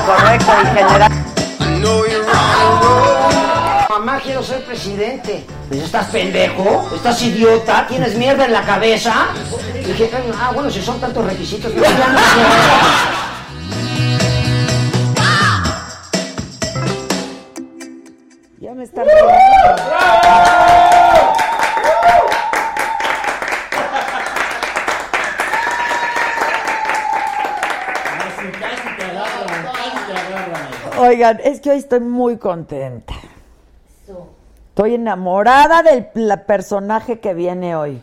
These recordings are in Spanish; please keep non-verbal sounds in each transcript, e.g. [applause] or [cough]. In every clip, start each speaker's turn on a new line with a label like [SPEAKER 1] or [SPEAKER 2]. [SPEAKER 1] en general.
[SPEAKER 2] Mamá, quiero ser presidente. Pues, ¿Estás pendejo? ¿Estás idiota? ¿Tienes mierda en la cabeza? Y dije, "Ay, ah, bueno, si son tantos requisitos, yo ya no sé".
[SPEAKER 1] Ya me están robando.
[SPEAKER 3] Casi, casi te agarran, casi te agarran.
[SPEAKER 1] Oigan, es que hoy estoy muy contenta. Estoy enamorada del pla- personaje que viene hoy.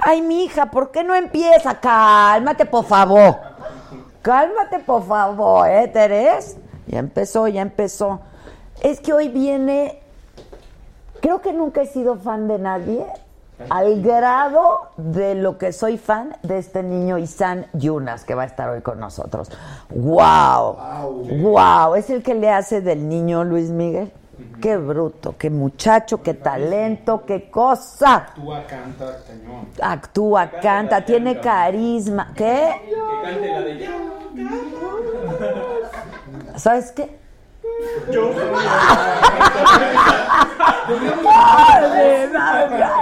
[SPEAKER 1] Ay, mi hija, ¿por qué no empieza? Cálmate, por favor. Cálmate, por favor, ¿eh, Teres? Ya empezó, ya empezó. Es que hoy viene. Creo que nunca he sido fan de nadie, al grado de lo que soy fan de este niño Isan Yunas, que va a estar hoy con nosotros. ¡Wow! ¡Wow! Es el que le hace del niño Luis Miguel. ¡Qué bruto! ¡Qué muchacho! ¡Qué talento! ¡Qué cosa!
[SPEAKER 4] Actúa, canta, cañón.
[SPEAKER 1] Actúa, canta, tiene carisma. ¿Qué?
[SPEAKER 4] Que cante la de ya.
[SPEAKER 1] ¿Sabes qué?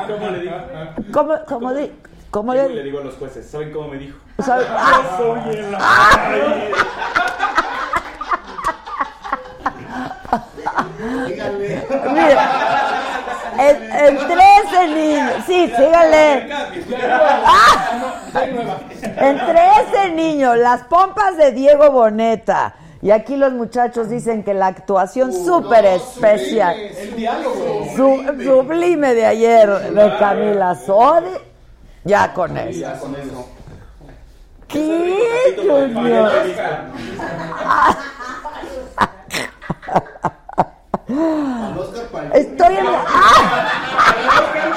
[SPEAKER 4] ¿Cómo le digo? Ah, ah.
[SPEAKER 1] ¿Cómo, cómo, di- cómo
[SPEAKER 4] Llego y le
[SPEAKER 1] le Ah,
[SPEAKER 4] digo a los jueces, ¿saben cómo me dijo? Ah,
[SPEAKER 1] sabe-
[SPEAKER 4] Yo soy el
[SPEAKER 1] Mira, en, en tres el niño. Sí, síganle. Ah. En tres el niño, las pompas de Diego Boneta. Y aquí los muchachos dicen que la actuación súper especial.
[SPEAKER 4] Uh, El diálogo.
[SPEAKER 1] Su- Sublime. de ayer de Camila Sodi. Ya con eso.
[SPEAKER 4] Ya con eso.
[SPEAKER 1] ¿Qué,
[SPEAKER 4] Para que
[SPEAKER 1] Junior?
[SPEAKER 4] te digan.
[SPEAKER 1] Estoy en la- ¡Ah!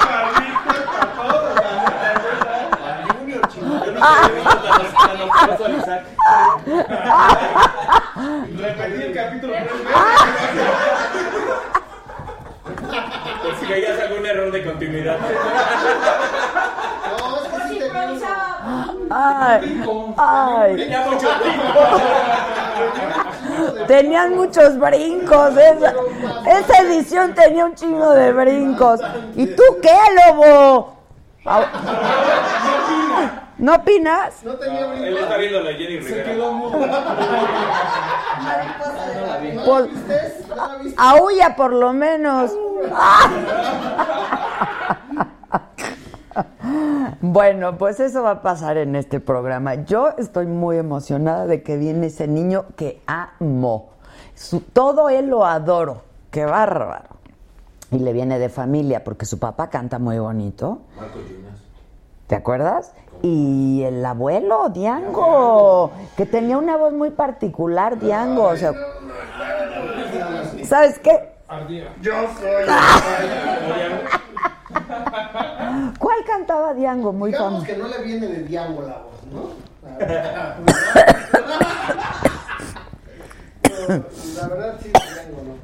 [SPEAKER 4] Repetí el capítulo tres veces. Por si caías algún error de continuidad.
[SPEAKER 1] ¡Ay! ¡Ay!
[SPEAKER 4] Tenía mucho tiempo.
[SPEAKER 1] Tenían muchos brincos. Esa, esa edición tenía un chingo de brincos. ¿Y tú qué, lobo? Au- ¿No opinas?
[SPEAKER 4] Él está viendo la Jenny Rivera.
[SPEAKER 1] Por- Aúlla por lo menos. [laughs] Bueno, pues eso va a pasar en este programa. Yo estoy muy emocionada de que viene ese niño que amo. Su, todo él lo adoro. Qué bárbaro. Y le viene de familia porque su papá canta muy bonito. ¿Te acuerdas? Y el abuelo, Diango, que tenía una voz muy particular, Diango. o sea, ¿Sabes qué? ¿Cuál cantaba Diango? Muy famoso.
[SPEAKER 5] Digamos que no le viene de diablo la voz, ¿no? Pero, La verdad sí, diablo,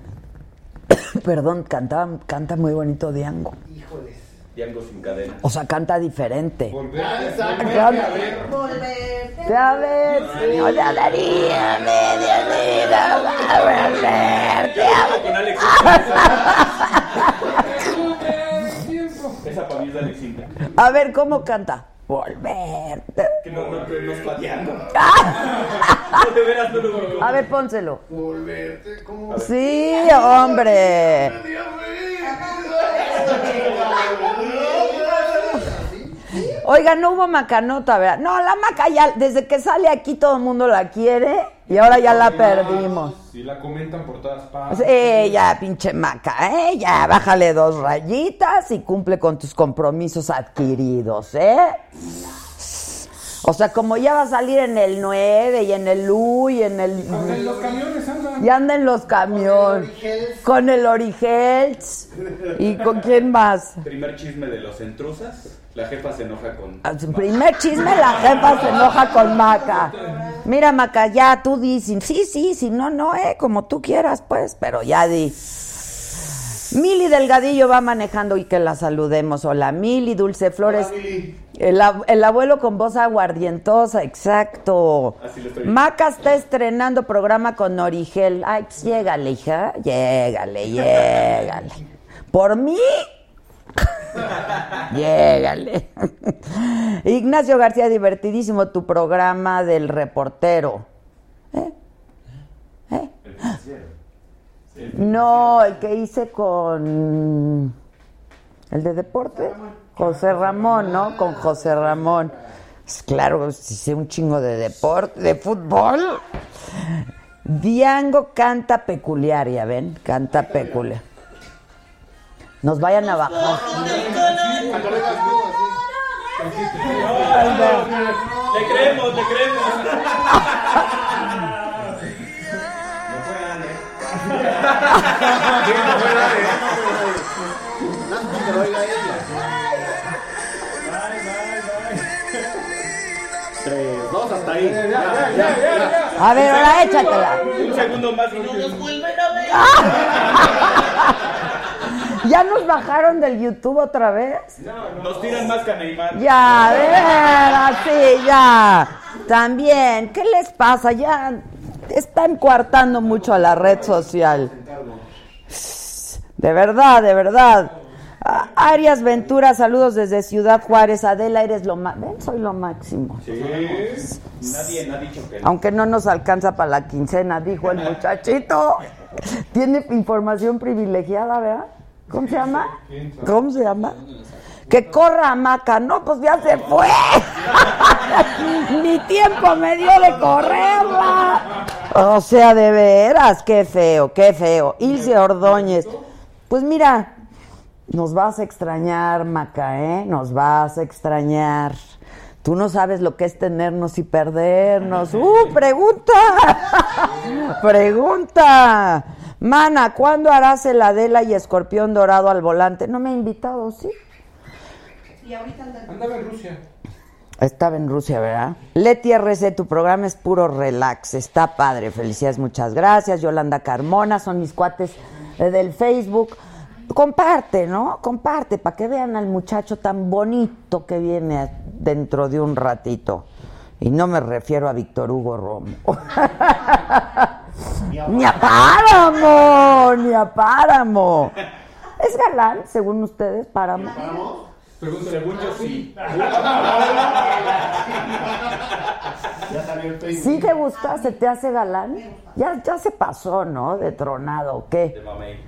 [SPEAKER 5] ¿no?
[SPEAKER 1] [laughs] Perdón, cantaba, canta muy bonito Diango.
[SPEAKER 5] Híjoles.
[SPEAKER 4] Diango sin cadena.
[SPEAKER 1] O sea, canta diferente.
[SPEAKER 5] Exacto.
[SPEAKER 1] Canta- Te a ver, no te daría media vida para volverte a-
[SPEAKER 4] Con Alex. Esa para mí es de Alexinda.
[SPEAKER 1] A ver, ¿cómo canta? Volverte.
[SPEAKER 4] Que no, no, no es [laughs] pateando. No, de veras no lo ubico.
[SPEAKER 1] A ver, pónselo.
[SPEAKER 5] Volverte como.
[SPEAKER 1] Sí, hombre. Oiga, no hubo macanota, ¿verdad? No, la maca ya, desde que sale aquí todo el mundo la quiere y ahora ya la perdimos.
[SPEAKER 4] Si la comentan por todas partes.
[SPEAKER 1] Sí, ya, pinche maca, ¿eh? Ya, bájale dos rayitas y cumple con tus compromisos adquiridos, ¿eh? O sea, como ya va a salir en el 9 y en el U y en el...
[SPEAKER 4] Los camiones andan.
[SPEAKER 1] Y andan los camiones. Con el origels. ¿Y con quién más?
[SPEAKER 4] Primer chisme de los entrusas. La jefa se enoja con.
[SPEAKER 1] A Ah, su Primer chisme, la jefa se enoja con Maca. Mira, Maca, ya tú dices, sí, sí, sí, no, no, eh, como tú quieras, pues, pero ya di. Mili Delgadillo va manejando y que la saludemos. Hola, Mili, Dulce Flores. El, ab- el abuelo con voz aguardientosa, exacto.
[SPEAKER 4] Así le estoy.
[SPEAKER 1] Maca está estrenando programa con Origel. Ay, pues, llégale, hija. Llégale, llégale. Por mí. [laughs] llégale. [laughs] Ignacio García, divertidísimo tu programa del reportero. ¿Eh? ¿Eh? No, el que hice con el de deporte, José Ramón, ¿no? Con José Ramón. Es claro, hice un chingo de deporte, de fútbol. Diango canta peculiar, ya ven, canta peculiar. Nos vayan a bajar.
[SPEAKER 4] Le creemos, le creemos. Tres, dos, hasta ahí. Ya, ya, ya.
[SPEAKER 1] A ver, ahora échatela.
[SPEAKER 4] Un segundo más. y último.
[SPEAKER 1] ¿Ya nos bajaron del YouTube otra vez?
[SPEAKER 4] Nos tiran más que a Neymar.
[SPEAKER 1] Ya, de veras, sí, ya. También, ¿qué les pasa? Ya están coartando mucho a la red social. De verdad, de verdad. A- Arias Ventura, saludos desde Ciudad Juárez. Adela, eres lo máximo. Ven, soy lo máximo.
[SPEAKER 4] Sí. Nadie ha dicho que no.
[SPEAKER 1] Aunque no nos alcanza para la quincena, dijo el muchachito. Tiene información privilegiada, ¿verdad? ¿Cómo se llama? ¿Cómo se llama? Que corra hamaca, no, pues ya se fue. [laughs] Ni tiempo me dio de correrla. O sea, de veras, qué feo, qué feo. Ilse Ordóñez, pues mira, nos vas a extrañar, Maca, ¿eh? Nos vas a extrañar. Tú no sabes lo que es tenernos y perdernos. ¡Uh, pregunta! [laughs] ¡Pregunta! Mana, ¿cuándo harás el Adela y Escorpión Dorado al volante? No me ha invitado, ¿sí?
[SPEAKER 6] Andaba en Rusia.
[SPEAKER 1] Estaba en Rusia, ¿verdad? Leti RC, tu programa es puro relax, está padre, felicidades, muchas gracias. Yolanda Carmona, son mis cuates eh, del Facebook. Comparte, ¿no? Comparte, para que vean al muchacho tan bonito que viene a- dentro de un ratito. Y no me refiero a Víctor Hugo Romo. [laughs] ¡Ni a Páramo! ¡Ni a Páramo! ¿Es galán, según ustedes, Páramo?
[SPEAKER 6] Pregúntale,
[SPEAKER 4] Según yo sí.
[SPEAKER 1] ¿Sí te gusta? ¿Se te hace galán? Ya, ya se pasó, ¿no? De tronado, ¿o
[SPEAKER 4] Te
[SPEAKER 1] ¿qué?
[SPEAKER 4] mamé.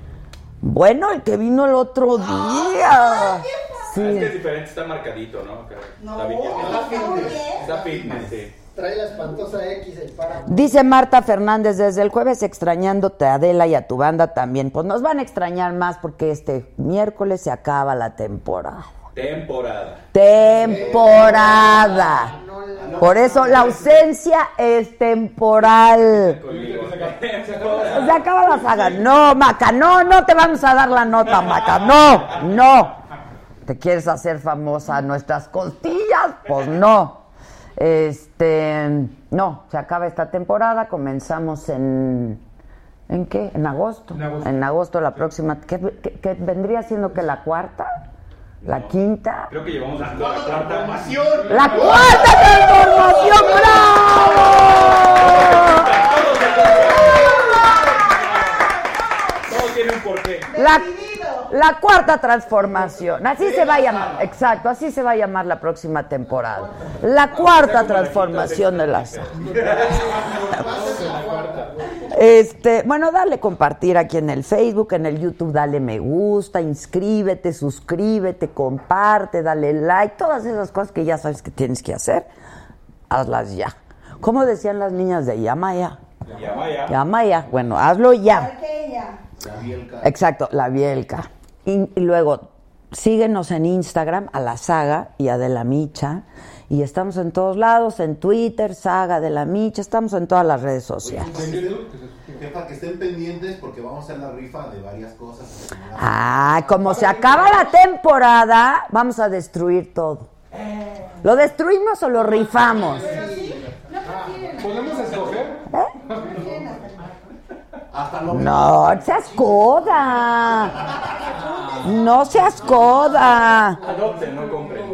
[SPEAKER 1] Bueno, el que vino el otro día.
[SPEAKER 4] Es que es
[SPEAKER 1] Sí.
[SPEAKER 4] diferente, está marcadito, ¿no? Acá. Está
[SPEAKER 5] Está
[SPEAKER 4] bien.
[SPEAKER 5] firme.
[SPEAKER 4] Está fitness, sí.
[SPEAKER 5] Trae la espantosa X, el para.
[SPEAKER 1] Dice Marta Fernández, desde el jueves extrañándote a Adela y a tu banda también. Pues nos van a extrañar más porque este miércoles se acaba la temporada.
[SPEAKER 4] Temporada.
[SPEAKER 1] Temporada. Por eso la ausencia es temporal.
[SPEAKER 4] Conmigo.
[SPEAKER 1] Se acaba la saga. No, Maca, no, no te vamos a dar la nota, Maca. No, no. ¿Te quieres hacer famosa a nuestras costillas? Pues no. Este, no, se acaba esta temporada, comenzamos en ¿en qué? En agosto.
[SPEAKER 6] En agosto.
[SPEAKER 1] la próxima. ¿Qué, qué- qué vendría siendo que la cuarta? ¿La quinta?
[SPEAKER 4] Creo que llevamos la cuarta.
[SPEAKER 1] ¡La cuarta transformación! ¡Bravo!
[SPEAKER 4] Todo tiene un porqué.
[SPEAKER 1] La, la cuarta transformación. Así se va a llamar. Exacto, así se va a llamar la próxima temporada. La cuarta transformación de la saga. Este, bueno, dale compartir aquí en el Facebook, en el YouTube, dale me gusta, inscríbete, suscríbete, comparte, dale like, todas esas cosas que ya sabes que tienes que hacer, hazlas ya. Como decían las niñas de llama ya,
[SPEAKER 4] Ya vaya.
[SPEAKER 1] llama ya, bueno, hazlo ya. Exacto, la Bielka. Y, y luego, síguenos en Instagram, a la saga y a De la Micha. Y estamos en todos lados, en Twitter, saga de la Micha, estamos en todas las redes sociales.
[SPEAKER 7] Jefa, que estén pendientes porque vamos a hacer la rifa de varias cosas.
[SPEAKER 1] Ah, como se acaba la temporada, vamos a destruir todo. ¿Lo destruimos o lo rifamos?
[SPEAKER 6] ¿Podemos escoger?
[SPEAKER 7] Hasta lo
[SPEAKER 1] No, seas coda. No seas coda.
[SPEAKER 4] Adopten, no compren.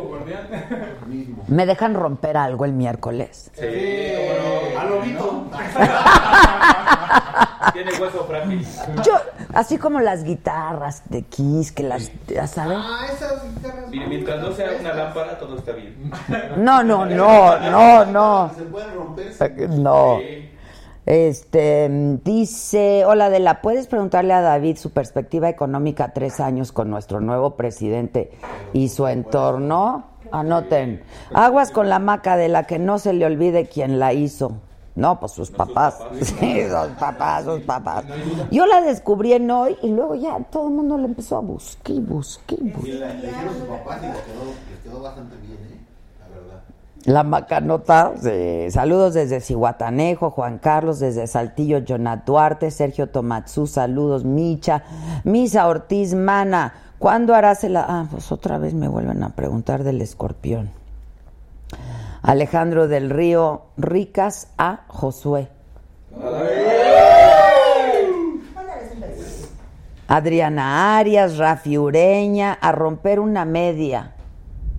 [SPEAKER 1] ¿Me dejan romper algo el miércoles?
[SPEAKER 4] Eh, A lobito. Tiene hueso frágil.
[SPEAKER 1] Yo, así como las guitarras de Kiss, que las, ya sabes.
[SPEAKER 5] Ah, esas guitarras.
[SPEAKER 4] Mire, mientras no sea una lámpara, todo está bien.
[SPEAKER 1] No, no, no, no, no.
[SPEAKER 7] Se pueden romper.
[SPEAKER 1] No. Este mm, dice, hola Adela, ¿puedes preguntarle a David su perspectiva económica a tres años con nuestro nuevo presidente y su entorno? Anoten, aguas con la maca de la que no se le olvide quién la hizo. No, pues sus papás. [laughs] Sí, sus papás, sus papás. Yo la descubrí en hoy y luego ya todo el mundo le empezó a buscar, y buscar, y buscar.
[SPEAKER 7] Y la le dijeron a sus papás y les quedó, les quedó bastante bien, ¿eh? La verdad.
[SPEAKER 1] La Macanota, sí. saludos desde Cihuatanejo, Juan Carlos desde Saltillo, Jonat Duarte, Sergio Tomatsú, saludos, Micha, Misa Ortiz Mana, ¿cuándo harás el... a- Ah, pues otra vez me vuelven a preguntar del escorpión. Alejandro del Río, Ricas a Josué. Adriana Arias, Rafi Ureña, a romper una media.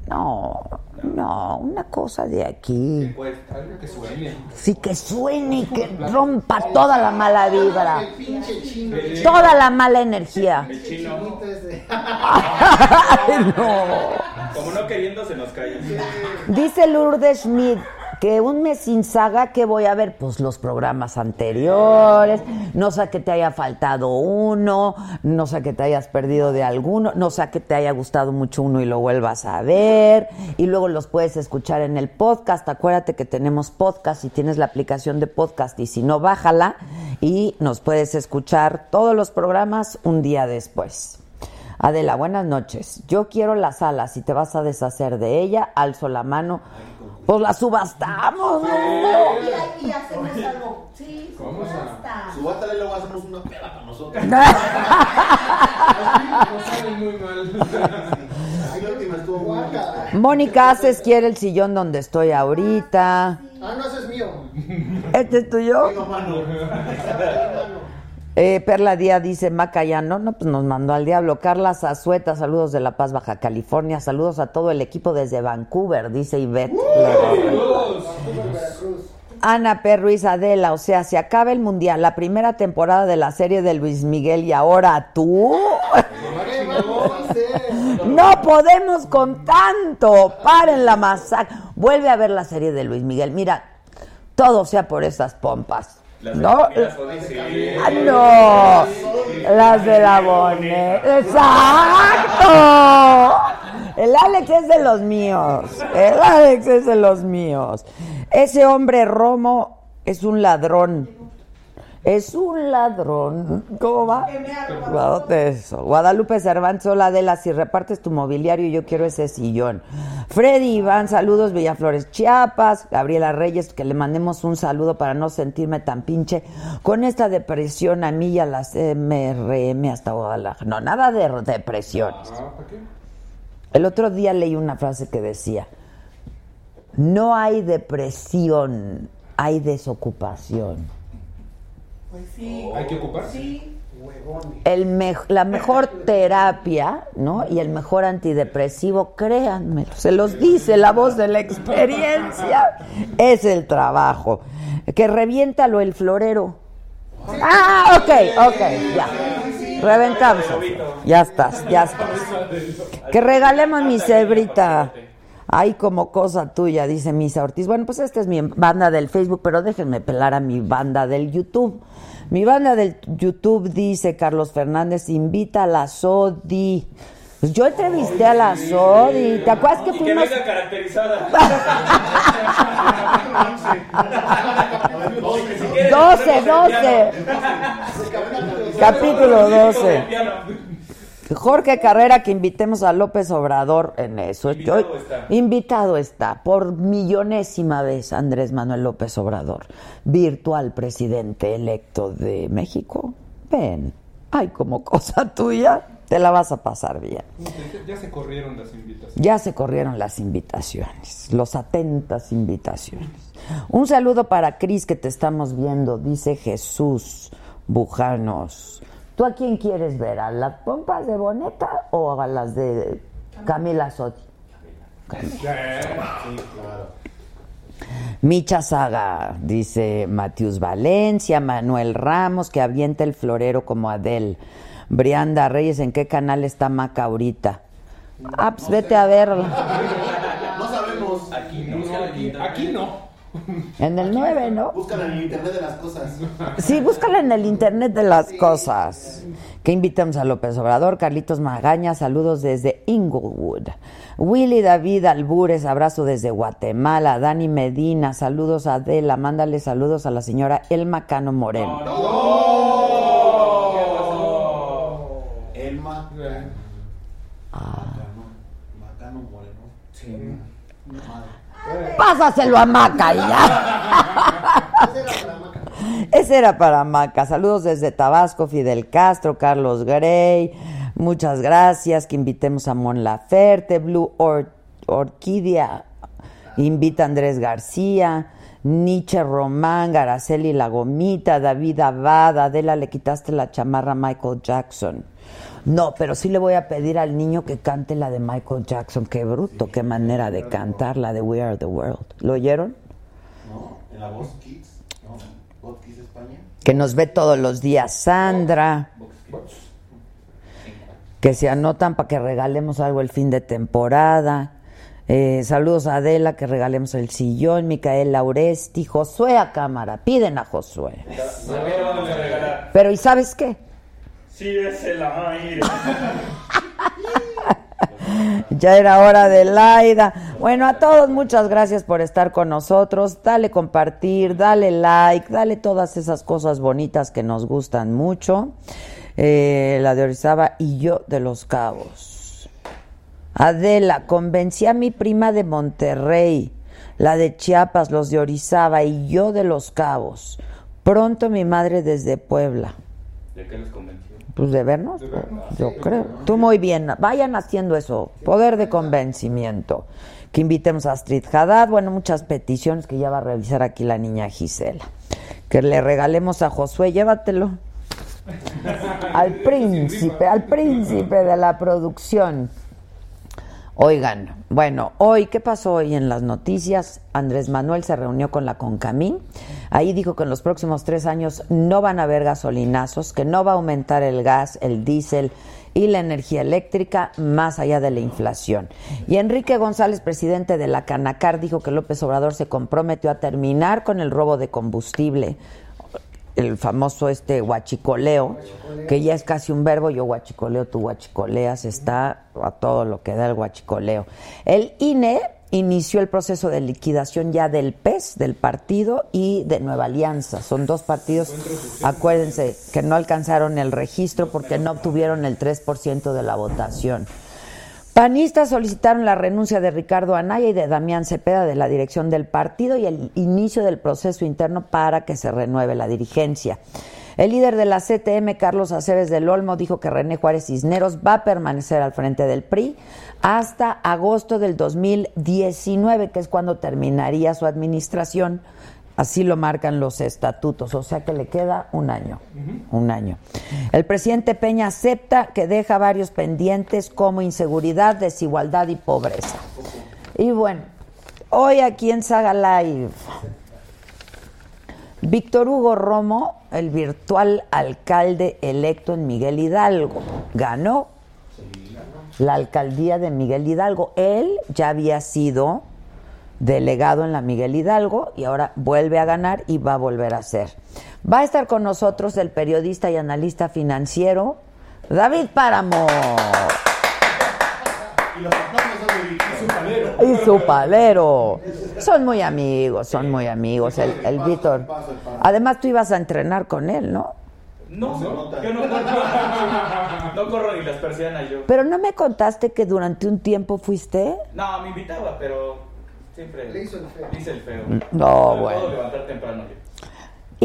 [SPEAKER 1] No, no, una cosa de aquí.
[SPEAKER 6] Algo que suene.
[SPEAKER 1] Sí que suene y que rompa toda la mala vibra,
[SPEAKER 5] El pinche chino. El
[SPEAKER 1] toda la mala energía. [laughs]
[SPEAKER 4] El chino,
[SPEAKER 5] chinito ese.
[SPEAKER 1] Ay, no.
[SPEAKER 4] como no queriendo, se nos calla.
[SPEAKER 1] Dice Lourdes Schmidt que un mes sin saga, ¿qué voy a ver? Pues los programas anteriores, no sé a que te haya faltado uno, no sé a que te hayas perdido de alguno, no sé a que te haya gustado mucho uno y lo vuelvas a ver, y luego los puedes escuchar en el podcast. Acuérdate que tenemos podcast y tienes la aplicación de podcast, y si no, bájala y nos puedes escuchar todos los programas un día después. Adela, buenas noches. Yo quiero las alas. Si te vas a deshacer de ella, alzo la mano. Pues la subastamos. ¿no?
[SPEAKER 8] Y, y hacemos algo. Sí,
[SPEAKER 6] ¿Cómo se llama?
[SPEAKER 8] subasta.
[SPEAKER 7] Subátale y luego hacemos una peda para nosotros.
[SPEAKER 6] No salen muy mal.
[SPEAKER 7] Ay, la última estuvo muy mal.
[SPEAKER 1] Mónica Haces quiere el sillón donde estoy ahorita.
[SPEAKER 5] Ah, no, ese es mío.
[SPEAKER 1] ¿Este es tuyo?
[SPEAKER 5] [laughs]
[SPEAKER 7] Tengo mano.
[SPEAKER 1] Eh, Perla Díaz dice, Maca ya no, no, pues nos mandó al diablo. Carla Zazueta, saludos de La Paz, Baja California. Saludos a todo el equipo desde Vancouver, dice Ivette. Ana P. Ruiz Adela, o sea, se acaba el mundial, la primera temporada de la serie de Luis Miguel y ahora tú.
[SPEAKER 5] ¿Qué vamos a hacer?
[SPEAKER 1] No podemos con tanto. Paren la masacre. Vuelve a ver la serie de Luis Miguel. Mira, todo sea por esas pompas.
[SPEAKER 4] Las
[SPEAKER 1] ¿No? eh,
[SPEAKER 4] economías son así.
[SPEAKER 1] Ah, no. Las de la Bonet. Exacto. El Alex es de los míos. El Alex es de los míos. Ese hombre Romo es un ladrón. Es un ladrón. ¿Cómo va?
[SPEAKER 8] Que me arma.
[SPEAKER 1] Guadalupe, eso. Guadalupe Cervantes, hola Adela, si repartes tu mobiliario, yo quiero ese sillón. Freddy Iván, saludos, Villaflores Chiapas. Gabriela Reyes, que le mandemos un saludo para no sentirme tan pinche con esta depresión a mí y a las MRM hasta Guadalajara. No, nada de r- depresiones.
[SPEAKER 6] ¿Para qué?
[SPEAKER 1] El otro día leí una frase que decía, no hay depresión, hay desocupación.
[SPEAKER 8] Pues sí.
[SPEAKER 6] Oh. Hay que ocuparse.
[SPEAKER 8] Sí.
[SPEAKER 1] el me- la mejor terapia, ¿no? Y el mejor antidepresivo, créanmelo, se los dice la voz de la experiencia, es el trabajo. Que reviéntalo el florero. Ah, ok, ok, ya. Reventamos. Ya estás, ya estás. Que regalemos mi cebrita. Ay, como cosa tuya, dice Misa Ortiz. Bueno, pues esta es mi banda del Facebook, pero déjenme pelar a mi banda del YouTube. Mi banda del YouTube dice Carlos Fernández, invita a la Sodi. Pues yo entrevisté a la Sodi. ¿Te acuerdas que
[SPEAKER 4] Y que
[SPEAKER 1] fuimos?
[SPEAKER 4] venga
[SPEAKER 1] [laughs]
[SPEAKER 4] caracterizada. Doce, si quieres,
[SPEAKER 1] 12,
[SPEAKER 4] ponemos el
[SPEAKER 1] 12.
[SPEAKER 4] piano.
[SPEAKER 1] Capítulo
[SPEAKER 4] El
[SPEAKER 1] 12.
[SPEAKER 4] piano.
[SPEAKER 1] Jorge Carrera, que invitemos a López Obrador en eso.
[SPEAKER 4] Invitado
[SPEAKER 1] Yo-
[SPEAKER 4] está.
[SPEAKER 1] invitado está por millonésima vez Andrés Manuel López Obrador, virtual presidente electo de México. Ven, ay, como cosa [laughs] tuya, te la vas a pasar bien.
[SPEAKER 6] Ya se corrieron las invitaciones.
[SPEAKER 1] Ya se corrieron las invitaciones, los atentas invitaciones. Un saludo para Cris, que te estamos viendo, dice Jesús Bujanos. ¿Tú a quién quieres ver? ¿A las pompas de Boneta o a las de Camila Sodi?
[SPEAKER 7] Sí, claro.
[SPEAKER 1] Micha Saga, dice Matius Valencia, Manuel Ramos, que avienta el florero como Adel. Brianda Reyes, ¿en qué canal está Maca ahorita? Ah, pues vete a verla.
[SPEAKER 7] No sabemos.
[SPEAKER 4] Aquí
[SPEAKER 6] No, aquí, aquí no.
[SPEAKER 1] En el 9, ¿no?
[SPEAKER 7] Buscan en el internet de las cosas.
[SPEAKER 1] Sí, búscala en el internet de las cosas. Que invitamos a López Obrador, Carlitos Magaña, saludos desde Inglewood. Willy David Albures, abrazo desde Guatemala. Dani Medina, saludos a Adela, mándale saludos a la señora Elma Cano Moreno.
[SPEAKER 7] Elma.
[SPEAKER 6] Eh,
[SPEAKER 7] Macano. Macano Moreno. Sí. Madre.
[SPEAKER 1] Pásaselo a Maca y ya.
[SPEAKER 5] Esa era para Maca.
[SPEAKER 1] Ese era para Maca. Saludos desde Tabasco, Fidel Castro, Carlos Grey. Muchas gracias. Que invitemos a Mon Laferte, Blue Or- Orquídea. Invita a Andrés García, Nietzsche Román, Garaceli La Gomita, David Abad, Adela, le quitaste la chamarra a Michael Jackson. No, pero sí le voy a pedir al niño que cante la de Michael Jackson. Qué bruto, qué manera de cantar la de We Are the World. ¿Lo oyeron?
[SPEAKER 7] ¿No? En la voz Kids. No. Voz Kids España.
[SPEAKER 1] que nos ve todos los días, Sandra, que se anotan para que regalemos algo el fin de temporada. Eh, saludos a Adela, que regalemos el sillón, Micael Lauresti, Josué a cámara, piden a Josué.
[SPEAKER 4] qué vamos a regalar?
[SPEAKER 1] Pero ¿y sabes qué?
[SPEAKER 4] Sí, es el aire.
[SPEAKER 1] Ya era hora de Laida. Bueno, a todos muchas gracias por estar con nosotros. Dale compartir, dale like, dale todas esas cosas bonitas que nos gustan mucho. Eh, la de Orizaba y yo de Los Cabos. Adela, convencí a mi prima de Monterrey, la de Chiapas, los de Orizaba y yo de Los Cabos. Pronto mi madre desde Puebla.
[SPEAKER 4] ¿De qué los convenció?
[SPEAKER 1] Pues de vernos, yo creo. Tú muy bien, vayan haciendo eso, poder de convencimiento. Que invitemos a Astrid Haddad, bueno, muchas peticiones que ya va a revisar aquí la niña Gisela. Que le regalemos a Josué, llévatelo. Al príncipe, al príncipe de la producción. Oigan, bueno, hoy, ¿qué pasó hoy en las noticias? Andrés Manuel se reunió con la Concamín. Ahí dijo que en los próximos tres años no van a haber gasolinazos, que no va a aumentar el gas, el diésel y la energía eléctrica más allá de la inflación. Y Enrique González, presidente de la Canacar, dijo que López Obrador se comprometió a terminar con el robo de combustible el famoso este guachicoleo, que ya es casi un verbo, yo guachicoleo, tú guachicoleas, está a todo lo que da el guachicoleo. El INE inició el proceso de liquidación ya del PES, del partido, y de Nueva Alianza. Son dos partidos, acuérdense, que no alcanzaron el registro porque no obtuvieron el 3% de la votación. Panistas solicitaron la renuncia de Ricardo Anaya y de Damián Cepeda de la dirección del partido y el inicio del proceso interno para que se renueve la dirigencia. El líder de la CTM, Carlos Aceves del Olmo, dijo que René Juárez Cisneros va a permanecer al frente del PRI hasta agosto del 2019, que es cuando terminaría su administración. Así lo marcan los estatutos, o sea que le queda un año, un año. El presidente Peña acepta que deja varios pendientes como inseguridad, desigualdad y pobreza. Y bueno, hoy aquí en Saga Live, Víctor Hugo Romo, el virtual alcalde electo en Miguel Hidalgo, ganó la alcaldía de Miguel Hidalgo. Él ya había sido delegado en la Miguel Hidalgo y ahora vuelve a ganar y va a volver a ser. Va a estar con nosotros el periodista y analista financiero David Páramo
[SPEAKER 7] Y los fantasmas son de Vicky.
[SPEAKER 1] y su palero. Son muy amigos, son muy amigos, el, el Víctor. Además tú ibas a entrenar con él, ¿no?
[SPEAKER 4] No,
[SPEAKER 7] se nota.
[SPEAKER 4] yo no corro. No corro ni las persianas yo.
[SPEAKER 1] Pero no me contaste que durante un tiempo fuiste.
[SPEAKER 4] No, me invitaba, pero siempre.
[SPEAKER 5] Le hizo el feo.
[SPEAKER 4] Hice el feo.
[SPEAKER 1] No,
[SPEAKER 4] Me
[SPEAKER 1] bueno.
[SPEAKER 4] puedo levantar temprano yo.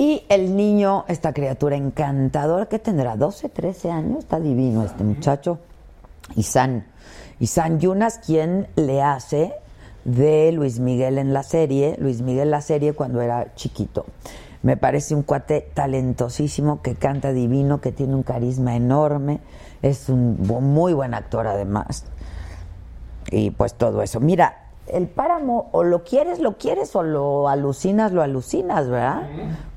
[SPEAKER 1] Y el niño, esta criatura encantadora que tendrá 12, 13 años, está divino este muchacho. Isan. Isan Yunas, quien le hace de Luis Miguel en la serie, Luis Miguel la serie cuando era chiquito. Me parece un cuate talentosísimo, que canta divino, que tiene un carisma enorme, es un bu- muy buen actor además. y pues todo eso. Mira, el páramo o lo quieres, lo quieres o lo alucinas, lo alucinas, ¿verdad?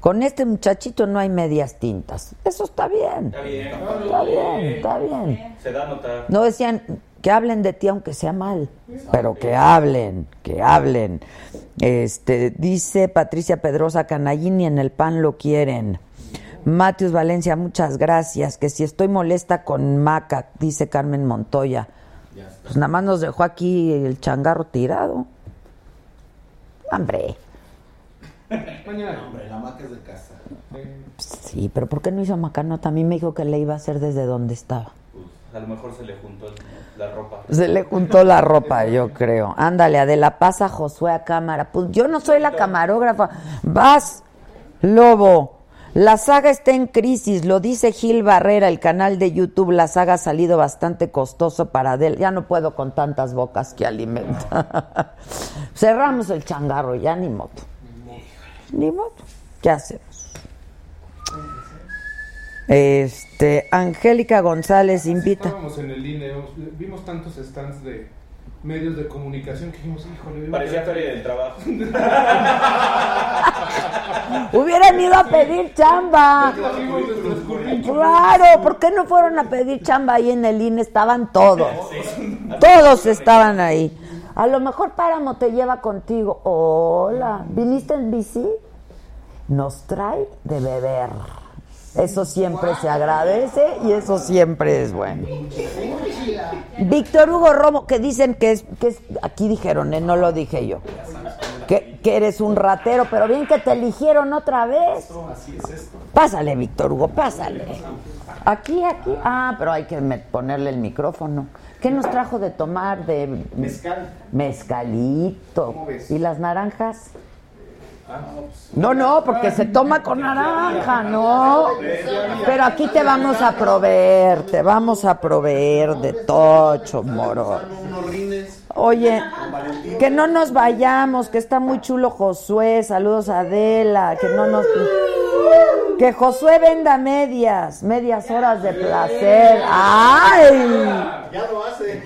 [SPEAKER 1] Con este muchachito no hay medias tintas. Eso está bien.
[SPEAKER 4] Está bien.
[SPEAKER 1] Está bien, está bien.
[SPEAKER 4] Se da a notar.
[SPEAKER 1] No decían que hablen de ti aunque sea mal, pero que hablen, que hablen. Este dice Patricia Pedrosa Canallini en el pan lo quieren. Matius Valencia, muchas gracias. Que si estoy molesta con Maca, dice Carmen Montoya. Pues nada más nos dejó aquí el changarro tirado. Hombre,
[SPEAKER 7] Hombre, la maca es de casa.
[SPEAKER 1] sí, pero ¿por qué no hizo Macanota? A mí me dijo que le iba a hacer desde donde estaba.
[SPEAKER 4] Pues, a lo mejor se le juntó el- la ropa.
[SPEAKER 1] Se le juntó la ropa, yo creo. Ándale, Adela, pasa Josué a cámara. Pues yo no soy la camarógrafa. Vas, lobo. La saga está en crisis, lo dice Gil Barrera, el canal de YouTube. La saga ha salido bastante costoso para Adela. Ya no puedo con tantas bocas que alimenta. [laughs] Cerramos el changarro, ya ni moto. Ni moto. ¿Qué hacemos? Este, Angélica González invita.
[SPEAKER 6] Estábamos en el INE, os- vimos tantos stands de medios de comunicación que dijimos, híjole, voy a
[SPEAKER 4] Parecía
[SPEAKER 6] quedar-
[SPEAKER 4] feria del trabajo. [laughs]
[SPEAKER 1] Hubieran ido a pedir chamba.
[SPEAKER 6] Trajimos nuestros currículums.
[SPEAKER 1] Claro, ¿por qué no fueron a pedir chamba ahí en el INE? Estaban todos. Todos estaban ahí. A lo mejor Páramo te lleva contigo. Hola, ¿viniste en bici? Nos trae de beber. Eso siempre se agradece y eso siempre es bueno. Víctor Hugo Romo, que dicen que es, que es- aquí dijeron, ¿eh? no lo dije yo, que, que eres un ratero, pero bien que te eligieron otra vez. Pásale, Víctor Hugo, pásale. Aquí, aquí. Ah, pero hay que me- ponerle el micrófono. ¿Qué nos trajo de tomar de
[SPEAKER 5] Mezcal.
[SPEAKER 1] mezcalito?
[SPEAKER 5] ¿Cómo ves?
[SPEAKER 1] ¿Y las naranjas? No, no, porque se toma con naranja, ¿no? Pero aquí te vamos a proveer, te vamos a proveer de tocho, moro.
[SPEAKER 7] Unos rines.
[SPEAKER 1] Oye, que no nos vayamos, que está muy chulo Josué, saludos a Adela, que no nos... Que Josué venda medias, medias horas de placer. ¡Ay!
[SPEAKER 5] Ya lo hace.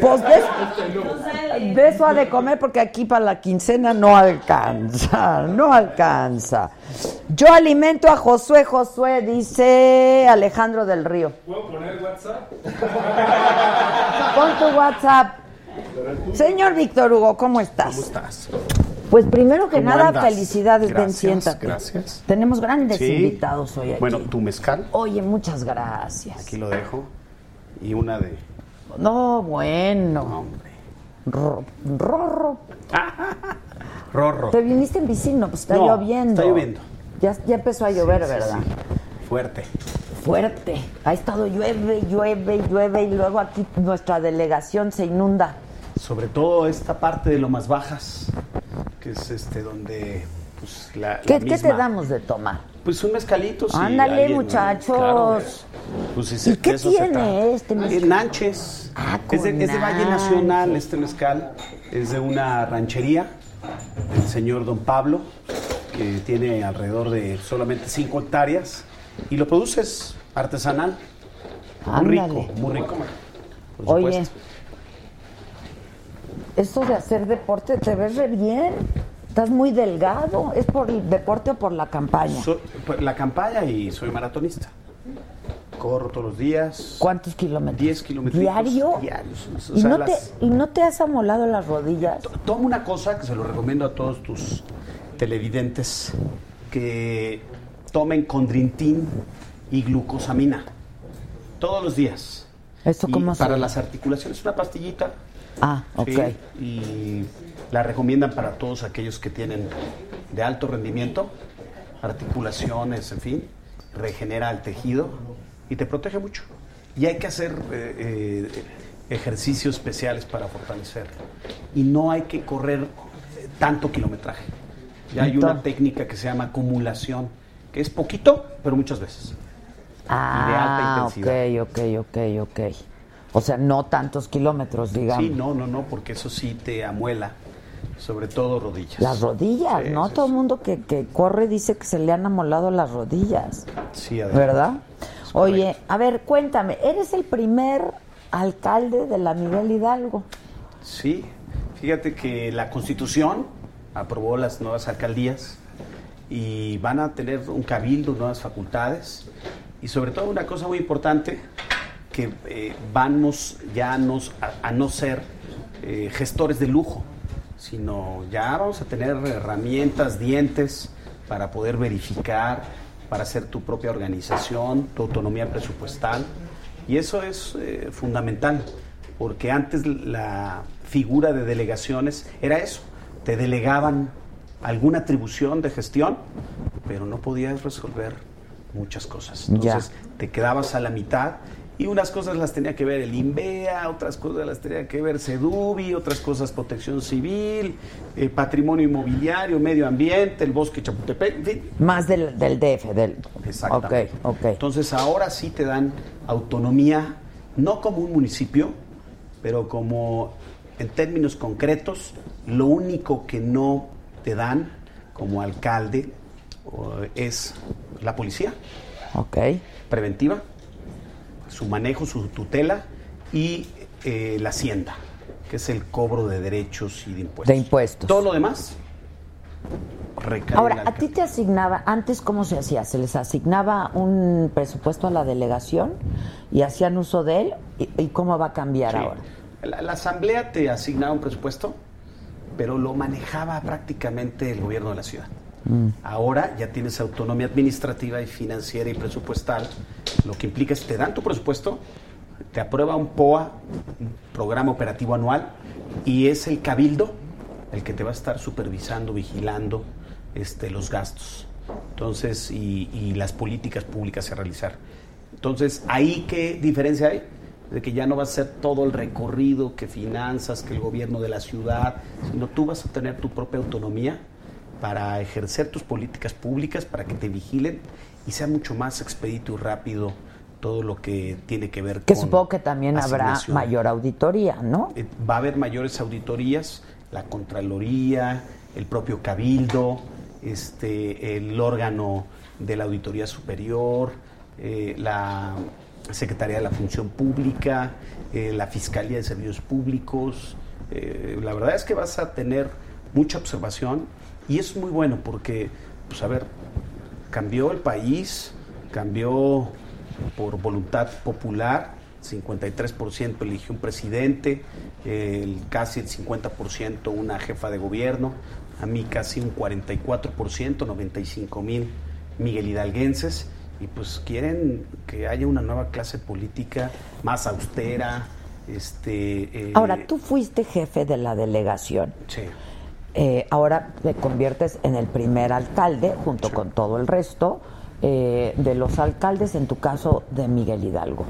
[SPEAKER 1] Pues des- de eso ha de comer porque aquí para la quincena no alcanza, no alcanza. Yo alimento a Josué, Josué, dice Alejandro del Río.
[SPEAKER 6] ¿Puedo poner WhatsApp?
[SPEAKER 1] Pon tu WhatsApp. Señor Víctor Hugo, ¿cómo estás? ¿Cómo estás? Pues primero que
[SPEAKER 9] ¿Cómo
[SPEAKER 1] nada,
[SPEAKER 9] andas?
[SPEAKER 1] felicidades, ven,
[SPEAKER 9] Gracias,
[SPEAKER 1] siéntate.
[SPEAKER 9] gracias.
[SPEAKER 1] Tenemos grandes
[SPEAKER 9] Sí.
[SPEAKER 1] invitados hoy aquí.
[SPEAKER 9] Bueno, tu mezcal,
[SPEAKER 1] Oye, muchas gracias.
[SPEAKER 9] aquí lo dejo. Y una de.
[SPEAKER 1] No, bueno.
[SPEAKER 9] Hombre.
[SPEAKER 1] Ro- Rorro,
[SPEAKER 9] Rorro.
[SPEAKER 1] te viniste en bici, no, pues está
[SPEAKER 9] No,
[SPEAKER 1] lloviendo.
[SPEAKER 9] está lloviendo.
[SPEAKER 1] Ya, ya empezó a llover, ¿verdad?
[SPEAKER 9] Fuerte.
[SPEAKER 1] Fuerte. Ha estado llueve, llueve, llueve y luego aquí nuestra delegación se inunda.
[SPEAKER 9] Sobre todo esta parte de lo más bajas, que es este donde. Pues, la, la
[SPEAKER 1] ¿Qué, ¿qué te
[SPEAKER 9] misma-
[SPEAKER 1] damos de tomar?
[SPEAKER 9] Pues un mezcalito. sí,
[SPEAKER 1] Ándale,
[SPEAKER 9] ahí en-
[SPEAKER 1] muchachos.
[SPEAKER 9] claro, pues,
[SPEAKER 1] ¿Y
[SPEAKER 9] de
[SPEAKER 1] qué
[SPEAKER 9] eso se
[SPEAKER 1] tiene
[SPEAKER 9] trata.
[SPEAKER 1] este mezcal?
[SPEAKER 9] Es Nanches.
[SPEAKER 1] Ah,
[SPEAKER 9] es, de,
[SPEAKER 1] con
[SPEAKER 9] es de Valle
[SPEAKER 1] Nanches.
[SPEAKER 9] Nacional este mezcal. Es de una ranchería del señor Don Pablo, que tiene alrededor de solamente 5 hectáreas. Y lo produces artesanal. Muy
[SPEAKER 1] Ándale.
[SPEAKER 9] rico, muy rico. Por
[SPEAKER 1] Oye, este
[SPEAKER 9] supuesto.
[SPEAKER 1] eso de hacer deporte, te ves re bien. Estás muy delgado. ¿Es por el deporte o por la campaña?
[SPEAKER 9] Soy- pues, la campaña y soy maratonista. Corro todos los días.
[SPEAKER 1] ¿Cuántos kilómetros?
[SPEAKER 9] 10 kilómetros.
[SPEAKER 1] ¿Diario?
[SPEAKER 9] Diarios. O
[SPEAKER 1] ¿Y,
[SPEAKER 9] sea,
[SPEAKER 1] no
[SPEAKER 9] las-
[SPEAKER 1] te, ¿Y no te has amolado las rodillas?
[SPEAKER 9] Toma una cosa que se lo recomiendo a todos tus televidentes que tomen condrintín y glucosamina todos los días.
[SPEAKER 1] ¿Eso
[SPEAKER 9] Y
[SPEAKER 1] cómo se
[SPEAKER 9] Para
[SPEAKER 1] llama?
[SPEAKER 9] las articulaciones, una pastillita.
[SPEAKER 1] Ah, ok.
[SPEAKER 9] sí, y la recomiendan para todos aquellos que tienen de alto rendimiento, articulaciones, en fin, regenera el tejido y te protege mucho. Y hay que hacer eh, eh, ejercicios especiales para fortalecerlo. Y no hay que correr eh, tanto kilometraje. Ya hay una
[SPEAKER 1] Entonces-
[SPEAKER 9] técnica que se llama acumulación, que es poquito, pero muchas veces.
[SPEAKER 1] Ah,
[SPEAKER 9] y de alta
[SPEAKER 1] ok, ok, ok, ok. O sea, no tantos kilómetros, digamos.
[SPEAKER 9] Sí, no, no, no, porque eso sí te amuela, sobre todo rodillas.
[SPEAKER 1] Las rodillas,
[SPEAKER 9] Sí,
[SPEAKER 1] ¿no?
[SPEAKER 9] sí,
[SPEAKER 1] Todo el
[SPEAKER 9] sí.
[SPEAKER 1] mundo que, que corre dice que se le han amolado las rodillas,
[SPEAKER 9] Sí, adelante.
[SPEAKER 1] ¿verdad? Oye, a ver, cuéntame, eres el primer alcalde de la Miguel Hidalgo.
[SPEAKER 9] Sí, fíjate que la Constitución aprobó las nuevas alcaldías y van a tener un cabildo, nuevas facultades y sobre todo una cosa muy importante que eh, vamos ya a, nos- a- a no ser eh, gestores de lujo, sino ya vamos a tener herramientas, dientes para poder verificar, para hacer tu propia organización, tu autonomía presupuestal y eso es eh, fundamental porque antes la figura de delegaciones era eso, te delegaban alguna atribución de gestión, pero no podías resolver muchas cosas.
[SPEAKER 1] Ya.
[SPEAKER 9] Entonces te quedabas a la mitad y unas cosas las tenía que ver el INVEA, otras cosas las tenía que ver SEDUBI, otras cosas protección civil, eh, patrimonio inmobiliario, medio ambiente, el bosque Chapultepec, en fin,
[SPEAKER 1] Más del, del DF, del...
[SPEAKER 9] Exactamente.
[SPEAKER 1] Ok, ok.
[SPEAKER 9] Entonces ahora sí te dan autonomía, no como un municipio, pero como en términos concretos, lo único que no te dan como alcalde o, es la policía
[SPEAKER 1] ok.
[SPEAKER 9] preventiva, su manejo, su tutela y eh, la hacienda, que es el cobro de derechos y de impuestos.
[SPEAKER 1] De impuestos.
[SPEAKER 9] Todo lo demás recae en
[SPEAKER 1] Ahora,
[SPEAKER 9] el
[SPEAKER 1] ¿a ti
[SPEAKER 9] alcalde.
[SPEAKER 1] te asignaba, antes cómo se hacía? ¿Se les asignaba un presupuesto a la delegación y hacían uso de él? ¿Y, y cómo va a cambiar
[SPEAKER 9] Sí.
[SPEAKER 1] ahora?
[SPEAKER 9] La, la asamblea te asignaba un presupuesto, pero lo manejaba prácticamente el gobierno de la ciudad.
[SPEAKER 1] Mm.
[SPEAKER 9] Ahora ya tienes autonomía administrativa y financiera y presupuestal, lo que implica es te dan tu presupuesto, te aprueba un POA, un programa operativo anual, y es el cabildo el que te va a estar supervisando, vigilando este, los gastos. Entonces, y, y las políticas públicas a realizar. Entonces, ahí qué diferencia hay? De que ya no va a ser todo el recorrido que finanzas, que el gobierno de la ciudad, sino tú vas a tener tu propia autonomía para ejercer tus políticas públicas, para que te vigilen y sea mucho más expedito y rápido todo lo que tiene que ver
[SPEAKER 1] Que
[SPEAKER 9] con
[SPEAKER 1] supongo que también habrá
[SPEAKER 9] asignación.
[SPEAKER 1] mayor auditoría, ¿no?
[SPEAKER 9] Eh, va a haber mayores auditorías, la Contraloría, el propio Cabildo, este, el órgano de la Auditoría Superior, eh, la Secretaría de la Función Pública, eh, la Fiscalía de Servicios Públicos. Eh, la verdad es que vas a tener mucha observación y es muy bueno porque, pues a ver, cambió el país, cambió por voluntad popular, 53% eligió un presidente, el, casi el 50% una jefa de gobierno, a mí casi un 44%, 95 mil Miguel Hidalguenses, y pues quieren que haya una nueva clase política más austera. Este, eh,
[SPEAKER 1] Ahora, tú fuiste jefe de la delegación.
[SPEAKER 9] Sí,
[SPEAKER 1] Eh, ahora te conviertes en el primer alcalde, junto con todo el resto eh, de los alcaldes, en tu caso de Miguel Hidalgo.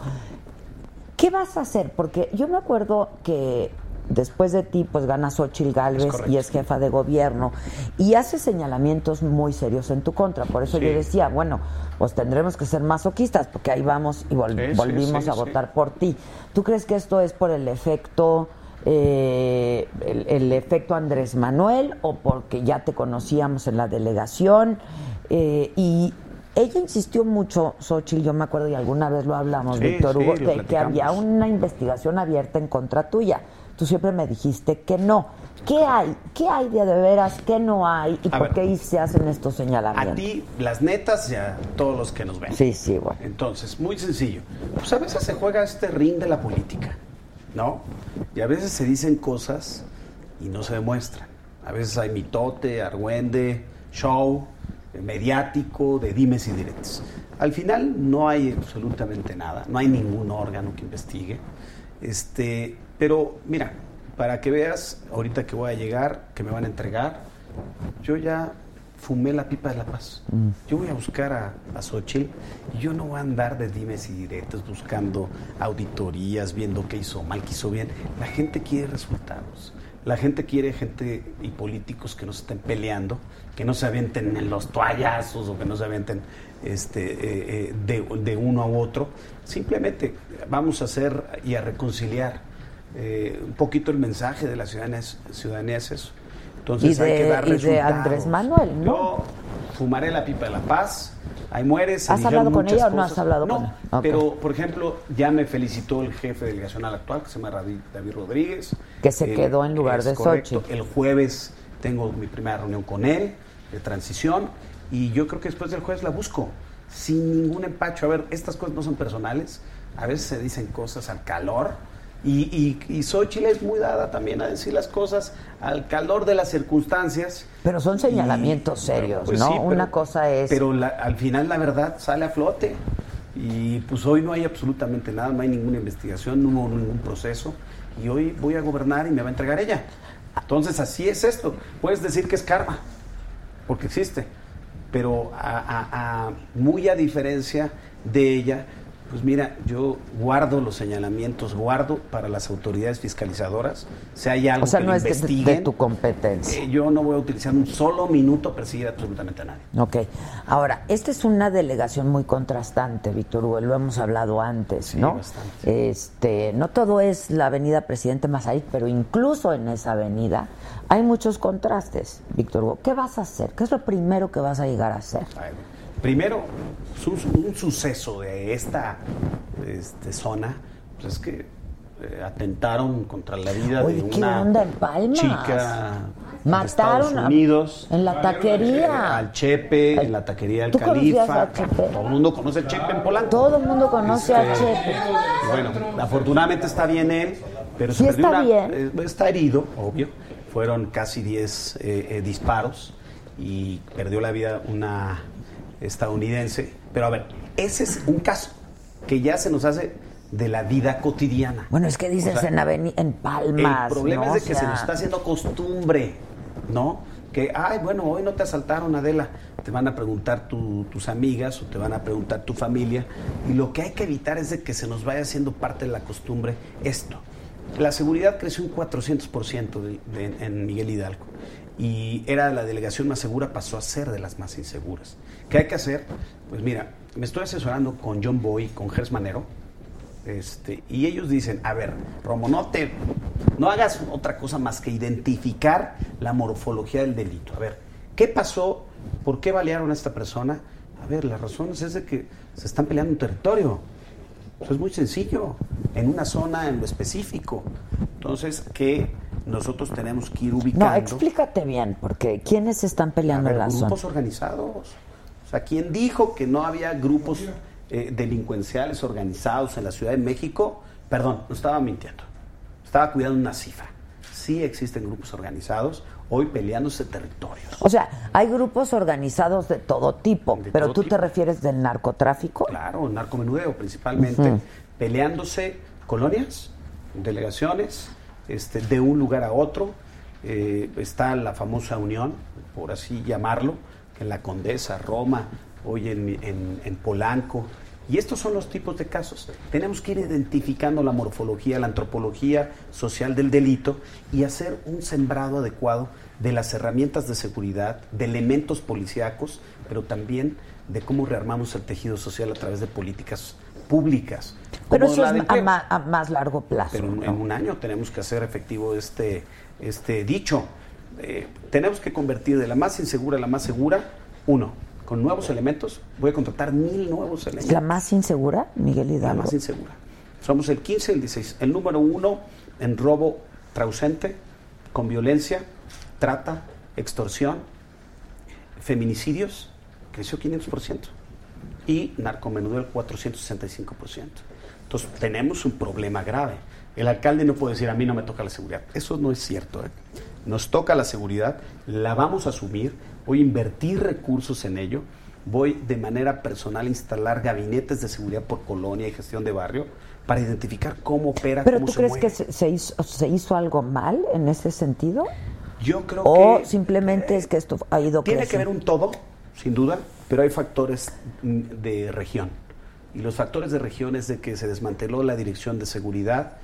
[SPEAKER 1] ¿Qué vas a hacer? Porque yo me acuerdo que después de ti, pues gana Xochitl
[SPEAKER 9] Es
[SPEAKER 1] Galvez
[SPEAKER 9] correcto.
[SPEAKER 1] y es jefa de gobierno y hace señalamientos muy serios en tu contra. Por eso
[SPEAKER 9] Sí.
[SPEAKER 1] yo decía, bueno, pues tendremos que ser masoquistas porque ahí vamos y vol-
[SPEAKER 9] Sí, sí,
[SPEAKER 1] volvimos
[SPEAKER 9] sí,
[SPEAKER 1] a
[SPEAKER 9] sí.
[SPEAKER 1] votar por ti. ¿Tú crees que esto es por el efecto eh, el, el efecto Andrés Manuel o porque ya te conocíamos en la delegación? Eh, y ella insistió mucho, Xochitl, yo me acuerdo y alguna vez lo hablamos,
[SPEAKER 9] Sí,
[SPEAKER 1] Víctor
[SPEAKER 9] sí,
[SPEAKER 1] Hugo,
[SPEAKER 9] lo
[SPEAKER 1] de que había
[SPEAKER 9] platicamos.
[SPEAKER 1] una investigación abierta en contra tuya. Tú siempre me dijiste que no. ¿Qué hay? ¿Qué hay de de veras? ¿Qué no hay? ¿Y
[SPEAKER 9] A
[SPEAKER 1] por
[SPEAKER 9] ver.
[SPEAKER 1] qué ahí se hacen estos señalamientos?
[SPEAKER 9] a ti, las netas y a todos los que nos ven.
[SPEAKER 1] Sí, sí, bueno.
[SPEAKER 9] Entonces, muy sencillo. Pues a veces se juega este ring de la política, ¿no? Y a veces se dicen cosas y no se demuestran. A veces hay mitote, argüende, show, eh, mediático, de dimes y diretes. Al final no hay absolutamente nada, no hay ningún órgano que investigue. Este, pero mira, para que veas, ahorita que voy a llegar, que me van a entregar, yo ya fumé la pipa de la paz. Yo voy a buscar a, a Xochitl y yo no voy a andar de dimes y diretes buscando auditorías, viendo qué hizo mal, qué hizo bien. La gente quiere resultados. La gente quiere gente y políticos que no se estén peleando, que no se avienten en los toallazos o que no se avienten este, eh, eh, de, de uno a otro. Simplemente vamos a hacer y a reconciliar. Eh, un poquito el mensaje de la ciudadanía es, ciudadanía es eso. Entonces,
[SPEAKER 1] Y de- y de Andrés Manuel, ¿no?
[SPEAKER 9] yo fumaré la pipa de la paz, Ahí muere, se
[SPEAKER 1] ¿Has
[SPEAKER 9] dijeron
[SPEAKER 1] hablado con
[SPEAKER 9] muchas
[SPEAKER 1] ella o no
[SPEAKER 9] cosas.
[SPEAKER 1] has hablado con ella? Ok.
[SPEAKER 9] pero por ejemplo, ya me felicitó el jefe delegacional actual, que se llama David David Rodríguez.
[SPEAKER 1] Que se
[SPEAKER 9] Él
[SPEAKER 1] quedó en lugar
[SPEAKER 9] es
[SPEAKER 1] de
[SPEAKER 9] correcto.
[SPEAKER 1] Xochitl.
[SPEAKER 9] El jueves tengo mi primera reunión con él de transición y yo creo que después del jueves la busco sin ningún empacho. A ver, estas cosas no son personales, a veces se dicen cosas al calor y, y, y Xochitl es muy dada también a decir las cosas al calor de las circunstancias.
[SPEAKER 1] Pero son señalamientos
[SPEAKER 9] Y-
[SPEAKER 1] serios,
[SPEAKER 9] pues
[SPEAKER 1] ¿no?
[SPEAKER 9] sí, pero-
[SPEAKER 1] Una cosa es...
[SPEAKER 9] Pero la- al final la verdad sale a flote. Y pues hoy no hay absolutamente nada, no hay ninguna investigación, no hubo ningún proceso. Y hoy voy a gobernar y me va a entregar ella. Entonces así es esto. Puedes decir que es karma, porque existe. Pero a- a- a- muy a diferencia de ella, pues mira, yo guardo los señalamientos, guardo para las autoridades fiscalizadoras. Si hay algo
[SPEAKER 1] o sea,
[SPEAKER 9] que
[SPEAKER 1] no
[SPEAKER 9] le
[SPEAKER 1] es de- de,
[SPEAKER 9] investiguen,
[SPEAKER 1] tu competencia.
[SPEAKER 9] eh, yo no voy a utilizar un solo minuto para perseguir absolutamente a nadie.
[SPEAKER 1] Ok. Ahora, esta es una delegación muy contrastante, Víctor Hugo, lo hemos hablado antes,
[SPEAKER 9] Sí,
[SPEAKER 1] ¿no?
[SPEAKER 9] bastante.
[SPEAKER 1] Este, no todo es la avenida Presidente Mazarik, pero incluso en esa avenida hay muchos contrastes, Víctor Hugo. ¿Qué vas a hacer? ¿Qué es lo primero que vas a llegar a hacer?
[SPEAKER 9] Bueno, Primero, su- un suceso de esta este, zona, pues es que eh, atentaron contra la vida
[SPEAKER 1] Oye,
[SPEAKER 9] de
[SPEAKER 1] ¿qué
[SPEAKER 9] una
[SPEAKER 1] onda en Palmas?
[SPEAKER 9] chica de Estados
[SPEAKER 1] Mataron a-
[SPEAKER 9] Unidos.
[SPEAKER 1] en la taquería.
[SPEAKER 9] al Chepe, en la taquería del
[SPEAKER 1] ¿Tú conocías
[SPEAKER 9] Califa.
[SPEAKER 1] al Chepe?
[SPEAKER 9] Todo el mundo conoce al Chepe en Polanco.
[SPEAKER 1] Todo el mundo conoce a
[SPEAKER 9] Este,
[SPEAKER 1] Chepe.
[SPEAKER 9] Bueno, afortunadamente está bien él, pero
[SPEAKER 1] Sí
[SPEAKER 9] se perdió
[SPEAKER 1] está
[SPEAKER 9] una-
[SPEAKER 1] bien.
[SPEAKER 9] eh, está herido, obvio. Fueron casi 10 eh, eh, disparos y perdió la vida una estadounidense. Pero a ver, ese es un caso que ya se nos hace de la vida cotidiana.
[SPEAKER 1] Bueno, es que dices
[SPEAKER 9] O sea,
[SPEAKER 1] en, aveni- en Palmas.
[SPEAKER 9] el problema
[SPEAKER 1] ¿no?
[SPEAKER 9] es de que
[SPEAKER 1] O
[SPEAKER 9] se nos
[SPEAKER 1] sea,
[SPEAKER 9] está haciendo costumbre, ¿no? Que, ay, bueno, hoy no te asaltaron, Adela. Te van a preguntar tu- tus amigas o te van a preguntar tu familia. Y lo que hay que evitar es de que se nos vaya haciendo parte de la costumbre esto. La seguridad creció un 400% de- de- en Miguel Hidalgo. Y era la delegación más segura, pasó a ser de las más inseguras. ¿Qué hay que hacer? Pues mira, me estoy asesorando con John Boy, con Gers Manero, este, y ellos dicen, a ver, Romo, no te, no hagas otra cosa más que identificar la morfología del delito. A ver, ¿qué pasó? ¿Por qué balearon a esta persona? A ver, las razones es de que se están peleando un territorio. Eso es muy sencillo, en una zona en lo específico. Entonces, que nosotros tenemos que ir ubicando.
[SPEAKER 1] No, explícate bien, porque ¿quiénes están
[SPEAKER 9] A
[SPEAKER 1] peleando
[SPEAKER 9] ver,
[SPEAKER 1] en la zona?
[SPEAKER 9] grupos organizados. O sea, ¿quién dijo que no había grupos eh, delincuenciales organizados en la Ciudad de México? Perdón, no estaba mintiendo. Estaba cuidando una cifra. Sí existen grupos organizados hoy peleándose territorios.
[SPEAKER 1] O sea, hay grupos organizados de todo tipo,
[SPEAKER 9] De
[SPEAKER 1] pero
[SPEAKER 9] todo
[SPEAKER 1] tú te
[SPEAKER 9] tipo.
[SPEAKER 1] refieres del narcotráfico.
[SPEAKER 9] Claro, narcomenudeo principalmente, peleándose colonias, delegaciones, este, de un lugar a otro. Eh, está la famosa unión, por así llamarlo, en la Condesa, Roma, hoy en, en- en Polanco. Y estos son los tipos de casos. Tenemos que ir identificando la morfología, la antropología social del delito y hacer un sembrado adecuado de las herramientas de seguridad, de elementos policíacos, pero también de cómo rearmamos el tejido social a través de políticas públicas.
[SPEAKER 1] Pero
[SPEAKER 9] como
[SPEAKER 1] eso
[SPEAKER 9] la
[SPEAKER 1] es
[SPEAKER 9] de
[SPEAKER 1] a
[SPEAKER 9] empleo.
[SPEAKER 1] ma- a más largo plazo.
[SPEAKER 9] Pero en,
[SPEAKER 1] ¿no?
[SPEAKER 9] en un año tenemos que hacer efectivo este, este dicho. Eh, tenemos que convertir de la más insegura a la más segura, uno, con nuevos elementos. Voy a contratar mil nuevos elementos.
[SPEAKER 1] ¿La más insegura, Miguel
[SPEAKER 9] La
[SPEAKER 1] Hidalgo?
[SPEAKER 9] más insegura. Somos el 15 y el 16. El número uno en robo trausente, con violencia, trata, extorsión, feminicidios, creció 500%. Y narcomenudeo el 465%. Entonces, tenemos un problema grave. El alcalde no puede decir, a mí no me toca la seguridad. Eso no es cierto. ¿eh? Nos toca la seguridad, la vamos a asumir, voy a invertir recursos en ello, voy de manera personal a instalar gabinetes de seguridad por colonia y gestión de barrio para identificar cómo opera,
[SPEAKER 1] ¿Pero
[SPEAKER 9] cómo
[SPEAKER 1] tú
[SPEAKER 9] se
[SPEAKER 1] crees
[SPEAKER 9] mueve.
[SPEAKER 1] que se, se hizo, se hizo algo mal en ese sentido?
[SPEAKER 9] Yo creo
[SPEAKER 1] ¿O
[SPEAKER 9] que...
[SPEAKER 1] simplemente es que esto ha ido
[SPEAKER 9] Tiene que
[SPEAKER 1] creciendo?
[SPEAKER 9] ver un todo, sin duda, pero hay factores mm, de región. Y los factores de región es de que se desmanteló la dirección de seguridad.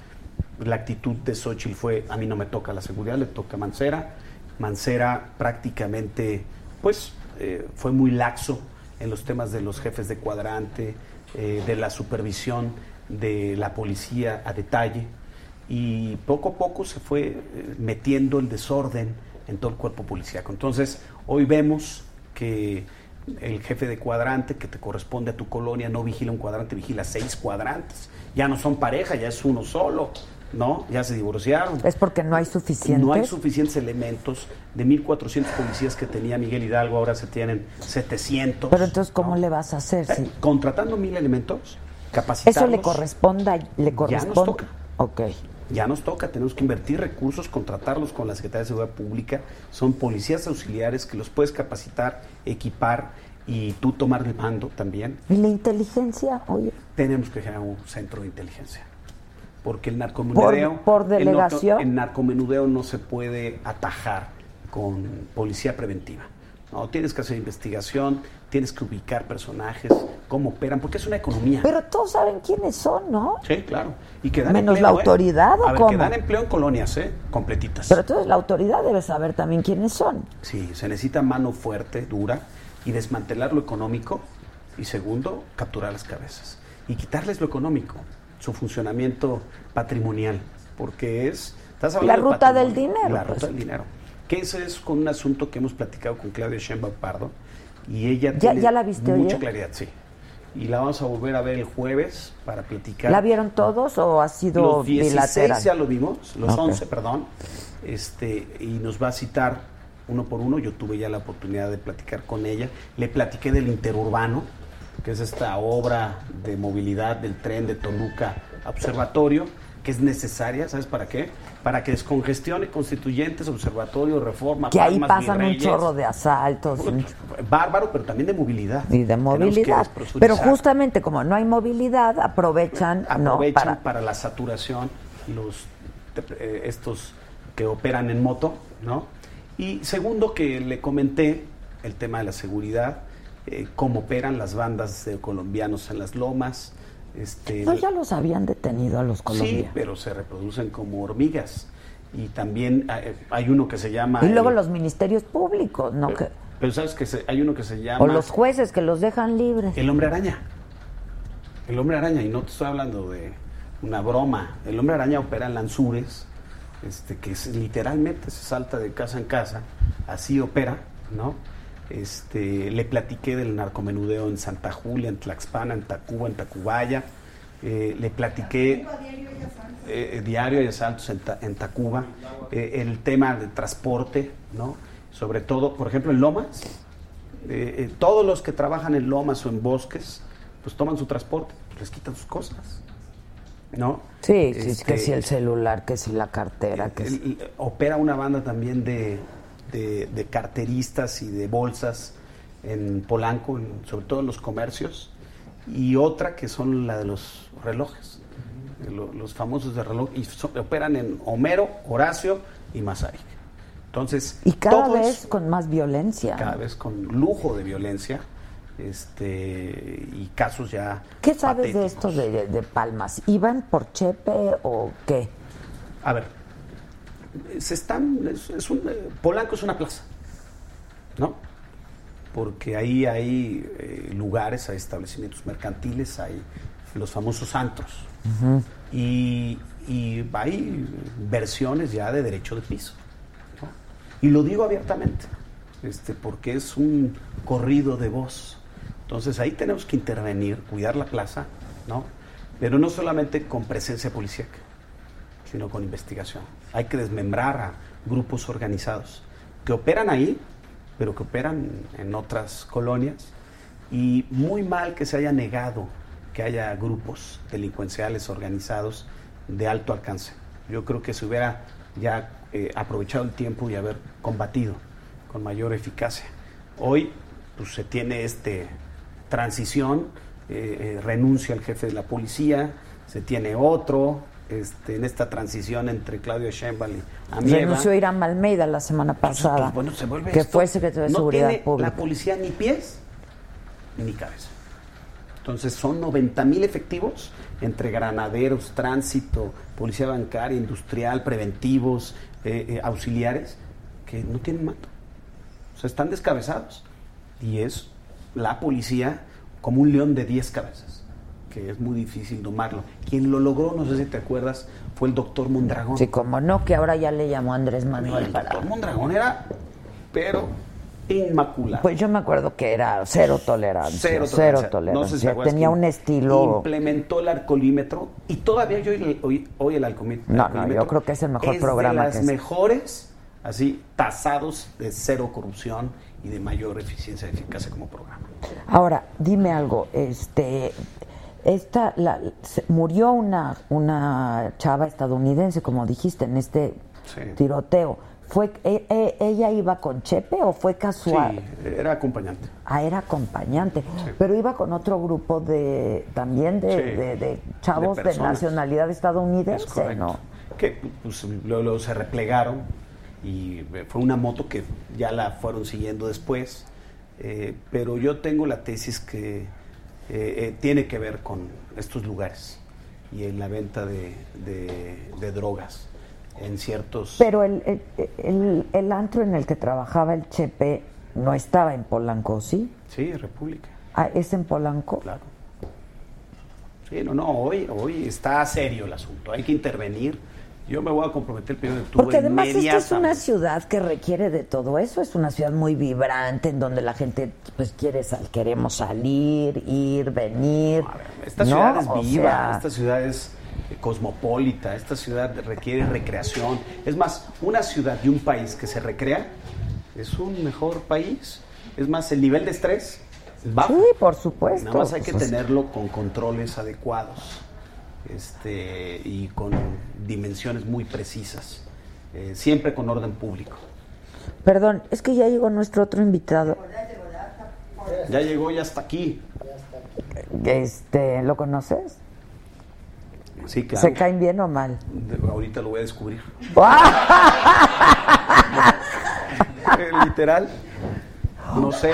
[SPEAKER 9] La actitud de Xochitl fue, a mí no me toca la seguridad, le toca a Mancera. Mancera prácticamente, pues, eh, fue muy laxo en los temas de los jefes de cuadrante, eh, de la supervisión de la policía a detalle y poco a poco se fue eh, metiendo el desorden en todo el cuerpo policíaco. Entonces, hoy vemos que el jefe de cuadrante que te corresponde a tu colonia no vigila un cuadrante, vigila seis cuadrantes. Ya no son pareja, ya es uno solo, ¿no? Ya se divorciaron.
[SPEAKER 1] Es porque no hay suficiente.
[SPEAKER 9] No hay suficientes elementos. De 1.400 policías que tenía Miguel Hidalgo, ahora se tienen 700.
[SPEAKER 1] Pero entonces, ¿cómo
[SPEAKER 9] ¿no?
[SPEAKER 1] le vas a hacer?
[SPEAKER 9] Eh,
[SPEAKER 1] si-
[SPEAKER 9] Contratando mil elementos, capacitando.
[SPEAKER 1] Eso le corresponda, le corresponde.
[SPEAKER 9] toca.
[SPEAKER 1] Ok.
[SPEAKER 9] Ya nos toca, tenemos que invertir recursos, contratarlos con la Secretaría de Seguridad Pública. Son policías auxiliares que los puedes capacitar, equipar y tú tomar el mando también.
[SPEAKER 1] ¿Y la inteligencia? Oye,
[SPEAKER 9] Tenemos que generar un centro de inteligencia. Porque el narcomenudeo.
[SPEAKER 1] por
[SPEAKER 9] el otro-
[SPEAKER 1] delegación.
[SPEAKER 9] El, narcomenudeo no se puede atajar con policía preventiva. No, tienes que hacer investigación, tienes que ubicar personajes, cómo operan, porque es una economía.
[SPEAKER 1] pero todos saben quiénes son, ¿no?
[SPEAKER 9] Sí, claro. Y que dan
[SPEAKER 1] Menos
[SPEAKER 9] empleo,
[SPEAKER 1] la
[SPEAKER 9] ¿eh?
[SPEAKER 1] autoridad, ¿o
[SPEAKER 9] A ver, que
[SPEAKER 1] cómo?
[SPEAKER 9] dan empleo en colonias, ¿eh? Completitas.
[SPEAKER 1] Pero entonces la autoridad debe saber también quiénes son.
[SPEAKER 9] Sí, se necesita mano fuerte, dura, y desmantelar lo económico, y segundo, capturar las cabezas. Y quitarles lo económico, su funcionamiento patrimonial, porque es... estás hablando
[SPEAKER 1] La
[SPEAKER 9] de
[SPEAKER 1] ruta del
[SPEAKER 9] patrimonio,
[SPEAKER 1] dinero,
[SPEAKER 9] La
[SPEAKER 1] pues.
[SPEAKER 9] ruta del dinero. Que ese es con un asunto que hemos platicado con Claudia Sheinbaum Pardo, y ella
[SPEAKER 1] ¿Ya-
[SPEAKER 9] tiene
[SPEAKER 1] ya la viste
[SPEAKER 9] mucha
[SPEAKER 1] ayer?
[SPEAKER 9] claridad, sí. Y la vamos a volver a ver el jueves para platicar.
[SPEAKER 1] ¿La vieron todos o ha sido
[SPEAKER 9] Los 16
[SPEAKER 1] bilateral?
[SPEAKER 9] ya lo vimos, los
[SPEAKER 1] Ok.
[SPEAKER 9] 11, perdón. Este, y nos va a citar uno por uno. Yo tuve ya la oportunidad de platicar con ella. Le platiqué del interurbano, que es esta obra de movilidad del tren de Toluca a Observatorio, que es necesaria, ¿sabes para qué? Para que descongestione Constituyentes, Observatorio, Reforma,
[SPEAKER 1] Que ahí
[SPEAKER 9] Palmas,
[SPEAKER 1] pasan un
[SPEAKER 9] Virreyes.
[SPEAKER 1] chorro de asaltos un-
[SPEAKER 9] Bárbaro, pero también de movilidad.
[SPEAKER 1] y de
[SPEAKER 9] Tenemos que
[SPEAKER 1] movilidad.
[SPEAKER 9] despresurizar
[SPEAKER 1] Pero justamente como no hay movilidad, aprovechan, no,
[SPEAKER 9] aprovechan
[SPEAKER 1] para-
[SPEAKER 9] para... la saturación los te- eh, estos que operan en moto, ¿no? Y segundo que le comenté el tema de la seguridad, eh, cómo operan las bandas de colombianos en las lomas, este
[SPEAKER 1] No, ya los habían detenido a los
[SPEAKER 9] sí,
[SPEAKER 1] colombianos.
[SPEAKER 9] pero se reproducen como hormigas y también eh, hay uno que se llama
[SPEAKER 1] y luego
[SPEAKER 9] el-
[SPEAKER 1] los ministerios públicos, ¿no?
[SPEAKER 9] pero,
[SPEAKER 1] que-
[SPEAKER 9] pero sabes que se- hay uno que se llama
[SPEAKER 1] o los jueces que los dejan libres.
[SPEAKER 9] el hombre araña. El hombre araña, y no te estoy hablando de una broma. El hombre araña opera en Lanzures, este, que es- literalmente se salta de casa en casa, así opera, ¿no? Este, le platiqué del narcomenudeo en Santa Julia, en Tlaxpana, en Tacuba, en Tacubaya. Eh, le platiqué
[SPEAKER 8] pues,
[SPEAKER 9] eh, diario y asaltos en, Ta- en Tacuba, eh, el tema de transporte, ¿no? Sobre todo, por ejemplo, en Lomas, eh, eh, todos los que trabajan en Lomas o en bosques, pues toman su transporte, pues, les quitan sus cosas, ¿no?
[SPEAKER 1] Sí, sí,
[SPEAKER 9] Este,
[SPEAKER 1] que si el celular, que si la cartera, que si...
[SPEAKER 9] el- el- opera una banda también de, de- de carteristas y de bolsas en Polanco, en- sobre todo en los comercios, y otra que son la de los relojes, de lo- los famosos de reloj, y so- operan en Homero, Horacio y Masai. Entonces,
[SPEAKER 1] Y cada
[SPEAKER 9] todo es-
[SPEAKER 1] vez con más violencia.
[SPEAKER 9] cada vez con lujo de violencia este y casos ya
[SPEAKER 1] ¿Qué sabes de
[SPEAKER 9] patéticos.
[SPEAKER 1] esto de, de- de Palmas? ¿Iban por Chepe o qué?
[SPEAKER 9] A ver, se están, es, es un, eh, Polanco es una plaza, ¿no? Porque ahí hay eh, lugares, hay establecimientos mercantiles, hay los famosos antros. y, y hay versiones ya de derecho de piso. ¿no? Y lo digo abiertamente, este, porque es un corrido de voz. Entonces ahí tenemos que intervenir, cuidar la plaza, ¿no? Pero no solamente con presencia policíaca sino con investigación. Hay que desmembrar a grupos organizados que operan ahí, pero que operan en otras colonias y muy mal que se haya negado que haya grupos delincuenciales organizados de alto alcance. Yo creo que se hubiera ya eh, aprovechado el tiempo y haber combatido con mayor eficacia. Hoy pues, se tiene este transición, eh, eh, renuncia el jefe de la policía, se tiene otro, este, en esta transición entre Claudio Sheinbaum y Amieva.
[SPEAKER 1] Renunció a Irán Almeida la semana pasada,
[SPEAKER 9] Pues, bueno, se vuelve
[SPEAKER 1] que
[SPEAKER 9] esto.
[SPEAKER 1] fue secretario de
[SPEAKER 9] no
[SPEAKER 1] Seguridad
[SPEAKER 9] tiene
[SPEAKER 1] Pública.
[SPEAKER 9] La policía ni pies ni cabeza. Entonces son 90 mil efectivos entre granaderos, tránsito, policía bancaria, industrial, preventivos, eh, eh, auxiliares, que no tienen mando. O sea, están descabezados. Y es la policía como un león de 10 cabezas, que es muy difícil domarlo. Quien lo logró, no sé si te acuerdas, fue el doctor Mondragón.
[SPEAKER 1] Sí, como no, que ahora ya le llamó Andrés
[SPEAKER 9] El
[SPEAKER 1] Manuel para...
[SPEAKER 9] doctor Mondragón era, pero inmaculada.
[SPEAKER 1] Pues yo me acuerdo que era cero tolerancia.
[SPEAKER 9] Cero tolerancia.
[SPEAKER 1] Cero
[SPEAKER 9] No sé si te
[SPEAKER 1] tolerancia.
[SPEAKER 9] acuerdas
[SPEAKER 1] Tenía
[SPEAKER 9] que
[SPEAKER 1] un estilo.
[SPEAKER 9] Implementó el alcoholímetro y todavía yo hoy, hoy- hoy el alcoholí- alcoholímetro.
[SPEAKER 1] No, no, yo creo que es el mejor programa
[SPEAKER 9] De las
[SPEAKER 1] que es.
[SPEAKER 9] mejores, así, tasados de cero corrupción y de mayor eficiencia y eficacia como programa.
[SPEAKER 1] Ahora, dime algo, este, esta, la, se- murió una, una chava estadounidense, como dijiste, en este
[SPEAKER 9] Sí.
[SPEAKER 1] tiroteo. ¿Fue, e- e- ¿Ella iba con Chepe o fue casual?
[SPEAKER 9] Sí, era acompañante.
[SPEAKER 1] Ah, era acompañante, pero iba con otro grupo de también de,
[SPEAKER 9] Sí.
[SPEAKER 1] de- de chavos
[SPEAKER 9] De
[SPEAKER 1] de,
[SPEAKER 9] personas.
[SPEAKER 1] nacionalidad
[SPEAKER 9] Es
[SPEAKER 1] estadounidense,
[SPEAKER 9] correcto.
[SPEAKER 1] ¿no?
[SPEAKER 9] Que pues, luego, luego se replegaron y eh, fue una moto que ya la fueron siguiendo después. Eh, pero yo tengo la tesis que eh, eh, tiene que ver con estos lugares y en la venta de, de- de drogas en ciertos.
[SPEAKER 1] Pero el, el- el- el antro en el que trabajaba el Chepe no estaba en Polanco, ¿sí?
[SPEAKER 9] Sí, República,
[SPEAKER 1] Ah, ¿Es en Polanco?
[SPEAKER 9] claro. Sí, no, no, hoy, hoy está serio el asunto, hay que intervenir. Yo me voy a comprometer el primero de octubre.
[SPEAKER 1] Porque además esta es una
[SPEAKER 9] inmediatamente.
[SPEAKER 1] ciudad que requiere de todo eso, es una ciudad muy vibrante en donde la gente pues quiere sal- queremos salir, ir, venir.
[SPEAKER 9] A ver, Esta
[SPEAKER 1] ¿no?
[SPEAKER 9] ciudad es
[SPEAKER 1] O
[SPEAKER 9] viva,
[SPEAKER 1] sea,
[SPEAKER 9] esta ciudad es eh, cosmopolita, esta ciudad requiere recreación. Es más, una ciudad y un país que se recrea es un mejor país. Es más, el nivel de estrés es bajo.
[SPEAKER 1] Sí, por supuesto.
[SPEAKER 9] Nada más hay que
[SPEAKER 1] Pues,
[SPEAKER 9] tenerlo con controles adecuados este, y con dimensiones muy precisas, eh, siempre con orden público.
[SPEAKER 1] Perdón, es que ya llegó nuestro otro invitado.
[SPEAKER 9] Ya llegó, ya hasta aquí.
[SPEAKER 1] Este, ¿lo conoces?
[SPEAKER 9] Sí, claro.
[SPEAKER 1] ¿Se caen bien o mal?
[SPEAKER 9] De- Ahorita lo voy a descubrir. [laughs]
[SPEAKER 1] ¡Ah!
[SPEAKER 9] Eh, Literal. No sé.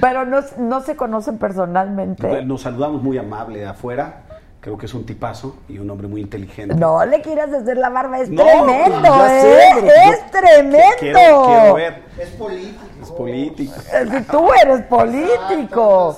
[SPEAKER 1] Pero no, no se conocen personalmente.
[SPEAKER 9] Bueno, Nos saludamos muy amable de afuera. Creo que es un tipazo y un hombre muy inteligente.
[SPEAKER 1] No le quieras hacer la barba, es
[SPEAKER 9] No,
[SPEAKER 1] tremendo,
[SPEAKER 9] ya sé,
[SPEAKER 1] ¿eh?
[SPEAKER 9] pero yo-
[SPEAKER 1] es tremendo.
[SPEAKER 9] Quiero, quiero ver.
[SPEAKER 5] Es político.
[SPEAKER 9] Es político.
[SPEAKER 1] Eh, Si tú eres político.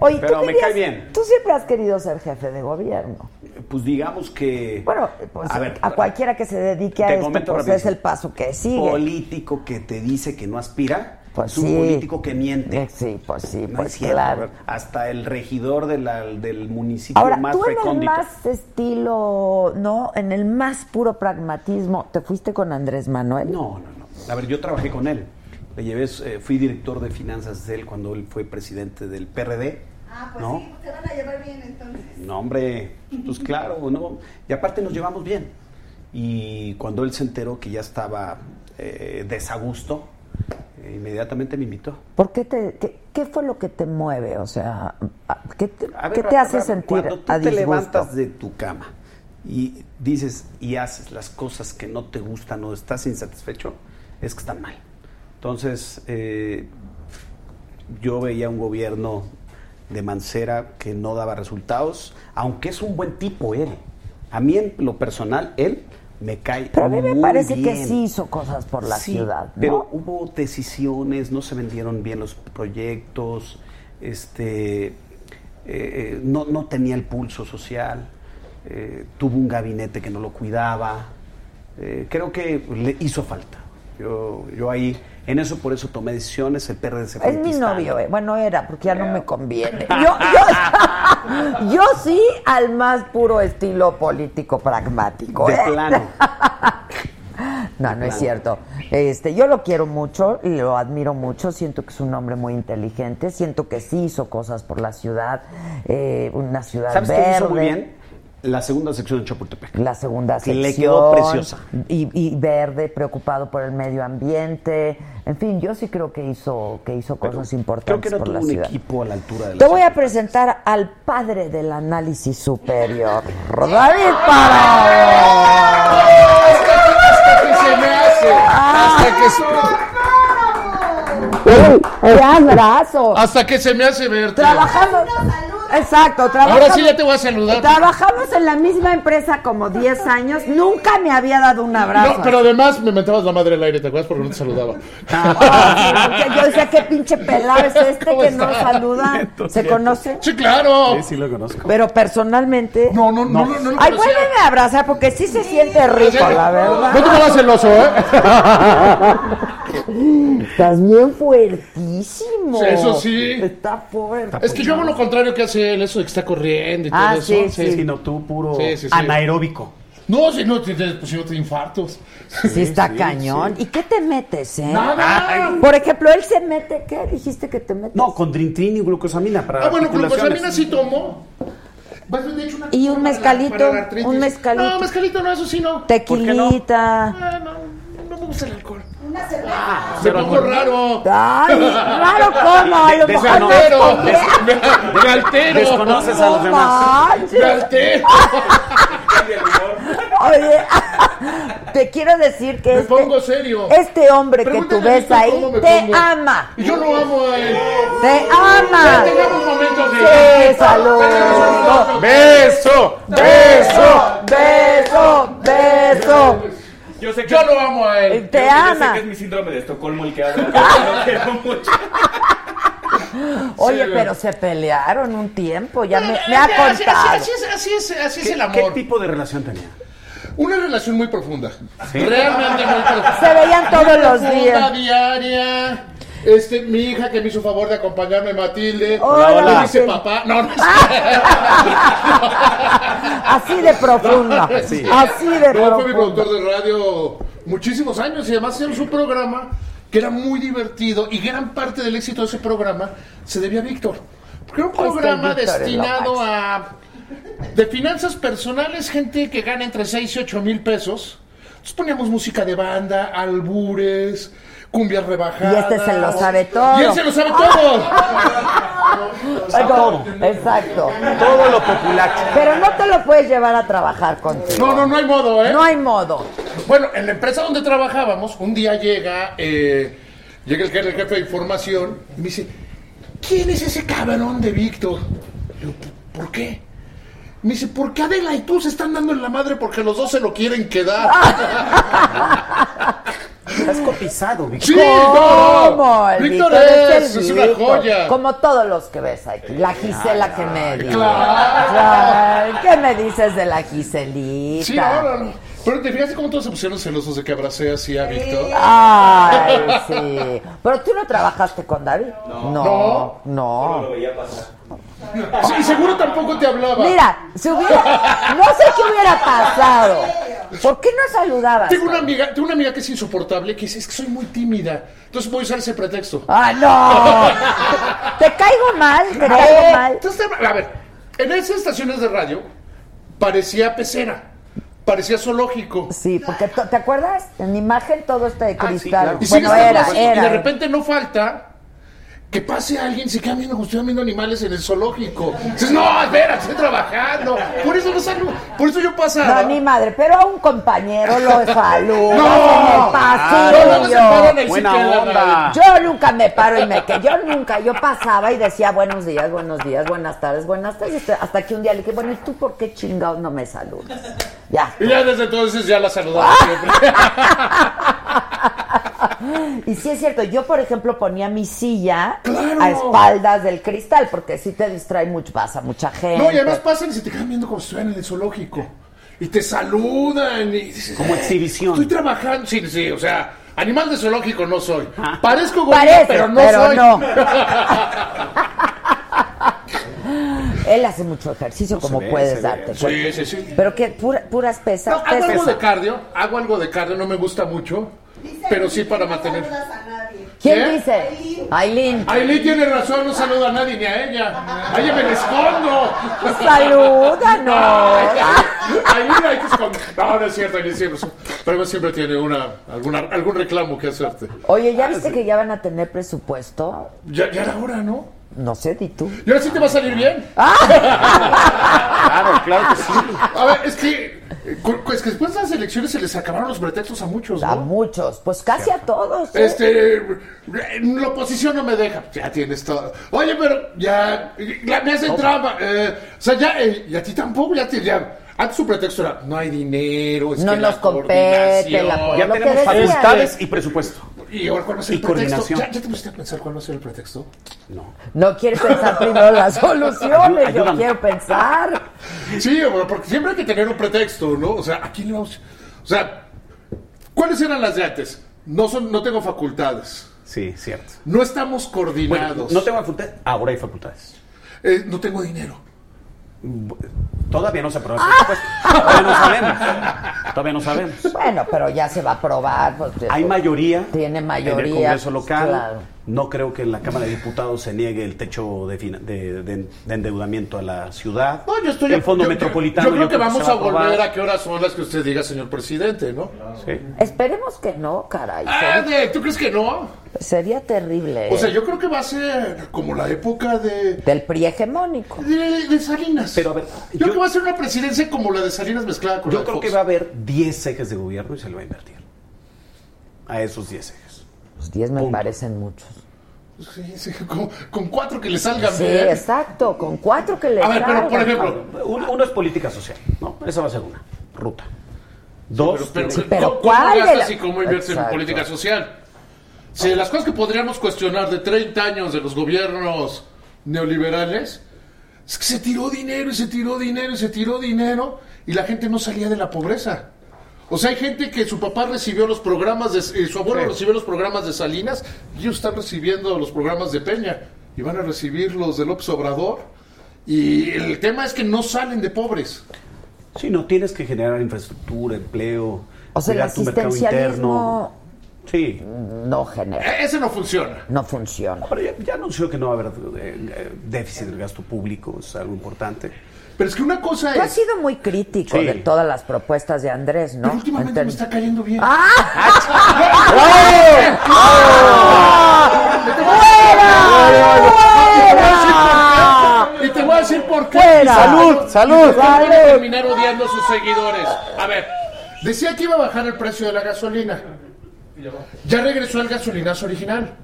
[SPEAKER 1] Oye,
[SPEAKER 9] Pero
[SPEAKER 1] tú
[SPEAKER 9] me
[SPEAKER 1] querías-
[SPEAKER 9] cae bien.
[SPEAKER 1] Tú siempre has querido ser jefe de gobierno.
[SPEAKER 9] Pues digamos que.
[SPEAKER 1] Bueno, pues, a, cualquiera que se dedique a
[SPEAKER 9] te
[SPEAKER 1] esto,
[SPEAKER 9] comento
[SPEAKER 1] pues
[SPEAKER 9] rapidísimo.
[SPEAKER 1] es el paso que sigue.
[SPEAKER 9] político que te dice que no aspira
[SPEAKER 1] Pues
[SPEAKER 9] es un
[SPEAKER 1] sí.
[SPEAKER 9] político que miente.
[SPEAKER 1] Eh, Sí, pues sí,
[SPEAKER 9] No es
[SPEAKER 1] pues
[SPEAKER 9] cierto,
[SPEAKER 1] claro.
[SPEAKER 9] a ver, Hasta el regidor de la- del municipio
[SPEAKER 1] Ahora,
[SPEAKER 9] más
[SPEAKER 1] tú en
[SPEAKER 9] recóndito.
[SPEAKER 1] el más estilo, ¿no? En el más puro pragmatismo, ¿te fuiste con Andrés Manuel?
[SPEAKER 9] No, no, no. A ver, yo trabajé con él. Le llevé, eh, fui director de finanzas de él cuando él fue presidente del PRD.
[SPEAKER 8] Ah, pues
[SPEAKER 9] ¿no?
[SPEAKER 8] sí, te van a llevar bien entonces.
[SPEAKER 9] No, hombre, pues claro, ¿no? Y aparte nos llevamos bien. Y cuando él se enteró que ya estaba eh, desagusto, eh, inmediatamente me invitó.
[SPEAKER 1] ¿Por qué te, qué, qué fue lo que te mueve? O sea, a- ¿qué te,
[SPEAKER 9] A ver,
[SPEAKER 1] qué te hace
[SPEAKER 9] Rafa,
[SPEAKER 1] sentir
[SPEAKER 9] Cuando tú
[SPEAKER 1] a
[SPEAKER 9] te
[SPEAKER 1] disgusto?
[SPEAKER 9] levantas de tu cama y dices y haces las cosas que no te gustan o estás insatisfecho, es que están mal. Entonces, eh, yo veía un gobierno de Mancera que no daba resultados, aunque es un buen tipo él. A mí, en lo personal, él me cae
[SPEAKER 1] Pero a mí me
[SPEAKER 9] muy
[SPEAKER 1] parece que
[SPEAKER 9] bien.
[SPEAKER 1] sí hizo cosas por la
[SPEAKER 9] Sí,
[SPEAKER 1] ciudad, ¿no?
[SPEAKER 9] Pero hubo decisiones, no se vendieron bien los proyectos, este, eh, eh, no, no tenía el pulso social, eh, tuvo un gabinete que no lo cuidaba. eh, creo que le hizo falta. Yo, yo ahí, en eso por eso tomé decisiones, el PRD se fue
[SPEAKER 1] Es mi
[SPEAKER 9] enquistando.
[SPEAKER 1] novio, eh. bueno, era, porque ya no me
[SPEAKER 9] [laughs]
[SPEAKER 1] conviene. Yo, yo, [laughs] yo sí al más puro estilo político pragmático.
[SPEAKER 9] De
[SPEAKER 1] ¿eh? [laughs]
[SPEAKER 9] plano.
[SPEAKER 1] No, no es cierto. Este, yo lo quiero mucho, lo admiro mucho, siento que es un hombre muy inteligente, siento que sí hizo cosas por la ciudad, eh, una ciudad
[SPEAKER 9] ¿Sabes
[SPEAKER 1] verde.
[SPEAKER 9] qué hizo muy bien? La segunda sección de Chapultepec.
[SPEAKER 1] La segunda
[SPEAKER 9] Que
[SPEAKER 1] sección.
[SPEAKER 9] le quedó preciosa.
[SPEAKER 1] Y, y verde, preocupado por el medio ambiente. En fin, yo sí creo que hizo, que hizo
[SPEAKER 9] Pero
[SPEAKER 1] cosas
[SPEAKER 9] Creo
[SPEAKER 1] importantes
[SPEAKER 9] que no
[SPEAKER 1] por
[SPEAKER 9] tuvo
[SPEAKER 1] la
[SPEAKER 9] un
[SPEAKER 1] ciudad.
[SPEAKER 9] equipo a la altura de la
[SPEAKER 1] Te voy a
[SPEAKER 9] ciudad.
[SPEAKER 1] presentar al padre del análisis superior, David Parado.
[SPEAKER 6] Hasta que se me hace. Hasta que se,
[SPEAKER 1] ¡Qué abrazo!
[SPEAKER 6] hasta que se me hace verte.
[SPEAKER 1] Trabajando.
[SPEAKER 8] Saludos.
[SPEAKER 1] Exacto, trabajamos.
[SPEAKER 3] Ahora sí ya te voy a saludar.
[SPEAKER 1] Trabajamos en la misma empresa como 10 años. Nunca me había dado un abrazo.
[SPEAKER 3] No, pero además me metabas la madre al aire, ¿te acuerdas? Porque no te saludaba.
[SPEAKER 1] Ah, sí, porque yo decía, qué pinche pelado es este
[SPEAKER 3] ¿Cómo
[SPEAKER 1] que
[SPEAKER 3] está?
[SPEAKER 1] no saluda. ¿Se conoce?
[SPEAKER 3] Sí, claro.
[SPEAKER 9] Sí, sí lo conozco.
[SPEAKER 1] Pero personalmente.
[SPEAKER 3] No, no, no, no, no lo
[SPEAKER 1] Ay,
[SPEAKER 3] conocía.
[SPEAKER 1] vuélveme a abrazar porque sí se siente rico, la
[SPEAKER 3] No te
[SPEAKER 1] verdad.
[SPEAKER 3] pongas celoso, ¿eh?
[SPEAKER 1] Estás bien fuertísimo.
[SPEAKER 3] Sí, eso sí.
[SPEAKER 1] Está fuerte.
[SPEAKER 3] Es que yo hago lo contrario que hace él, eso de que está corriendo y todo
[SPEAKER 1] Ah,
[SPEAKER 3] eso.
[SPEAKER 1] sí,
[SPEAKER 9] Sí, sino tú puro
[SPEAKER 3] Sí, sí, sí.
[SPEAKER 9] anaeróbico.
[SPEAKER 3] No, si no, te, te- pues, si no te infartos.
[SPEAKER 1] Sí, está cañón. ¿Y qué te metes, eh?
[SPEAKER 3] Nada.
[SPEAKER 1] Por ejemplo, él se mete, ¿qué dijiste que te metes?
[SPEAKER 9] No, con drintrina y glucosamina para
[SPEAKER 3] Ah, bueno,
[SPEAKER 9] articulaciones.
[SPEAKER 3] glucosamina sí tomo. Vas, Pues, de hecho, una
[SPEAKER 1] Y un
[SPEAKER 3] cosa para la-
[SPEAKER 1] mezcalito,
[SPEAKER 3] para la artritis.
[SPEAKER 1] un mezcalito.
[SPEAKER 3] No, mezcalito no, eso sí no.
[SPEAKER 1] Tequilita.
[SPEAKER 3] Ah, no, no me gusta el alcohol.
[SPEAKER 8] Una cerveza.
[SPEAKER 9] Ah,
[SPEAKER 3] Me pongo raro. [laughs]
[SPEAKER 1] Ay, claro, ¿cómo? A lo
[SPEAKER 9] De- de
[SPEAKER 1] mejor
[SPEAKER 9] esa no.
[SPEAKER 1] no es
[SPEAKER 3] Pero,
[SPEAKER 1] con-
[SPEAKER 3] me, [laughs] me altero.
[SPEAKER 9] Desconoces a los
[SPEAKER 1] No
[SPEAKER 9] demás.
[SPEAKER 1] manches. [laughs]
[SPEAKER 3] Me altero.
[SPEAKER 1] Ah, Oye, [laughs] te quiero decir que
[SPEAKER 3] Me
[SPEAKER 1] este,
[SPEAKER 3] pongo serio.
[SPEAKER 1] este hombre que
[SPEAKER 3] Pregúntale
[SPEAKER 1] tú
[SPEAKER 3] a
[SPEAKER 1] ves
[SPEAKER 3] Víctor
[SPEAKER 1] ahí
[SPEAKER 3] cómo me
[SPEAKER 1] te
[SPEAKER 3] pongo.
[SPEAKER 1] ama.
[SPEAKER 3] Y yo lo amo a él.
[SPEAKER 1] Te
[SPEAKER 3] Ya
[SPEAKER 1] ama.
[SPEAKER 3] tengamos momentos de.
[SPEAKER 1] Sí, saludo.
[SPEAKER 9] ¡Beso!
[SPEAKER 1] Beso, beso, beso.
[SPEAKER 4] Yo sé que,
[SPEAKER 3] Yo lo amo a
[SPEAKER 1] Eh,
[SPEAKER 3] él.
[SPEAKER 1] Te
[SPEAKER 4] yo sé
[SPEAKER 1] ama.
[SPEAKER 4] que es mi síndrome de Estocolmo el que habla. pero Lo quiero mucho.
[SPEAKER 1] Oye,
[SPEAKER 3] Sí, güey.
[SPEAKER 1] pero se pelearon un tiempo, ya me, me ha
[SPEAKER 3] Así- así-
[SPEAKER 1] contado.
[SPEAKER 3] Así es, así es, así es
[SPEAKER 9] ¿Qué,
[SPEAKER 3] el
[SPEAKER 9] qué
[SPEAKER 3] amor.
[SPEAKER 9] tipo de relación tenía?
[SPEAKER 3] Una relación muy profunda.
[SPEAKER 1] [laughs]
[SPEAKER 3] Realmente muy profunda.
[SPEAKER 1] Se veían todos los
[SPEAKER 3] Profunda,
[SPEAKER 1] días.
[SPEAKER 3] diaria. Este, mi hija que me hizo favor de acompañarme, Matilde.
[SPEAKER 1] Hola, Ah.
[SPEAKER 3] Me dice
[SPEAKER 1] Matilde.
[SPEAKER 3] papá. No, no.
[SPEAKER 1] Así de profunda.
[SPEAKER 3] [laughs] Sí.
[SPEAKER 1] [laughs] Así de
[SPEAKER 3] No, fue
[SPEAKER 1] profunda.
[SPEAKER 3] mi productor de radio muchísimos años y además hacíamos un programa que era muy divertido y gran parte del éxito de ese programa se debía a Víctor. Porque era un
[SPEAKER 1] Pues que
[SPEAKER 3] programa
[SPEAKER 1] Víctor es lo
[SPEAKER 3] destinado
[SPEAKER 1] máximo.
[SPEAKER 3] a... De finanzas personales, gente que gana entre 6 y 8 mil pesos. Entonces poníamos música de banda, albures, cumbias rebajadas.
[SPEAKER 1] Y este se lo sabe todo.
[SPEAKER 3] Y él se lo sabe todo.
[SPEAKER 1] [laughs] Exacto, Exacto.
[SPEAKER 9] Todo lo popular.
[SPEAKER 1] Pero no te lo puedes llevar a trabajar contigo.
[SPEAKER 3] No, no, no hay modo, ¿eh?
[SPEAKER 1] No hay modo.
[SPEAKER 3] Bueno, en la empresa donde trabajábamos, un día llega, eh, llega el, je- el jefe de información y me dice, ¿quién es ese cabrón de Víctor? Le digo, ¿por qué? Me dice, porque Adela y tú se están dando en la madre porque los dos se lo quieren quedar.
[SPEAKER 9] Estás cotizado, Vic.
[SPEAKER 3] Sí, no,
[SPEAKER 1] ¿Cómo?
[SPEAKER 3] no.
[SPEAKER 1] El
[SPEAKER 3] Víctor
[SPEAKER 1] el
[SPEAKER 3] es, es una
[SPEAKER 1] Víctor.
[SPEAKER 3] joya.
[SPEAKER 1] Como todos los que ves aquí. La Gisela que me dice.
[SPEAKER 3] claro.
[SPEAKER 1] ¿Qué me dices de la Giselita?
[SPEAKER 3] Sí, no, no, no. Pero te fijas cómo todos se pusieron celosos de que abracé así a Víctor.
[SPEAKER 1] Ah. Ay, sí. Pero tú no trabajaste con David. No. No. Ah.
[SPEAKER 4] Solo lo veía pasar.
[SPEAKER 3] Sí, y seguro tampoco te hablaba.
[SPEAKER 1] Mira, si hubiera. No sé qué hubiera pasado. ¿Por qué no saludabas?
[SPEAKER 3] Tengo una amiga, tengo una amiga que es insoportable que dice, es que soy muy tímida. Entonces voy a usar ese pretexto.
[SPEAKER 1] ¡Ah,
[SPEAKER 3] [laughs]
[SPEAKER 1] no! ¿Te caigo mal? ¿Te caigo mal?
[SPEAKER 3] Entonces, a ver, en esas estaciones de radio parecía pecera, parecía zoológico.
[SPEAKER 1] Sí, porque to- ¿te acuerdas? En imagen todo está de
[SPEAKER 9] sí,
[SPEAKER 1] cristal.
[SPEAKER 9] claro.
[SPEAKER 3] Ah, Y
[SPEAKER 1] Bueno,
[SPEAKER 3] sigues
[SPEAKER 1] era,
[SPEAKER 3] hablando,
[SPEAKER 1] era.
[SPEAKER 3] Y de repente no falta que pase alguien, se queda viendo como estoy viendo animales en el zoológico. Dices, no, espera, estoy trabajando. Por eso no salgo, por eso yo pasaba.
[SPEAKER 1] No, ni madre, pero a un compañero
[SPEAKER 3] [laughs]
[SPEAKER 1] lo saludo en
[SPEAKER 3] No.
[SPEAKER 1] el
[SPEAKER 3] No, luego se paran
[SPEAKER 1] pasillo.
[SPEAKER 3] ahí, se
[SPEAKER 9] Buena
[SPEAKER 3] quedan
[SPEAKER 9] onda.
[SPEAKER 3] ahí.
[SPEAKER 1] Yo nunca me paro y me que yo nunca, yo pasaba y decía buenos días, buenos días, buenas tardes, buenas tardes, hasta- hasta que un día le dije, bueno, ¿y tú por qué chingados no me saludas? Ya.
[SPEAKER 3] Y ya desde entonces ya la saludaba
[SPEAKER 1] [laughs]
[SPEAKER 3] siempre.
[SPEAKER 1] Y sí es cierto, yo por ejemplo ponía mi silla a espaldas del cristal, porque si te distrae mucho, pasa mucha gente.
[SPEAKER 3] No, y además pasan y se te quedan viendo como si estuvieran en el zoológico. Y te saludan y dices,
[SPEAKER 9] Como exhibición.
[SPEAKER 3] Estoy trabajando, sí, sí, o sea, animal de zoológico no soy.
[SPEAKER 9] Ah.
[SPEAKER 3] Parezco gorila,
[SPEAKER 1] Parece,
[SPEAKER 3] pero no
[SPEAKER 1] pero
[SPEAKER 3] soy. [laughs]
[SPEAKER 1] no. Él hace mucho ejercicio, como
[SPEAKER 9] se ve,
[SPEAKER 1] puedes
[SPEAKER 9] se
[SPEAKER 1] darte
[SPEAKER 9] ve.
[SPEAKER 1] cuenta.
[SPEAKER 3] sí, sí, sí.
[SPEAKER 1] Pero que pura- puras pesas,
[SPEAKER 3] No, hago algo
[SPEAKER 1] pesas.
[SPEAKER 3] de cardio, hago algo de cardio, no me gusta mucho,
[SPEAKER 8] Dice
[SPEAKER 3] pero
[SPEAKER 8] que
[SPEAKER 3] sí para
[SPEAKER 8] no
[SPEAKER 3] mantener.
[SPEAKER 8] saludas a nadie.
[SPEAKER 1] ¿Quién
[SPEAKER 3] ¿Qué?
[SPEAKER 1] dice? Aileen.
[SPEAKER 3] ¿Eh? Aileen tiene razón, no saluda a nadie ni a ella. A ella me la escondo.
[SPEAKER 1] Salúdanos.
[SPEAKER 3] Aileen hay que esconder. No, no es cierto, Aileen siempre, pero siempre tiene una, alguna, algún reclamo que hacerte.
[SPEAKER 1] Oye,
[SPEAKER 3] Ah,
[SPEAKER 1] ¿ya viste que ya van a tener presupuesto?
[SPEAKER 3] Ya, ya era hora, ¿no?
[SPEAKER 1] No sé, di tú.
[SPEAKER 3] Y ahora sí te va a salir bien.
[SPEAKER 1] Ah.
[SPEAKER 9] [laughs] Claro, claro que sí.
[SPEAKER 3] A ver, es que Eh, cu- cu- Es que después de las elecciones se les acabaron los pretextos a muchos,
[SPEAKER 1] A
[SPEAKER 3] ¿no?
[SPEAKER 1] muchos, pues casi a todos. ¿eh?
[SPEAKER 3] Este, eh, la oposición no me deja. Ya tienes todo. Oye, pero ya, la, me hacen trampa. eh, o sea, ya, eh, y a ti tampoco, ya te, ya. Antes su pretexto era, no hay dinero, es
[SPEAKER 1] No
[SPEAKER 3] que la
[SPEAKER 1] nos compete, la
[SPEAKER 3] coordinación".
[SPEAKER 1] co-
[SPEAKER 9] Ya
[SPEAKER 1] Lo que
[SPEAKER 9] tenemos
[SPEAKER 1] decía,
[SPEAKER 9] facultades y presupuesto.
[SPEAKER 3] Y ahora, ¿cuál va a ser
[SPEAKER 9] Y
[SPEAKER 3] el pretexto?
[SPEAKER 9] coordinación.
[SPEAKER 3] ¿Ya, ya te pusiste a pensar cuál va a ser el pretexto?
[SPEAKER 9] No.
[SPEAKER 1] No quiere pensar primero
[SPEAKER 3] [laughs]
[SPEAKER 1] las soluciones, yo
[SPEAKER 9] Ayúdame.
[SPEAKER 1] quiero pensar.
[SPEAKER 3] Sí, bueno, porque siempre hay que tener un pretexto, ¿no? O sea, ¿a quién le vamos? O sea, ¿cuáles eran las de antes? No, son, no tengo facultades.
[SPEAKER 9] Sí, cierto.
[SPEAKER 3] No estamos
[SPEAKER 9] Bueno,
[SPEAKER 3] coordinados.
[SPEAKER 9] no tengo facultades. Ahora hay facultades.
[SPEAKER 3] Eh, no tengo dinero.
[SPEAKER 9] Todavía no se aprueba el presupuesto. Todavía no sabemos. Todavía no sabemos.
[SPEAKER 1] Bueno, pero ya se va a probar. pues,
[SPEAKER 9] Hay
[SPEAKER 1] eso.
[SPEAKER 9] mayoría.
[SPEAKER 1] Tiene
[SPEAKER 9] En
[SPEAKER 1] mayoría,
[SPEAKER 9] el Congreso local.
[SPEAKER 1] claro.
[SPEAKER 9] No creo que en la Cámara de Diputados se niegue el techo de, fina- de- de- de endeudamiento a la ciudad.
[SPEAKER 3] No, yo estoy.
[SPEAKER 9] El fondo
[SPEAKER 3] yo- yo-
[SPEAKER 9] metropolitano.
[SPEAKER 3] Yo, creo que vamos
[SPEAKER 9] se
[SPEAKER 3] a,
[SPEAKER 9] va aprobar.
[SPEAKER 3] volver a qué horas son las que usted diga, señor presidente, ¿no?
[SPEAKER 9] Sí.
[SPEAKER 1] Esperemos que no, caray.
[SPEAKER 3] Ah,
[SPEAKER 1] Sería,
[SPEAKER 3] de- ¿Tú crees que no?
[SPEAKER 1] sería terrible.
[SPEAKER 3] O sea,
[SPEAKER 1] ¿eh?
[SPEAKER 3] yo creo que va a ser como la época de.
[SPEAKER 1] Del PRI hegemónico.
[SPEAKER 3] de, de Salinas.
[SPEAKER 9] Pero, a ver,
[SPEAKER 3] yo,
[SPEAKER 9] yo-
[SPEAKER 3] creo que va a ser una presidencia como la de Salinas mezclada con la
[SPEAKER 9] Yo
[SPEAKER 3] de
[SPEAKER 9] creo
[SPEAKER 3] Fox.
[SPEAKER 9] que va a haber 10 ejes de gobierno y se le va a invertir. A esos 10 ejes.
[SPEAKER 1] Los 10 me
[SPEAKER 9] Punto.
[SPEAKER 1] parecen muchos.
[SPEAKER 3] Sí, sí, con, con cuatro que le salgan
[SPEAKER 1] Sí,
[SPEAKER 3] bien.
[SPEAKER 1] exacto, con cuatro que le
[SPEAKER 3] A ver, pero por
[SPEAKER 1] salgan.
[SPEAKER 3] ejemplo,
[SPEAKER 9] Uno, uno es política social, ¿no? Esa va a ser una ruta.
[SPEAKER 3] pero,
[SPEAKER 9] Dos,
[SPEAKER 3] pero,
[SPEAKER 1] Sí, pero
[SPEAKER 3] ¿cómo,
[SPEAKER 1] ¿cuál
[SPEAKER 3] cómo
[SPEAKER 1] de
[SPEAKER 3] gastas
[SPEAKER 1] la-
[SPEAKER 3] y cómo inviertes
[SPEAKER 1] Exacto.
[SPEAKER 3] en política social? Si de las cosas que podríamos cuestionar de 30 años de los gobiernos neoliberales es que se tiró dinero y se tiró dinero y se tiró dinero y la gente no salía de la pobreza. O sea, hay gente que su papá recibió los programas de eh, su abuelo
[SPEAKER 9] Sí.
[SPEAKER 3] recibió los programas de Salinas y ellos están recibiendo los programas de Peña y van a recibir los de López Obrador y el tema es que no salen de pobres.
[SPEAKER 9] Sí, no tienes que generar infraestructura, empleo,
[SPEAKER 1] O sea, el
[SPEAKER 9] cuidar tu mercado interno.
[SPEAKER 1] asistencialismo
[SPEAKER 9] Sí.
[SPEAKER 1] no genera,
[SPEAKER 3] E- Ese no funciona.
[SPEAKER 1] no funciona.
[SPEAKER 9] Ahora ya, ya anunció que no va a haber eh, eh, déficit del gasto público, es algo importante.
[SPEAKER 3] Pero es que una cosa
[SPEAKER 1] Tú has
[SPEAKER 3] es.
[SPEAKER 1] sido muy crítico
[SPEAKER 9] Sí.
[SPEAKER 1] de todas las propuestas de Andrés, ¿no? ¡Ah!
[SPEAKER 3] Pero últimamente
[SPEAKER 1] Enten-
[SPEAKER 3] me está cayendo bien. ¡Ah!
[SPEAKER 1] ¡Fuera!
[SPEAKER 3] Y te voy a decir por qué.
[SPEAKER 1] ¡Fuera!
[SPEAKER 9] ¡Salud! ¡Salud!
[SPEAKER 3] Van a
[SPEAKER 1] ¡Salud!
[SPEAKER 3] terminar odiando a sus seguidores. A ver, decía que iba a bajar el precio de la gasolina. Ya regresó el gasolinazo original.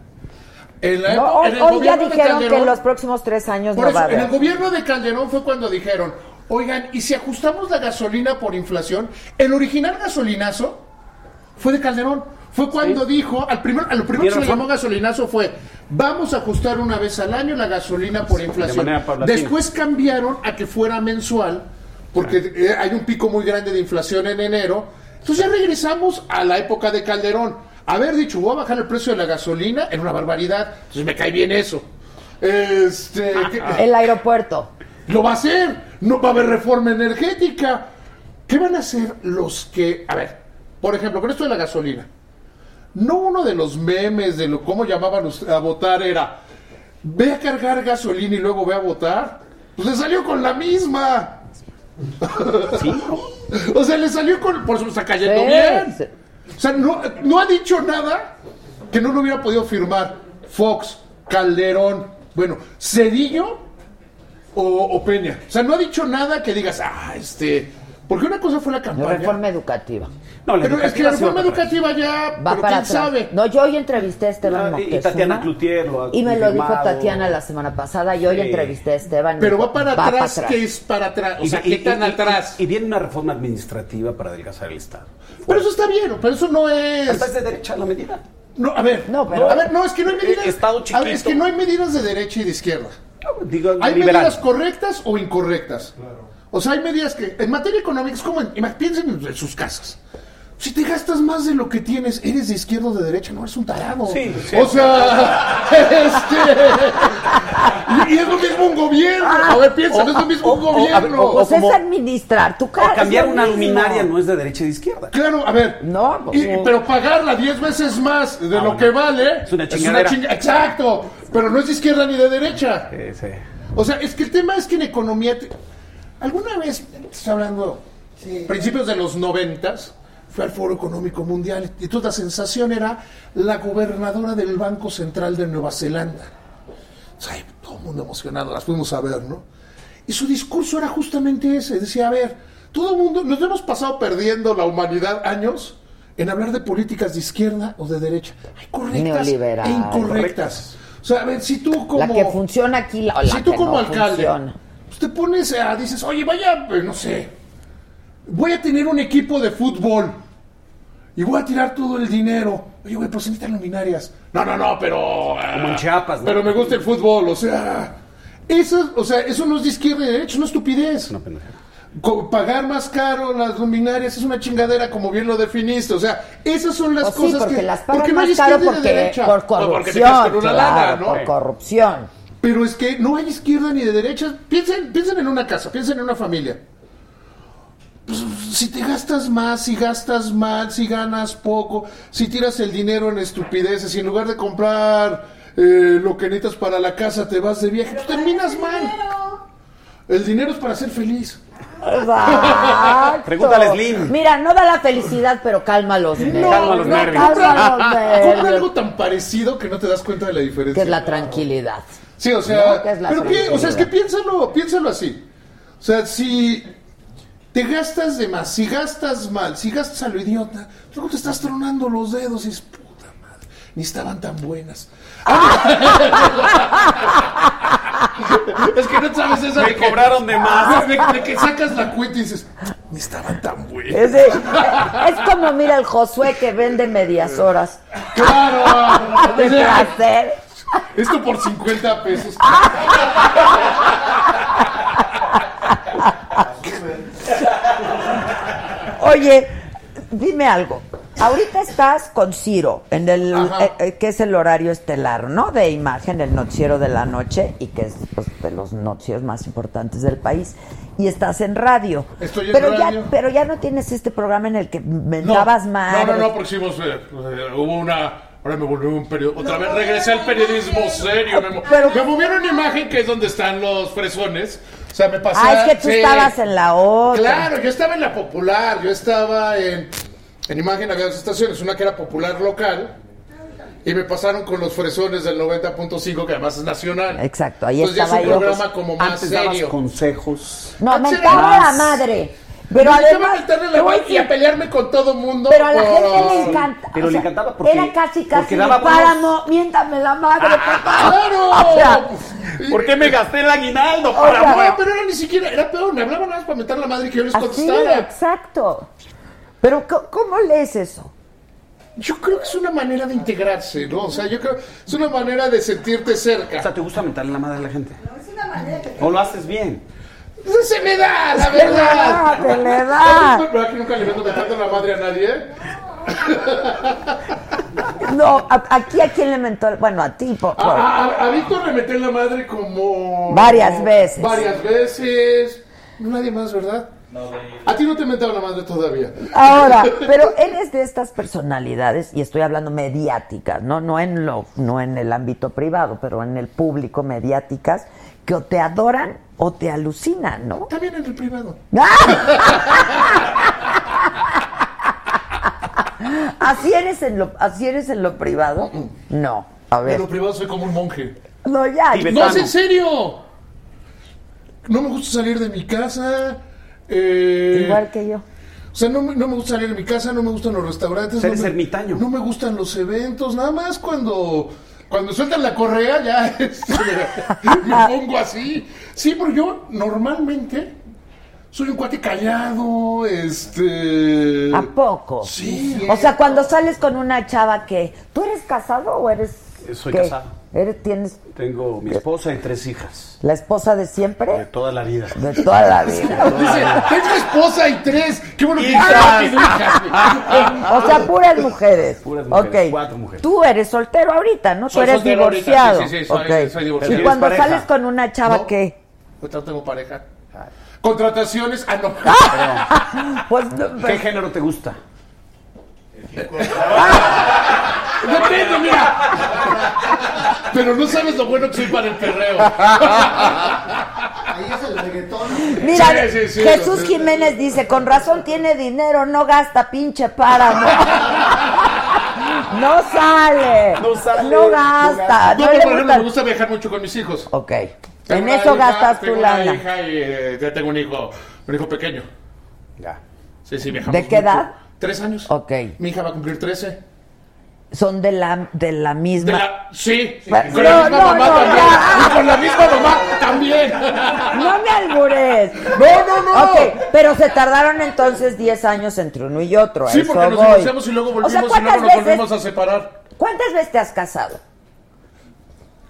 [SPEAKER 3] En la
[SPEAKER 1] No,
[SPEAKER 3] época- en
[SPEAKER 1] hoy,
[SPEAKER 3] el
[SPEAKER 1] hoy ya
[SPEAKER 3] gobierno de
[SPEAKER 1] dijeron que
[SPEAKER 3] Calderón-
[SPEAKER 1] en los próximos tres años
[SPEAKER 3] Por
[SPEAKER 1] no
[SPEAKER 3] eso,
[SPEAKER 1] va a
[SPEAKER 3] en el
[SPEAKER 1] haber.
[SPEAKER 3] gobierno de Calderón fue cuando dijeron, oigan, ¿y si ajustamos la gasolina por inflación? El original gasolinazo fue de Calderón. Fue cuando dijo, al primer, a lo primero que se
[SPEAKER 9] Tiene
[SPEAKER 3] le
[SPEAKER 9] razón.
[SPEAKER 3] llamó gasolinazo fue, vamos a ajustar una vez al año la gasolina por inflación.
[SPEAKER 9] manera paulatina.
[SPEAKER 3] Después cambiaron a que fuera mensual, porque eh, hay un pico muy grande de inflación en enero. Entonces ya regresamos a la época de Calderón. Haber dicho, voy a bajar el precio de la gasolina, era una barbaridad. Entonces me cae bien eso. Este, que-
[SPEAKER 1] El aeropuerto.
[SPEAKER 3] lo va a hacer. No va a haber reforma energética. ¿Qué van a hacer los que... A ver, por ejemplo, con esto de la gasolina. No uno de los memes de lo, cómo llamaban us- a votar era, ve a cargar gasolina y luego ve a votar. Pues le salió con la misma. [laughs] o sea, le salió con... Por eso está cayendo
[SPEAKER 1] Sí,
[SPEAKER 3] bien.
[SPEAKER 1] sí.
[SPEAKER 3] O sea, no, no ha dicho nada que no lo hubiera podido firmar Fox, Calderón, bueno, Cedillo o, o Peña. O sea, no ha dicho nada que digas, ah, este. Porque una cosa fue la campaña.
[SPEAKER 1] Reforma educativa.
[SPEAKER 9] No, la
[SPEAKER 3] pero es que
[SPEAKER 9] educativa
[SPEAKER 3] la
[SPEAKER 9] sí va
[SPEAKER 3] reforma
[SPEAKER 9] para atrás.
[SPEAKER 3] educativa ya,
[SPEAKER 1] Va
[SPEAKER 3] pero
[SPEAKER 1] para
[SPEAKER 3] quién
[SPEAKER 1] atrás.
[SPEAKER 3] sabe.
[SPEAKER 1] No, yo hoy entrevisté a Esteban
[SPEAKER 9] Ah, y- y
[SPEAKER 1] Moctezuma.
[SPEAKER 9] Tatiana Cloutier lo ha
[SPEAKER 1] Y me lo dijo
[SPEAKER 9] confirmado.
[SPEAKER 1] Tatiana la semana pasada. Y hoy
[SPEAKER 9] Sí.
[SPEAKER 1] entrevisté a Esteban. y
[SPEAKER 3] Pero
[SPEAKER 1] dijo,
[SPEAKER 3] va para atrás, que es para atrás. O
[SPEAKER 9] Y-
[SPEAKER 3] sea,
[SPEAKER 9] y-
[SPEAKER 3] ¿qué tan
[SPEAKER 9] y- y-
[SPEAKER 3] atrás?
[SPEAKER 9] Y, viene una reforma administrativa para adelgazar el Estado.
[SPEAKER 3] pero eso está bien, pero eso no
[SPEAKER 9] Hasta es
[SPEAKER 3] es.
[SPEAKER 9] de derecha la medida.
[SPEAKER 3] No, a ver,
[SPEAKER 1] No, pero-
[SPEAKER 3] a ver, no, es que no hay medidas.
[SPEAKER 9] eh, Estado
[SPEAKER 3] a ver, es
[SPEAKER 9] chiquito.
[SPEAKER 3] que no hay medidas de derecha y de izquierda.
[SPEAKER 9] No, Digo,
[SPEAKER 3] Hay
[SPEAKER 9] liberal.
[SPEAKER 3] medidas correctas o incorrectas. O sea, hay medidas que en materia económica es como, en, ima- piensen en, en sus casas. Si te gastas más de lo que tienes, eres de izquierda o de derecha, no eres un tarado.
[SPEAKER 9] Sí, sí.
[SPEAKER 3] O sea, [laughs] este. Y, y es lo mismo un gobierno. A ver, piensa, no es lo mismo un
[SPEAKER 9] Ah, o- o- a ver,
[SPEAKER 3] gobierno.
[SPEAKER 9] o-
[SPEAKER 1] Pues es
[SPEAKER 9] como-
[SPEAKER 1] administrar tu casa.
[SPEAKER 9] O cambiar una luminaria no es de derecha y de izquierda.
[SPEAKER 3] Claro, a ver.
[SPEAKER 1] No, pues
[SPEAKER 3] Y-
[SPEAKER 1] no.
[SPEAKER 3] pero pagarla 10 veces más de lo
[SPEAKER 9] Ah, bueno.
[SPEAKER 3] que vale.
[SPEAKER 9] Es una chingadera.
[SPEAKER 3] chinga- Exacto. Pero no es de izquierda ni de derecha.
[SPEAKER 9] Sí, sí.
[SPEAKER 3] O sea, es que el tema es que en economía. te- Alguna vez, te estoy hablando, principios de los noventas, fue al Foro Económico Mundial, y entonces la sensación era la gobernadora del Banco Central de Nueva Zelanda. O sea, todo el mundo emocionado, las fuimos a ver, ¿no? Y su discurso era justamente ese, decía, a ver, Todo el mundo, nos hemos pasado perdiendo la humanidad años en hablar de políticas de izquierda o de derecha. Hay correctas
[SPEAKER 1] Neoliberal.
[SPEAKER 3] e incorrectas. O sea, a ver, si tú como...
[SPEAKER 1] La que funciona aquí, la, o la
[SPEAKER 3] si tú
[SPEAKER 1] que
[SPEAKER 3] como
[SPEAKER 1] no
[SPEAKER 3] alcalde
[SPEAKER 1] funciona.
[SPEAKER 3] pues te pones a, dices, oye, vaya, pues, no sé, voy a tener un equipo de fútbol y voy a tirar todo el dinero. Oye, güey, pero se necesitan luminarias. No, no, no, pero... ah,
[SPEAKER 9] Como en Chiapas, ¿no?
[SPEAKER 3] Pero me gusta el fútbol, o sea... Eso, o sea, eso no es de izquierda y derecha, es una estupidez.
[SPEAKER 9] Es una pendejada.
[SPEAKER 3] Co- pagar más caro las luminarias es una chingadera como bien lo definiste. O sea, esas son las
[SPEAKER 1] Pues sí,
[SPEAKER 3] cosas
[SPEAKER 1] porque
[SPEAKER 3] que...
[SPEAKER 1] las pagan
[SPEAKER 3] porque no hay
[SPEAKER 1] más caro
[SPEAKER 3] izquierda y
[SPEAKER 1] porque,
[SPEAKER 3] derecha.
[SPEAKER 1] por
[SPEAKER 3] No,
[SPEAKER 1] corrupción,
[SPEAKER 3] porque te quedas con una lana,
[SPEAKER 1] claro,
[SPEAKER 3] ¿no?
[SPEAKER 1] por corrupción.
[SPEAKER 3] Pero es que no hay izquierda ni de derecha. Piensen, piensen en una casa, piensen en una familia. Pues, si te gastas más, si gastas mal, si ganas poco, si tiras el dinero en estupideces, si en lugar de comprar eh, lo que necesitas para la casa te vas de viaje, pues terminas mal. El dinero es para ser
[SPEAKER 1] [laughs]
[SPEAKER 3] feliz.
[SPEAKER 1] Exacto.
[SPEAKER 9] Pregúntale a Slim.
[SPEAKER 1] Mira, no da la felicidad, pero calma los nervios.
[SPEAKER 9] Calma los nervios.
[SPEAKER 1] calma los
[SPEAKER 3] Compra algo
[SPEAKER 1] nervios.
[SPEAKER 3] tan parecido que no te das cuenta de la diferencia.
[SPEAKER 1] Que es la tranquilidad.
[SPEAKER 3] Sí, o sea,
[SPEAKER 1] No, que es la
[SPEAKER 3] pero pi- o sea, es que
[SPEAKER 1] solidaridad.
[SPEAKER 3] piénsalo, piénsalo así. O sea, si te gastas de más, si gastas mal, si gastas a lo idiota, luego te estás tronando los dedos y es puta madre, ni estaban tan buenas. [laughs] es que no sabes esa
[SPEAKER 9] Me
[SPEAKER 3] de que-
[SPEAKER 9] cobraron de más.
[SPEAKER 3] De, de [laughs] que sacas la cuenta y dices, ni estaban tan buenas.
[SPEAKER 1] Es, de- es como, mira, el Josué que vende medias horas. [laughs]
[SPEAKER 3] Claro.
[SPEAKER 1] De placer.
[SPEAKER 3] Esto por 50 pesos.
[SPEAKER 1] Oye, dime algo. Ahorita estás con Ciro, en el
[SPEAKER 3] Ajá.
[SPEAKER 1] eh, eh, que es el horario estelar, ¿no? De imagen, el noticiero de la noche y que es pues, de los noticieros más importantes del país. Y estás en radio.
[SPEAKER 3] Estoy en
[SPEAKER 1] pero
[SPEAKER 3] radio.
[SPEAKER 1] Ya, pero ya no tienes este programa en el que mentabas
[SPEAKER 3] no,
[SPEAKER 1] madres.
[SPEAKER 3] no, no, porque hicimos, eh, eh, hubo una, ahora me volvió un periodismo, otra vez regresé al periodismo serio, me, mo-
[SPEAKER 1] Ah, Pero-
[SPEAKER 3] me movieron imagen que es donde están los fresones, o sea, me pasé.
[SPEAKER 1] Ah, es que tú estabas en la otra.
[SPEAKER 3] Claro, yo estaba en la popular, yo estaba en, en imagen había dos estaciones, una que era popular local. Y me pasaron con los fresones del 90.5, que además es nacional.
[SPEAKER 1] Exacto, ahí
[SPEAKER 3] Entonces ya
[SPEAKER 1] estaba
[SPEAKER 3] es un
[SPEAKER 1] yo.
[SPEAKER 3] programa como más
[SPEAKER 9] Antes dabas
[SPEAKER 3] serio.
[SPEAKER 9] consejos.
[SPEAKER 1] No,
[SPEAKER 3] Antes
[SPEAKER 1] mentaba
[SPEAKER 3] era
[SPEAKER 1] la
[SPEAKER 3] más.
[SPEAKER 1] madre. Pero
[SPEAKER 3] Me dedicaba a
[SPEAKER 1] además,
[SPEAKER 3] meterle la
[SPEAKER 1] te voy a
[SPEAKER 3] guay y a
[SPEAKER 1] decir,
[SPEAKER 3] pelearme con todo mundo.
[SPEAKER 1] pero a la
[SPEAKER 3] por-
[SPEAKER 1] gente le encanta.
[SPEAKER 9] Pero
[SPEAKER 1] o
[SPEAKER 9] le
[SPEAKER 1] sea,
[SPEAKER 9] encantaba porque-
[SPEAKER 1] Era casi,
[SPEAKER 9] porque
[SPEAKER 1] casi.
[SPEAKER 9] daba Ah,
[SPEAKER 1] Daba
[SPEAKER 9] unos-
[SPEAKER 1] páramo, miéntame la madre, papá.
[SPEAKER 9] ah,
[SPEAKER 1] [laughs]
[SPEAKER 3] ¡Claro!
[SPEAKER 1] O sea,
[SPEAKER 9] ¿Por qué me gasté el aguinaldo
[SPEAKER 1] para
[SPEAKER 9] para
[SPEAKER 1] Oiga.
[SPEAKER 3] No, pero era ni siquiera, era peor, me hablaban nada más para meter la madre que yo les
[SPEAKER 1] Así,
[SPEAKER 3] contestara.
[SPEAKER 1] exacto. Pero co- ¿cómo lees eso?
[SPEAKER 3] Yo creo que es una manera de integrarse, ¿no? O sea, yo creo es una manera de sentirte
[SPEAKER 9] O sea,
[SPEAKER 3] cerca.
[SPEAKER 9] ¿te gusta mentarle la madre a la gente?
[SPEAKER 8] No, es una manera que
[SPEAKER 9] ¿O lo haces bien?
[SPEAKER 3] Eso se me da, la
[SPEAKER 1] ¡Te le da,
[SPEAKER 3] verdad.
[SPEAKER 1] te
[SPEAKER 3] [laughs]
[SPEAKER 1] le
[SPEAKER 3] ¿Sabes?
[SPEAKER 1] da!
[SPEAKER 3] ¿Verdad que nunca le vengo metiendo la madre a nadie? eh?
[SPEAKER 1] No, a- aquí a quién le mentó, bueno, a ti, por,
[SPEAKER 3] A,
[SPEAKER 1] por-
[SPEAKER 3] a- a Víctor le metí la madre como...
[SPEAKER 1] Varias veces.
[SPEAKER 3] Varias veces. Nadie más, ¿verdad? A ti no te he mentado la madre todavía.
[SPEAKER 1] Ahora, pero eres de estas personalidades, y estoy hablando mediáticas, ¿no? No en lo, no en el ámbito privado, pero en el público mediáticas, que o te adoran o te alucinan, ¿no?
[SPEAKER 3] También en el privado.
[SPEAKER 1] ¡Ah! Así eres en lo, así eres en lo
[SPEAKER 9] Mm,
[SPEAKER 1] privado. No, a
[SPEAKER 3] En
[SPEAKER 1] ver.
[SPEAKER 3] lo privado soy como un monje.
[SPEAKER 1] No, ya.
[SPEAKER 9] Tibetano.
[SPEAKER 3] No, es en serio. No me gusta salir de mi casa. eh,
[SPEAKER 1] Igual que yo.
[SPEAKER 3] O sea, no, me- no me gusta salir de mi casa, no me gustan los restaurantes.
[SPEAKER 9] Eres
[SPEAKER 3] no me,
[SPEAKER 9] ermitaño.
[SPEAKER 3] No me gustan los eventos, nada más cuando... Cuando sueltan la correa ya [laughs] este, me pongo así. Sí, pero yo normalmente soy un cuate callado, este...
[SPEAKER 1] ¿A poco?
[SPEAKER 3] Sí.
[SPEAKER 1] O sea, cuando sales con una chava que. ¿Tú eres casado o eres.?
[SPEAKER 9] Soy
[SPEAKER 1] qué?
[SPEAKER 9] casado.
[SPEAKER 1] ¿Eres, ¿Tienes
[SPEAKER 9] Tengo mi esposa y tres hijas.
[SPEAKER 1] la esposa de
[SPEAKER 9] De
[SPEAKER 1] siempre?
[SPEAKER 9] toda la vida.
[SPEAKER 1] De toda la vida.
[SPEAKER 3] [laughs] Dice, tengo esposa y tres. Qué bueno que
[SPEAKER 9] Hijas.
[SPEAKER 3] Ah, no, hijas. Ah,
[SPEAKER 1] O sea, puras mujeres.
[SPEAKER 9] Puras mujeres,
[SPEAKER 1] Ok.
[SPEAKER 9] cuatro mujeres.
[SPEAKER 1] Tú eres soltero ahorita, ¿no?
[SPEAKER 3] Soy
[SPEAKER 1] Tú eres
[SPEAKER 3] soltero ahorita,
[SPEAKER 1] divorciado.
[SPEAKER 3] sí, sí, sí, soy-
[SPEAKER 1] Ok.
[SPEAKER 3] soy divorciado.
[SPEAKER 1] Y
[SPEAKER 9] ¿Tienes
[SPEAKER 1] cuando
[SPEAKER 9] pareja?
[SPEAKER 1] sales con una chava
[SPEAKER 3] No.
[SPEAKER 1] que.
[SPEAKER 3] Ahorita no tengo pareja. Contrataciones. Ah, no.
[SPEAKER 1] Pues, no,
[SPEAKER 9] ¿Qué género te gusta?
[SPEAKER 3] [laughs] Depende, mira. Pero no sabes lo bueno que soy para el
[SPEAKER 1] [laughs]
[SPEAKER 3] perreo.
[SPEAKER 1] Ah,
[SPEAKER 5] Ahí es el reggaetón.
[SPEAKER 1] Mira,
[SPEAKER 3] Sí, sí, sí,
[SPEAKER 1] Jesús
[SPEAKER 3] sí.
[SPEAKER 1] Jiménez dice, con razón tiene dinero, no gasta pinche páramo. [laughs] no sale.
[SPEAKER 9] No sale,
[SPEAKER 1] No
[SPEAKER 9] no
[SPEAKER 1] gasta.
[SPEAKER 9] gasta.
[SPEAKER 1] No,
[SPEAKER 3] Yo,
[SPEAKER 1] le
[SPEAKER 3] por ejemplo,
[SPEAKER 1] gusta.
[SPEAKER 3] me gusta viajar mucho con mis hijos.
[SPEAKER 1] Ok.
[SPEAKER 3] Tengo
[SPEAKER 1] en
[SPEAKER 3] una
[SPEAKER 1] eso
[SPEAKER 3] hija-
[SPEAKER 1] gastas
[SPEAKER 3] tengo
[SPEAKER 1] tu
[SPEAKER 3] una
[SPEAKER 1] lana.
[SPEAKER 3] hija y eh, ya tengo un hijo, un hijo pequeño.
[SPEAKER 1] Ya.
[SPEAKER 3] Sí, sí, viajamos.
[SPEAKER 1] ¿De qué
[SPEAKER 3] mucho.
[SPEAKER 1] edad?
[SPEAKER 3] Tres años.
[SPEAKER 1] Ok.
[SPEAKER 3] Mi hija va a cumplir 13.
[SPEAKER 1] Son de la, de la
[SPEAKER 3] De
[SPEAKER 1] misma.
[SPEAKER 3] la- sí,
[SPEAKER 1] Pero-
[SPEAKER 3] con la
[SPEAKER 1] no,
[SPEAKER 3] misma
[SPEAKER 1] no,
[SPEAKER 3] mamá
[SPEAKER 1] no,
[SPEAKER 3] también.
[SPEAKER 1] ya.
[SPEAKER 3] Y con la misma mamá también.
[SPEAKER 1] No me albures.
[SPEAKER 3] [laughs] No, no, no.
[SPEAKER 1] Ok, pero se tardaron entonces 10 años entre uno y otro. a
[SPEAKER 3] Sí,
[SPEAKER 1] eso
[SPEAKER 3] porque nos
[SPEAKER 1] voy.
[SPEAKER 3] divorciamos y luego
[SPEAKER 1] O
[SPEAKER 3] volvimos
[SPEAKER 1] sea,
[SPEAKER 3] y luego
[SPEAKER 1] ¿cuántas
[SPEAKER 3] nos
[SPEAKER 1] veces-
[SPEAKER 3] volvimos a separar.
[SPEAKER 1] ¿Cuántas veces te has casado?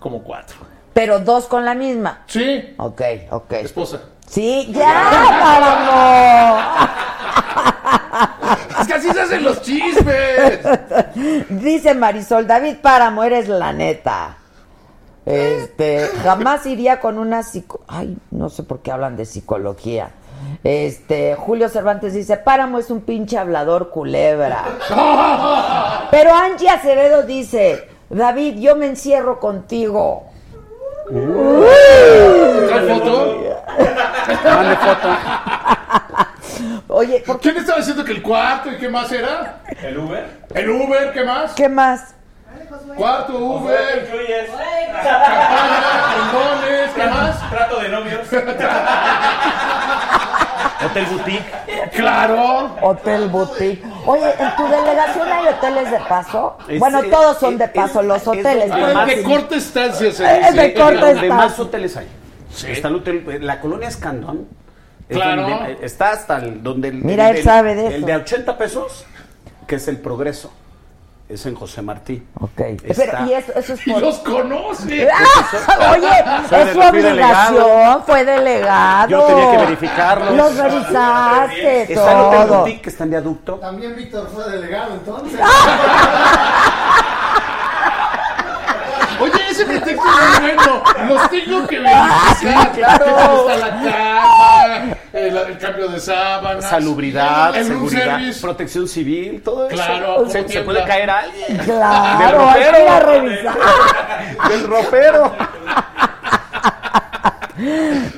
[SPEAKER 3] Como cuatro.
[SPEAKER 1] Pero dos con la misma.
[SPEAKER 3] Sí,
[SPEAKER 1] Ok, ok.
[SPEAKER 3] esposa.
[SPEAKER 1] Sí, ya, caramba.
[SPEAKER 3] Es que así se hacen los chismes.
[SPEAKER 1] Dice Marisol, David Páramo, eres la neta. Este, jamás iría con una psico... Ay, no sé por qué hablan de psicología. Este, Julio Cervantes dice, Páramo es un pinche hablador culebra. Pero Angie Acevedo dice, David, yo me encierro contigo.
[SPEAKER 3] ¿Trae foto?
[SPEAKER 9] Mande foto.
[SPEAKER 1] Oye, ¿por qué?
[SPEAKER 3] ¿Quién estaba diciendo que el cuarto y qué más era?
[SPEAKER 4] ¿El Uber?
[SPEAKER 3] ¿El Uber? ¿Qué más?
[SPEAKER 1] ¿Qué más?
[SPEAKER 3] Cuarto, Uber,
[SPEAKER 4] Hoy es
[SPEAKER 3] campaña, condones, ¿qué más?
[SPEAKER 4] trato de novios. Hotel Boutique.
[SPEAKER 3] Claro.
[SPEAKER 1] Hotel Boutique. Oye, ¿en tu delegación hay hoteles de paso?
[SPEAKER 9] Es-
[SPEAKER 1] bueno,
[SPEAKER 9] es-
[SPEAKER 1] todos son de
[SPEAKER 9] es-
[SPEAKER 1] pasos
[SPEAKER 9] es-
[SPEAKER 1] los
[SPEAKER 9] es
[SPEAKER 1] hoteles.
[SPEAKER 9] donde
[SPEAKER 1] pero más-
[SPEAKER 9] más-
[SPEAKER 3] de corta estancia se
[SPEAKER 1] Es de
[SPEAKER 3] dice.
[SPEAKER 1] corta
[SPEAKER 9] donde
[SPEAKER 1] está?
[SPEAKER 9] más hoteles hay. Está el hotel, la colonia Escandón. es
[SPEAKER 3] Claro.
[SPEAKER 9] donde- está hasta el, donde el,
[SPEAKER 1] Mira,
[SPEAKER 9] el
[SPEAKER 1] él
[SPEAKER 9] del-
[SPEAKER 1] sabe de eso.
[SPEAKER 9] El de 80 pesos, que es el progreso. Es en José Martí.
[SPEAKER 1] Ok.
[SPEAKER 9] Está-
[SPEAKER 1] Pero, y eso,
[SPEAKER 3] [laughs]
[SPEAKER 1] eso es
[SPEAKER 3] Y
[SPEAKER 1] por-
[SPEAKER 3] los conoce.
[SPEAKER 1] [laughs] ¡Ah! Oye, es su
[SPEAKER 9] Fui
[SPEAKER 1] obligación,
[SPEAKER 9] delegado.
[SPEAKER 1] fue delegado.
[SPEAKER 9] Yo tenía que verificarlos.
[SPEAKER 1] Los revisaste,
[SPEAKER 9] [laughs] Está el Hotel
[SPEAKER 1] todo.
[SPEAKER 9] Boutique, que está en viaducto.
[SPEAKER 5] También Víctor fue delegado entonces.
[SPEAKER 3] Oye, ese pretexto es muy bueno. Los tengo que verificar. Claro. Está la cama, el, el cambio de sábanas.
[SPEAKER 9] Salubridad,
[SPEAKER 3] el room
[SPEAKER 9] seguridad,
[SPEAKER 3] service.
[SPEAKER 9] protección civil, todo eso.
[SPEAKER 3] Claro, ¿a poco
[SPEAKER 9] se, se
[SPEAKER 3] tiembla?
[SPEAKER 9] puede caer alguien.
[SPEAKER 1] Claro, hay que ir a revisar.
[SPEAKER 9] [laughs] Del
[SPEAKER 1] [laughs]
[SPEAKER 9] ropero.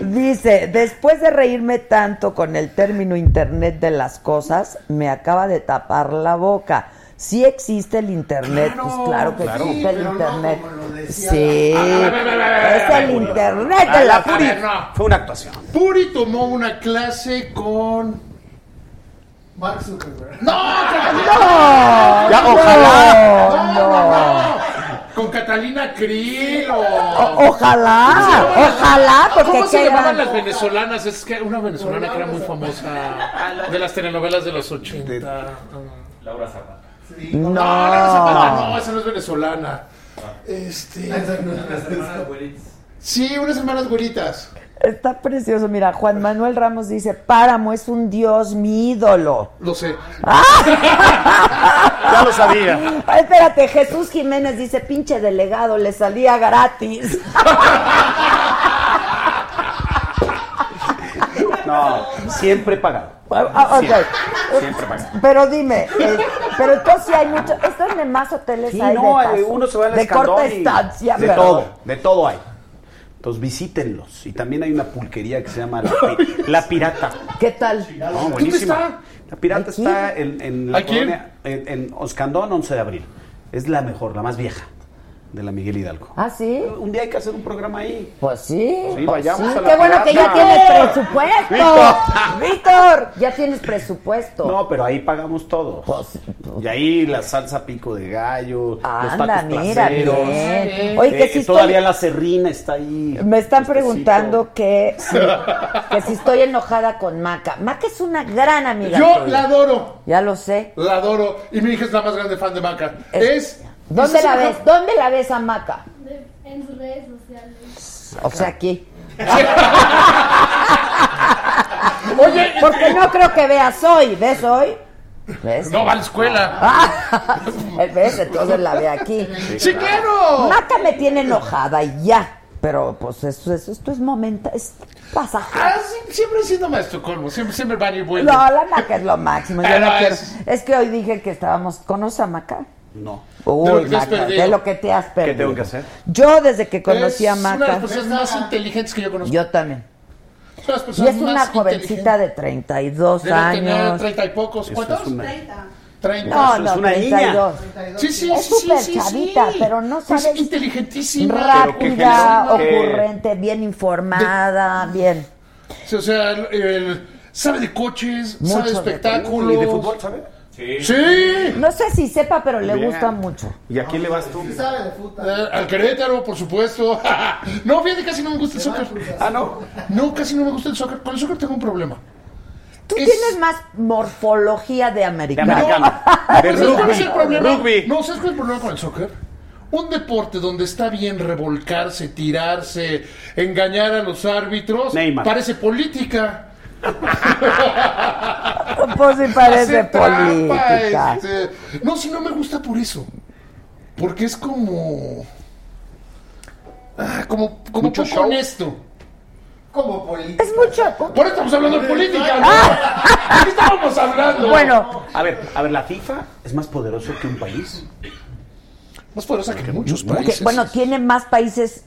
[SPEAKER 1] Dice, después de reírme tanto con el término Internet de las cosas, me acaba de tapar la boca. Sí existe el Internet, pues claro que
[SPEAKER 5] claro.
[SPEAKER 1] existe
[SPEAKER 5] Sí,
[SPEAKER 1] el
[SPEAKER 5] pero no
[SPEAKER 1] Internet.
[SPEAKER 5] como lo decía
[SPEAKER 1] sí, es el Internet
[SPEAKER 9] Ah,
[SPEAKER 1] de la
[SPEAKER 3] A ver,
[SPEAKER 1] puri.
[SPEAKER 3] no.
[SPEAKER 9] Fue una actuación.
[SPEAKER 3] Puri tomó una clase con.
[SPEAKER 5] Mark Zuckerberg.
[SPEAKER 3] ¡No! con-
[SPEAKER 1] No,
[SPEAKER 9] Ya,
[SPEAKER 1] no,
[SPEAKER 9] ojalá.
[SPEAKER 1] no.
[SPEAKER 3] Con Catalina Krill o.
[SPEAKER 1] O- ojalá, ojalá, porque
[SPEAKER 3] ¿Cómo se
[SPEAKER 1] qué
[SPEAKER 3] llamaban
[SPEAKER 1] gran-
[SPEAKER 3] las venezolanas? Es que una venezolana que era muy famosa de las telenovelas de los 80.
[SPEAKER 4] Laura Zapata.
[SPEAKER 1] No,
[SPEAKER 3] No, no, no, Zapata, no, esa no es venezolana. Este. Sí, unas hermanas güeritas.
[SPEAKER 1] Está precioso. Mira, Juan Manuel Ramos dice, Páramo es un dios, mi ídolo.
[SPEAKER 3] Lo sé.
[SPEAKER 9] Ya
[SPEAKER 1] [laughs]
[SPEAKER 9] lo sabía.
[SPEAKER 1] Ah, espérate, Jesús Jiménez dice, pinche delegado, le salía gratis.
[SPEAKER 9] No, siempre
[SPEAKER 1] [laughs]
[SPEAKER 9] pagado.
[SPEAKER 1] Ah, ok.
[SPEAKER 9] Siempre, siempre pagado.
[SPEAKER 1] Pero dime, eh, pero entonces sí hay mucho, ¿es donde más hoteles
[SPEAKER 9] Sí,
[SPEAKER 1] hay
[SPEAKER 9] no,
[SPEAKER 1] de paso?
[SPEAKER 9] eh, uno se va al
[SPEAKER 1] De
[SPEAKER 9] Escandón
[SPEAKER 1] corta
[SPEAKER 9] y-
[SPEAKER 1] estancia,
[SPEAKER 9] De
[SPEAKER 1] pero-
[SPEAKER 9] todo, de todo hay. Entonces visítenlos. Y también hay una pulquería que se llama La, [laughs] Pi- La Pirata.
[SPEAKER 1] ¿Qué tal?
[SPEAKER 9] No, buenísima. La Pirata
[SPEAKER 1] ¿Aquí?
[SPEAKER 9] está en, en la
[SPEAKER 3] ¿Aquí?
[SPEAKER 9] colonia, en, en Oscandón, 11 de abril. Es la mejor, la más vieja de la Miguel Hidalgo.
[SPEAKER 1] ¿Ah, sí?
[SPEAKER 9] Un día hay que hacer un programa ahí.
[SPEAKER 1] Pues sí.
[SPEAKER 9] Sí,
[SPEAKER 1] pues
[SPEAKER 9] vayamos
[SPEAKER 1] sí.
[SPEAKER 9] a la
[SPEAKER 1] Qué bueno que ya
[SPEAKER 9] pirata.
[SPEAKER 1] tienes
[SPEAKER 9] ¡Eh!
[SPEAKER 1] presupuesto.
[SPEAKER 9] Víctor.
[SPEAKER 1] Víctor, ya tienes presupuesto.
[SPEAKER 9] No, pero ahí pagamos todos.
[SPEAKER 1] Pues,
[SPEAKER 9] Y ahí la salsa pico de gallo, los
[SPEAKER 1] Anda,
[SPEAKER 9] tacos
[SPEAKER 1] mira,
[SPEAKER 9] placeros.
[SPEAKER 1] bien. Oye, que
[SPEAKER 9] Eh,
[SPEAKER 1] sí estoy-
[SPEAKER 9] todavía la serrina está ahí.
[SPEAKER 1] Me están
[SPEAKER 9] Puestecito.
[SPEAKER 1] preguntando que si, que si estoy enojada con Maca. Maca es una gran amiga.
[SPEAKER 3] Yo
[SPEAKER 1] tuya.
[SPEAKER 3] la adoro.
[SPEAKER 1] Ya lo sé.
[SPEAKER 3] La adoro. Y mi hija es la más grande fan de Maca.
[SPEAKER 1] Es-
[SPEAKER 3] Es.
[SPEAKER 1] ¿Dónde
[SPEAKER 3] es
[SPEAKER 1] la
[SPEAKER 3] una-
[SPEAKER 1] ves? ¿Dónde la ves a Maca?
[SPEAKER 10] De- en sus redes sociales.
[SPEAKER 1] O sea, aquí.
[SPEAKER 3] Oye,
[SPEAKER 1] Porque no creo que veas hoy. ¿Ves hoy? ¿Ves? Ah.
[SPEAKER 3] no va a la escuela.
[SPEAKER 1] ¿Ves? Entonces la ve aquí.
[SPEAKER 3] ¡Sí, claro!
[SPEAKER 1] Maca me tiene enojada y ya. Pero pues eso, eso, esto es momento, es pasajero.
[SPEAKER 3] Ah, sí, siempre he sido maestro Colmo. Siempre, siempre van y
[SPEAKER 1] No,
[SPEAKER 3] vuelven.
[SPEAKER 1] la Maca es lo máximo. Yo
[SPEAKER 3] Ah,
[SPEAKER 1] no
[SPEAKER 3] no,
[SPEAKER 1] quiero.
[SPEAKER 3] es-
[SPEAKER 1] Es que hoy dije que estábamos. ¿Conoces a Maca?
[SPEAKER 9] No.
[SPEAKER 3] De lo
[SPEAKER 1] Uy,
[SPEAKER 3] que te has
[SPEAKER 1] Maca,
[SPEAKER 3] perdido.
[SPEAKER 1] de lo que te has perdido.
[SPEAKER 9] tengo que hacer?
[SPEAKER 1] Yo desde que conocí a
[SPEAKER 3] es una de
[SPEAKER 1] Maca,
[SPEAKER 3] las personas más inteligentes que yo conozco.
[SPEAKER 1] yo también.
[SPEAKER 3] Es una de las
[SPEAKER 1] Y
[SPEAKER 3] personas
[SPEAKER 1] es una
[SPEAKER 3] más
[SPEAKER 1] jovencita de 32
[SPEAKER 3] Debe tener
[SPEAKER 1] años.
[SPEAKER 3] treinta y pocos.
[SPEAKER 9] Eso
[SPEAKER 3] ¿Cuántos?
[SPEAKER 9] es una-
[SPEAKER 8] 30.
[SPEAKER 1] No,
[SPEAKER 3] Treinta.
[SPEAKER 1] no,
[SPEAKER 9] es una niña.
[SPEAKER 1] 32.
[SPEAKER 3] Sí, sí,
[SPEAKER 1] Es
[SPEAKER 3] sí, sí,
[SPEAKER 1] súper
[SPEAKER 3] sí, sí.
[SPEAKER 1] chavita, pero no
[SPEAKER 3] Pues
[SPEAKER 1] sabes-
[SPEAKER 3] inteligentísima.
[SPEAKER 9] Pero qué
[SPEAKER 1] Rápida,
[SPEAKER 9] genio, qué-
[SPEAKER 1] ocurrente, bien informada, bien.
[SPEAKER 3] Sí, o sea, el, el- Sabe de coches,
[SPEAKER 1] Mucho
[SPEAKER 3] sabe
[SPEAKER 1] de
[SPEAKER 3] de espectáculos.
[SPEAKER 9] ¿Y de fútbol, sabe?
[SPEAKER 4] Sí.
[SPEAKER 3] ¡Sí!
[SPEAKER 1] No sé si sepa, pero le
[SPEAKER 9] Bien.
[SPEAKER 1] gusta mucho.
[SPEAKER 9] ¿Y a quién le vas tú?
[SPEAKER 5] Sí sabe de puta.
[SPEAKER 3] Eh, al Querétaro, por supuesto. [laughs] no, fíjate, casi no me gusta el
[SPEAKER 5] Se va al
[SPEAKER 3] soccer.
[SPEAKER 5] Cruz Azul.
[SPEAKER 9] Ah, no.
[SPEAKER 3] No, casi no me gusta el soccer. Con el soccer tengo un problema.
[SPEAKER 1] Tú
[SPEAKER 3] Es-
[SPEAKER 1] tienes más morfología de
[SPEAKER 9] De
[SPEAKER 1] americano.
[SPEAKER 3] [laughs]
[SPEAKER 9] americano.
[SPEAKER 3] ¿Sabes
[SPEAKER 9] De
[SPEAKER 3] cuál Pues es el problema?
[SPEAKER 9] rugby. Rugby.
[SPEAKER 3] No, ¿sabes cuál es el problema con el soccer? Un deporte donde está bien revolcarse, tirarse, engañar a los árbitros,
[SPEAKER 9] Neymar.
[SPEAKER 3] parece política.
[SPEAKER 1] Pues sí
[SPEAKER 3] [laughs]
[SPEAKER 1] parece
[SPEAKER 3] Hacer trampa,
[SPEAKER 1] política.
[SPEAKER 3] este. No, si no me gusta por eso. Porque es como. ah, como como
[SPEAKER 9] Mucho
[SPEAKER 3] poco
[SPEAKER 9] show.
[SPEAKER 3] honesto.
[SPEAKER 5] Como político.
[SPEAKER 1] Es mucho.
[SPEAKER 3] Por eso estamos hablando de política. ¿no? ¿De qué estábamos hablando?
[SPEAKER 1] Bueno,
[SPEAKER 9] A ver, a ver, la FIFA es más poderoso que un país.
[SPEAKER 3] Más poderosa que muchos
[SPEAKER 9] No, que-
[SPEAKER 1] que-
[SPEAKER 3] países.
[SPEAKER 1] bueno, tiene más países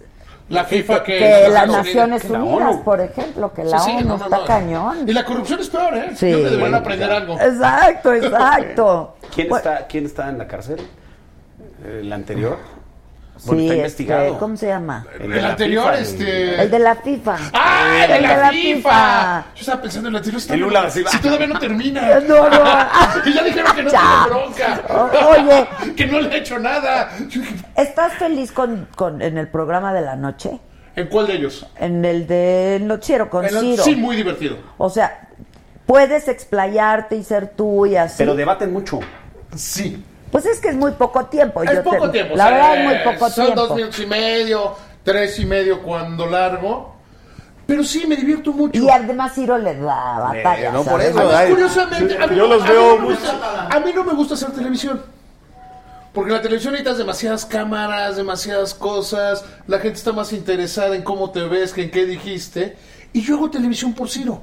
[SPEAKER 3] la FIFA que,
[SPEAKER 1] que las
[SPEAKER 3] Claro,
[SPEAKER 1] Naciones
[SPEAKER 9] que la
[SPEAKER 1] Unidas,
[SPEAKER 9] ONU.
[SPEAKER 1] por ejemplo, que la
[SPEAKER 3] Sí, sí,
[SPEAKER 1] ONU
[SPEAKER 3] no, no,
[SPEAKER 1] está
[SPEAKER 3] no.
[SPEAKER 1] cañón.
[SPEAKER 3] Y la corrupción es peor, ¿eh?
[SPEAKER 1] Sí.
[SPEAKER 3] Yo me deberían aprender algo.
[SPEAKER 1] Exacto,
[SPEAKER 3] [laughs]
[SPEAKER 1] exacto.
[SPEAKER 9] ¿Quién,
[SPEAKER 1] Bueno,
[SPEAKER 9] está, ¿Quién está en la cárcel? Eh, ¿El anterior?
[SPEAKER 1] sí,
[SPEAKER 9] Bueno, está
[SPEAKER 1] este,
[SPEAKER 9] investigado.
[SPEAKER 1] ¿Cómo se llama?
[SPEAKER 9] El de
[SPEAKER 3] El
[SPEAKER 9] la
[SPEAKER 3] anterior,
[SPEAKER 9] FIFA, el-
[SPEAKER 3] este.
[SPEAKER 1] El de la FIFA.
[SPEAKER 3] ¡Ah! El de la, FIFA. Yo estaba pensando en el anterior. está-
[SPEAKER 9] El Lula da Silva.
[SPEAKER 3] Si todavía no termina.
[SPEAKER 1] [laughs] No, no.
[SPEAKER 3] [laughs] Y ya dijeron que no
[SPEAKER 1] Ya.
[SPEAKER 3] tiene bronca.
[SPEAKER 1] O- oye.
[SPEAKER 3] [laughs] que no le ha hecho nada. Yo dije,
[SPEAKER 1] ¿Estás feliz con, con- en el programa de la noche?
[SPEAKER 3] ¿En cuál de ellos?
[SPEAKER 1] En el de Noticiero con
[SPEAKER 3] En el-
[SPEAKER 1] Ciro.
[SPEAKER 3] Sí, muy divertido.
[SPEAKER 1] O sea, puedes explayarte y ser tú y así.
[SPEAKER 9] Pero debaten mucho.
[SPEAKER 3] Sí.
[SPEAKER 1] Pues es que es muy poco tiempo.
[SPEAKER 3] Es
[SPEAKER 1] yo te-
[SPEAKER 3] poco tiempo.
[SPEAKER 1] La
[SPEAKER 3] o sea, eh,
[SPEAKER 1] verdad es muy poco
[SPEAKER 3] son
[SPEAKER 1] tiempo.
[SPEAKER 3] dos minutos y medio, tres y medio cuando largo. Pero sí, me divierto mucho.
[SPEAKER 1] Y además Ciro le da
[SPEAKER 3] Eh,
[SPEAKER 1] batalla.
[SPEAKER 9] no, por
[SPEAKER 1] ¿sabes?
[SPEAKER 9] eso.
[SPEAKER 3] A mí,
[SPEAKER 9] Ay,
[SPEAKER 3] curiosamente, a mí,
[SPEAKER 9] yo los
[SPEAKER 3] a mí
[SPEAKER 9] veo
[SPEAKER 3] no me
[SPEAKER 9] muy-
[SPEAKER 3] gusta- a mí no me gusta hacer televisión. Porque en la televisión necesitas demasiadas cámaras, demasiadas cosas. La gente está más interesada en cómo te ves que en qué dijiste. Y yo hago televisión por Ciro.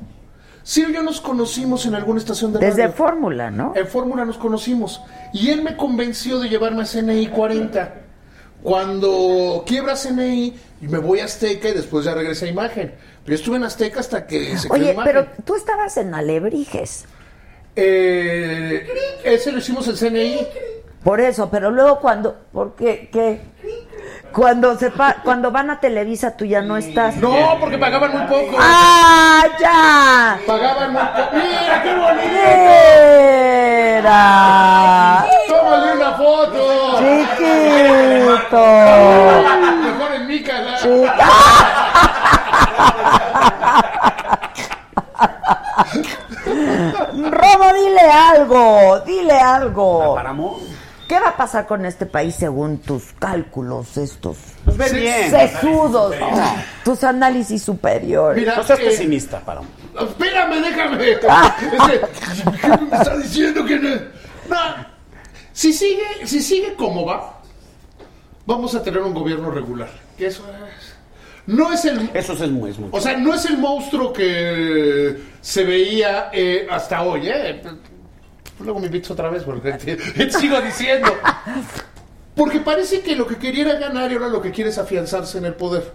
[SPEAKER 3] Ciro y yo nos conocimos en alguna estación de
[SPEAKER 1] Desde
[SPEAKER 3] radio.
[SPEAKER 1] Fórmula, ¿no?
[SPEAKER 3] En Fórmula nos conocimos. Y él me convenció de llevarme a CNI 40. Cuando quiebra CNI, y me voy a Azteca y después ya regresé a Imagen. Pero yo estuve en Azteca hasta que se creó
[SPEAKER 1] Oye,
[SPEAKER 3] Imagen.
[SPEAKER 1] pero tú estabas en Alebrijes.
[SPEAKER 3] Eh, ese lo hicimos en CNI.
[SPEAKER 1] Por eso, pero luego cuando, ¿por qué? ¿Qué? Cuando sepa, cuando van a Televisa tú ya no estás.
[SPEAKER 3] No, porque pagaban muy poco.
[SPEAKER 1] ¡Ah, ya!
[SPEAKER 3] Pagaban muy poco. ¡Mira, qué bonito!
[SPEAKER 1] ¡Mira!
[SPEAKER 3] ¡Tómale una foto!
[SPEAKER 1] ¡Chiquito!
[SPEAKER 3] Mejor en mi casa.
[SPEAKER 1] Robo, dile algo, dile
[SPEAKER 3] Oh.
[SPEAKER 1] algo.
[SPEAKER 9] Páramo.
[SPEAKER 1] ¿Qué va a pasar con este país según tus cálculos estos
[SPEAKER 3] Pues
[SPEAKER 9] Nos ven bien.
[SPEAKER 1] sesudos? Tus análisis superiores.
[SPEAKER 3] Mira,
[SPEAKER 9] No seas
[SPEAKER 3] eh,
[SPEAKER 9] pesimista, Páramo.
[SPEAKER 3] Espérame, déjame. Este, ¿Qué me está diciendo que no? No. Si sigue, si sigue como va, vamos a tener un gobierno regular. Que eso es. No es el.
[SPEAKER 9] Eso es muy, es mucho.
[SPEAKER 3] O sea, no es el monstruo que se veía eh, hasta hoy, ¿eh? Luego me invitas otra vez
[SPEAKER 1] [laughs]
[SPEAKER 3] porque te, te sigo diciendo. Porque parece que lo que quería era ganar y ahora lo que quiere es afianzarse en el poder.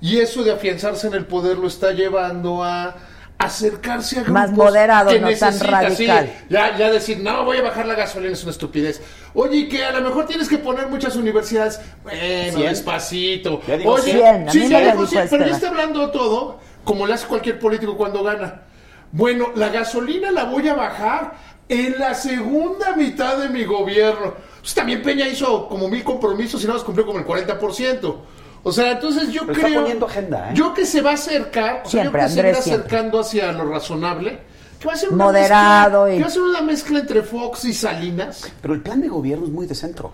[SPEAKER 3] Y eso de afianzarse en el poder lo está llevando a acercarse a grupos
[SPEAKER 1] Más moderado,
[SPEAKER 3] que
[SPEAKER 1] no tan
[SPEAKER 3] necesita, sí,
[SPEAKER 1] radical.
[SPEAKER 3] ya, ya decir, no, voy a bajar la gasolina es una estupidez. Oye, que a lo mejor tienes que poner muchas universidades, bueno,
[SPEAKER 9] Cien.
[SPEAKER 3] despacito.
[SPEAKER 9] Ya digo
[SPEAKER 3] Oye,
[SPEAKER 1] cien, a
[SPEAKER 3] sí,
[SPEAKER 1] mí
[SPEAKER 3] sí,
[SPEAKER 1] me lo
[SPEAKER 3] ya digo
[SPEAKER 1] dijo
[SPEAKER 3] cien, pero ya
[SPEAKER 1] Esteban.
[SPEAKER 3] está hablando todo como lo hace cualquier político cuando gana. Bueno, la gasolina la voy a bajar en la segunda mitad de mi gobierno. Pues también Peña hizo como mil compromisos y nada más cumplió como el 40%. O sea, entonces yo
[SPEAKER 9] Pero está
[SPEAKER 3] creo.
[SPEAKER 9] poniendo agenda, ¿eh?
[SPEAKER 3] Yo que se va a acercar, o sea, yo
[SPEAKER 1] Siempre,
[SPEAKER 3] que se va
[SPEAKER 1] Andrés, siempre.
[SPEAKER 3] acercando hacia lo razonable. Que va a ser una
[SPEAKER 1] Moderado
[SPEAKER 3] mezcla-
[SPEAKER 1] y-
[SPEAKER 3] que va a ser una mezcla entre Fox y Salinas.
[SPEAKER 9] Pero el plan de gobierno es muy de centro.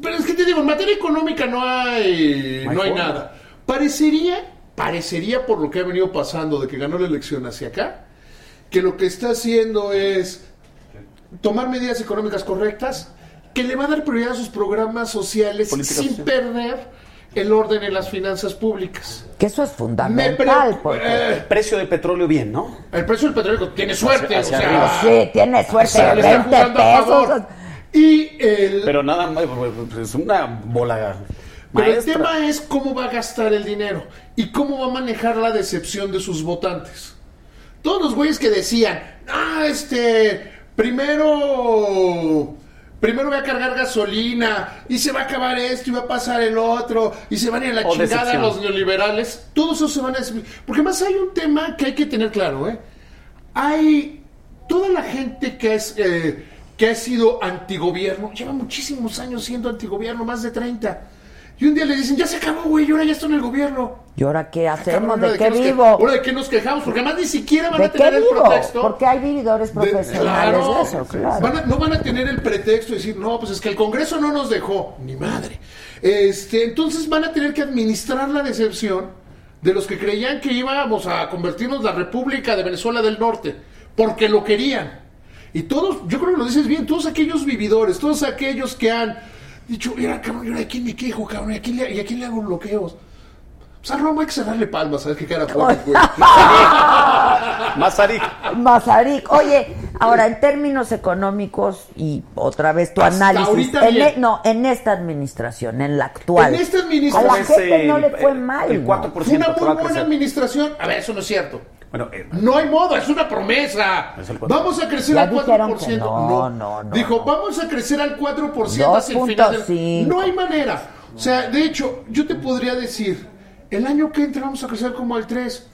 [SPEAKER 3] Pero es que te digo, en materia económica no hay,
[SPEAKER 9] No hay
[SPEAKER 3] no hay
[SPEAKER 9] forma.
[SPEAKER 3] nada. Parecería, parecería por lo que ha venido pasando de que ganó la elección hacia acá, que lo que está haciendo es tomar medidas económicas correctas, que le va a dar prioridad a sus programas sociales
[SPEAKER 9] Políticas
[SPEAKER 3] sin
[SPEAKER 9] sociales.
[SPEAKER 3] perder el orden en las finanzas públicas.
[SPEAKER 1] Que eso es
[SPEAKER 3] Me
[SPEAKER 1] fundamental.
[SPEAKER 3] preocupa-
[SPEAKER 1] Porque...
[SPEAKER 3] eh,
[SPEAKER 9] El precio del petróleo bien, ¿no?
[SPEAKER 3] el precio del petróleo tiene suerte,
[SPEAKER 9] Hacia- hacia
[SPEAKER 3] o sea,
[SPEAKER 9] arriba.
[SPEAKER 1] Sí, tiene suerte.
[SPEAKER 3] se le está
[SPEAKER 1] 20
[SPEAKER 3] jugando a
[SPEAKER 1] pesos.
[SPEAKER 3] favor. Y el,
[SPEAKER 9] Pero nada más, pues, es una bola
[SPEAKER 3] Pero
[SPEAKER 9] maestra.
[SPEAKER 3] el tema es cómo va a gastar el dinero y cómo va a manejar la decepción de sus votantes. Todos los güeyes que decían, ah, este, primero, primero va a cargar gasolina y se va a acabar esto y va a pasar el otro y se van a ir a la
[SPEAKER 9] O
[SPEAKER 3] chingada
[SPEAKER 9] decepción.
[SPEAKER 3] los neoliberales. Todos esos se van a... des- Porque más hay un tema que hay que tener claro, ¿eh? hay toda la gente que es eh, que ha sido antigobierno, lleva muchísimos años siendo antigobierno, más de 30. Y un día le dicen, ya se acabó, güey, y ahora ya está en el gobierno.
[SPEAKER 1] ¿Y ahora qué hacemos?
[SPEAKER 3] Cabrón, ¿ahora
[SPEAKER 1] ¿De, qué
[SPEAKER 3] nos que-
[SPEAKER 1] vivo?
[SPEAKER 3] ahora de qué nos quejamos, porque además ni siquiera van a
[SPEAKER 1] ¿De qué
[SPEAKER 3] tener el
[SPEAKER 1] vivo?
[SPEAKER 3] pretexto.
[SPEAKER 1] Porque hay vividores
[SPEAKER 3] de-
[SPEAKER 1] profesionales de eso, claro.
[SPEAKER 3] Van a- no van a tener el pretexto de decir, no, pues es que el Congreso no nos dejó, ni madre. Este, entonces van a tener que administrar la decepción de los que creían que íbamos a convertirnos la República de Venezuela del Norte, porque lo querían. Y todos, yo creo que lo dices bien, todos aquellos vividores, todos aquellos que han dicho, mira, cabrón, ¿y ahora de quién me quejo, cabrón? ¿Y a quién le, y a quién le hago bloqueos? Pues a Roma hay que cerrarle palmas, ¿sabes qué
[SPEAKER 1] [laughs]
[SPEAKER 3] cara pones, güey? [laughs]
[SPEAKER 9] Mazarik.
[SPEAKER 1] Mazarik, oye, ahora en términos económicos y otra vez tu
[SPEAKER 3] Hasta
[SPEAKER 1] análisis,
[SPEAKER 3] ahorita
[SPEAKER 1] en
[SPEAKER 3] bien.
[SPEAKER 1] e- no, en esta administración, en la actual,
[SPEAKER 3] En esta
[SPEAKER 1] a la
[SPEAKER 3] administración
[SPEAKER 1] gente no le fue
[SPEAKER 9] el-
[SPEAKER 1] mal,
[SPEAKER 9] El
[SPEAKER 1] ¿no?
[SPEAKER 9] 4%
[SPEAKER 3] fue una
[SPEAKER 9] que
[SPEAKER 3] muy
[SPEAKER 9] va
[SPEAKER 3] buena
[SPEAKER 9] a
[SPEAKER 3] Mm,
[SPEAKER 9] crecer.
[SPEAKER 3] administración. A ver, eso no es cierto.
[SPEAKER 9] Bueno, eh,
[SPEAKER 3] No hay modo, es una promesa.
[SPEAKER 9] Es el cuatro.
[SPEAKER 3] Vamos a crecer
[SPEAKER 1] Ya
[SPEAKER 3] al 4%.
[SPEAKER 1] dijeron que no, no, no,
[SPEAKER 3] Dijo,
[SPEAKER 1] no.
[SPEAKER 3] vamos a crecer al 4% hacia el final. del-
[SPEAKER 1] 2.5.
[SPEAKER 3] No hay manera. O sea, de hecho, yo te podría decir, el año que entra vamos a crecer como al 3.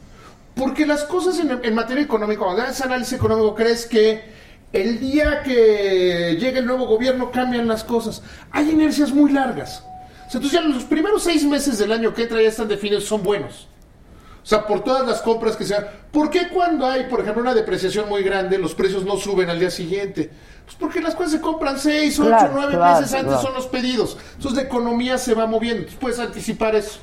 [SPEAKER 3] Porque las cosas en, en materia económica, cuando haces análisis económico, crees que el día que llegue el nuevo gobierno cambian las cosas. Hay inercias muy largas. O sea, entonces ya los primeros seis meses del año que entra ya están definidos, son buenos. O sea, por todas las compras que se hagan. ¿Por qué cuando hay, por ejemplo, una depreciación muy grande, los precios no suben al día siguiente? Pues porque las cosas se compran seis, ocho,
[SPEAKER 1] Claro,
[SPEAKER 3] nueve
[SPEAKER 1] claro,
[SPEAKER 3] meses antes
[SPEAKER 1] claro.
[SPEAKER 3] son los pedidos. Entonces la economía se va moviendo. Entonces, puedes anticipar eso.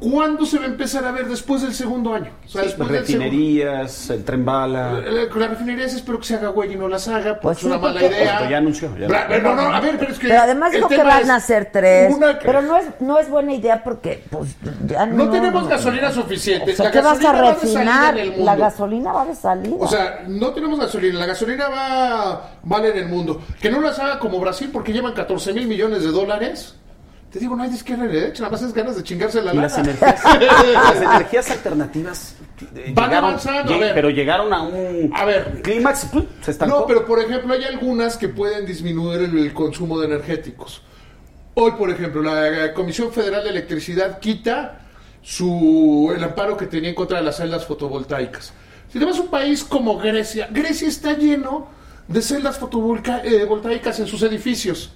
[SPEAKER 3] ¿Cuándo se va a empezar a ver después del segundo año? O sea, después del segundo-
[SPEAKER 9] refinerías, el tren bala.
[SPEAKER 3] la, la refinería se espero que se haga güey y no las haga, porque
[SPEAKER 1] Pues
[SPEAKER 3] es
[SPEAKER 1] sí,
[SPEAKER 3] una mala
[SPEAKER 1] porque-
[SPEAKER 3] idea.
[SPEAKER 9] Pero ya anunció, ya
[SPEAKER 3] Bra- no, no, a ver, pero es que.
[SPEAKER 1] Pero además
[SPEAKER 3] el
[SPEAKER 1] dijo que
[SPEAKER 3] tema
[SPEAKER 1] van
[SPEAKER 3] es
[SPEAKER 1] a ser tres.
[SPEAKER 3] una-
[SPEAKER 1] Pero no es, no es buena idea porque pues, ya no.
[SPEAKER 3] No tenemos gasolina suficiente.
[SPEAKER 1] O sea,
[SPEAKER 3] La
[SPEAKER 1] ¿qué vas a
[SPEAKER 3] gasolina va de salida
[SPEAKER 1] refinar?
[SPEAKER 3] en el mundo.
[SPEAKER 1] La gasolina va de salida.
[SPEAKER 3] O sea, no tenemos gasolina. La gasolina va vale en el mundo. Que no las haga como Brasil porque llevan 14 mil millones de dólares. Te digo, no hay de izquierda ni de derecha, nada más es ganas de chingarse la
[SPEAKER 9] Y las
[SPEAKER 3] lana.
[SPEAKER 9] energías, las energías alternativas eh,
[SPEAKER 3] Van
[SPEAKER 9] llegaron,
[SPEAKER 3] avanzando, a
[SPEAKER 9] lleg-
[SPEAKER 3] ver.
[SPEAKER 9] pero llegaron a un
[SPEAKER 3] A ver.
[SPEAKER 9] clímax, ¡pum! se estancó.
[SPEAKER 3] No, pero por ejemplo hay algunas que pueden disminuir el, el consumo de energéticos. Hoy, por ejemplo, la Comisión Federal de Electricidad quita su, el amparo que tenía en contra de las celdas fotovoltaicas. Si te vas a un país como Grecia, Grecia está lleno de celdas fotovoltaicas en sus edificios.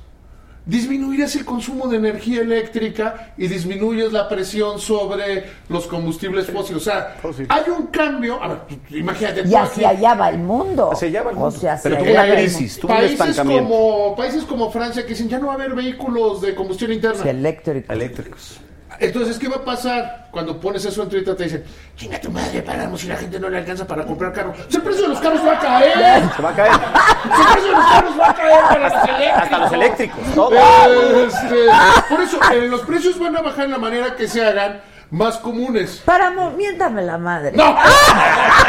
[SPEAKER 3] Disminuirías el consumo de energía eléctrica y disminuyes la presión sobre los combustibles fósiles. O sea,
[SPEAKER 9] Fósil.
[SPEAKER 3] hay un cambio. A ver, imagínate.
[SPEAKER 1] y
[SPEAKER 3] tú
[SPEAKER 1] hacia
[SPEAKER 3] aquí-
[SPEAKER 1] allá va el mundo.
[SPEAKER 9] Hacia allá va el
[SPEAKER 1] O
[SPEAKER 9] mundo.
[SPEAKER 1] sea, hacia
[SPEAKER 9] Pero tuvo
[SPEAKER 1] allá
[SPEAKER 9] una
[SPEAKER 1] va el
[SPEAKER 9] crisis.
[SPEAKER 1] mundo.
[SPEAKER 9] tuvo un
[SPEAKER 3] países
[SPEAKER 9] estancamiento.
[SPEAKER 3] como países como Francia que dicen ya no va a haber vehículos de combustión interna.
[SPEAKER 1] Sí, eléctrico.
[SPEAKER 9] eléctricos.
[SPEAKER 3] Entonces, ¿qué va a pasar cuando pones eso en Twitter? Te dicen, chinga tu madre, paramos y la gente no le alcanza para comprar carro. ¡Se el precio de los carros va a caer!
[SPEAKER 9] Se va a caer
[SPEAKER 3] ¡Se el precio de los carros va a caer para los eléctricos!
[SPEAKER 9] hasta los eléctricos, todo.
[SPEAKER 3] Este, por eso, eh, los precios van a bajar en la manera que se hagan más comunes.
[SPEAKER 1] Para, mo- miéntame la madre.
[SPEAKER 3] ¡No!
[SPEAKER 9] Ah.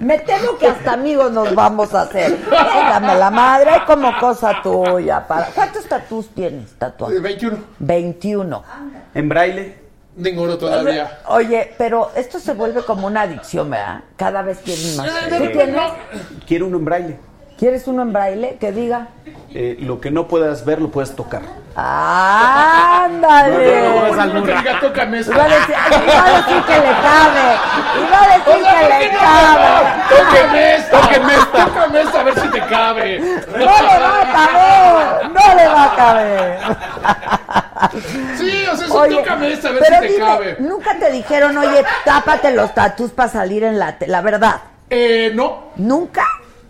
[SPEAKER 1] Me temo que hasta amigos nos vamos a hacer. Miéntame la madre, hay como cosa tuya. Para... ¿Cuántos tatús tienes, tatuaje?
[SPEAKER 3] Eh, 21.
[SPEAKER 1] 21.
[SPEAKER 9] En braille,
[SPEAKER 3] Ninguno todavía.
[SPEAKER 1] Oye, pero esto se vuelve como una adicción, ¿verdad? Cada vez quieren más.
[SPEAKER 3] Eh,
[SPEAKER 1] ¿Tú
[SPEAKER 3] no,
[SPEAKER 1] tienes?
[SPEAKER 9] quiero uno en braille.
[SPEAKER 1] ¿Quieres uno en braille? Que diga.
[SPEAKER 9] Eh, lo que no puedas ver, lo puedes tocar.
[SPEAKER 1] ¡Ándale!
[SPEAKER 3] Por ejemplo, que diga, tócame esto.
[SPEAKER 1] Iba a
[SPEAKER 9] este,
[SPEAKER 1] decir, iba a decir que le cabe. Iba a decir que le cabe.
[SPEAKER 3] Tóqueme esta, tóqueme esta, tóqueme esta, a ver si te cabe.
[SPEAKER 1] No le va a caber. No le va a caber.
[SPEAKER 3] Sí, o sea, sí,
[SPEAKER 1] Oye,
[SPEAKER 3] tócame esta, a ver
[SPEAKER 1] pero
[SPEAKER 3] si te
[SPEAKER 1] dime,
[SPEAKER 3] cabe.
[SPEAKER 1] Nunca te dijeron, oye, tápate los tatús para salir en la... te- La verdad.
[SPEAKER 3] Eh, no,
[SPEAKER 1] ¿Nunca?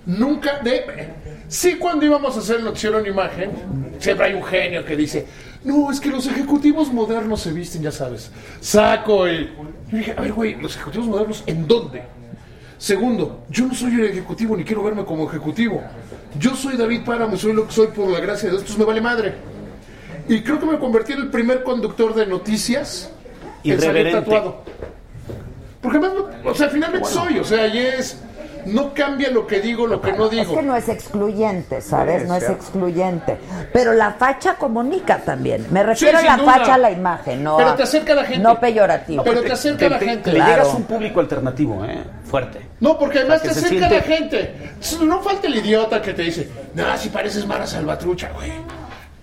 [SPEAKER 3] nunca. De, sí, cuando íbamos a hacer lo que hicieron imagen, siempre hay un genio que dice: No, es que los ejecutivos modernos se visten, ya sabes. Saco y. Yo dije: A ver, güey, ¿los ejecutivos modernos en dónde? Segundo, yo no soy el ejecutivo ni quiero verme como ejecutivo. Yo soy David Páramo, y soy lo que soy por la gracia de Dios, entonces me vale madre. Y creo que me convertí en el primer conductor de noticias en salir
[SPEAKER 9] Irreverente.
[SPEAKER 3] tatuado. Porque además, no- o sea, finalmente soy, o sea, y es. No cambia lo que digo, lo que no
[SPEAKER 1] Es que
[SPEAKER 3] digo.
[SPEAKER 1] no es excluyente, ¿sabes?
[SPEAKER 9] Sí,
[SPEAKER 1] No es
[SPEAKER 9] cierto.
[SPEAKER 1] excluyente. Pero la facha comunica también. Me refiero
[SPEAKER 3] sin
[SPEAKER 1] a la
[SPEAKER 3] duda.
[SPEAKER 1] facha a la imagen, no
[SPEAKER 3] Pero
[SPEAKER 1] a-
[SPEAKER 3] te acerca a la gente. pues,
[SPEAKER 1] No peyorativo.
[SPEAKER 3] Pero te acerca a la
[SPEAKER 9] Le
[SPEAKER 3] gente.
[SPEAKER 1] Claro.
[SPEAKER 9] llegas a un público alternativo, ¿eh? Fuerte.
[SPEAKER 3] No, porque además te
[SPEAKER 9] que se
[SPEAKER 3] acerca a la
[SPEAKER 9] siente.
[SPEAKER 3] gente. No falta el idiota que te dice, no, si pareces Mara Salvatrucha, güey.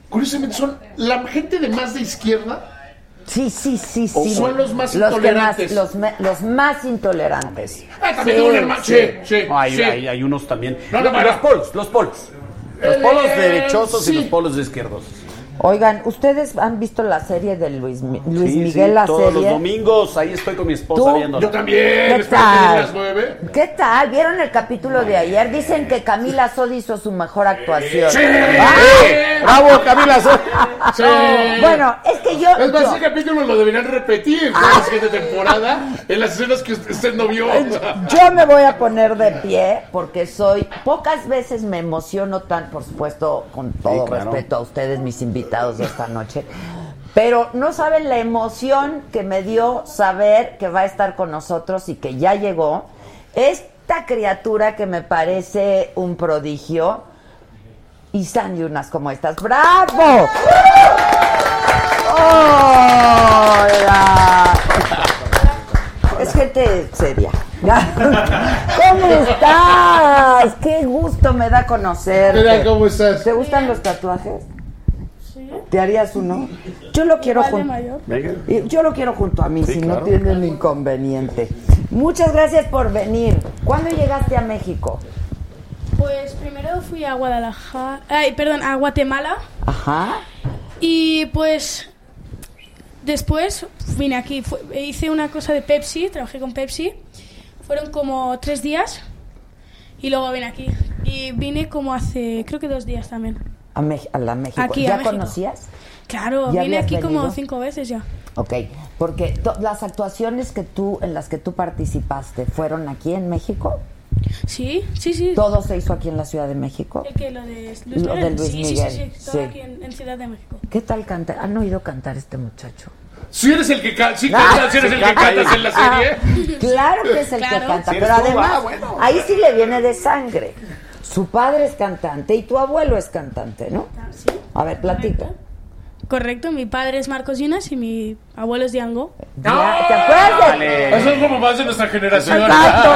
[SPEAKER 3] Curiosamente son la gente de más de izquierda
[SPEAKER 1] Sí, sí, sí,
[SPEAKER 3] O
[SPEAKER 1] sí.
[SPEAKER 3] son los más
[SPEAKER 1] que
[SPEAKER 3] intolerantes.
[SPEAKER 1] los, me- los más intolerantes.
[SPEAKER 3] Ah, también tengo un hermano. Sí, sí.
[SPEAKER 9] No, este, hay,
[SPEAKER 3] sí.
[SPEAKER 9] hay- hay unos también.
[SPEAKER 3] No, no,
[SPEAKER 9] los,
[SPEAKER 3] para.
[SPEAKER 9] los polos, los polos. Los
[SPEAKER 3] Eh,
[SPEAKER 9] polos derechosos
[SPEAKER 3] sí.
[SPEAKER 9] y los polos izquierdos.
[SPEAKER 1] Oigan, ¿ustedes han visto la serie de Luis, Mi- Luis
[SPEAKER 9] Sí, sí,
[SPEAKER 1] Miguel? la
[SPEAKER 9] todos
[SPEAKER 1] serie?
[SPEAKER 9] los domingos, ahí estoy con mi esposa
[SPEAKER 1] ¿Tú?
[SPEAKER 9] viendo.
[SPEAKER 3] Yo también.
[SPEAKER 1] ¿Qué
[SPEAKER 3] Espérate,
[SPEAKER 1] tal?
[SPEAKER 3] las nueve.
[SPEAKER 1] ¿Qué tal? ¿Vieron el capítulo de ayer? Dicen que Camila Sodi hizo su mejor actuación.
[SPEAKER 3] Sí.
[SPEAKER 1] ¡Ay!
[SPEAKER 9] ¡Bravo, Camila! so-
[SPEAKER 3] Sí.
[SPEAKER 1] Bueno, es que yo...
[SPEAKER 3] Es más,
[SPEAKER 1] yo- Ah.
[SPEAKER 3] ese capítulo lo deberían repetir en la siguiente temporada en las escenas que usted usted no vio.
[SPEAKER 1] Yo me voy a poner de pie porque soy. Pocas veces me emociono tan, por supuesto, con todo
[SPEAKER 9] claro.
[SPEAKER 1] respeto a ustedes, mis invitados de esta noche. Pero no saben la emoción que me dio saber que va a estar con nosotros y que ya llegó. Esta criatura que me parece un prodigio. Y Sandy, unas como estas. ¡Bravo! ¡Hola! Es gente seria. ¿Cómo estás? Qué gusto me da conocerte.
[SPEAKER 3] Mira cómo estás.
[SPEAKER 1] ¿Te gustan los tatuajes?
[SPEAKER 10] Sí.
[SPEAKER 1] ¿Te harías uno? Yo lo quiero
[SPEAKER 10] ¿Cuál de
[SPEAKER 1] junto.
[SPEAKER 10] mayor?
[SPEAKER 9] Venga.
[SPEAKER 1] Yo lo quiero junto a mí, si no tienen inconveniente. Muchas gracias por venir. ¿Cuándo llegaste a México?
[SPEAKER 10] Pues primero fui a Guadalajara, ay, perdón, a Guatemala
[SPEAKER 1] Ajá.
[SPEAKER 10] y pues después vine aquí, Fue- hice una cosa de Pepsi, trabajé con Pepsi, fueron como tres días y luego vine aquí y vine como hace creo que dos días también.
[SPEAKER 1] A, Mex- a la México.
[SPEAKER 10] Aquí, a
[SPEAKER 1] ¿Ya
[SPEAKER 10] México.
[SPEAKER 1] conocías?
[SPEAKER 10] Claro,
[SPEAKER 1] ¿Ya
[SPEAKER 10] vine
[SPEAKER 1] habías
[SPEAKER 10] aquí como
[SPEAKER 1] venido?
[SPEAKER 10] cinco veces ya.
[SPEAKER 1] Ok, porque to- las actuaciones que tú en las que tú participaste fueron aquí en México.
[SPEAKER 10] Sí, sí, sí.
[SPEAKER 1] Todo se hizo aquí en la Ciudad de México.
[SPEAKER 10] El que lo de Luis
[SPEAKER 1] Lo de
[SPEAKER 10] Miguel.
[SPEAKER 1] Luis
[SPEAKER 10] sí,
[SPEAKER 1] Miguel,
[SPEAKER 10] sí, sí, sí, todo
[SPEAKER 1] sí.
[SPEAKER 10] aquí en- en Ciudad de México.
[SPEAKER 1] ¿Qué tal canta? ¿Han oído cantar este muchacho?
[SPEAKER 3] Si eres el que canta, si
[SPEAKER 1] Ah.
[SPEAKER 3] cantas, si eres el que cantas en la serie.
[SPEAKER 1] Claro que es el que
[SPEAKER 10] Claro.
[SPEAKER 1] canta,
[SPEAKER 9] Sí,
[SPEAKER 1] pero
[SPEAKER 9] eres tú,
[SPEAKER 1] además
[SPEAKER 9] ah, bueno.
[SPEAKER 1] ahí sí le viene de sangre. Su padre es cantante y tu abuelo es cantante, ¿no?
[SPEAKER 10] Ah, Sí.
[SPEAKER 1] A ver, platica.
[SPEAKER 10] Correcto, mi padre es Marcos Yunas y mi abuelo es Diango.
[SPEAKER 1] Ya, ¿Te acuerdas? de-
[SPEAKER 3] Eso es como más de nuestra generación.
[SPEAKER 1] Exacto,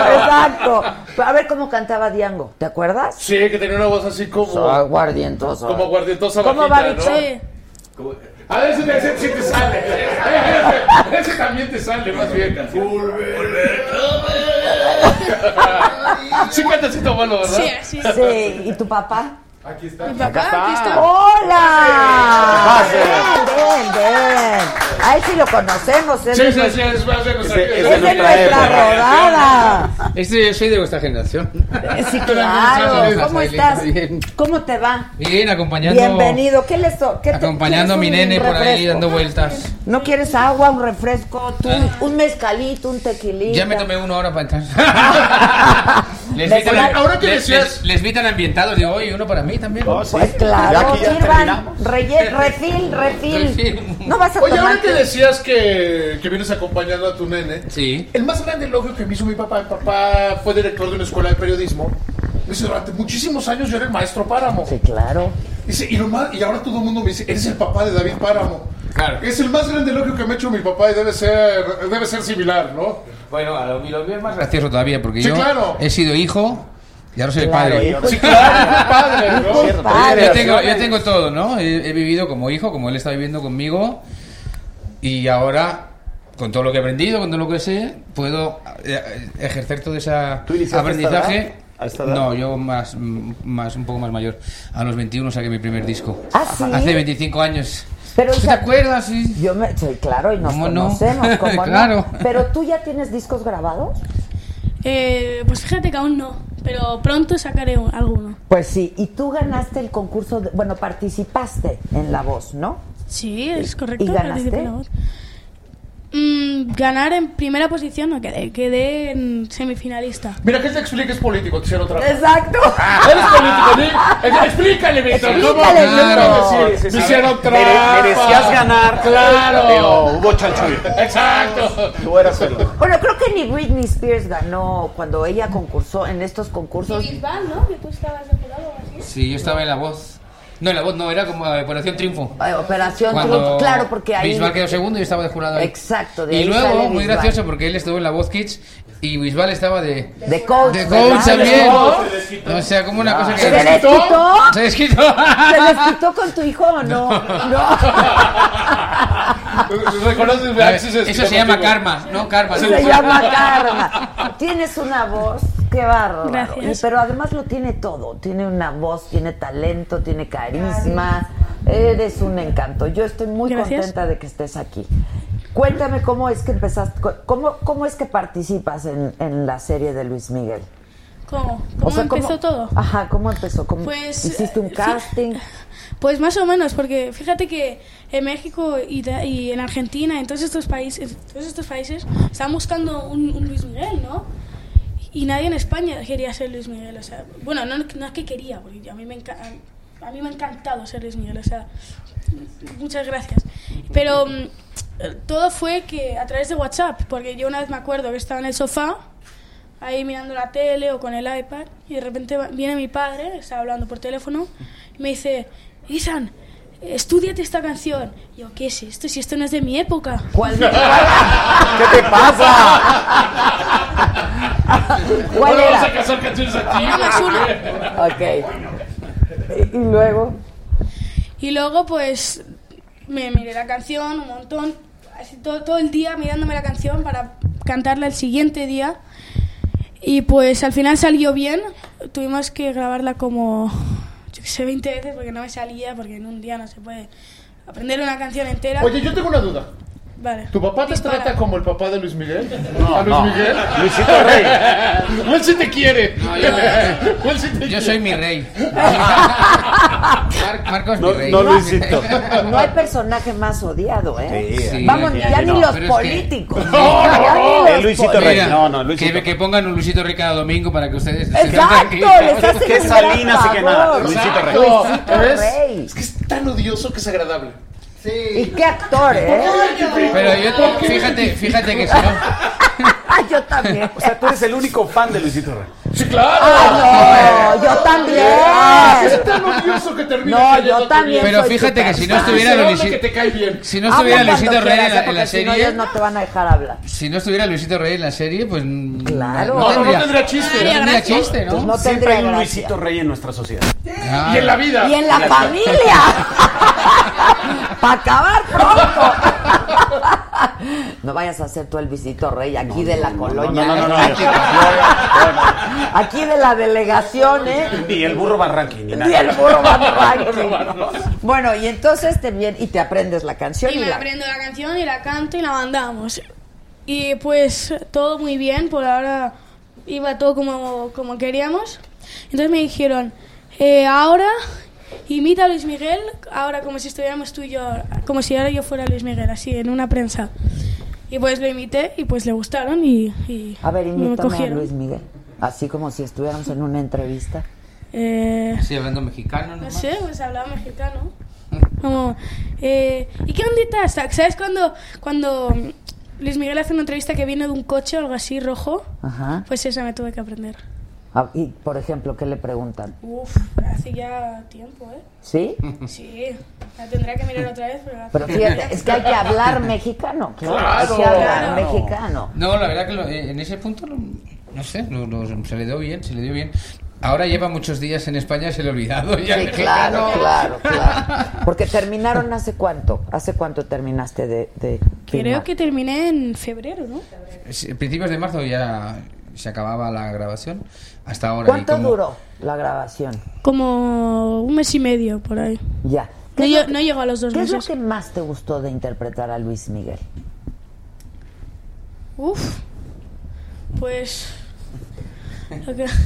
[SPEAKER 1] exacto. A ver cómo cantaba Diango, ¿te acuerdas?
[SPEAKER 3] Sí, que tenía una voz así como.
[SPEAKER 1] Aguardientoso.
[SPEAKER 3] Como aguardientosa
[SPEAKER 1] ¿Cómo
[SPEAKER 3] bajita,
[SPEAKER 1] va,
[SPEAKER 3] ¿no?
[SPEAKER 1] Bichón?
[SPEAKER 10] Sí.
[SPEAKER 3] A ver si te, si te sale. Eh, Ese también te sale, más bien. Sí, cantas y malo, ¿verdad?
[SPEAKER 10] Sí, así es.
[SPEAKER 1] Sí, ¿y tu papá?
[SPEAKER 6] Aquí está.
[SPEAKER 10] Mi papá, aquí está.
[SPEAKER 1] ¡Hola! Bien, bien, bien. A él sí lo conocemos, es,
[SPEAKER 3] Sí,
[SPEAKER 1] de-
[SPEAKER 3] sí, sí, es más de nuestra
[SPEAKER 1] es
[SPEAKER 9] de
[SPEAKER 1] de
[SPEAKER 9] nuestra
[SPEAKER 1] nuestra
[SPEAKER 9] época.
[SPEAKER 1] rodada.
[SPEAKER 11] Este, yo soy de vuestra generación.
[SPEAKER 1] Sí,
[SPEAKER 11] Gracias,
[SPEAKER 1] claro. ¿Cómo
[SPEAKER 11] Aileen,
[SPEAKER 1] estás?
[SPEAKER 11] bien.
[SPEAKER 1] ¿Cómo te va?
[SPEAKER 11] Bien, acompañando.
[SPEAKER 1] Bienvenido. ¿Qué les so- qué te-
[SPEAKER 11] Acompañando a mi
[SPEAKER 1] quieres un
[SPEAKER 11] nene por ahí
[SPEAKER 1] refresco?
[SPEAKER 11] dando vueltas. Ah.
[SPEAKER 1] ¿No quieres agua, un refresco, tú, un mezcalito, un tequilito?
[SPEAKER 11] Ya me tomé una hora
[SPEAKER 1] [laughs]
[SPEAKER 11] para entrar. [laughs] les,
[SPEAKER 1] Me
[SPEAKER 11] vi tan,
[SPEAKER 1] tomé-
[SPEAKER 3] Ahora que
[SPEAKER 11] les,
[SPEAKER 3] decías-
[SPEAKER 11] les- les vi tan ambientados, digo, oye, uno para mí también.
[SPEAKER 1] Pues claro,
[SPEAKER 9] Oh, Ya aquí ya
[SPEAKER 1] sirvan,
[SPEAKER 9] terminamos.
[SPEAKER 1] relle- refil, refil.
[SPEAKER 11] Refil.
[SPEAKER 1] No vas a
[SPEAKER 3] Oye,
[SPEAKER 1] tomar...
[SPEAKER 3] ahora que decías que, que vienes acompañando a tu nene.
[SPEAKER 11] Sí.
[SPEAKER 3] El más grande elogio que me hizo mi papá, mi papá fue director de una escuela de periodismo. Dice, durante muchísimos años yo era el maestro Páramo.
[SPEAKER 1] Sí, claro.
[SPEAKER 3] Dice, y, lo más- y ahora todo el mundo me dice, eres el papá de David Páramo.
[SPEAKER 11] Claro.
[SPEAKER 3] Es el más grande elogio que me ha hecho mi papá y debe ser, debe ser similar, ¿no?
[SPEAKER 11] Bueno, a lo, y lo mío es más gracioso todavía porque
[SPEAKER 3] Sí,
[SPEAKER 11] yo Eh.
[SPEAKER 3] claro.
[SPEAKER 11] he sido hijo y ahora soy
[SPEAKER 1] Claro,
[SPEAKER 11] padre.
[SPEAKER 1] hijo.
[SPEAKER 3] Sí, claro, padre, ¿no?
[SPEAKER 1] Padre.
[SPEAKER 11] Yo tengo, yo tengo todo, ¿no? He, he vivido como hijo, como él está viviendo conmigo. Y ahora, con todo lo que he aprendido, con todo lo que sé, puedo eh, ejercer todo ese
[SPEAKER 9] ¿Tú iniciaste
[SPEAKER 11] aprendizaje.
[SPEAKER 9] a esta edad? ¿A esta edad?
[SPEAKER 11] No, yo más, mm, más, un poco más mayor. A los 21 saqué mi primer disco.
[SPEAKER 1] Ah, ¿sí?
[SPEAKER 11] Hace 25 años.
[SPEAKER 1] Pero,
[SPEAKER 11] ¿Tú
[SPEAKER 1] hija,
[SPEAKER 11] ¿Te acuerdas? Sí.
[SPEAKER 1] Yo me, sí, claro, y nos
[SPEAKER 11] ¿Cómo no?
[SPEAKER 1] conocemos,
[SPEAKER 11] [laughs]
[SPEAKER 1] ¿cómo
[SPEAKER 11] Claro.
[SPEAKER 1] no? Pero tú ya tienes discos grabados.
[SPEAKER 10] Eh, pues fíjate que aún no, pero pronto sacaré un- alguno.
[SPEAKER 1] Pues sí, y tú ganaste el concurso, de- bueno, participaste en La Voz, ¿no?
[SPEAKER 10] Sí, es correcto.
[SPEAKER 1] ¿Y ganaste?
[SPEAKER 10] participé en la voz. Mm, ganar en primera posición no quedé, quedé en semifinalista.
[SPEAKER 3] Mira, que te expliques político, quisiera otra vez.
[SPEAKER 1] Exacto.
[SPEAKER 11] Ah.
[SPEAKER 3] Eres político, di- ex- explícale, Víctor. ¿cómo?
[SPEAKER 1] Explícale,
[SPEAKER 3] Claro,
[SPEAKER 1] Víctor.
[SPEAKER 3] sí, sí, sí. Me hicieron trampa.
[SPEAKER 9] Mere- merecías ganar.
[SPEAKER 3] Claro.
[SPEAKER 9] Pero hubo chanchullo.
[SPEAKER 3] Exacto.
[SPEAKER 9] Tú eras el.
[SPEAKER 1] Bueno, creo que ni Britney Spears ganó cuando ella concursó en estos concursos.
[SPEAKER 10] ¿no? Que tú estabas o así.
[SPEAKER 11] Sí, yo estaba en la voz. No, en la voz no, era como eh, Operación Triunfo.
[SPEAKER 1] Eh, Operación
[SPEAKER 11] Cuando
[SPEAKER 1] Triunfo, claro, porque ahí.
[SPEAKER 11] Bisbal quedó segundo y yo estaba de jurado ahí.
[SPEAKER 1] Exacto, de
[SPEAKER 11] Y
[SPEAKER 1] ahí
[SPEAKER 11] luego,
[SPEAKER 1] sale
[SPEAKER 11] muy
[SPEAKER 1] Bisbal.
[SPEAKER 11] gracioso, porque él estuvo en la voz Kids y Bisbal estaba de...
[SPEAKER 1] De coach.
[SPEAKER 11] De
[SPEAKER 1] ¿verdad?
[SPEAKER 11] coach también.
[SPEAKER 3] ¿No?
[SPEAKER 11] O sea, como una cosa que...
[SPEAKER 1] ¿Se desquitó?
[SPEAKER 11] ¿Se desquitó?
[SPEAKER 1] ¿Se desquitó con tu hijo o no? No.
[SPEAKER 3] Reconoces
[SPEAKER 11] La-
[SPEAKER 3] Axis es
[SPEAKER 11] Eso se llama
[SPEAKER 3] llamativo.
[SPEAKER 11] karma, no karma.
[SPEAKER 1] Se llama karma. Tienes una voz, qué bárbaro.
[SPEAKER 11] Gracias.
[SPEAKER 1] Y- pero además lo tiene todo. Tiene una voz, tiene talento, tiene carisma. Eres un encanto. Yo estoy muy
[SPEAKER 10] Gracias.
[SPEAKER 1] contenta de que estés aquí. Cuéntame cómo es que empezaste, co- cómo, cómo es que participas en, en la serie de Luis Miguel.
[SPEAKER 10] ¿Cómo? ¿Cómo
[SPEAKER 1] sea,
[SPEAKER 10] empezó todo?
[SPEAKER 1] Ajá, ¿cómo empezó? ¿Cómo-
[SPEAKER 10] Pues,
[SPEAKER 1] ¿Hiciste un
[SPEAKER 10] sí.
[SPEAKER 1] casting?
[SPEAKER 10] Pues más o menos, porque fíjate que en México y, de- y en Argentina, en todos estos países, todos estos países están buscando un, un Luis Miguel, ¿no? Y nadie en España quería ser Luis Miguel, o sea, bueno, no, no es que quería, porque a mí me enca- a, a mí me ha encantado ser Luis Miguel, o sea, muchas gracias. Pero mm, eh, todo fue que a través de WhatsApp, porque yo una vez me acuerdo que estaba en el sofá ahí mirando la tele o con el iPad y de repente va- viene mi padre, estaba hablando por teléfono, y me dice, Isan, estudiate esta canción. Y yo, ¿qué es esto? Si esto no es de mi época.
[SPEAKER 1] ¿Cuál?
[SPEAKER 10] ¿Qué
[SPEAKER 1] te pasa? ¿Cuál
[SPEAKER 3] Ahora vamos
[SPEAKER 1] era?
[SPEAKER 3] a casar canciones aquí.
[SPEAKER 10] Nada más una.
[SPEAKER 1] Ok. Y, y luego,
[SPEAKER 10] Y luego pues me miré la canción un montón, así todo, todo el día mirándome la canción para cantarla el siguiente día. Y pues al final salió bien, tuvimos que grabarla como, yo qué sé, 20 veces porque no me salía, porque en un día no se puede aprender una canción entera.
[SPEAKER 3] Oye, yo tengo una duda.
[SPEAKER 10] Vale.
[SPEAKER 3] ¿Tu papá te
[SPEAKER 10] Dispara.
[SPEAKER 3] trata como el papá de Luis Miguel?
[SPEAKER 11] No,
[SPEAKER 3] ¿A Luis
[SPEAKER 11] no.
[SPEAKER 3] Miguel?
[SPEAKER 11] Luisito Rey.
[SPEAKER 3] [laughs] Él sí te quiere.
[SPEAKER 11] yo-
[SPEAKER 3] [laughs] Él sí te quiere.
[SPEAKER 11] Yo soy mi rey. Mar- Marcos mi rey.
[SPEAKER 1] no hay personaje más odiado, ¿eh?
[SPEAKER 11] Sí, sí.
[SPEAKER 1] Vamos,
[SPEAKER 11] Sí,
[SPEAKER 1] ya
[SPEAKER 11] sí,
[SPEAKER 1] ni
[SPEAKER 11] no.
[SPEAKER 1] los
[SPEAKER 11] Pero es que-
[SPEAKER 1] políticos.
[SPEAKER 11] No,
[SPEAKER 1] Ya ni los políticos.
[SPEAKER 11] Mira, Que, que pongan un Luisito Rey cada domingo para que ustedes
[SPEAKER 1] Exacto, les hacen
[SPEAKER 11] Que
[SPEAKER 1] un gran Salinas y que nada, favor. Luisito Rey. Luisito
[SPEAKER 3] ¿Ves?
[SPEAKER 1] Rey.
[SPEAKER 3] Es que es tan odioso que es agradable.
[SPEAKER 1] ¿Y qué actor, eh?
[SPEAKER 11] Pero yo, fíjate, fíjate que si no,
[SPEAKER 1] yo también.
[SPEAKER 9] O sea, tú eres el único fan de Luisito Rey.
[SPEAKER 3] Sí, claro.
[SPEAKER 1] Ah,
[SPEAKER 3] [laughs]
[SPEAKER 1] no, yo también.
[SPEAKER 3] Ah, es tan odioso que termina.
[SPEAKER 1] No,
[SPEAKER 3] cayendo
[SPEAKER 1] yo
[SPEAKER 3] tu
[SPEAKER 1] también
[SPEAKER 3] vida.
[SPEAKER 11] Pero soy fíjate que si no superfan. estuviera
[SPEAKER 3] Se nota
[SPEAKER 11] Luisito-
[SPEAKER 3] que te cae bien.
[SPEAKER 11] si no estuviera
[SPEAKER 1] Habla
[SPEAKER 11] Luisito
[SPEAKER 1] cuando
[SPEAKER 11] Rey en
[SPEAKER 1] quieras,
[SPEAKER 11] la,
[SPEAKER 1] ¿eh?
[SPEAKER 11] en la
[SPEAKER 1] Porque si no,
[SPEAKER 11] serie,
[SPEAKER 1] ellos no te van a dejar hablar.
[SPEAKER 11] si no estuviera Luisito Rey en la serie, pues mm,
[SPEAKER 1] Claro.
[SPEAKER 11] no,
[SPEAKER 1] No, no
[SPEAKER 11] tendría,
[SPEAKER 3] tendría
[SPEAKER 11] No
[SPEAKER 3] chiste.
[SPEAKER 11] tendría
[SPEAKER 1] Gracias.
[SPEAKER 11] chiste, ¿no?
[SPEAKER 1] Pues no
[SPEAKER 9] Siempre
[SPEAKER 1] tendría
[SPEAKER 9] hay un
[SPEAKER 1] gracia.
[SPEAKER 9] Luisito Rey en nuestra sociedad.
[SPEAKER 11] Ah.
[SPEAKER 3] Y en la vida.
[SPEAKER 1] Y en la
[SPEAKER 9] [laughs]
[SPEAKER 1] familia. Para acabar
[SPEAKER 9] [laughs]
[SPEAKER 1] pronto. No vayas a hacer tú el visito rey aquí de la colonia.
[SPEAKER 9] no, no, no, no.
[SPEAKER 1] ¿eh? Aquí de la delegación, ¿eh?
[SPEAKER 9] Ni el burro Barranqui, ni nada.
[SPEAKER 1] Y el
[SPEAKER 9] [laughs]
[SPEAKER 1] burro Van Ranking. Bueno, y entonces te bien y te aprendes la canción
[SPEAKER 10] Y
[SPEAKER 1] y,
[SPEAKER 10] me
[SPEAKER 1] la-
[SPEAKER 10] aprendo la canción y la canto y la mandamos. Y pues todo muy bien, por ahora iba todo como, como queríamos. Entonces me dijeron, eh, ahora imita a Luis Miguel, ahora como si estuviéramos tú y yo, como si ahora yo fuera Luis Miguel, así, en una prensa. Y pues lo imité y pues le gustaron y, y
[SPEAKER 1] A ver,
[SPEAKER 10] me
[SPEAKER 1] invítame a
[SPEAKER 10] cogieron.
[SPEAKER 1] Luis Miguel. Así como si estuviéramos en una entrevista.
[SPEAKER 10] Eh,
[SPEAKER 11] Sí, hablando mexicano,
[SPEAKER 10] No
[SPEAKER 11] nomás. Ah.
[SPEAKER 10] sé, pues hablaba mexicano. Como, eh, ¿y qué ondita? está? ¿Sabes cuando, cuando Luis Miguel hace una entrevista que viene de un coche o algo así rojo?
[SPEAKER 1] Ajá.
[SPEAKER 10] Pues esa me tuve que aprender.
[SPEAKER 1] Ah, Y, por ejemplo, ¿qué le preguntan?
[SPEAKER 10] Uf, hace ya tiempo,
[SPEAKER 11] [laughs]
[SPEAKER 10] ¿eh?
[SPEAKER 1] ¿Sí?
[SPEAKER 10] Sí, la tendría que mirar otra vez, pero...
[SPEAKER 1] Pero fíjate, es que hay que hablar mexicano, claro. hay que hablar
[SPEAKER 11] Claro.
[SPEAKER 1] mexicano.
[SPEAKER 11] No, la verdad que lo- eh, en ese punto, lo- no sé, lo- lo- se le dio bien, se le dio bien. Ahora lleva muchos días en España, se le ha olvidado. Ya
[SPEAKER 1] Sí,
[SPEAKER 11] el
[SPEAKER 1] claro,
[SPEAKER 11] mexicano.
[SPEAKER 1] claro, claro. Porque terminaron hace cuánto? ¿Hace cuánto terminaste de, de
[SPEAKER 10] Creo
[SPEAKER 1] filmar?
[SPEAKER 10] que terminé en febrero, ¿no?
[SPEAKER 11] Sí, Principios de marzo ya se acababa la grabación. Hasta ahora. y
[SPEAKER 1] ¿Cuánto
[SPEAKER 11] como-
[SPEAKER 1] duró la grabación?
[SPEAKER 10] Como un mes y medio por ahí.
[SPEAKER 1] Ya.
[SPEAKER 10] No,
[SPEAKER 1] ¿Qué es
[SPEAKER 10] lle-
[SPEAKER 1] lo que-
[SPEAKER 10] no llegó a los dos
[SPEAKER 1] ¿Qué es lo
[SPEAKER 10] meses.
[SPEAKER 1] que más te gustó de interpretar a Luis Miguel?
[SPEAKER 10] Uf, pues... lo que- [laughs]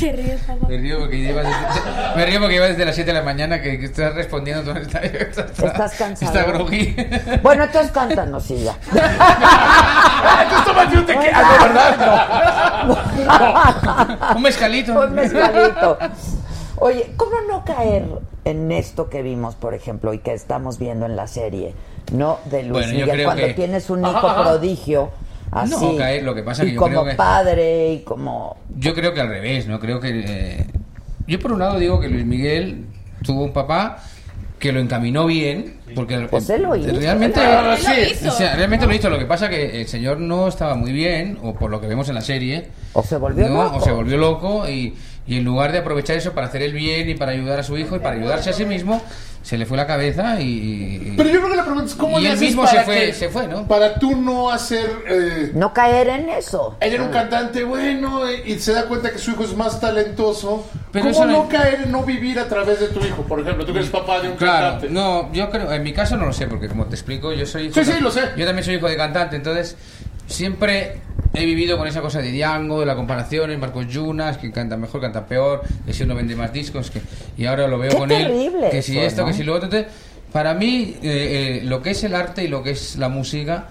[SPEAKER 10] Te ríes, papá.
[SPEAKER 11] Me río porque lleva desde, me río porque lleva desde las 7 de la mañana que, que estás respondiendo todo esta, esta, [laughs]
[SPEAKER 1] Estás cansado.
[SPEAKER 11] Está groggy.
[SPEAKER 1] Bueno, entonces cántanos y
[SPEAKER 11] [laughs]
[SPEAKER 1] ya.
[SPEAKER 3] Entonces tómate un tequila,
[SPEAKER 1] Hola.
[SPEAKER 3] de verdad.
[SPEAKER 11] Un mezcalito.
[SPEAKER 1] Un mezcalito. Oye, ¿cómo no caer en esto que vimos, por ejemplo, y que estamos viendo en la serie, ¿no? De Luis
[SPEAKER 11] Bueno, yo
[SPEAKER 1] Miguel,
[SPEAKER 11] creo
[SPEAKER 1] cuando
[SPEAKER 11] que- Ah,
[SPEAKER 1] tienes un hijo
[SPEAKER 3] Ajá, ajá.
[SPEAKER 1] prodigio, así.
[SPEAKER 11] No, caer, lo que pasa
[SPEAKER 1] y
[SPEAKER 11] que yo
[SPEAKER 1] como
[SPEAKER 11] creo que-
[SPEAKER 1] padre, y como...
[SPEAKER 11] Yo creo que al revés, ¿no? Creo que... eh, yo por un lado digo que Luis Miguel tuvo un papá que lo encaminó bien, porque
[SPEAKER 1] Pues él lo hizo.
[SPEAKER 11] realmente,
[SPEAKER 3] Claro, Él lo sí.
[SPEAKER 10] hizo.
[SPEAKER 11] o sea, realmente lo hizo. Lo que pasa que el señor no estaba muy bien, o por lo que vemos en la serie,
[SPEAKER 1] O se volvió
[SPEAKER 11] ¿no?
[SPEAKER 1] loco.
[SPEAKER 11] o se volvió loco y, Y en lugar de aprovechar eso para hacer el bien y para ayudar a su hijo y para ayudarse a sí mismo, se le fue la cabeza y...
[SPEAKER 3] Pero yo creo que la pregunta es cómo
[SPEAKER 11] Y
[SPEAKER 3] le
[SPEAKER 11] él
[SPEAKER 3] haces
[SPEAKER 11] mismo
[SPEAKER 3] para
[SPEAKER 11] se fue-
[SPEAKER 3] que-
[SPEAKER 11] se fue, ¿no?
[SPEAKER 3] Para tú no hacer... eh,
[SPEAKER 1] No caer en eso. Ah.
[SPEAKER 3] ella era un cantante bueno eh, y se da cuenta que su hijo es más talentoso.
[SPEAKER 11] Pero
[SPEAKER 3] ¿Cómo
[SPEAKER 11] eso
[SPEAKER 3] no
[SPEAKER 11] no- Mm,
[SPEAKER 3] caer en no vivir a través de tu hijo? Por ejemplo, tú que eres papá de un
[SPEAKER 11] Claro,
[SPEAKER 3] cantante.
[SPEAKER 11] no, yo creo, en mi caso no lo sé, porque como te explico, yo soy...
[SPEAKER 3] Sí, sí, lo sé.
[SPEAKER 11] Yo también soy hijo de cantante, entonces siempre he vivido con esa cosa de Diango, de la comparación, en Marcos Yunas, que canta mejor, canta peor, que si uno vende más discos, que... y ahora lo veo
[SPEAKER 1] Qué
[SPEAKER 11] con
[SPEAKER 1] terrible
[SPEAKER 11] él, que si
[SPEAKER 1] eso,
[SPEAKER 11] esto,
[SPEAKER 1] ¿no?
[SPEAKER 11] que si lo otro. entonces, para mí, eh, eh, lo que es el arte y lo que es la música...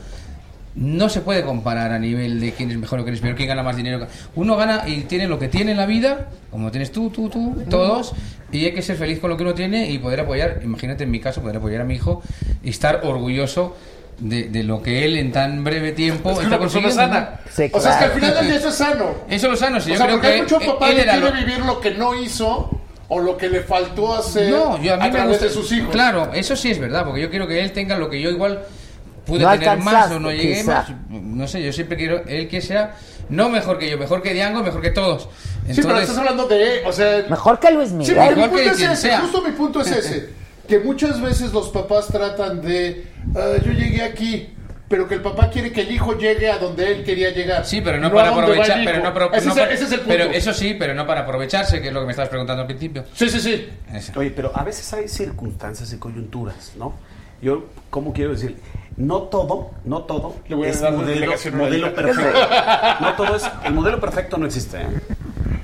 [SPEAKER 11] No se puede comparar a nivel de quién es mejor o quién es peor, quién gana más dinero. Uno gana y tiene lo que tiene en la vida, como tienes tú, tú, tú, todos, y hay que ser feliz con lo que uno tiene y poder apoyar, imagínate en mi caso, poder apoyar a mi hijo y estar orgulloso de, de lo que él en tan breve tiempo
[SPEAKER 3] Es que
[SPEAKER 11] está
[SPEAKER 3] una persona
[SPEAKER 11] consiguiendo.
[SPEAKER 3] sana.
[SPEAKER 11] ¿no?
[SPEAKER 1] Sí,
[SPEAKER 3] O sea, es que al
[SPEAKER 1] claro.
[SPEAKER 3] final del día eso es sano.
[SPEAKER 11] Eso es lo sano, sí,
[SPEAKER 3] o
[SPEAKER 11] yo
[SPEAKER 3] sea,
[SPEAKER 11] creo
[SPEAKER 3] porque
[SPEAKER 11] que
[SPEAKER 3] hay mucho papá
[SPEAKER 11] él
[SPEAKER 3] que
[SPEAKER 11] era
[SPEAKER 3] quiere
[SPEAKER 11] lo-
[SPEAKER 3] vivir lo que no hizo o lo que le faltó hacer
[SPEAKER 11] No, yo a mí me
[SPEAKER 3] través
[SPEAKER 11] gusta-
[SPEAKER 3] de sus hijos.
[SPEAKER 11] Claro, eso sí es verdad, porque yo quiero que él tenga lo que yo igual pude
[SPEAKER 1] No
[SPEAKER 11] tener más o no
[SPEAKER 1] alcanzaste,
[SPEAKER 11] llegué
[SPEAKER 1] quizá.
[SPEAKER 11] más. No sé, yo siempre quiero él que sea no mejor que yo, mejor que Diango, mejor que todos.
[SPEAKER 3] sí, pero
[SPEAKER 11] Entonces,
[SPEAKER 3] estás hablando de, o sea,
[SPEAKER 1] Mejor que Luis
[SPEAKER 3] sí,
[SPEAKER 1] Miguel.
[SPEAKER 3] pero mi
[SPEAKER 11] Igual
[SPEAKER 3] punto
[SPEAKER 11] que
[SPEAKER 3] es
[SPEAKER 11] quien
[SPEAKER 3] ese,
[SPEAKER 11] sea.
[SPEAKER 3] justo mi
[SPEAKER 11] [laughs]
[SPEAKER 3] punto es ese, que muchas veces los papás tratan de "Ah, yo llegué aquí, pero que el papá quiere que el hijo llegue a donde él quería llegar.
[SPEAKER 11] Sí, pero no,
[SPEAKER 3] a
[SPEAKER 11] para
[SPEAKER 3] donde va
[SPEAKER 11] aprovechar,
[SPEAKER 3] el hijo.
[SPEAKER 11] pero no, apro-
[SPEAKER 3] ese,
[SPEAKER 11] no
[SPEAKER 3] es, el-
[SPEAKER 11] para-
[SPEAKER 3] ese es el punto.
[SPEAKER 11] pero eso sí, pero no para aprovecharse, que es lo que me estabas preguntando al principio.
[SPEAKER 3] Sí, sí, sí.
[SPEAKER 11] Eso.
[SPEAKER 9] Oye, pero a veces hay circunstancias y coyunturas, ¿no? Yo, ¿cómo quiero decir? No todo, no todo
[SPEAKER 3] Le voy a
[SPEAKER 9] es
[SPEAKER 3] dar
[SPEAKER 9] modelo,
[SPEAKER 3] delegación
[SPEAKER 9] modelo [laughs]
[SPEAKER 3] ahorita.
[SPEAKER 9] perfecto. No todo es, el modelo perfecto no existe. ¿eh?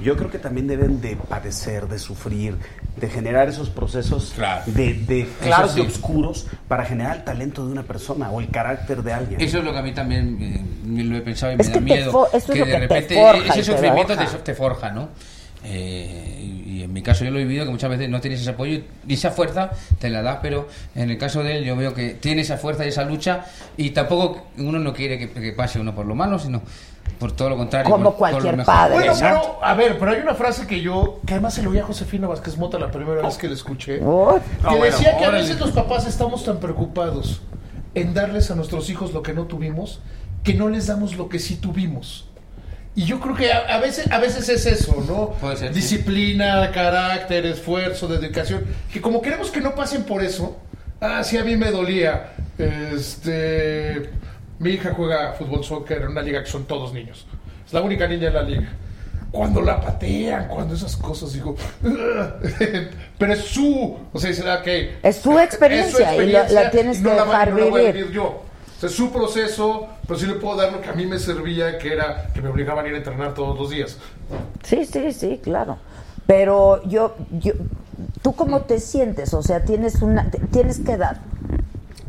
[SPEAKER 9] Yo creo que también deben de padecer, de sufrir, de generar esos procesos
[SPEAKER 11] Claro.
[SPEAKER 9] de, de claros
[SPEAKER 11] sí.
[SPEAKER 9] y oscuros para generar el talento de una persona o el carácter de alguien.
[SPEAKER 11] Eso es lo que a mí también eh, lo he pensado y
[SPEAKER 1] Es
[SPEAKER 11] me
[SPEAKER 1] que
[SPEAKER 11] da
[SPEAKER 1] te
[SPEAKER 11] miedo.
[SPEAKER 1] fo- eso es lo
[SPEAKER 11] de
[SPEAKER 1] que te
[SPEAKER 11] repente
[SPEAKER 1] forja y
[SPEAKER 11] ese
[SPEAKER 1] te
[SPEAKER 11] sufrimiento
[SPEAKER 1] forja.
[SPEAKER 11] te, te forja, ¿no? Eh, y- y en mi caso yo lo he vivido que muchas veces no tienes ese apoyo y esa fuerza te la das, pero en el caso de él yo veo que tiene esa fuerza y esa lucha y tampoco uno no quiere que, que pase uno por lo malo, sino por todo lo contrario.
[SPEAKER 1] Como
[SPEAKER 11] por- por lo
[SPEAKER 1] cualquier
[SPEAKER 11] mejor.
[SPEAKER 1] padre.
[SPEAKER 3] Bueno,
[SPEAKER 1] Exacto.
[SPEAKER 3] pero, a ver, pero hay una frase que yo, que además se lo oí a Josefina Vázquez Mota la primera vez que la escuché.
[SPEAKER 1] Uy,
[SPEAKER 3] que
[SPEAKER 11] bueno,
[SPEAKER 3] decía que a
[SPEAKER 11] órale.
[SPEAKER 3] veces los papás estamos tan preocupados en darles a nuestros hijos lo que no tuvimos que no les damos lo que sí tuvimos. Y yo creo que a, a veces a veces es eso, ¿no?
[SPEAKER 11] Puede ser, sí.
[SPEAKER 3] Disciplina, carácter, esfuerzo, dedicación. Que como queremos que no pasen por eso, ah, sí, a mí me dolía. Este, mi hija juega fútbol soccer en una liga que son todos niños. Es la única niña en la liga. Cuando la patean, cuando esas cosas, digo. [laughs] "Ugh". Pero es su. O sea, dice, "Ah, ok,
[SPEAKER 1] Es su experiencia y la- la tienes
[SPEAKER 3] y no
[SPEAKER 1] que
[SPEAKER 3] la va-
[SPEAKER 1] dejar
[SPEAKER 3] no la voy a
[SPEAKER 1] vivir.
[SPEAKER 3] vivir yo. O sea, es su proceso, pero sí le puedo dar lo que a mí me servía, que era que me obligaban a ir a entrenar todos los días.
[SPEAKER 1] Sí, sí, sí, claro. Pero yo, yo, ¿tú cómo te sientes? O sea, tienes una, te- tienes qué edad?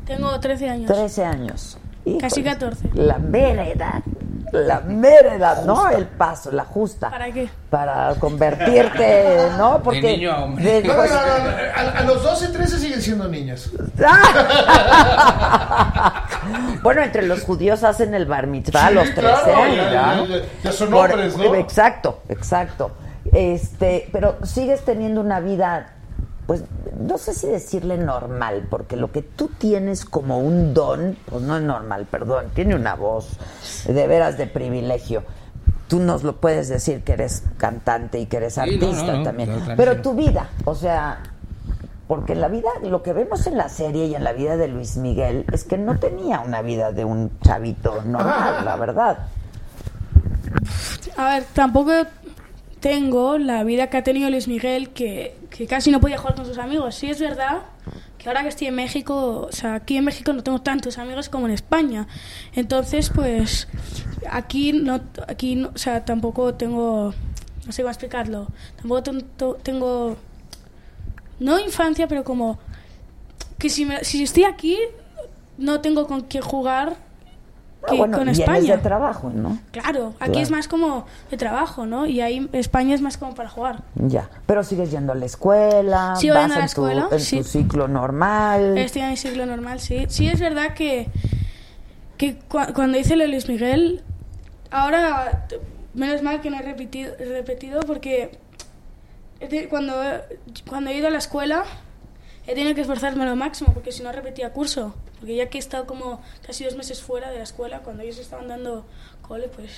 [SPEAKER 10] Tengo 13 años.
[SPEAKER 1] 13 años.
[SPEAKER 10] Casi
[SPEAKER 1] Híjole,
[SPEAKER 10] 14.
[SPEAKER 1] La mera edad, la mera edad, ¿no? El paso, la justa.
[SPEAKER 10] ¿Para qué?
[SPEAKER 1] Para convertirte, ¿no? Porque
[SPEAKER 11] niño a hombre.
[SPEAKER 1] de-
[SPEAKER 11] [laughs]
[SPEAKER 3] No, no,
[SPEAKER 1] pues-
[SPEAKER 3] no, no, A, a los 12, 13 siguen siendo niñas.
[SPEAKER 1] ¡Ah! [laughs] bueno, entre los judíos hacen el bar mitzvah a
[SPEAKER 3] Sí,
[SPEAKER 1] los 13
[SPEAKER 3] claro, ya,
[SPEAKER 1] años,
[SPEAKER 3] ya,
[SPEAKER 1] ¿no?
[SPEAKER 3] ya, ya son
[SPEAKER 1] Por-
[SPEAKER 3] hombres, ¿no?
[SPEAKER 1] Exacto, exacto. Este, pero sigues teniendo una vida, pues, no sé si decirle normal, porque lo que tú tienes como un don, pues no es normal, perdón, tiene una voz de veras de privilegio. Tú nos lo puedes decir que eres cantante y que eres
[SPEAKER 11] Sí, no,
[SPEAKER 1] artista
[SPEAKER 11] no, no,
[SPEAKER 1] también.
[SPEAKER 11] claro, claro,
[SPEAKER 1] pero
[SPEAKER 11] sí.
[SPEAKER 1] tu vida, o sea, porque en la vida, lo que vemos en la serie y en la vida de Luis Miguel es que no tenía una vida de un chavito normal, la
[SPEAKER 10] [laughs]
[SPEAKER 1] verdad. Ah,
[SPEAKER 10] A ver, tampoco tengo la vida que ha tenido Luis Miguel, que, que casi no podía jugar con sus amigos. Sí es verdad que ahora que estoy en México, o sea, aquí en México no tengo tantos amigos como en España. Entonces, pues, aquí no, aquí no- o sea, tampoco tengo, no sé cómo explicarlo, tampoco ten- to- tengo, no infancia, pero como que si, me- si estoy aquí no tengo con qué jugar
[SPEAKER 1] Ah,
[SPEAKER 10] que
[SPEAKER 1] bueno,
[SPEAKER 10] con
[SPEAKER 1] vienes
[SPEAKER 10] España.
[SPEAKER 1] de trabajo, ¿no?
[SPEAKER 10] Claro, aquí
[SPEAKER 1] Claro.
[SPEAKER 10] es más como de trabajo, ¿no? Y ahí España es más como para jugar.
[SPEAKER 1] Ya, pero sigues yendo a la escuela,
[SPEAKER 10] Sigo
[SPEAKER 1] vas
[SPEAKER 10] yendo a la
[SPEAKER 1] en, tu,
[SPEAKER 10] escuela,
[SPEAKER 1] en
[SPEAKER 10] sí.
[SPEAKER 1] tu ciclo normal.
[SPEAKER 10] Estoy en el siglo normal, sí. Sí, es verdad que, que cua- cuando hice lo de Luis Miguel, ahora, t- menos mal que no he repetido, repetido porque he te- cuando, he- cuando he ido a la escuela he tenido que esforzarme lo máximo porque si no repetía curso. Porque ya que he estado como casi dos meses fuera de la escuela, cuando ellos estaban dando cole, pues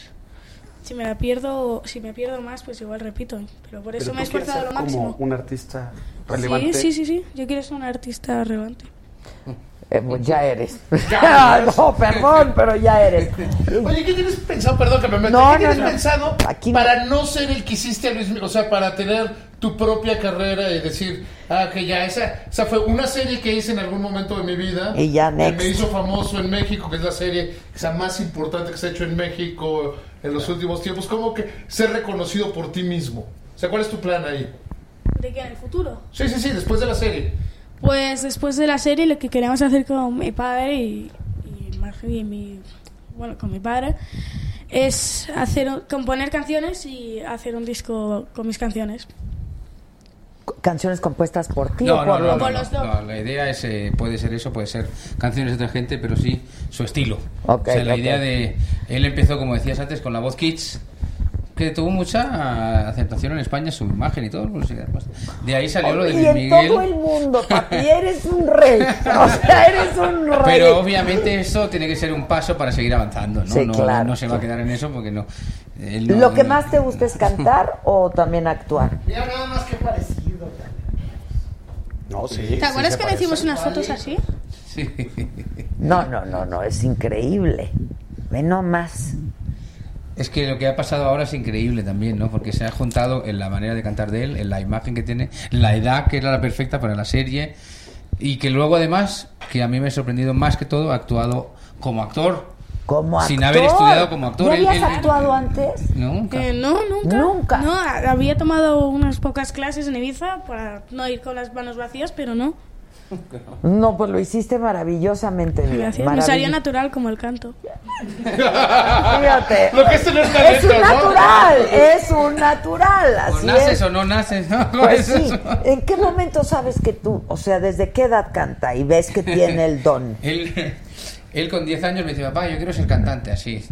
[SPEAKER 10] Si me la pierdo, si me pierdo más, pues igual repito. Pero por eso
[SPEAKER 9] Pero
[SPEAKER 10] me he
[SPEAKER 9] tú quieres
[SPEAKER 10] esforzado lo
[SPEAKER 9] ser como
[SPEAKER 10] máximo.
[SPEAKER 9] un artista relevante.
[SPEAKER 10] Sí, sí, sí, sí. Yo quiero ser un artista relevante.
[SPEAKER 1] Eh, pues ya eres. [laughs] Ah, no, perdón, pero ya
[SPEAKER 10] [laughs]
[SPEAKER 1] eres.
[SPEAKER 3] Oye, ¿qué tienes pensado? Perdón que me meto.
[SPEAKER 1] No,
[SPEAKER 3] ¿Qué
[SPEAKER 1] no,
[SPEAKER 3] tienes
[SPEAKER 1] no.
[SPEAKER 3] pensado para no ser el que hiciste a Luis Miguel? O sea, para tener tu propia carrera y decir, ah, que ya, esa, esa fue una serie que hice en algún momento de mi vida.
[SPEAKER 1] Y ya,
[SPEAKER 3] que
[SPEAKER 1] next.
[SPEAKER 3] me hizo famoso en México, que es la serie que es la más importante que se ha hecho en México en los últimos tiempos. ¿Cómo que ser reconocido por ti mismo? O sea, ¿cuál es tu plan ahí?
[SPEAKER 10] ¿De qué? ¿En el futuro?
[SPEAKER 3] Sí, sí, sí, después de la serie.
[SPEAKER 10] Pues después de la serie lo que queríamos hacer con mi padre y, y Marjorie y mi, bueno, con mi padre es hacer un- componer canciones y hacer un disco con mis canciones.
[SPEAKER 1] Canciones compuestas por ti o
[SPEAKER 11] No, no,
[SPEAKER 1] por
[SPEAKER 11] no, no,
[SPEAKER 1] los-
[SPEAKER 11] no, no, La idea es, eh, puede ser eso, puede ser canciones de otra gente, pero sí su estilo.
[SPEAKER 1] Ok,
[SPEAKER 11] o sea, la
[SPEAKER 1] ok.
[SPEAKER 11] idea de. Él empezó, como decías antes, con la voz Kids, que tuvo mucha aceptación en España, su imagen y todo. pues, y demás. de ahí salió lo de
[SPEAKER 1] Y
[SPEAKER 11] Luis
[SPEAKER 1] en todo
[SPEAKER 11] Miguel.
[SPEAKER 1] el mundo,
[SPEAKER 11] [laughs]
[SPEAKER 1] papi, eres un rey. O sea, eres un rey.
[SPEAKER 11] Pero obviamente eso tiene que ser un paso para seguir avanzando, ¿no?
[SPEAKER 1] Sí,
[SPEAKER 11] no,
[SPEAKER 1] claro.
[SPEAKER 11] no se va a quedar en eso porque no. él no-
[SPEAKER 1] ¿Lo que
[SPEAKER 11] no-
[SPEAKER 1] más te gusta es [laughs] cantar o también actuar?
[SPEAKER 2] Mira nada más que parecido.
[SPEAKER 9] No, sí.
[SPEAKER 10] ¿Te acuerdas que le hicimos unas fotos así?
[SPEAKER 1] No, no, no, no, es increíble. Ve nomás.
[SPEAKER 11] Es que lo que ha pasado ahora es increíble también, ¿no? Porque se ha juntado en la manera de cantar de él, en la imagen que tiene, en la edad que era la perfecta para la serie y que luego además, que a mí me ha sorprendido más que todo, ha actuado como actor.
[SPEAKER 1] Como
[SPEAKER 11] Sin haber estudiado como actor.
[SPEAKER 1] ¿Ya
[SPEAKER 11] Él-
[SPEAKER 1] habías
[SPEAKER 11] él-
[SPEAKER 1] actuado antes?
[SPEAKER 11] Nunca.
[SPEAKER 10] Eh, no, nunca. No, a- había tomado unas pocas clases en Ibiza para no ir con las manos vacías, pero no.
[SPEAKER 1] No, pues lo hiciste maravillosamente bien.
[SPEAKER 10] Gracias. Me
[SPEAKER 1] maravilloso.
[SPEAKER 10] salió natural como el canto.
[SPEAKER 3] [laughs]
[SPEAKER 1] Fíjate.
[SPEAKER 10] Lo que es tener
[SPEAKER 1] Es
[SPEAKER 10] talento,
[SPEAKER 1] un
[SPEAKER 10] ¿no?
[SPEAKER 1] natural, es un natural.
[SPEAKER 11] O
[SPEAKER 1] Así
[SPEAKER 11] naces
[SPEAKER 1] es.
[SPEAKER 11] o no naces, ¿no?
[SPEAKER 1] Pues
[SPEAKER 11] Eso
[SPEAKER 1] sí. ¿En qué momento sabes que tú, o sea, desde qué edad canta y ves que tiene el
[SPEAKER 11] [laughs]
[SPEAKER 1] don?
[SPEAKER 11] Él, él con 10 años me dice, papá, yo quiero ser cantante, así.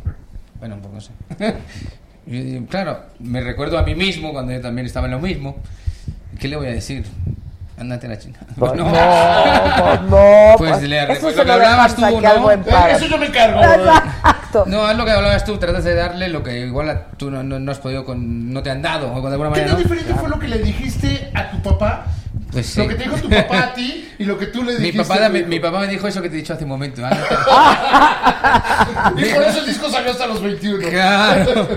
[SPEAKER 11] Bueno, un poco así. Y yo digo, claro, me recuerdo a mí mismo cuando yo también estaba en lo mismo. ¿Qué le voy a decir? Ándate a la chingada.
[SPEAKER 1] Pues
[SPEAKER 11] Bueno.
[SPEAKER 1] no, pues no,
[SPEAKER 11] Pues
[SPEAKER 1] pues
[SPEAKER 11] le
[SPEAKER 1] eso
[SPEAKER 11] recuerdo
[SPEAKER 1] se
[SPEAKER 11] lo que
[SPEAKER 1] lo
[SPEAKER 11] hablabas tú,
[SPEAKER 1] dejas aquí
[SPEAKER 11] ¿no? Eh,
[SPEAKER 1] al buen padre. Eso yo me encargo. Exacto.
[SPEAKER 11] No, es lo que hablabas tú, tratas de darle lo que igual a- tú no, no- no has podido con... no te han dado, o de alguna
[SPEAKER 3] ¿Qué
[SPEAKER 11] manera
[SPEAKER 3] tan
[SPEAKER 11] no.
[SPEAKER 3] diferente fue lo que le dijiste a tu papá?
[SPEAKER 11] Pues sí.
[SPEAKER 3] Lo que te dijo tu papá a ti y lo que tú le
[SPEAKER 11] mi,
[SPEAKER 3] dijiste.
[SPEAKER 11] papá,
[SPEAKER 3] a tu
[SPEAKER 11] me,
[SPEAKER 3] hijo.
[SPEAKER 11] mi papá me dijo eso que te he dicho hace un momento. ah, no.
[SPEAKER 3] Y por eso el disco salió hasta los 21.
[SPEAKER 11] Claro.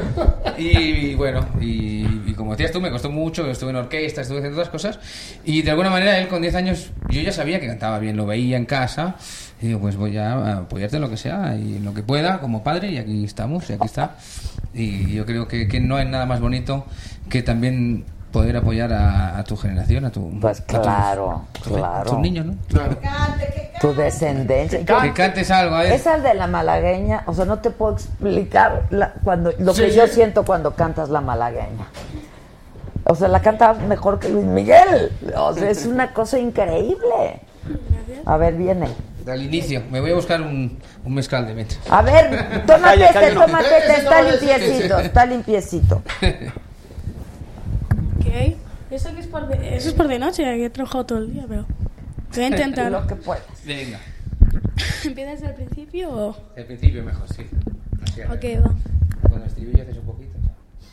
[SPEAKER 11] Y, y bueno, y, y como decías tú, me costó mucho, estuve en orquesta, estuve haciendo otras cosas. Y de alguna manera él con 10 años, yo ya sabía que cantaba bien, lo veía en casa. Y digo, pues voy a apoyarte en lo que sea y en lo que pueda como padre. Y aquí estamos, y aquí está. Y yo creo que, que no hay nada más bonito que también poder apoyar a, a tu generación, a tu... Pues
[SPEAKER 1] claro,
[SPEAKER 11] A
[SPEAKER 1] claro.
[SPEAKER 11] tus niños, ¿no?
[SPEAKER 1] Tu descendencia.
[SPEAKER 11] Que cantes algo, a ver.
[SPEAKER 1] Esa de la malagueña, o sea, no te puedo explicar la- cuando, lo
[SPEAKER 11] Sí,
[SPEAKER 1] que
[SPEAKER 11] sí.
[SPEAKER 1] yo siento cuando cantas la malagueña. O sea, la canta mejor que Luis Miguel. O sea, es una cosa increíble. A ver, viene.
[SPEAKER 11] Al inicio, me voy a buscar un, un mezcal de meta.
[SPEAKER 1] A
[SPEAKER 11] [laughs]
[SPEAKER 1] ver, tómate
[SPEAKER 11] Calla,
[SPEAKER 1] este,
[SPEAKER 11] calla, no.
[SPEAKER 1] tómate este,
[SPEAKER 11] Ese
[SPEAKER 1] está
[SPEAKER 11] no lo decís.
[SPEAKER 1] limpiecito, está limpiecito.
[SPEAKER 10] Ok. Eso, que es por de, eso es por de noche, que he trabajado todo el día, pero. Voy a [laughs] intentar.
[SPEAKER 11] Lo
[SPEAKER 1] que puedas.
[SPEAKER 11] Venga,
[SPEAKER 10] ¿Empiezas desde el principio o.?
[SPEAKER 11] al principio mejor, sí. Así, a
[SPEAKER 10] Ok,
[SPEAKER 11] ver.
[SPEAKER 10] va.
[SPEAKER 11] Con el estribillo haces un poquito.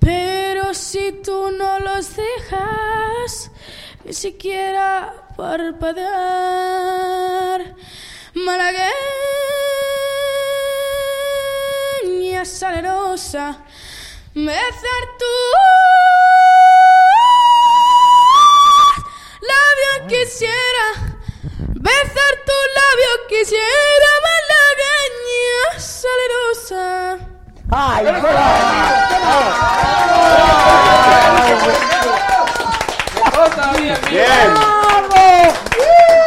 [SPEAKER 10] pero si tú no los dejas, ni siquiera parpadear. Malagueña salerosa, mecer tu labio quisiera, besar tu labio quisiera, malagueña salerosa.
[SPEAKER 1] ¡Ay, ¡Bravo!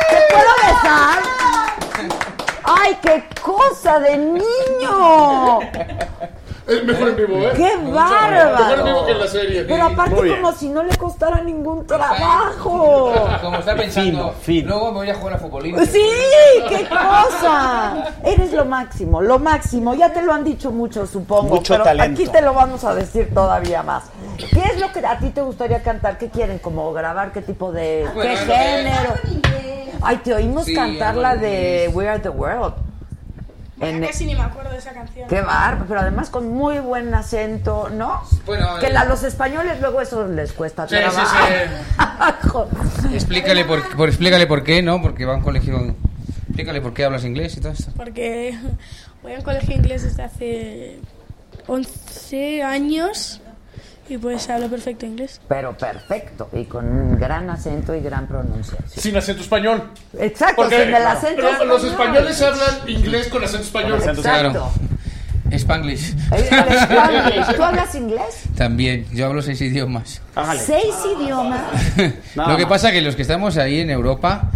[SPEAKER 1] ¿Te puedo besar? ¡Ay, qué cosa de niño!
[SPEAKER 3] Es mejor en vivo, ¿eh?
[SPEAKER 1] ¡Qué
[SPEAKER 3] Mucho
[SPEAKER 1] bárbaro!
[SPEAKER 3] Mejor en vivo que en la serie.
[SPEAKER 1] Pero aparte como si no le costara ningún trabajo.
[SPEAKER 11] Ah, Como está pensando, luego me voy a jugar a futbolín.
[SPEAKER 1] Pues Sí, qué cosa. Eres lo máximo, lo máximo. Ya te lo han dicho mucho, supongo.
[SPEAKER 9] Mucho
[SPEAKER 1] pero
[SPEAKER 9] talento.
[SPEAKER 1] aquí te lo vamos a decir todavía más. ¿Qué es lo que a ti te gustaría cantar? ¿Qué quieren? ¿Como grabar? ¿Qué tipo de...
[SPEAKER 8] Bueno,
[SPEAKER 1] ¿Qué
[SPEAKER 8] algo de-
[SPEAKER 1] género? Ay, te oímos
[SPEAKER 8] Sí,
[SPEAKER 1] cantar
[SPEAKER 8] algo
[SPEAKER 1] la
[SPEAKER 8] en
[SPEAKER 1] de
[SPEAKER 8] inglés.
[SPEAKER 1] We Are the World. En-
[SPEAKER 10] Ya casi ni me acuerdo de esa canción.
[SPEAKER 1] Qué bárbaro, pero además con muy buen acento, ¿no?
[SPEAKER 11] Bueno,
[SPEAKER 1] que
[SPEAKER 11] eh.
[SPEAKER 1] a los españoles luego eso les cuesta
[SPEAKER 11] Sí, sí,
[SPEAKER 1] trabajo.
[SPEAKER 11] Explícale por, por- explícale por qué, ¿no? Porque va a un colegio. Explícale por qué hablas inglés y todo esto.
[SPEAKER 10] Porque voy a un colegio inglés desde hace 11 años y pues hablo perfecto inglés.
[SPEAKER 1] Pero perfecto, y con un gran acento y gran pronunciación.
[SPEAKER 3] Sin acento español.
[SPEAKER 1] Exacto, sin el acento
[SPEAKER 3] lo- Los
[SPEAKER 1] español.
[SPEAKER 3] españoles hablan inglés con acento español.
[SPEAKER 1] Con acento Exacto.
[SPEAKER 11] Spanglish. [laughs]
[SPEAKER 1] El español. ¿Tú hablas inglés?
[SPEAKER 11] También, yo hablo seis idiomas.
[SPEAKER 1] ¿Seis idiomas?
[SPEAKER 11] Lo que pasa que los que estamos ahí en Europa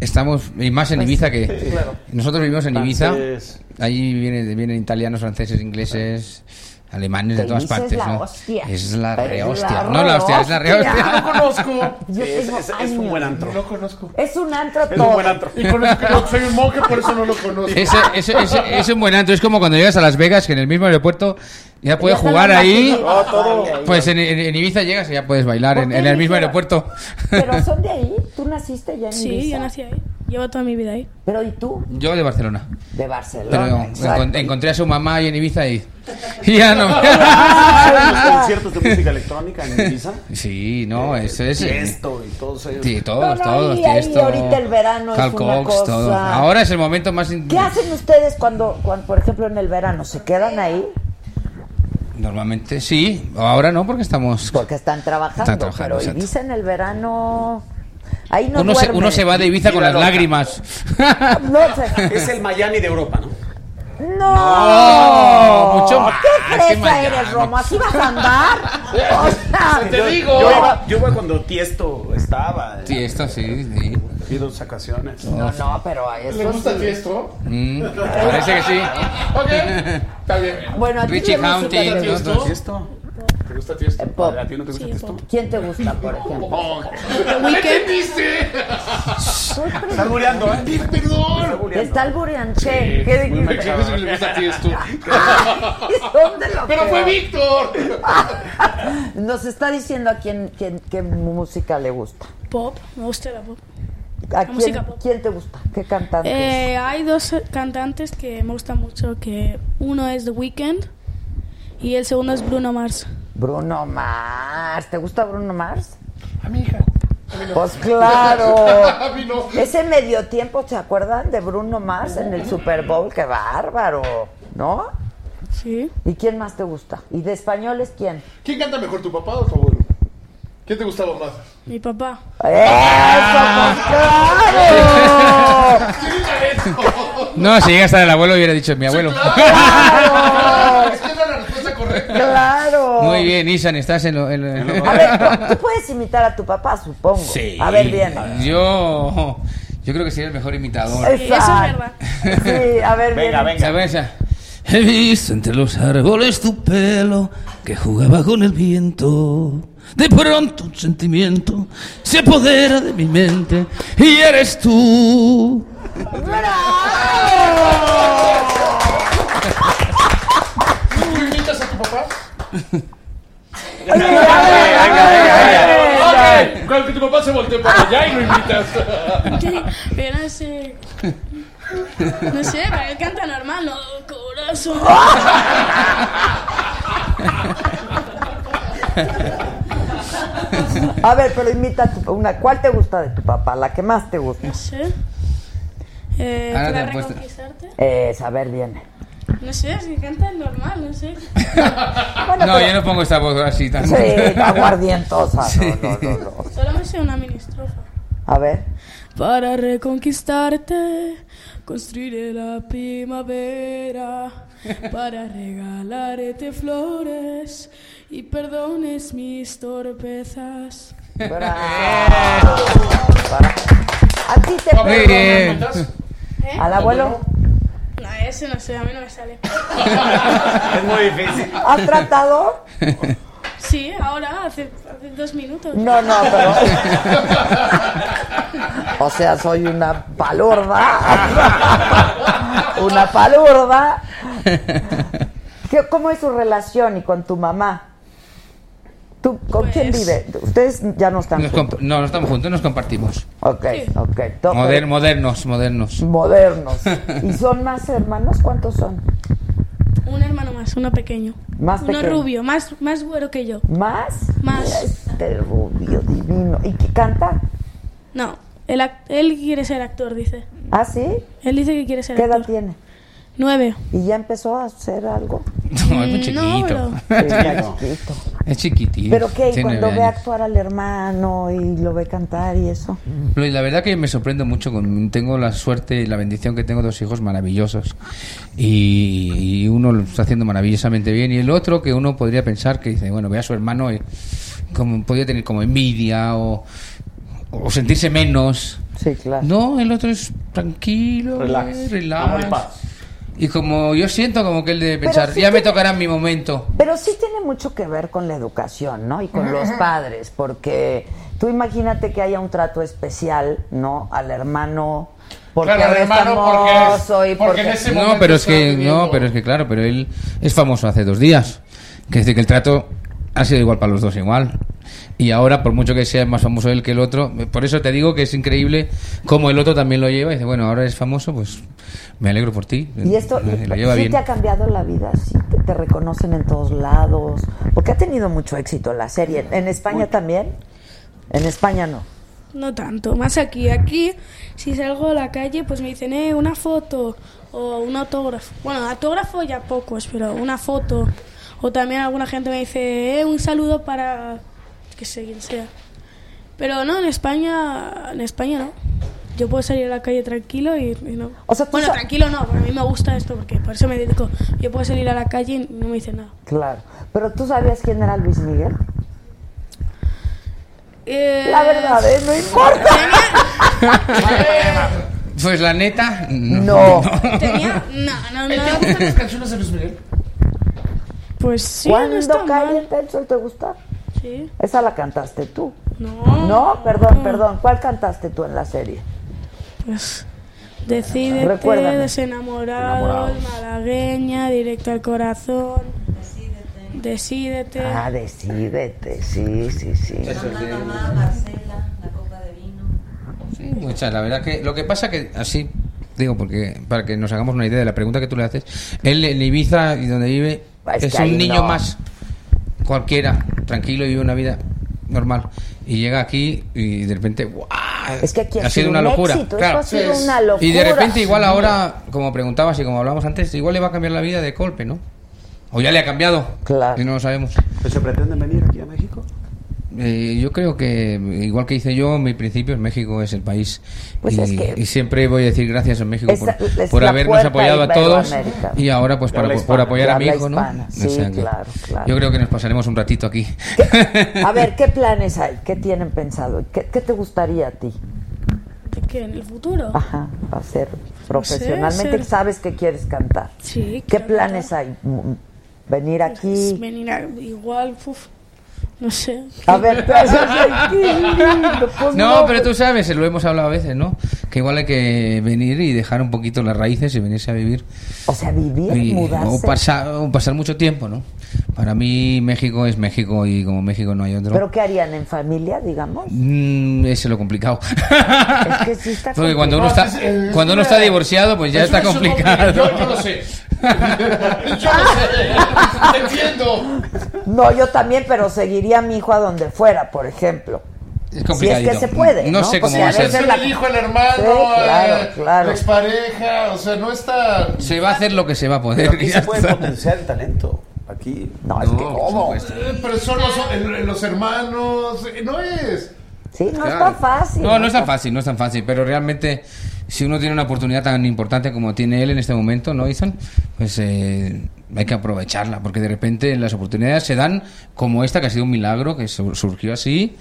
[SPEAKER 11] estamos y más
[SPEAKER 1] Pues
[SPEAKER 11] en Ibiza que
[SPEAKER 1] sí, claro.
[SPEAKER 11] nosotros vivimos en Ibiza.
[SPEAKER 9] Francés.
[SPEAKER 11] Allí vienen, vienen italianos, franceses, ingleses, alemanes de
[SPEAKER 1] Te
[SPEAKER 11] todas
[SPEAKER 1] dices
[SPEAKER 11] partes.
[SPEAKER 1] la
[SPEAKER 11] ¿no?
[SPEAKER 1] hostia.
[SPEAKER 11] Es la
[SPEAKER 1] Es la
[SPEAKER 11] rehostia. No la hostia, es la
[SPEAKER 1] rehostia.
[SPEAKER 11] rehostia.
[SPEAKER 3] conozco.
[SPEAKER 1] [laughs] Yo
[SPEAKER 9] Es-
[SPEAKER 1] tengo
[SPEAKER 9] es- es un
[SPEAKER 1] años.
[SPEAKER 9] buen antro.
[SPEAKER 3] No conozco.
[SPEAKER 1] Es un antro
[SPEAKER 9] Es
[SPEAKER 1] todo.
[SPEAKER 9] un buen antro.
[SPEAKER 3] Y conozco, no, soy un monje, por eso no lo conozco.
[SPEAKER 11] Ese- ese- ese- es un buen antro. Es como cuando llegas a Las Vegas, que en el mismo aeropuerto ya puedes
[SPEAKER 1] están
[SPEAKER 11] jugar
[SPEAKER 1] las
[SPEAKER 11] ahí.
[SPEAKER 1] maquinitas. todo.
[SPEAKER 11] Pues en, en- en Ibiza llegas y ya puedes bailar en,
[SPEAKER 1] qué
[SPEAKER 11] en el mismo
[SPEAKER 1] Ibiza?
[SPEAKER 11] aeropuerto.
[SPEAKER 1] Pero son de ahí. ¿Tú naciste ya en
[SPEAKER 10] Sí,
[SPEAKER 1] Ibiza?
[SPEAKER 10] yo nací ahí. Llevo toda mi vida ahí.
[SPEAKER 1] Pero ¿y tú?
[SPEAKER 11] Yo de Barcelona.
[SPEAKER 1] De Barcelona.
[SPEAKER 11] Pero
[SPEAKER 1] Ah, exacto.
[SPEAKER 11] encon- encontré a su mamá ahí en Ibiza y. [laughs] y ya no.
[SPEAKER 3] [laughs]
[SPEAKER 1] Ah,
[SPEAKER 9] los conciertos de música electrónica en Ibiza? Eh,
[SPEAKER 11] Sí, no, eso es.
[SPEAKER 9] Esto y todo eso.
[SPEAKER 11] Sí, todos,
[SPEAKER 1] Bueno,
[SPEAKER 11] todos.
[SPEAKER 1] ahí, ahí,
[SPEAKER 11] esto,
[SPEAKER 1] ahorita el verano es
[SPEAKER 11] Hal
[SPEAKER 1] una
[SPEAKER 11] Cox,
[SPEAKER 1] cosa.
[SPEAKER 11] todo. Ahora es el momento más. in-
[SPEAKER 1] ¿Qué hacen ustedes cuando, cuando, por ejemplo, en el verano? ¿Se quedan ahí?
[SPEAKER 11] Normalmente sí, ahora no, porque estamos.
[SPEAKER 3] Pues,
[SPEAKER 1] Porque están trabajando.
[SPEAKER 11] Están trabajando,
[SPEAKER 1] pero
[SPEAKER 11] exacto.
[SPEAKER 1] Ibiza en el verano... Ahí no
[SPEAKER 11] uno, se,
[SPEAKER 1] duerme.
[SPEAKER 11] uno se va de Ibiza con
[SPEAKER 9] Vida
[SPEAKER 11] las
[SPEAKER 9] loca.
[SPEAKER 11] lágrimas.
[SPEAKER 1] No,
[SPEAKER 11] [laughs]
[SPEAKER 1] se-
[SPEAKER 9] Es el Miami de Europa, ¿no?
[SPEAKER 1] no.
[SPEAKER 11] No, mucho más
[SPEAKER 1] ¿Qué
[SPEAKER 11] que
[SPEAKER 1] fresa
[SPEAKER 11] Miami.
[SPEAKER 1] eres, Romo? ¿Así vas a andar? O
[SPEAKER 11] [laughs]
[SPEAKER 1] sea,
[SPEAKER 3] Te digo.
[SPEAKER 9] Yo iba, yo iba cuando Tiesto estaba.
[SPEAKER 11] Sí, esto sí, sí.
[SPEAKER 9] Y dos ocasiones.
[SPEAKER 1] No, no, pero a
[SPEAKER 3] ¿Le
[SPEAKER 1] eso
[SPEAKER 3] gusta el
[SPEAKER 1] sí.
[SPEAKER 3] tiesto?
[SPEAKER 11] Mm, parece que sí.
[SPEAKER 3] Ok, [laughs] está bien.
[SPEAKER 1] Bueno, a ti
[SPEAKER 11] Richie
[SPEAKER 1] qué música
[SPEAKER 11] Houghton,
[SPEAKER 1] te
[SPEAKER 11] ¿no?
[SPEAKER 1] gusta?
[SPEAKER 11] Entonces-
[SPEAKER 9] ¿Tiesto?
[SPEAKER 3] ¿Te gusta tiesto?
[SPEAKER 1] Eh, pop.
[SPEAKER 9] ¿A ti no te gusta
[SPEAKER 10] Sí,
[SPEAKER 9] Tiesto?
[SPEAKER 1] ¿Quién te gusta, por ejemplo?
[SPEAKER 3] Oh, ¿Me entendiste?
[SPEAKER 9] Estás buleando, ¿eh?
[SPEAKER 3] Perdón.
[SPEAKER 1] Está albureante. ¿Qué
[SPEAKER 3] Me
[SPEAKER 1] dijiste? [laughs]
[SPEAKER 3] exiges que le gusta [laughs] tiesto.
[SPEAKER 1] ¿Dónde lo
[SPEAKER 3] Pero
[SPEAKER 1] veo?
[SPEAKER 3] fue Víctor.
[SPEAKER 1] Nos está diciendo a quién, quién- qué música le gusta.
[SPEAKER 10] Pop, me gusta la pop.
[SPEAKER 1] ¿A quién,
[SPEAKER 10] música pop.
[SPEAKER 1] quién te gusta? ¿Qué cantante?
[SPEAKER 10] Eh, hay dos cantantes que me gustan mucho, que uno es The Weeknd y el segundo es Bruno Mars.
[SPEAKER 1] Bruno Mars. ¿Te gusta Bruno Mars?
[SPEAKER 3] A mi hija.
[SPEAKER 1] Pues claro.
[SPEAKER 3] A mí no.
[SPEAKER 1] Ese medio tiempo, ¿se acuerdan de Bruno Mars en el Super Bowl? ¡Qué bárbaro! ¿No?
[SPEAKER 10] Sí.
[SPEAKER 1] ¿Y quién más te gusta? ¿Y de españoles quién?
[SPEAKER 3] ¿Quién canta mejor, tu papá o tu abuelo? ¿Quién te gustaba más?
[SPEAKER 10] Mi papá.
[SPEAKER 1] pues
[SPEAKER 10] [laughs]
[SPEAKER 1] ¡Eso, pues, claro!
[SPEAKER 3] ¿Quién era esto?
[SPEAKER 11] No, si llega hasta el abuelo, hubiera dicho mi abuelo. [laughs]
[SPEAKER 1] ¡Claro!
[SPEAKER 3] Es que era la respuesta correcta.
[SPEAKER 1] ¡Claro!
[SPEAKER 11] Muy bien, Isan, estás en lo. en lo-
[SPEAKER 1] A
[SPEAKER 11] [laughs]
[SPEAKER 1] ver, tú puedes imitar a tu papá, supongo.
[SPEAKER 11] Sí.
[SPEAKER 1] A ver, bien.
[SPEAKER 11] Yo. Yo creo que sería el mejor imitador.
[SPEAKER 10] Sí, Eh, eso es verdad. [laughs]
[SPEAKER 1] Sí, a ver,
[SPEAKER 9] Venga,
[SPEAKER 1] bien.
[SPEAKER 9] venga.
[SPEAKER 11] Cabeza. He visto entre los árboles tu pelo que jugaba con el viento. De pronto un sentimiento se apodera de mi mente y eres tú.
[SPEAKER 3] ¿Tú imitas a tu papá? Ok, con que tu papá se voltee para allá y lo imitas.
[SPEAKER 10] Pero no sé. No sé, pero él canta normal, no corazón.
[SPEAKER 1] A ver, pero imita a tu, una. ¿Cuál te gusta de tu papá? La que más te gusta.
[SPEAKER 10] No sé. Eh,
[SPEAKER 11] Ahora
[SPEAKER 10] ¿Para
[SPEAKER 11] te apuesto.
[SPEAKER 10] reconquistarte?
[SPEAKER 1] Es, Eh, a ver, bien.
[SPEAKER 10] No sé, si canta normal, no sé.
[SPEAKER 1] Bueno,
[SPEAKER 11] No,
[SPEAKER 1] pero-
[SPEAKER 11] yo no pongo esta voz así tan.
[SPEAKER 1] Sí,
[SPEAKER 11] [laughs]
[SPEAKER 1] aguardientosa. No, no, no, no.
[SPEAKER 10] Solo me sé una mini estrofa.
[SPEAKER 1] A
[SPEAKER 11] [laughs]
[SPEAKER 1] ver.
[SPEAKER 10] Para reconquistarte, construiré la primavera. Para regalarte flores y perdones mis torpezas.
[SPEAKER 1] Bravo. Para- A ti te
[SPEAKER 11] Muy
[SPEAKER 1] perdonan.
[SPEAKER 11] bien.
[SPEAKER 3] ¿Imitas?
[SPEAKER 10] ¿Eh?
[SPEAKER 1] ¿Al abuelo?
[SPEAKER 10] No, es eso no sé, a mí no me sale.
[SPEAKER 9] Es muy difícil.
[SPEAKER 1] ¿Has tratado?
[SPEAKER 10] Sí, ahora, hace, hace dos minutos.
[SPEAKER 1] No, no, pero. [laughs] O sea, soy una palurda. [laughs] Una palurda. ¿Qué- ¿Cómo es su relación y con tu mamá? ¿Tú con quién vive? Ustedes ya no están
[SPEAKER 11] Nos
[SPEAKER 1] juntos.
[SPEAKER 11] comp- no, no estamos juntos, nos compartimos.
[SPEAKER 1] Ok, ok. To-
[SPEAKER 11] Moder- modernos, modernos.
[SPEAKER 1] Modernos. ¿Y son más hermanos? ¿Cuántos son?
[SPEAKER 10] Un hermano más, uno pequeño.
[SPEAKER 1] Más
[SPEAKER 10] uno
[SPEAKER 1] pequeño.
[SPEAKER 10] rubio, más, más güero que yo.
[SPEAKER 1] ¿Más?
[SPEAKER 10] Más.
[SPEAKER 1] Este rubio divino. ¿Y qué canta?
[SPEAKER 10] No, él, ac- él quiere ser actor, dice.
[SPEAKER 1] ¿Ah, sí?
[SPEAKER 10] Él dice que quiere ser
[SPEAKER 1] ¿Qué
[SPEAKER 10] actor.
[SPEAKER 1] edad tiene?
[SPEAKER 10] Nueve.
[SPEAKER 1] ¿Y ya empezó a hacer algo?
[SPEAKER 11] [laughs] No, es muy
[SPEAKER 10] Mm,
[SPEAKER 11] chiquito.
[SPEAKER 10] no,
[SPEAKER 11] [laughs]
[SPEAKER 1] pero-
[SPEAKER 11] Es chiquitito.
[SPEAKER 1] ¿Pero qué? ¿Y
[SPEAKER 11] Tiene
[SPEAKER 1] cuando
[SPEAKER 11] nueve
[SPEAKER 1] ve
[SPEAKER 11] años.
[SPEAKER 1] actuar al hermano y lo ve cantar y eso?
[SPEAKER 11] Pero La verdad que me sorprendo mucho. Con, tengo la suerte y la bendición que tengo dos hijos maravillosos. Y, y uno lo está haciendo maravillosamente bien. Y el otro que uno podría pensar que dice, bueno, ve a su hermano, eh, como, podría tener como envidia o, o sentirse menos.
[SPEAKER 1] Sí, claro.
[SPEAKER 11] No, el otro es tranquilo,
[SPEAKER 9] Relax.
[SPEAKER 11] eh,
[SPEAKER 9] Amor y
[SPEAKER 11] relax.
[SPEAKER 9] paz.
[SPEAKER 11] Y como yo siento como que él debe
[SPEAKER 1] Pero
[SPEAKER 11] pensar,
[SPEAKER 1] sí
[SPEAKER 11] ya me
[SPEAKER 1] tiene-
[SPEAKER 11] tocará mi momento.
[SPEAKER 1] Pero sí tiene mucho que ver con la educación, ¿no? Y con
[SPEAKER 3] [laughs]
[SPEAKER 1] los padres, porque tú imagínate que haya un trato especial, ¿no? Al hermano, porque
[SPEAKER 3] Claro, al
[SPEAKER 1] ahora está
[SPEAKER 3] hermano, porque es-
[SPEAKER 1] mozo y
[SPEAKER 3] porque
[SPEAKER 1] porque...
[SPEAKER 3] en ese
[SPEAKER 11] No,
[SPEAKER 3] momento
[SPEAKER 11] pero es
[SPEAKER 3] estaba
[SPEAKER 11] que
[SPEAKER 3] viviendo-
[SPEAKER 11] no, pero es que claro, pero él es famoso hace dos días. Que dice que el trato ha sido igual para los dos igual. Y ahora, por mucho que sea más famoso él que el otro, por eso te digo que es increíble cómo el otro también lo lleva. Y dice, bueno, ahora eres famoso, pues me alegro por ti. Eh,
[SPEAKER 1] Y esto y-
[SPEAKER 11] lo lleva
[SPEAKER 1] sí
[SPEAKER 11] bien.
[SPEAKER 1] te ha cambiado la vida, sí te, te reconocen en todos lados, porque ha tenido mucho éxito la serie. ¿En España también? En España no.
[SPEAKER 10] No tanto, más aquí. Aquí, si salgo a la calle, pues me dicen, eh, una foto o un autógrafo. Bueno, autógrafo ya pocos, pero una foto. O también alguna gente me dice, eh, un saludo para que sé quien sea. Pero no, en España, en España no. Yo puedo salir a la calle tranquilo y, y no. bueno, tranquilo no, pero a mí me gusta esto porque por eso me dedico. Yo puedo salir a la calle y no me dicen nada.
[SPEAKER 1] Claro. Pero tú sabías quién era Luis Miguel.
[SPEAKER 10] Eh,
[SPEAKER 1] La verdad, ¿eh? no
[SPEAKER 10] [laughs]
[SPEAKER 1] importa.
[SPEAKER 11] Pues la neta,
[SPEAKER 1] No.
[SPEAKER 10] Tenía, no, no,
[SPEAKER 3] ¿Te
[SPEAKER 10] no.
[SPEAKER 1] [laughs]
[SPEAKER 3] gustan las canciones de Luis Miguel?
[SPEAKER 10] Pues sí, no
[SPEAKER 1] ¿Cuándo
[SPEAKER 10] está
[SPEAKER 1] cae
[SPEAKER 10] mal.
[SPEAKER 1] el techo te gusta?
[SPEAKER 10] Sí.
[SPEAKER 1] Esa la cantaste tú.
[SPEAKER 10] No.
[SPEAKER 1] No, perdón, perdón. ¿Cuál cantaste tú en la serie?
[SPEAKER 10] Pues decídete,
[SPEAKER 1] Recuérdame.
[SPEAKER 10] desenamorado,
[SPEAKER 1] Enamorados.
[SPEAKER 10] malagueña, directo al corazón. Decídete.
[SPEAKER 1] Ah, decídete. Sí, sí, sí.
[SPEAKER 11] Sí, muchas. La verdad que lo que pasa que así digo porque para que nos hagamos una idea de la pregunta que tú le haces, él en Ibiza y donde vive
[SPEAKER 1] Es
[SPEAKER 11] es,
[SPEAKER 1] que ahí
[SPEAKER 11] un niño
[SPEAKER 1] no.
[SPEAKER 11] más cualquiera, tranquilo y vive una vida normal y llega aquí y de repente ¡guau!
[SPEAKER 1] Es que aquí ha sido
[SPEAKER 11] una
[SPEAKER 1] un
[SPEAKER 11] locura.
[SPEAKER 1] éxito,
[SPEAKER 11] claro.
[SPEAKER 1] esto ha sido Sí. una locura.
[SPEAKER 11] Y de repente igual ahora, como preguntabas y como hablábamos antes, igual le va a cambiar la vida de golpe, ¿no? O ya le ha cambiado.
[SPEAKER 1] Claro.
[SPEAKER 11] Y no lo sabemos.
[SPEAKER 9] Pues se pretenden venir aquí
[SPEAKER 11] [laughs]
[SPEAKER 9] a México.
[SPEAKER 11] Eh, yo creo que, igual que hice yo, mi principio es México es el país.
[SPEAKER 1] Pues
[SPEAKER 11] y,
[SPEAKER 1] es que-
[SPEAKER 11] y siempre voy a decir gracias a México
[SPEAKER 1] Es
[SPEAKER 11] por,
[SPEAKER 1] la- es
[SPEAKER 11] por
[SPEAKER 1] la
[SPEAKER 11] habernos
[SPEAKER 1] puerta
[SPEAKER 11] apoyado a todos
[SPEAKER 1] Iberoamérica.
[SPEAKER 11] y ahora pues
[SPEAKER 1] De
[SPEAKER 11] por,
[SPEAKER 1] habla
[SPEAKER 11] por apoyar a mi
[SPEAKER 1] De habla
[SPEAKER 11] hijo, ¿no?
[SPEAKER 1] hispana. Sí,
[SPEAKER 11] O sea que
[SPEAKER 1] claro, claro.
[SPEAKER 11] Yo creo que nos pasaremos un ratito aquí. [laughs]
[SPEAKER 1] A ver, ¿qué planes hay? ¿Qué tienen pensado? ¿Qué, qué te gustaría a ti?
[SPEAKER 10] ¿Qué? ¿En el futuro?
[SPEAKER 1] Ajá, hacer profesionalmente.
[SPEAKER 10] ser-
[SPEAKER 1] Sabes que quieres cantar.
[SPEAKER 10] Sí.
[SPEAKER 1] ¿Qué
[SPEAKER 10] quiero
[SPEAKER 1] planes
[SPEAKER 10] cantar.
[SPEAKER 1] hay? Mm, Venir
[SPEAKER 10] Pues
[SPEAKER 1] aquí.
[SPEAKER 10] venir a- igual, uf, no sé.
[SPEAKER 1] A ver, pues, pero eso es- qué lindo, pues
[SPEAKER 11] No,
[SPEAKER 3] eh.
[SPEAKER 11] pero tú sabes, lo hemos hablado a veces, ¿no? Que igual hay que venir y dejar un poquito las raíces y venirse a vivir.
[SPEAKER 1] O sea, vivir,
[SPEAKER 11] Y- o
[SPEAKER 1] mudarse.
[SPEAKER 11] pasar, o pasar mucho tiempo, ¿no? Para mí México es México y como México no hay otro. [laughs]
[SPEAKER 1] ¿Pero qué harían? ¿En familia, digamos?
[SPEAKER 11] Mm, ese es lo complicado.
[SPEAKER 1] Es que sí está
[SPEAKER 11] Porque cuando uno
[SPEAKER 1] complicado.
[SPEAKER 11] está cuando uno está divorciado, pues ya
[SPEAKER 3] Es
[SPEAKER 11] está
[SPEAKER 3] una- es una-
[SPEAKER 11] complicado.
[SPEAKER 3] Yo, yo lo sé.
[SPEAKER 11] [laughs]
[SPEAKER 3] Yo lo sé. eh, Te entiendo.
[SPEAKER 1] No, yo también, pero seguiría a mi hijo a donde fuera, por ejemplo.
[SPEAKER 11] Es
[SPEAKER 1] Si es
[SPEAKER 11] complicadito.
[SPEAKER 1] que se puede. No,
[SPEAKER 11] No sé
[SPEAKER 1] Pues
[SPEAKER 11] cómo va a
[SPEAKER 1] sí,
[SPEAKER 11] ser.
[SPEAKER 1] veces
[SPEAKER 3] Se
[SPEAKER 1] la-
[SPEAKER 3] le dijo el hermano,
[SPEAKER 1] Sí, claro,
[SPEAKER 3] eh,
[SPEAKER 1] claro.
[SPEAKER 3] la expareja, o sea, no está...
[SPEAKER 11] Se va a hacer lo que se va a poder.
[SPEAKER 9] Pero aquí
[SPEAKER 11] ya
[SPEAKER 9] se puede
[SPEAKER 11] está.
[SPEAKER 9] potenciar el talento. Aquí.
[SPEAKER 1] No, es
[SPEAKER 11] No,
[SPEAKER 1] que
[SPEAKER 11] por
[SPEAKER 1] cómo.
[SPEAKER 11] supuesto.
[SPEAKER 3] Eh, Pero son los, el- los hermanos, eh, no es...
[SPEAKER 1] Sí, no
[SPEAKER 11] Claro.
[SPEAKER 1] está fácil.
[SPEAKER 11] No, no es tan fácil, no es tan fácil, pero realmente si uno tiene una oportunidad tan importante como tiene él en este momento, ¿no, Ethan? Pues eh, hay que aprovecharla, porque de repente las oportunidades se dan como esta, que ha sido un milagro, que su- surgió así,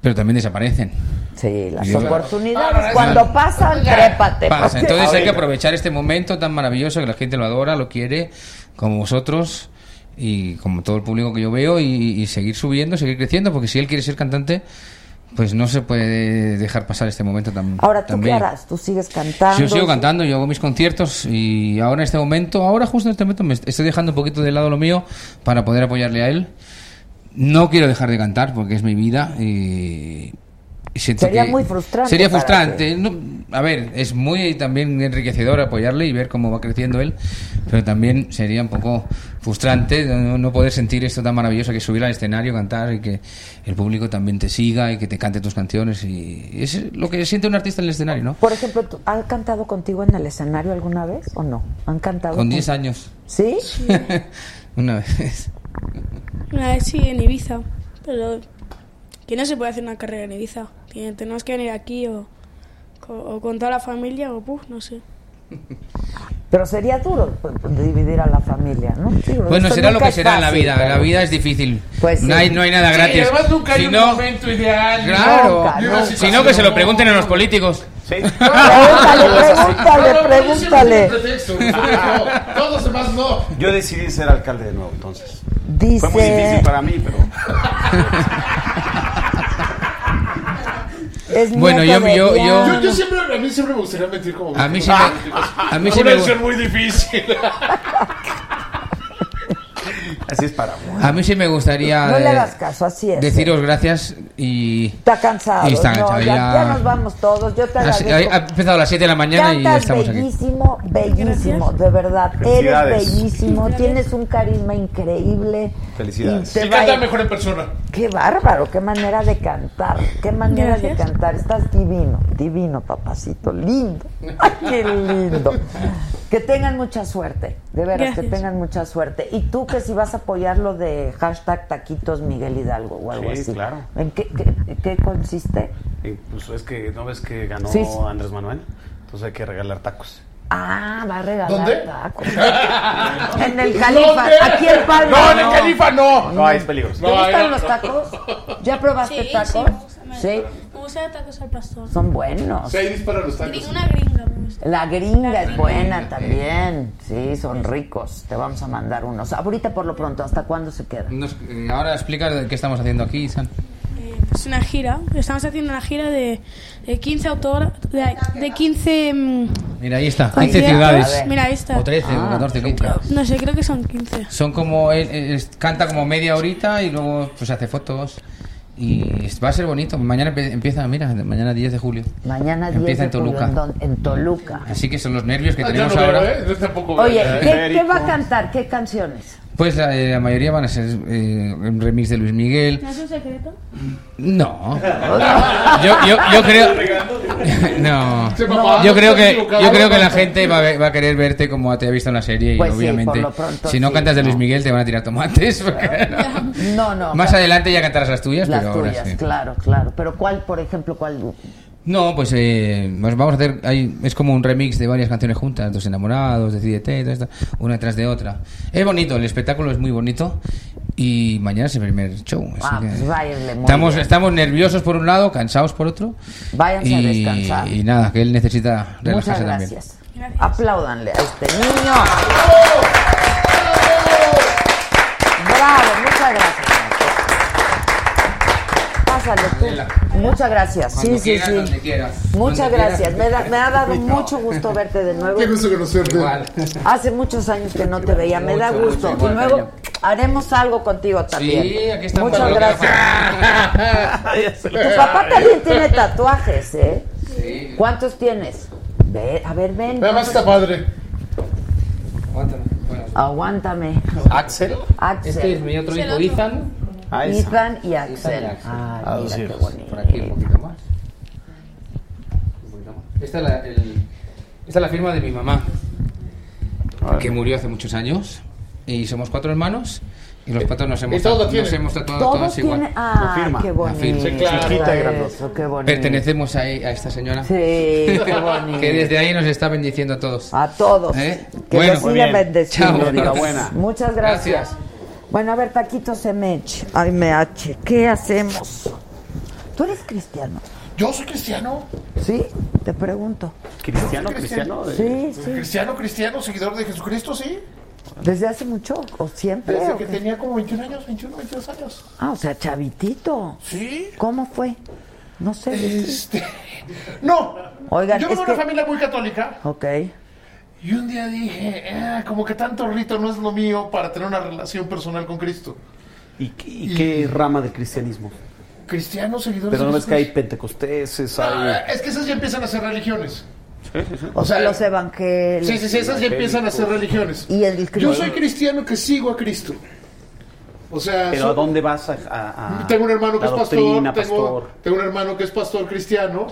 [SPEAKER 3] pero también desaparecen.
[SPEAKER 1] Sí, las oportunidades cuando pasan, trépate.
[SPEAKER 3] Pasa.
[SPEAKER 1] porque-
[SPEAKER 3] Entonces hay que aprovechar este momento tan maravilloso que la gente lo adora, lo quiere, como vosotros y como todo el público que yo veo, y, y seguir subiendo, seguir creciendo, porque si él quiere ser cantante, pues no se puede dejar pasar este momento tan
[SPEAKER 1] Ahora, ¿tú
[SPEAKER 3] tan
[SPEAKER 1] qué
[SPEAKER 3] bello.
[SPEAKER 1] harás? ¿Tú sigues cantando?
[SPEAKER 3] Yo sigo cantando, yo hago mis conciertos y ahora en este momento, ahora justo en este momento me estoy dejando un poquito de lado lo mío para poder apoyarle a él. No quiero dejar de cantar porque es mi vida y y siento
[SPEAKER 1] Sería
[SPEAKER 3] que-
[SPEAKER 1] muy frustrante
[SPEAKER 3] Sería
[SPEAKER 1] para
[SPEAKER 3] frustrante. No, a ver, es muy también enriquecedor apoyarle y ver cómo va creciendo él, pero también sería un poco frustrante no, no poder sentir esto tan maravilloso que es subir al escenario, cantar y que el público también te siga y que te cante tus canciones y es lo que siente un artista en el escenario, ¿no?
[SPEAKER 1] Por ejemplo, ¿tú- ¿han cantado contigo en el escenario alguna vez o no? ¿Han cantado?
[SPEAKER 3] Con 10 años.
[SPEAKER 1] ¿Sí?
[SPEAKER 3] Una vez.
[SPEAKER 10] Una vez sí, en Ibiza. Pero que no se puede hacer una carrera en Ibiza. Tiene- Tenemos que venir aquí o, co- o con toda la familia o puf, no sé.
[SPEAKER 1] Pero sería duro pues, dividir a la familia, ¿no? Sí,
[SPEAKER 3] Bueno,
[SPEAKER 1] esto
[SPEAKER 3] será lo
[SPEAKER 1] nunca
[SPEAKER 3] que
[SPEAKER 1] es
[SPEAKER 3] será en la
[SPEAKER 1] fácil,
[SPEAKER 3] vida.
[SPEAKER 1] pero-
[SPEAKER 3] La vida es difícil.
[SPEAKER 1] Pues sí.
[SPEAKER 3] no, hay, no hay nada
[SPEAKER 1] Sí,
[SPEAKER 3] gratis.
[SPEAKER 1] además nunca hay
[SPEAKER 3] Si
[SPEAKER 1] un
[SPEAKER 3] no-
[SPEAKER 1] momento ideal,
[SPEAKER 3] Claro.
[SPEAKER 1] nunca, nunca.
[SPEAKER 3] Si no, que se lo pregunten a los políticos.
[SPEAKER 1] Pregúntale, pregúntale.
[SPEAKER 12] Todos demás Ah, no.
[SPEAKER 9] Yo decidí ser alcalde de nuevo, entonces. Fue muy difícil
[SPEAKER 1] Dice,
[SPEAKER 9] para mí, pero.
[SPEAKER 1] es
[SPEAKER 3] Bueno,
[SPEAKER 1] nieta
[SPEAKER 3] yo-
[SPEAKER 1] de
[SPEAKER 3] yo- yo-
[SPEAKER 1] Diana.
[SPEAKER 12] Yo, yo siempre, a mí siempre me gustaría mentir como.
[SPEAKER 3] A mí sí
[SPEAKER 1] Ah,
[SPEAKER 12] siempre
[SPEAKER 3] me- a mí sí
[SPEAKER 12] Una
[SPEAKER 3] me-
[SPEAKER 12] elección muy difícil.
[SPEAKER 9] Así es para
[SPEAKER 3] A mí sí me gustaría
[SPEAKER 1] No le
[SPEAKER 3] eh,
[SPEAKER 1] hagas caso, así es.
[SPEAKER 3] deciros gracias y.
[SPEAKER 1] Está cansado.
[SPEAKER 3] Y está
[SPEAKER 1] no,
[SPEAKER 3] cansado,
[SPEAKER 1] ya,
[SPEAKER 3] ya.
[SPEAKER 1] ya nos vamos todos. Yo te
[SPEAKER 3] Ha, ha- ha
[SPEAKER 1] agradezco.
[SPEAKER 3] empezado a las 7 de la mañana y
[SPEAKER 1] Cantas
[SPEAKER 3] estamos aquí.
[SPEAKER 1] bellísimo, bellísimo, de verdad. Eres
[SPEAKER 3] Felicidades.
[SPEAKER 1] bellísimo, tienes un carisma increíble.
[SPEAKER 9] Felicidades.
[SPEAKER 1] Y te
[SPEAKER 12] Y
[SPEAKER 1] va a
[SPEAKER 12] canta
[SPEAKER 1] ir-
[SPEAKER 12] mejor en persona.
[SPEAKER 1] Qué bárbaro, qué manera de cantar, qué manera de
[SPEAKER 12] Gracias.
[SPEAKER 1] cantar. Estás divino, divino, papacito,
[SPEAKER 3] [laughs]
[SPEAKER 1] lindo. Ay, qué lindo. Que tengan mucha suerte, de veras, que
[SPEAKER 13] Gracias.
[SPEAKER 1] tengan mucha suerte. Y tú que si vas a apoyar lo de hashtag taquitos Miguel Hidalgo o algo
[SPEAKER 9] Sí,
[SPEAKER 1] así.
[SPEAKER 9] claro.
[SPEAKER 1] ¿En qué, qué- qué consiste?
[SPEAKER 9] Y, pues es que no ves que ganó
[SPEAKER 1] Sí.
[SPEAKER 9] Andrés Manuel, entonces hay que regalar tacos.
[SPEAKER 1] Ah, va a regalar
[SPEAKER 9] ¿Dónde?
[SPEAKER 1] tacos. [laughs] en el Califa, aquí el Palma.
[SPEAKER 12] No, en el Califa no.
[SPEAKER 9] No, es peligroso.
[SPEAKER 1] ¿Te gustan los tacos? ¿Ya probaste
[SPEAKER 10] Sí,
[SPEAKER 1] tacos? Sí,
[SPEAKER 10] Me gusta tacos al pastor.
[SPEAKER 1] son buenos.
[SPEAKER 12] Sí, ahí disparan los tacos.
[SPEAKER 10] Una gringa.
[SPEAKER 1] La gringa es buena también. Sí, son ricos. Te vamos a mandar unos. Ahorita por lo pronto, ¿hasta cuándo se queda?
[SPEAKER 3] Nos- eh, ahora explica de qué estamos haciendo aquí, San.
[SPEAKER 10] Es Eh, pues una gira. Estamos haciendo una gira de, de 15 autor de, de 15... mm,
[SPEAKER 3] Mira, ahí está.
[SPEAKER 10] Ay,
[SPEAKER 3] 15
[SPEAKER 10] mira,
[SPEAKER 3] ciudades.
[SPEAKER 10] mira, ahí está.
[SPEAKER 3] O 13,
[SPEAKER 1] Ah,
[SPEAKER 3] o 14, 15.
[SPEAKER 10] No sé, creo que son 15.
[SPEAKER 3] Son como. él- él es- canta como media horita y luego pues hace fotos. Y es- va a ser bonito. Mañana empe- empieza, mira, mañana 10 de julio.
[SPEAKER 1] Mañana 10
[SPEAKER 3] Empieza
[SPEAKER 1] de
[SPEAKER 3] en Toluca.
[SPEAKER 1] julio, ¿en dónde? en Toluca.
[SPEAKER 3] Así que son los nervios que
[SPEAKER 12] Ah, yo
[SPEAKER 3] tenemos
[SPEAKER 12] no veo,
[SPEAKER 3] ahora.
[SPEAKER 12] ¿eh? Yo tampoco veo.
[SPEAKER 1] Oye, ¿qué, qué va a cantar? ¿Qué canciones?
[SPEAKER 3] Pues la, eh, la mayoría van a ser eh, un remix de Luis Miguel.
[SPEAKER 10] ¿No es un secreto?
[SPEAKER 3] No. Yo, yo, yo creo. [laughs] No. Yo creo que yo creo que la gente va a, ver- va a querer verte como te ha visto en la serie y
[SPEAKER 1] Pues sí, por
[SPEAKER 3] obviamente
[SPEAKER 1] lo pronto
[SPEAKER 3] si no
[SPEAKER 1] sí,
[SPEAKER 3] cantas de Luis Miguel te van a tirar tomates. [laughs]
[SPEAKER 1] No, no.
[SPEAKER 3] Más
[SPEAKER 1] ca-
[SPEAKER 3] adelante ya cantarás las tuyas,
[SPEAKER 1] Las
[SPEAKER 3] pero ahora
[SPEAKER 1] tuyas,
[SPEAKER 3] sí.
[SPEAKER 1] claro, claro. Pero ¿cuál, por ejemplo, cuál?
[SPEAKER 3] No, pues eh, nos vamos a hacer. hay- es como un remix de varias canciones [laughs] juntas: Dos Enamorados, Decídete, todo esto, una tras de otra. Es bonito, el espectáculo es muy bonito. Y mañana es el primer show. así
[SPEAKER 1] Ah,
[SPEAKER 3] que-
[SPEAKER 1] pues váyanle muy
[SPEAKER 3] estamos,
[SPEAKER 1] bien.
[SPEAKER 3] estamos nerviosos por un lado, cansados por otro.
[SPEAKER 1] Váyanse a
[SPEAKER 3] y,
[SPEAKER 1] descansar.
[SPEAKER 3] Y nada, que él necesita
[SPEAKER 1] Muchas
[SPEAKER 3] relajarse también.
[SPEAKER 1] gracias. Apláudanle a este niño. Bravo, muchas gracias. Pásale tú. Muchas gracias. Sí,
[SPEAKER 3] Cuando
[SPEAKER 1] sí,
[SPEAKER 3] quieras, donde
[SPEAKER 1] sí.
[SPEAKER 3] quieras.
[SPEAKER 1] Muchas
[SPEAKER 3] Donde
[SPEAKER 1] gracias. Me,
[SPEAKER 3] quieras.
[SPEAKER 1] da- me ha dado mucho gusto verte de nuevo.
[SPEAKER 12] Qué gusto conocerte.
[SPEAKER 3] Igual.
[SPEAKER 1] Hace muchos años que no te veía. Me da
[SPEAKER 3] Mucho,
[SPEAKER 1] gusto.
[SPEAKER 3] mucho,
[SPEAKER 1] Y luego haremos algo contigo también.
[SPEAKER 3] Sí, aquí estamos.
[SPEAKER 1] Muchas
[SPEAKER 3] Lo que
[SPEAKER 1] gracias. Tu papá también tiene tatuajes, ¿eh?
[SPEAKER 3] Sí.
[SPEAKER 1] ¿Cuántos tienes? Ve- a ver, ven.
[SPEAKER 12] Nada más está padre.
[SPEAKER 1] Aguántame.
[SPEAKER 3] ¿Axel?
[SPEAKER 1] Axel.
[SPEAKER 3] Este es mi otro hijo, Ethan. Ah, esa.
[SPEAKER 1] Ethan y
[SPEAKER 3] Ethan
[SPEAKER 1] Axel.
[SPEAKER 3] y Axel.
[SPEAKER 1] Ay,
[SPEAKER 3] Ah,
[SPEAKER 1] mira
[SPEAKER 3] sí,
[SPEAKER 1] qué
[SPEAKER 3] es.
[SPEAKER 1] bonito.
[SPEAKER 3] Por aquí un poquito más. Un poquito más. Esta es la, el- esta es la firma de mi mamá, que murió hace muchos años. Y somos cuatro hermanos. Y los cuatro nos hemos,
[SPEAKER 12] Y todos
[SPEAKER 3] nos
[SPEAKER 12] tienen.
[SPEAKER 3] hemos tatuado
[SPEAKER 1] Todos
[SPEAKER 3] todos igual.
[SPEAKER 1] tienen- ah,
[SPEAKER 3] La firma.
[SPEAKER 1] qué
[SPEAKER 3] La
[SPEAKER 1] bonito.
[SPEAKER 3] firma.
[SPEAKER 1] Sí, claro. Chiquita y grandota. Eso, qué bonito.
[SPEAKER 3] Pertenecemos a, a esta señora. [laughs]
[SPEAKER 1] Sí, qué bonito.
[SPEAKER 3] que desde ahí nos está bendiciendo a todos.
[SPEAKER 1] A todos.
[SPEAKER 3] ¿Eh?
[SPEAKER 1] Que
[SPEAKER 3] Bueno,
[SPEAKER 1] los
[SPEAKER 3] muy
[SPEAKER 1] siga
[SPEAKER 3] bien.
[SPEAKER 1] bendeciendo.
[SPEAKER 3] Chao.
[SPEAKER 1] Dios.
[SPEAKER 3] Enhorabuena.
[SPEAKER 1] Muchas gracias.
[SPEAKER 3] Gracias.
[SPEAKER 1] Bueno, a ver, Taquito MH. Ay, MH. ¿Qué hacemos? ¿Tú eres cristiano?
[SPEAKER 3] Yo soy cristiano.
[SPEAKER 1] Sí, te pregunto.
[SPEAKER 9] ¿Cristiano,
[SPEAKER 3] cristiano?
[SPEAKER 9] cristiano? de-
[SPEAKER 1] Sí, sí.
[SPEAKER 3] Cristiano, cristiano, seguidor de Jesucristo, sí.
[SPEAKER 1] ¿Desde hace mucho o siempre?
[SPEAKER 3] Desde
[SPEAKER 1] o
[SPEAKER 3] que
[SPEAKER 1] qué?
[SPEAKER 3] tenía como 21 años, 21, 22 años.
[SPEAKER 1] Ah, o sea, chavitito.
[SPEAKER 3] Sí.
[SPEAKER 1] ¿Cómo fue? No sé.
[SPEAKER 3] Este, [laughs] No,
[SPEAKER 1] Oigan,
[SPEAKER 3] yo
[SPEAKER 1] es
[SPEAKER 3] vengo de
[SPEAKER 1] que...
[SPEAKER 3] una familia muy católica
[SPEAKER 1] Ok.
[SPEAKER 3] y un día dije, "Ah, como que tanto rito no es lo mío para tener una relación personal con Cristo.
[SPEAKER 9] ¿Y, qué- y qué rama del cristianismo?
[SPEAKER 3] Cristianos, seguidores
[SPEAKER 9] Pero
[SPEAKER 3] de
[SPEAKER 9] no ves que hay
[SPEAKER 3] Jesús.
[SPEAKER 9] pentecosteses,
[SPEAKER 3] Ah,
[SPEAKER 9] hay...
[SPEAKER 3] Es que esas ya empiezan a ser religiones.
[SPEAKER 1] O sea, los evangelios.
[SPEAKER 3] Sí, sí, sí, esas ya empiezan a ser religiones.
[SPEAKER 1] Y el
[SPEAKER 3] Yo
[SPEAKER 1] cristiano.
[SPEAKER 3] soy cristiano que sigo a Cristo. O sea,
[SPEAKER 9] Pero
[SPEAKER 3] soy-
[SPEAKER 9] ¿a dónde vas a...? a- a-
[SPEAKER 3] tengo un hermano que
[SPEAKER 9] la
[SPEAKER 3] es pastor,
[SPEAKER 9] doctrina,
[SPEAKER 3] tengo,
[SPEAKER 9] pastor?
[SPEAKER 3] tengo un hermano que es pastor cristiano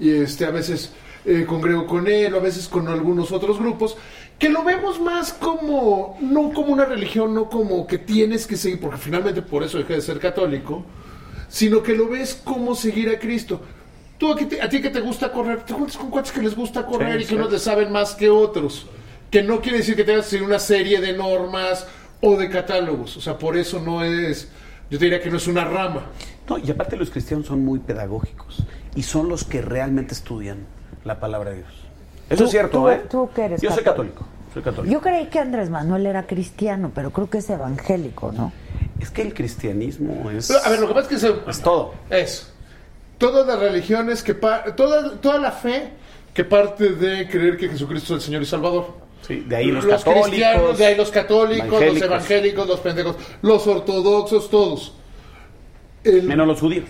[SPEAKER 3] y este a veces eh, congrego con él, a veces con algunos otros grupos que lo vemos más como no como una religión, no como que tienes que seguir porque finalmente por eso dejé de ser católico, sino que lo ves como seguir a Cristo. Tú aquí te- a ti que te gusta correr, te juntas con cuates que les gusta correr
[SPEAKER 9] Sí,
[SPEAKER 3] y que
[SPEAKER 9] sí.
[SPEAKER 3] unos le saben más que otros, que no quiere decir que tengas que seguir una serie de normas o de catálogos, o sea, por eso no es yo te diría que no es una rama.
[SPEAKER 9] No, y aparte los cristianos son muy pedagógicos y son los que realmente estudian la palabra de Dios. Eso
[SPEAKER 1] Tú-
[SPEAKER 9] es cierto,
[SPEAKER 1] tú-
[SPEAKER 9] ¿eh?
[SPEAKER 1] tú que eres
[SPEAKER 9] Yo soy católico, soy católico.
[SPEAKER 1] Yo creí que Andrés Manuel era cristiano, pero creo que es evangélico, ¿no?
[SPEAKER 9] Es que el cristianismo es...
[SPEAKER 3] Pero, a ver, lo que pasa es que se-
[SPEAKER 9] es todo.
[SPEAKER 3] es todas las religiones que pa- toda toda la fe que parte de creer que Jesucristo es el Señor y Salvador.
[SPEAKER 9] Sí, de ahí los,
[SPEAKER 3] cristianos,
[SPEAKER 9] católicos.
[SPEAKER 3] de ahí los católicos, los
[SPEAKER 9] evangélicos.
[SPEAKER 3] evangélicos, los pendejos, los ortodoxos, todos. El-
[SPEAKER 9] Menos los judíos.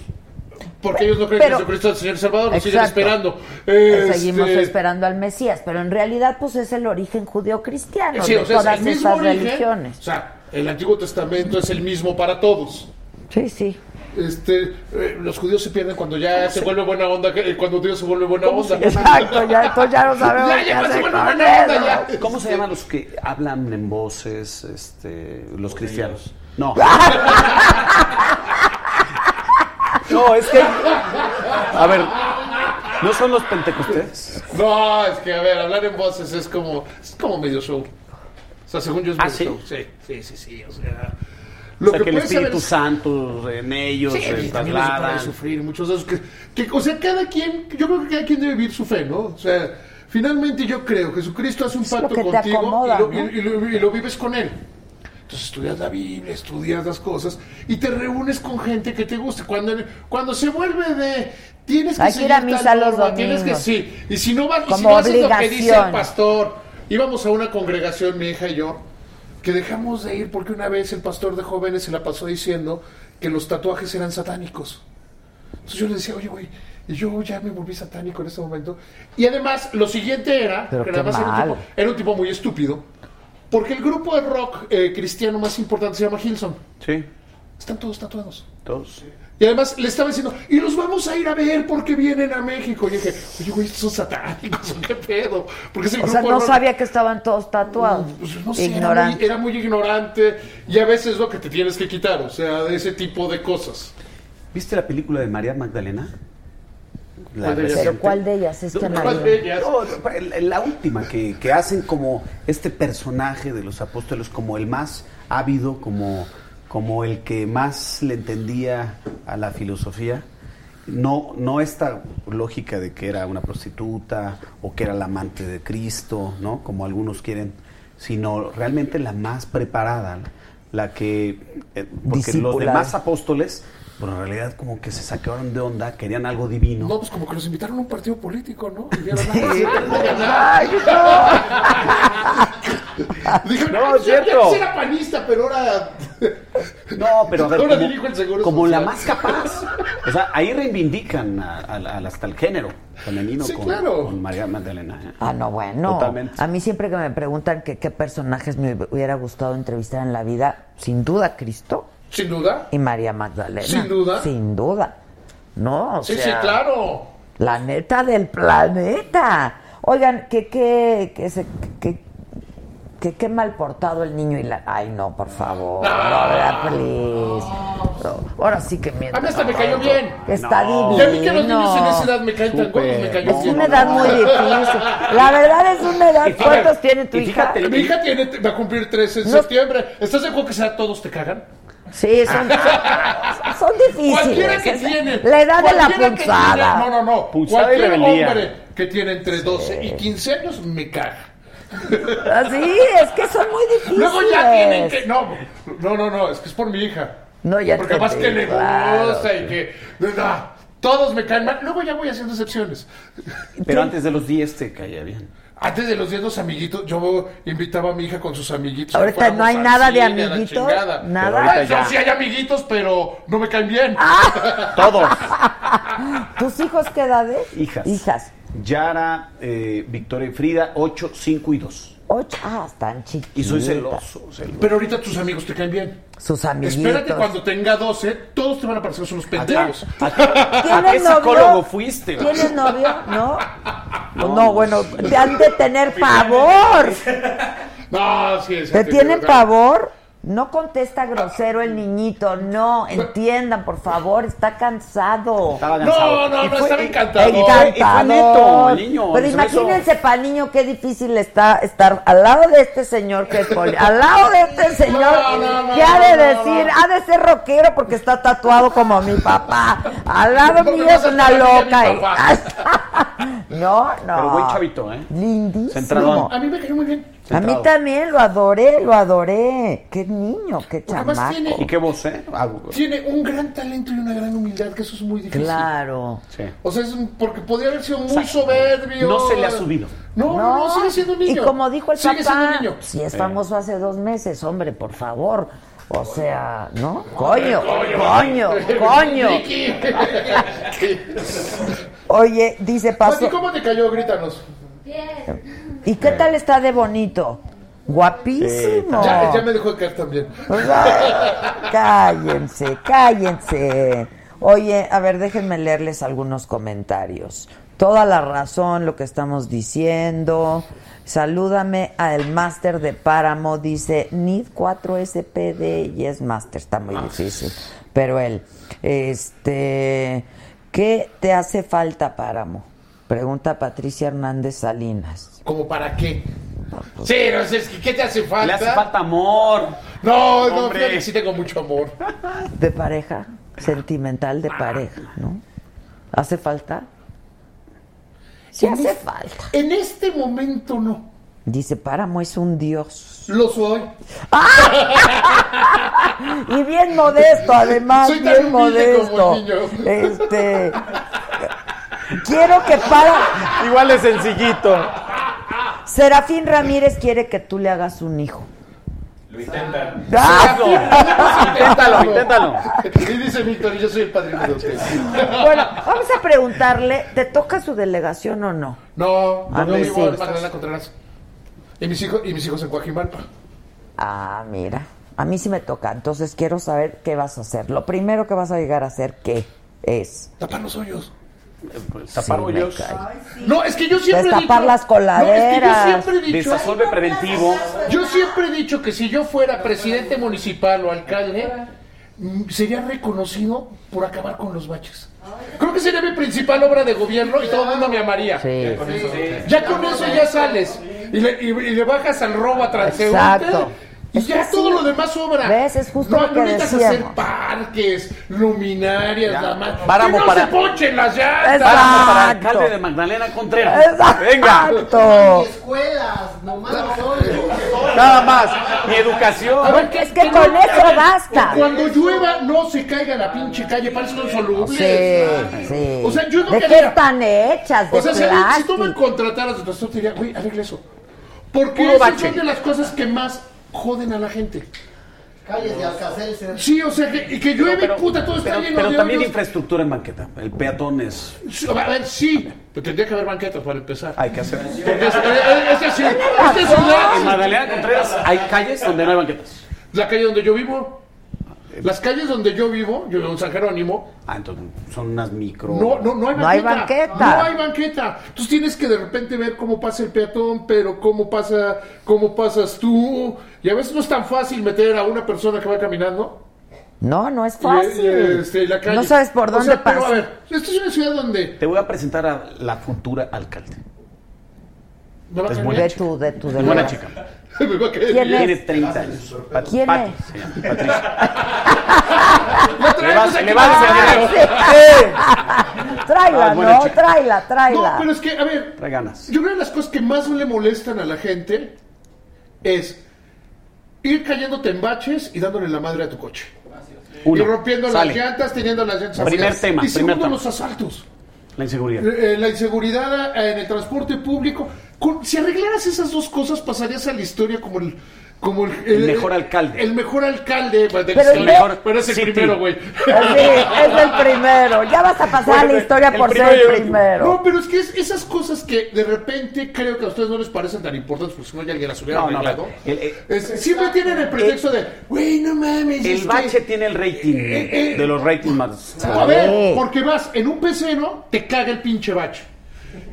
[SPEAKER 3] porque ellos no creen
[SPEAKER 1] Pero-
[SPEAKER 3] que Jesucristo es el Señor y Salvador, lo siguen
[SPEAKER 1] Exacto.
[SPEAKER 3] esperando.
[SPEAKER 1] Eh, Seguimos
[SPEAKER 3] Este,
[SPEAKER 1] esperando al Mesías, pero en realidad pues es el origen judío-cristiano
[SPEAKER 3] sí,
[SPEAKER 1] de
[SPEAKER 3] o sea, es
[SPEAKER 1] todas
[SPEAKER 3] el mismo
[SPEAKER 1] esas
[SPEAKER 3] origen,
[SPEAKER 1] religiones.
[SPEAKER 3] O sea, el Antiguo Testamento es el mismo para todos.
[SPEAKER 1] Sí, sí.
[SPEAKER 3] Este, eh, los judíos se pierden cuando ya se vuelve buena onda, que- eh, cuando Dios se vuelve buena onda.
[SPEAKER 1] Exacto, ya, entonces ya no sabemos
[SPEAKER 3] Ya,
[SPEAKER 1] qué
[SPEAKER 3] ya,
[SPEAKER 1] hacer
[SPEAKER 3] se vuelve
[SPEAKER 1] con
[SPEAKER 3] buena onda,
[SPEAKER 1] eso.
[SPEAKER 3] ya.
[SPEAKER 9] ¿Cómo se llaman los que hablan en voces, este, los cristianos?
[SPEAKER 3] [laughs]
[SPEAKER 9] No. no, es que. A ver, ¿no son los pentecostés?
[SPEAKER 3] No, es que a ver, hablar en voces es como es como medio show. O sea, según yo es
[SPEAKER 9] ¿Ah,
[SPEAKER 3] medio
[SPEAKER 9] sí?
[SPEAKER 3] show. Sí, sí, sí, sí, o sea,
[SPEAKER 9] o sea, que, el
[SPEAKER 3] puede saber
[SPEAKER 9] Espíritu
[SPEAKER 3] es-
[SPEAKER 9] Santo en ellos
[SPEAKER 3] Sí,
[SPEAKER 9] se
[SPEAKER 3] y también no se puede
[SPEAKER 9] trasladan.
[SPEAKER 3] sufrir muchos de esos que, que, o sea, cada quien, yo creo que cada quien debe vivir su fe, ¿no? O sea, finalmente yo creo, Jesucristo hace un
[SPEAKER 1] lo
[SPEAKER 3] pacto
[SPEAKER 1] que te
[SPEAKER 3] contigo y
[SPEAKER 1] acomoda,
[SPEAKER 3] lo-
[SPEAKER 1] ¿no?
[SPEAKER 3] y lo- y lo vives con él. Entonces estudias la Biblia, estudias las cosas y te reúnes con gente que te guste. Cuando, cuando se vuelve de tienes que
[SPEAKER 1] Hay que ir a
[SPEAKER 3] seguir tal
[SPEAKER 1] misa los
[SPEAKER 3] norma, tienes que
[SPEAKER 1] domingos.
[SPEAKER 3] sí. Y si no vas, y si
[SPEAKER 1] Como
[SPEAKER 3] no haces lo que dice el
[SPEAKER 1] obligación.
[SPEAKER 3] pastor, íbamos a una congregación, mi hija y yo, que dejamos de ir porque una vez el pastor de jóvenes se la pasó diciendo que los tatuajes eran satánicos. Entonces yo le decía, oye, güey, y yo ya me volví satánico en este momento. Y además, lo siguiente era,
[SPEAKER 1] Pero
[SPEAKER 3] que
[SPEAKER 1] qué
[SPEAKER 3] además era
[SPEAKER 1] mal.
[SPEAKER 3] un, tipo, era un tipo muy estúpido, porque el grupo de rock eh, cristiano más importante se llama Hilson.
[SPEAKER 9] Sí,
[SPEAKER 3] Están todos tatuados.
[SPEAKER 9] todos.
[SPEAKER 3] Y además le estaba diciendo, y los vamos a ir a ver porque vienen a México. Y dije, oye, güey, estos son satánicos, [laughs] ¿o ¿qué pedo? Porque es el
[SPEAKER 1] O
[SPEAKER 3] grupo
[SPEAKER 1] sea, no
[SPEAKER 3] rock-
[SPEAKER 1] sabía que estaban todos tatuados.
[SPEAKER 3] Pues, no sé, era muy,
[SPEAKER 1] Ignorante.
[SPEAKER 3] era muy ignorante. Y a veces lo que te tienes que quitar, o sea, de ese tipo de cosas.
[SPEAKER 9] ¿Viste la película de María Magdalena?
[SPEAKER 3] ¿Cuál de ellas?
[SPEAKER 9] reciente.
[SPEAKER 1] Pero ¿cuál de ellas? Es que
[SPEAKER 3] No,
[SPEAKER 1] María-
[SPEAKER 3] de ellas?
[SPEAKER 9] No, la- la última que, que hacen como este personaje de los apóstoles como el más ávido, como, como el que más le entendía a la filosofía. No, no esta lógica de que era una prostituta o que era la amante de Cristo, ¿no? Como algunos quieren, sino realmente la más preparada, la que eh, porque los
[SPEAKER 1] Discipulada.
[SPEAKER 9] demás apóstoles, bueno, en realidad como que se saquearon de onda, querían algo divino.
[SPEAKER 3] No, pues como que los invitaron a un partido político, ¿no? Y "Ah, pues,
[SPEAKER 1] Sí. [laughs]
[SPEAKER 3] Dijeron, [laughs]
[SPEAKER 9] No,
[SPEAKER 3] no,
[SPEAKER 9] es cierto.
[SPEAKER 3] cierto. pues, era panista, pero ahora.
[SPEAKER 9] No, pero a ver,
[SPEAKER 3] Ahora dirijo el
[SPEAKER 9] como,
[SPEAKER 3] Seguro
[SPEAKER 9] como la
[SPEAKER 3] Social.
[SPEAKER 9] más capaz. O sea, ahí reivindican a- a- al- hasta el género femenino
[SPEAKER 3] Sí,
[SPEAKER 9] con,
[SPEAKER 3] claro.
[SPEAKER 9] con María Magdalena. ¿eh?
[SPEAKER 1] Ah, no, bueno.
[SPEAKER 9] Totalmente.
[SPEAKER 1] A mí siempre que me preguntan que qué personajes me hubiera gustado entrevistar en la vida, sin duda Cristo
[SPEAKER 3] Sin duda.
[SPEAKER 1] y María Magdalena.
[SPEAKER 3] Sin duda.
[SPEAKER 1] Sin duda. No, o
[SPEAKER 3] Sí, sí,
[SPEAKER 1] sea,
[SPEAKER 3] claro.
[SPEAKER 1] La neta del planeta. Oigan, que qué que se- que- que qué mal portado el niño y la Ay, no, por favor. No, ¿verdad, please? No, Ahora sí que miento.
[SPEAKER 3] A mí hasta me cayó bien.
[SPEAKER 1] Está
[SPEAKER 9] No.
[SPEAKER 1] divino.
[SPEAKER 3] Ya vi que los niños en esa edad me caen tan
[SPEAKER 9] Súper.
[SPEAKER 3] gordos, me cayó
[SPEAKER 1] Es
[SPEAKER 3] bien.
[SPEAKER 1] una edad
[SPEAKER 3] [laughs]
[SPEAKER 1] muy difícil. La verdad es una edad.
[SPEAKER 9] Y fíjate-
[SPEAKER 1] ¿Cuántos tiene tu
[SPEAKER 9] y
[SPEAKER 1] hija?
[SPEAKER 9] fíjate-
[SPEAKER 3] Mi hija tiene, va a cumplir 3 en
[SPEAKER 1] No.
[SPEAKER 3] septiembre. ¿Estás de acuerdo que sea todos te cagan?
[SPEAKER 1] Sí, son, son difíciles.
[SPEAKER 3] Cualquiera que
[SPEAKER 1] Es-
[SPEAKER 3] tiene.
[SPEAKER 1] La edad de la
[SPEAKER 3] cualquiera que
[SPEAKER 1] punzada.
[SPEAKER 3] tiene- no, no, no.
[SPEAKER 9] Punzada y
[SPEAKER 3] cualquier
[SPEAKER 9] rebeldía.
[SPEAKER 3] hombre que tiene entre 12 y 15 años me caga.
[SPEAKER 1] Así, Ah, es que son muy difíciles.
[SPEAKER 3] Luego ya tienen que. No, no, no, no, es que es por mi hija.
[SPEAKER 1] No, ya
[SPEAKER 3] Porque
[SPEAKER 1] entendí,
[SPEAKER 3] más que le
[SPEAKER 1] claro.
[SPEAKER 3] gusta y que. ah, todos me caen mal. Luego ya voy haciendo excepciones.
[SPEAKER 9] Pero antes de los 10 te caía bien.
[SPEAKER 3] Antes de los 10, los amiguitos, yo invitaba a mi hija con sus amiguitos.
[SPEAKER 1] Ahorita
[SPEAKER 3] Fuéramos
[SPEAKER 1] no hay
[SPEAKER 3] al
[SPEAKER 1] nada de
[SPEAKER 3] cine, a la
[SPEAKER 1] amiguitos, nada.
[SPEAKER 3] chingada.
[SPEAKER 1] Ah. Pero ahorita
[SPEAKER 3] Ay,
[SPEAKER 1] ya.
[SPEAKER 3] sí hay amiguitos, pero no me caen bien.
[SPEAKER 9] Todos.
[SPEAKER 1] ¿Tus hijos qué edades?
[SPEAKER 9] Hijas.
[SPEAKER 1] Hijas.
[SPEAKER 9] Yara, eh, Victoria y Frida, 8, 5 y 2.
[SPEAKER 1] Ocho. Ah, están chiquitas.
[SPEAKER 9] Y soy celoso, celoso.
[SPEAKER 3] Pero ahorita tus amigos te caen bien.
[SPEAKER 1] Sus amiguitos.
[SPEAKER 3] Espérate cuando tenga 12, todos te van a parecer unos pendejos.
[SPEAKER 1] ¿Tienes novio?
[SPEAKER 3] este
[SPEAKER 9] fuiste?
[SPEAKER 1] ¿Tienes novio? ¿No? No, bueno, te han de tener pavor.
[SPEAKER 3] No, sí, sí,
[SPEAKER 1] ¿Te
[SPEAKER 3] sí,
[SPEAKER 1] tienen
[SPEAKER 3] sí,
[SPEAKER 1] pavor? No contesta grosero el niñito, no, entiendan, por favor, está cansado.
[SPEAKER 9] Estaba
[SPEAKER 3] No, no, no, estaba encantador.
[SPEAKER 1] Encantador.
[SPEAKER 9] Y fue neto, el niño,
[SPEAKER 1] Pero
[SPEAKER 9] se me hizo-
[SPEAKER 1] imagínense para el niño qué difícil está estar al lado de este señor que es poli, al lado de este señor
[SPEAKER 3] no, no,
[SPEAKER 1] que ha de
[SPEAKER 3] no, no,
[SPEAKER 1] decir, ha de ser rockero porque está tatuado como mi papá, al lado
[SPEAKER 3] Porque
[SPEAKER 1] mío
[SPEAKER 3] no
[SPEAKER 1] es
[SPEAKER 3] se
[SPEAKER 1] una
[SPEAKER 3] parece a mi
[SPEAKER 1] loca. y- [laughs] no, no.
[SPEAKER 9] Pero buen chavito, ¿eh?
[SPEAKER 1] Lindísimo.
[SPEAKER 9] Centradón.
[SPEAKER 3] A mí me cayó muy bien.
[SPEAKER 1] A mí
[SPEAKER 9] Centrado.
[SPEAKER 1] también lo adoré, lo adoré. Qué niño, qué
[SPEAKER 3] Porque además
[SPEAKER 1] chamaco.
[SPEAKER 9] ¿Y
[SPEAKER 3] tiene,
[SPEAKER 9] qué voz, eh? Ah,
[SPEAKER 3] tiene un gran talento y una gran humildad, que eso es muy difícil.
[SPEAKER 1] Claro.
[SPEAKER 9] sí.
[SPEAKER 3] O sea, es un- porque podía haber sido muy soberbio.
[SPEAKER 9] No se le ha subido.
[SPEAKER 3] No, no, no, sigue siendo un niño.
[SPEAKER 1] Y como dijo el
[SPEAKER 3] sigue
[SPEAKER 1] papá,
[SPEAKER 3] siendo un niño.
[SPEAKER 1] si es famoso hace dos meses, hombre, por favor. O sea, ¿no? Coño,
[SPEAKER 3] [laughs]
[SPEAKER 1] coño, coño.
[SPEAKER 3] Ricky.
[SPEAKER 1] Oye, dice
[SPEAKER 3] Pati,
[SPEAKER 1] Paso.
[SPEAKER 3] ¿cómo te cayó? Grítanos.
[SPEAKER 1] ¿Y qué tal está de bonito? Guapísimo.
[SPEAKER 3] Ya, ya me dejó de caer también.
[SPEAKER 1] O sea, Pues, cállense, cállense. Oye, a ver, déjenme leerles algunos comentarios. Toda la razón, lo que estamos diciendo. Salúdame al máster de Páramo, dice NID 4SPD y es máster, está muy difícil. Pero él, este, ¿qué te hace falta Páramo? Pregunta Patricia Hernández Salinas.
[SPEAKER 3] ¿Como para qué? Sí, no sé, es que ¿qué te hace falta?
[SPEAKER 9] Le hace falta amor.
[SPEAKER 3] No, no,
[SPEAKER 9] Hombre.
[SPEAKER 3] fíjate que sí tengo mucho amor.
[SPEAKER 1] De pareja, sentimental de pareja, ¿no? ¿Hace falta? Sí
[SPEAKER 3] En
[SPEAKER 1] hace
[SPEAKER 3] es-
[SPEAKER 1] falta.
[SPEAKER 3] En este momento no.
[SPEAKER 1] Dice, Páramo es un dios.
[SPEAKER 3] Lo soy.
[SPEAKER 1] Y bien modesto, además,
[SPEAKER 3] Soy tan
[SPEAKER 1] bien
[SPEAKER 3] humilde
[SPEAKER 1] modesto.
[SPEAKER 3] como el niño.
[SPEAKER 1] Este... Quiero que para...
[SPEAKER 9] Igual de sencillito.
[SPEAKER 1] Serafín Ramírez quiere que tú le hagas un hijo. Ah,
[SPEAKER 4] Lo intentan.
[SPEAKER 9] Inténtalo, inténtalo.
[SPEAKER 3] Y dice Víctor, y yo soy el padrino de usted.
[SPEAKER 1] Bueno, vamos a preguntarle, ¿te toca su delegación o Ah, no?
[SPEAKER 3] No,
[SPEAKER 1] A
[SPEAKER 3] no
[SPEAKER 1] mí sí.
[SPEAKER 3] vivo en Magdalena Contreras. Y mis hijos, y mis hijos en Coajimalpa.
[SPEAKER 1] Ah, mira, a mí sí me toca. Entonces quiero saber qué vas a hacer. Lo primero que vas a llegar a hacer, ¿qué es?
[SPEAKER 3] Tapar los hoyos.
[SPEAKER 9] Tapar
[SPEAKER 1] Sí, me
[SPEAKER 9] hoyos.
[SPEAKER 1] cae.
[SPEAKER 3] No, es que yo siempre he
[SPEAKER 1] Destapar
[SPEAKER 3] dicho...
[SPEAKER 1] las coladeras.
[SPEAKER 3] No, es que yo siempre he dicho...
[SPEAKER 9] Desasolve preventivo.
[SPEAKER 3] Yo siempre he dicho que si yo fuera presidente municipal o alcalde, mm, sería reconocido por acabar con los baches. Creo que sería mi principal obra de gobierno y todo el mundo me amaría.
[SPEAKER 1] Sí,
[SPEAKER 3] Ya con eso ya sales y le, y- y le bajas al robo a transeúnte.
[SPEAKER 1] Exacto.
[SPEAKER 3] Y
[SPEAKER 1] Es que
[SPEAKER 3] ya todo
[SPEAKER 1] sí.
[SPEAKER 3] lo demás sobra.
[SPEAKER 1] ¿Ves? Es justo
[SPEAKER 3] no,
[SPEAKER 1] lo que
[SPEAKER 3] no necesitas hacer
[SPEAKER 1] decíamos.
[SPEAKER 3] parques, luminarias,
[SPEAKER 9] Ya.
[SPEAKER 3] la más.
[SPEAKER 9] Páramo
[SPEAKER 3] que no
[SPEAKER 9] para-
[SPEAKER 3] se ponchen las
[SPEAKER 1] Exacto.
[SPEAKER 3] llantas.
[SPEAKER 9] Páramo para
[SPEAKER 1] Exacto.
[SPEAKER 9] alcalde de Magdalena Contreras. Venga.
[SPEAKER 1] Exacto.
[SPEAKER 5] escuelas, nomás solo.
[SPEAKER 9] Nada más. Mi educación.
[SPEAKER 3] A ver,
[SPEAKER 1] Porque es que con
[SPEAKER 3] no-
[SPEAKER 1] eso
[SPEAKER 3] a ver,
[SPEAKER 1] basta.
[SPEAKER 3] Cuando llueva, no se caiga la pinche calle, parece insoluble.
[SPEAKER 1] Sí, sí.
[SPEAKER 3] O sea, yo no
[SPEAKER 1] ¿De qué
[SPEAKER 3] quería-
[SPEAKER 1] están hechas? De
[SPEAKER 3] O sea, si, alguien- si tú me
[SPEAKER 1] plástico.
[SPEAKER 3] contrataras, entonces te diría, güey, arregla eso. Porque
[SPEAKER 9] Puro
[SPEAKER 3] esas
[SPEAKER 9] bache.
[SPEAKER 3] son de las cosas que más joden a la gente.
[SPEAKER 5] Calles de Alcacelser.
[SPEAKER 3] Sí, o sea, que, y que llueve,
[SPEAKER 9] Pero-
[SPEAKER 3] puta, todo está
[SPEAKER 9] pero-
[SPEAKER 3] lleno
[SPEAKER 9] pero
[SPEAKER 3] de
[SPEAKER 9] también
[SPEAKER 3] hoyos.
[SPEAKER 9] infraestructura en banqueta. El peatón es.
[SPEAKER 3] Sí, A ver, sí, pero tendría que haber banquetas para empezar.
[SPEAKER 9] Hay que hacer eso.
[SPEAKER 3] Porque es, eh, eh, es así, esta ciudad,
[SPEAKER 9] En Magdalena Contreras hay calles donde no hay banquetas.
[SPEAKER 3] la calle donde yo vivo, las calles donde yo vivo, yo vivo en San Jerónimo,
[SPEAKER 9] Ah, entonces son unas micro.
[SPEAKER 3] no, no, no hay banqueta.
[SPEAKER 1] No hay banqueta.
[SPEAKER 3] No hay banqueta. Entonces tienes que de repente ver cómo pasa el peatón, pero cómo pasa, cómo pasas tú. Y a veces no es tan fácil meter a una persona que va caminando.
[SPEAKER 1] No, no es
[SPEAKER 3] Y, eh,
[SPEAKER 1] fácil.
[SPEAKER 3] este, la calle.
[SPEAKER 1] No sabes por
[SPEAKER 3] O
[SPEAKER 1] dónde
[SPEAKER 3] sea, Pero a
[SPEAKER 1] pasa.
[SPEAKER 3] ver, esto es una ciudad donde...
[SPEAKER 9] Te voy a presentar a la futura alcalde.
[SPEAKER 3] me va a
[SPEAKER 9] Es
[SPEAKER 3] caer
[SPEAKER 9] buena
[SPEAKER 1] De
[SPEAKER 3] bien.
[SPEAKER 9] chica.
[SPEAKER 1] tu, Pues de tu
[SPEAKER 3] [laughs]
[SPEAKER 9] Es buena
[SPEAKER 1] delegación.
[SPEAKER 9] chica.
[SPEAKER 1] ¿Quién
[SPEAKER 9] Tiene
[SPEAKER 1] es?
[SPEAKER 9] 30 años. Pat-
[SPEAKER 1] ¿Quién
[SPEAKER 9] Pati
[SPEAKER 1] es?
[SPEAKER 9] se llama, Patricia.
[SPEAKER 3] Le vas-
[SPEAKER 9] le vas a
[SPEAKER 1] [laughs] Ah, sí. Tráela,
[SPEAKER 9] Ah, buena
[SPEAKER 1] ¿no?
[SPEAKER 9] chica.
[SPEAKER 1] Tráela, tráela.
[SPEAKER 3] No, pero es que, a ver,
[SPEAKER 9] Trae ganas.
[SPEAKER 3] Yo creo que las cosas que más le molestan a la gente es ir cayéndote en baches y dándole la madre a tu coche.
[SPEAKER 9] Uno.
[SPEAKER 3] y rompiendo
[SPEAKER 9] Sale.
[SPEAKER 3] las llantas, teniendo las llantas
[SPEAKER 9] Primer
[SPEAKER 3] abiertas.
[SPEAKER 9] tema,
[SPEAKER 3] Y
[SPEAKER 9] primer
[SPEAKER 3] segundo,
[SPEAKER 9] tema.
[SPEAKER 3] los asaltos.
[SPEAKER 9] La inseguridad.
[SPEAKER 3] Eh, eh, la inseguridad eh, en el transporte público. Con- si arreglaras esas dos cosas, pasarías a la historia como el... Como el,
[SPEAKER 9] El mejor alcalde.
[SPEAKER 3] El mejor alcalde. Pero,
[SPEAKER 1] Pero el
[SPEAKER 9] mejor
[SPEAKER 3] pero es el
[SPEAKER 9] city.
[SPEAKER 3] primero, güey.
[SPEAKER 1] Sí, es el primero. Ya vas a pasar a la historia por ser el primero.
[SPEAKER 3] [laughs] No, pero es que es- esas cosas que de repente creo que a ustedes no les parecen tan importantes, porque si no ya alguien las hubiera
[SPEAKER 9] No, no,
[SPEAKER 3] arreglado.
[SPEAKER 9] pero el- el-
[SPEAKER 3] Es- siempre tienen el pretexto de, güey, no mames. es
[SPEAKER 9] El
[SPEAKER 3] que-".
[SPEAKER 9] bache tiene el rating
[SPEAKER 3] eh, eh.
[SPEAKER 9] de los ratings más.
[SPEAKER 3] A ver, porque vas en un pecero, te caga el pinche bache.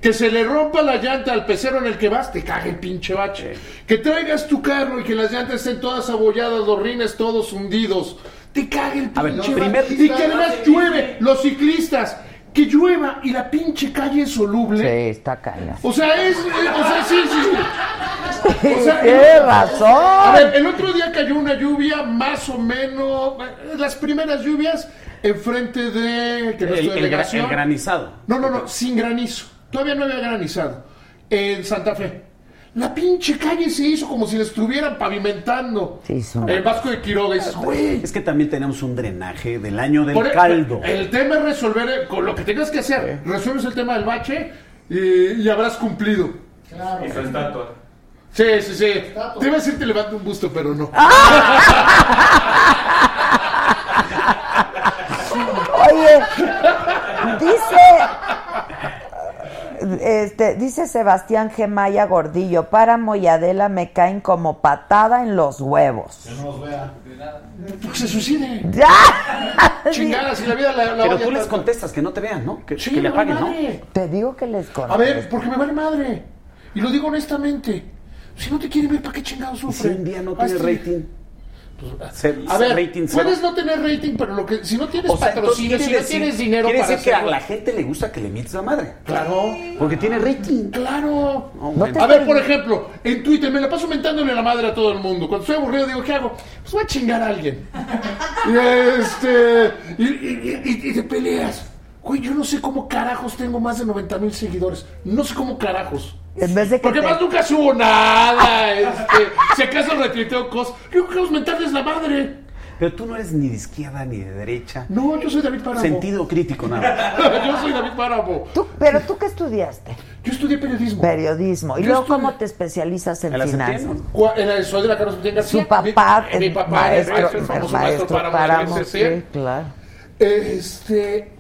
[SPEAKER 3] Que se le rompa la llanta al pecero en el que vas, te caga el pinche bache. Que traigas tu carro y que las llantas estén todas abolladas, los rines todos hundidos, te caga el
[SPEAKER 9] A ver,
[SPEAKER 3] pinche
[SPEAKER 9] primer-
[SPEAKER 3] bache. Y que además llueve, los ciclistas, que llueva y la pinche calle es soluble.
[SPEAKER 1] Sí, está caña.
[SPEAKER 3] O sea, es. eh, o sea, sí, sí. sí. O sea,
[SPEAKER 1] Tienes
[SPEAKER 3] a
[SPEAKER 1] razón.
[SPEAKER 3] ver, el otro día cayó una lluvia, más o menos. eh, Las primeras lluvias, enfrente de. que no
[SPEAKER 9] El,
[SPEAKER 3] estoy de
[SPEAKER 9] el gra-
[SPEAKER 3] grabación.
[SPEAKER 9] el granizado.
[SPEAKER 3] No, no, no, sin granizo. Todavía no había granizado. En Santa Fe. La pinche calle se hizo como si la estuvieran pavimentando.
[SPEAKER 1] Sí, son-
[SPEAKER 3] El Vasco de Quiroga. y dices, güey.
[SPEAKER 9] Es que también tenemos un drenaje del año del
[SPEAKER 3] Por el-
[SPEAKER 9] caldo.
[SPEAKER 3] El tema es resolver, eh, con lo que tengas que hacer, resuelves el tema del bache y, y habrás cumplido.
[SPEAKER 5] Claro.
[SPEAKER 4] Esa estatua.
[SPEAKER 3] Sí, sí, sí. Te iba a decir te levanto un busto, pero no.
[SPEAKER 9] Ah.
[SPEAKER 1] Oye, dice. Este, dice Sebastián Gemaya Gordillo, Páramo y Adela me caen como patada en los huevos.
[SPEAKER 3] Porque Pues se
[SPEAKER 9] [laughs]
[SPEAKER 3] suicide.
[SPEAKER 1] ¡Ya!
[SPEAKER 3] Chingada, si la vida la, la
[SPEAKER 9] Pero
[SPEAKER 3] odia
[SPEAKER 9] tú les
[SPEAKER 3] tanto.
[SPEAKER 9] contestas que no te vean, ¿no? Que,
[SPEAKER 3] Sí,
[SPEAKER 9] que
[SPEAKER 3] me
[SPEAKER 9] le
[SPEAKER 3] vale
[SPEAKER 9] apaguen, ¿no?
[SPEAKER 3] madre.
[SPEAKER 1] Te digo que les conozco.
[SPEAKER 3] A ver, porque me vale madre. Y lo digo honestamente. Si no te quieren ver, ¿para qué chingados
[SPEAKER 9] Y Si
[SPEAKER 3] sufre?
[SPEAKER 9] un día no
[SPEAKER 3] Hazte-
[SPEAKER 9] tiene rating. Ser,
[SPEAKER 3] A ver,
[SPEAKER 9] rating cero.
[SPEAKER 3] puedes no tener rating, pero lo que si no tienes
[SPEAKER 9] O sea, entonces
[SPEAKER 3] patrocinio, si
[SPEAKER 9] quiere
[SPEAKER 3] no
[SPEAKER 9] decir-
[SPEAKER 3] tienes dinero
[SPEAKER 9] Quiere
[SPEAKER 3] para
[SPEAKER 9] decir que a
[SPEAKER 3] hacerlo-
[SPEAKER 9] la gente le gusta que le mientes la madre.
[SPEAKER 3] Claro,
[SPEAKER 9] Porque tiene rating.
[SPEAKER 3] claro.
[SPEAKER 9] No,
[SPEAKER 1] No te-
[SPEAKER 3] A ver, por ejemplo, en Twitter me la paso mentándole la madre a todo el mundo. Cuando estoy aburrido digo, ¿qué hago? Pues voy a chingar a alguien. Y este. Y, y- y- y te peleas. Güey, yo no sé cómo carajos tengo más de 90 mil seguidores. No sé cómo carajos.
[SPEAKER 1] En vez de que
[SPEAKER 3] Porque
[SPEAKER 1] te-
[SPEAKER 3] más nunca subo nada. Este, si acaso retuiteo cosas. Yo creo que mentarles la madre.
[SPEAKER 9] Pero tú no eres ni de izquierda ni de derecha.
[SPEAKER 3] No, yo soy David Páramo.
[SPEAKER 9] Sentido crítico, nada.
[SPEAKER 3] [laughs] yo soy David Páramo.
[SPEAKER 1] Tú- pero tú qué estudiaste?
[SPEAKER 3] Yo estudié periodismo.
[SPEAKER 1] Periodismo. ¿Y
[SPEAKER 3] Yo
[SPEAKER 1] luego
[SPEAKER 3] estudié-
[SPEAKER 1] cómo te especializas en,
[SPEAKER 9] ¿En la
[SPEAKER 1] finanzas?
[SPEAKER 9] septiembre?
[SPEAKER 3] Cua- en la- soy de la Carlos Martín García.
[SPEAKER 1] Su papá,
[SPEAKER 3] mi, mi
[SPEAKER 1] el
[SPEAKER 3] papá
[SPEAKER 1] maestro,
[SPEAKER 3] es el
[SPEAKER 1] el
[SPEAKER 3] famoso
[SPEAKER 1] maestro
[SPEAKER 3] maestro,
[SPEAKER 1] Páramo,
[SPEAKER 3] Páramo, del
[SPEAKER 1] sí,
[SPEAKER 3] BCC.
[SPEAKER 1] claro.
[SPEAKER 3] Este,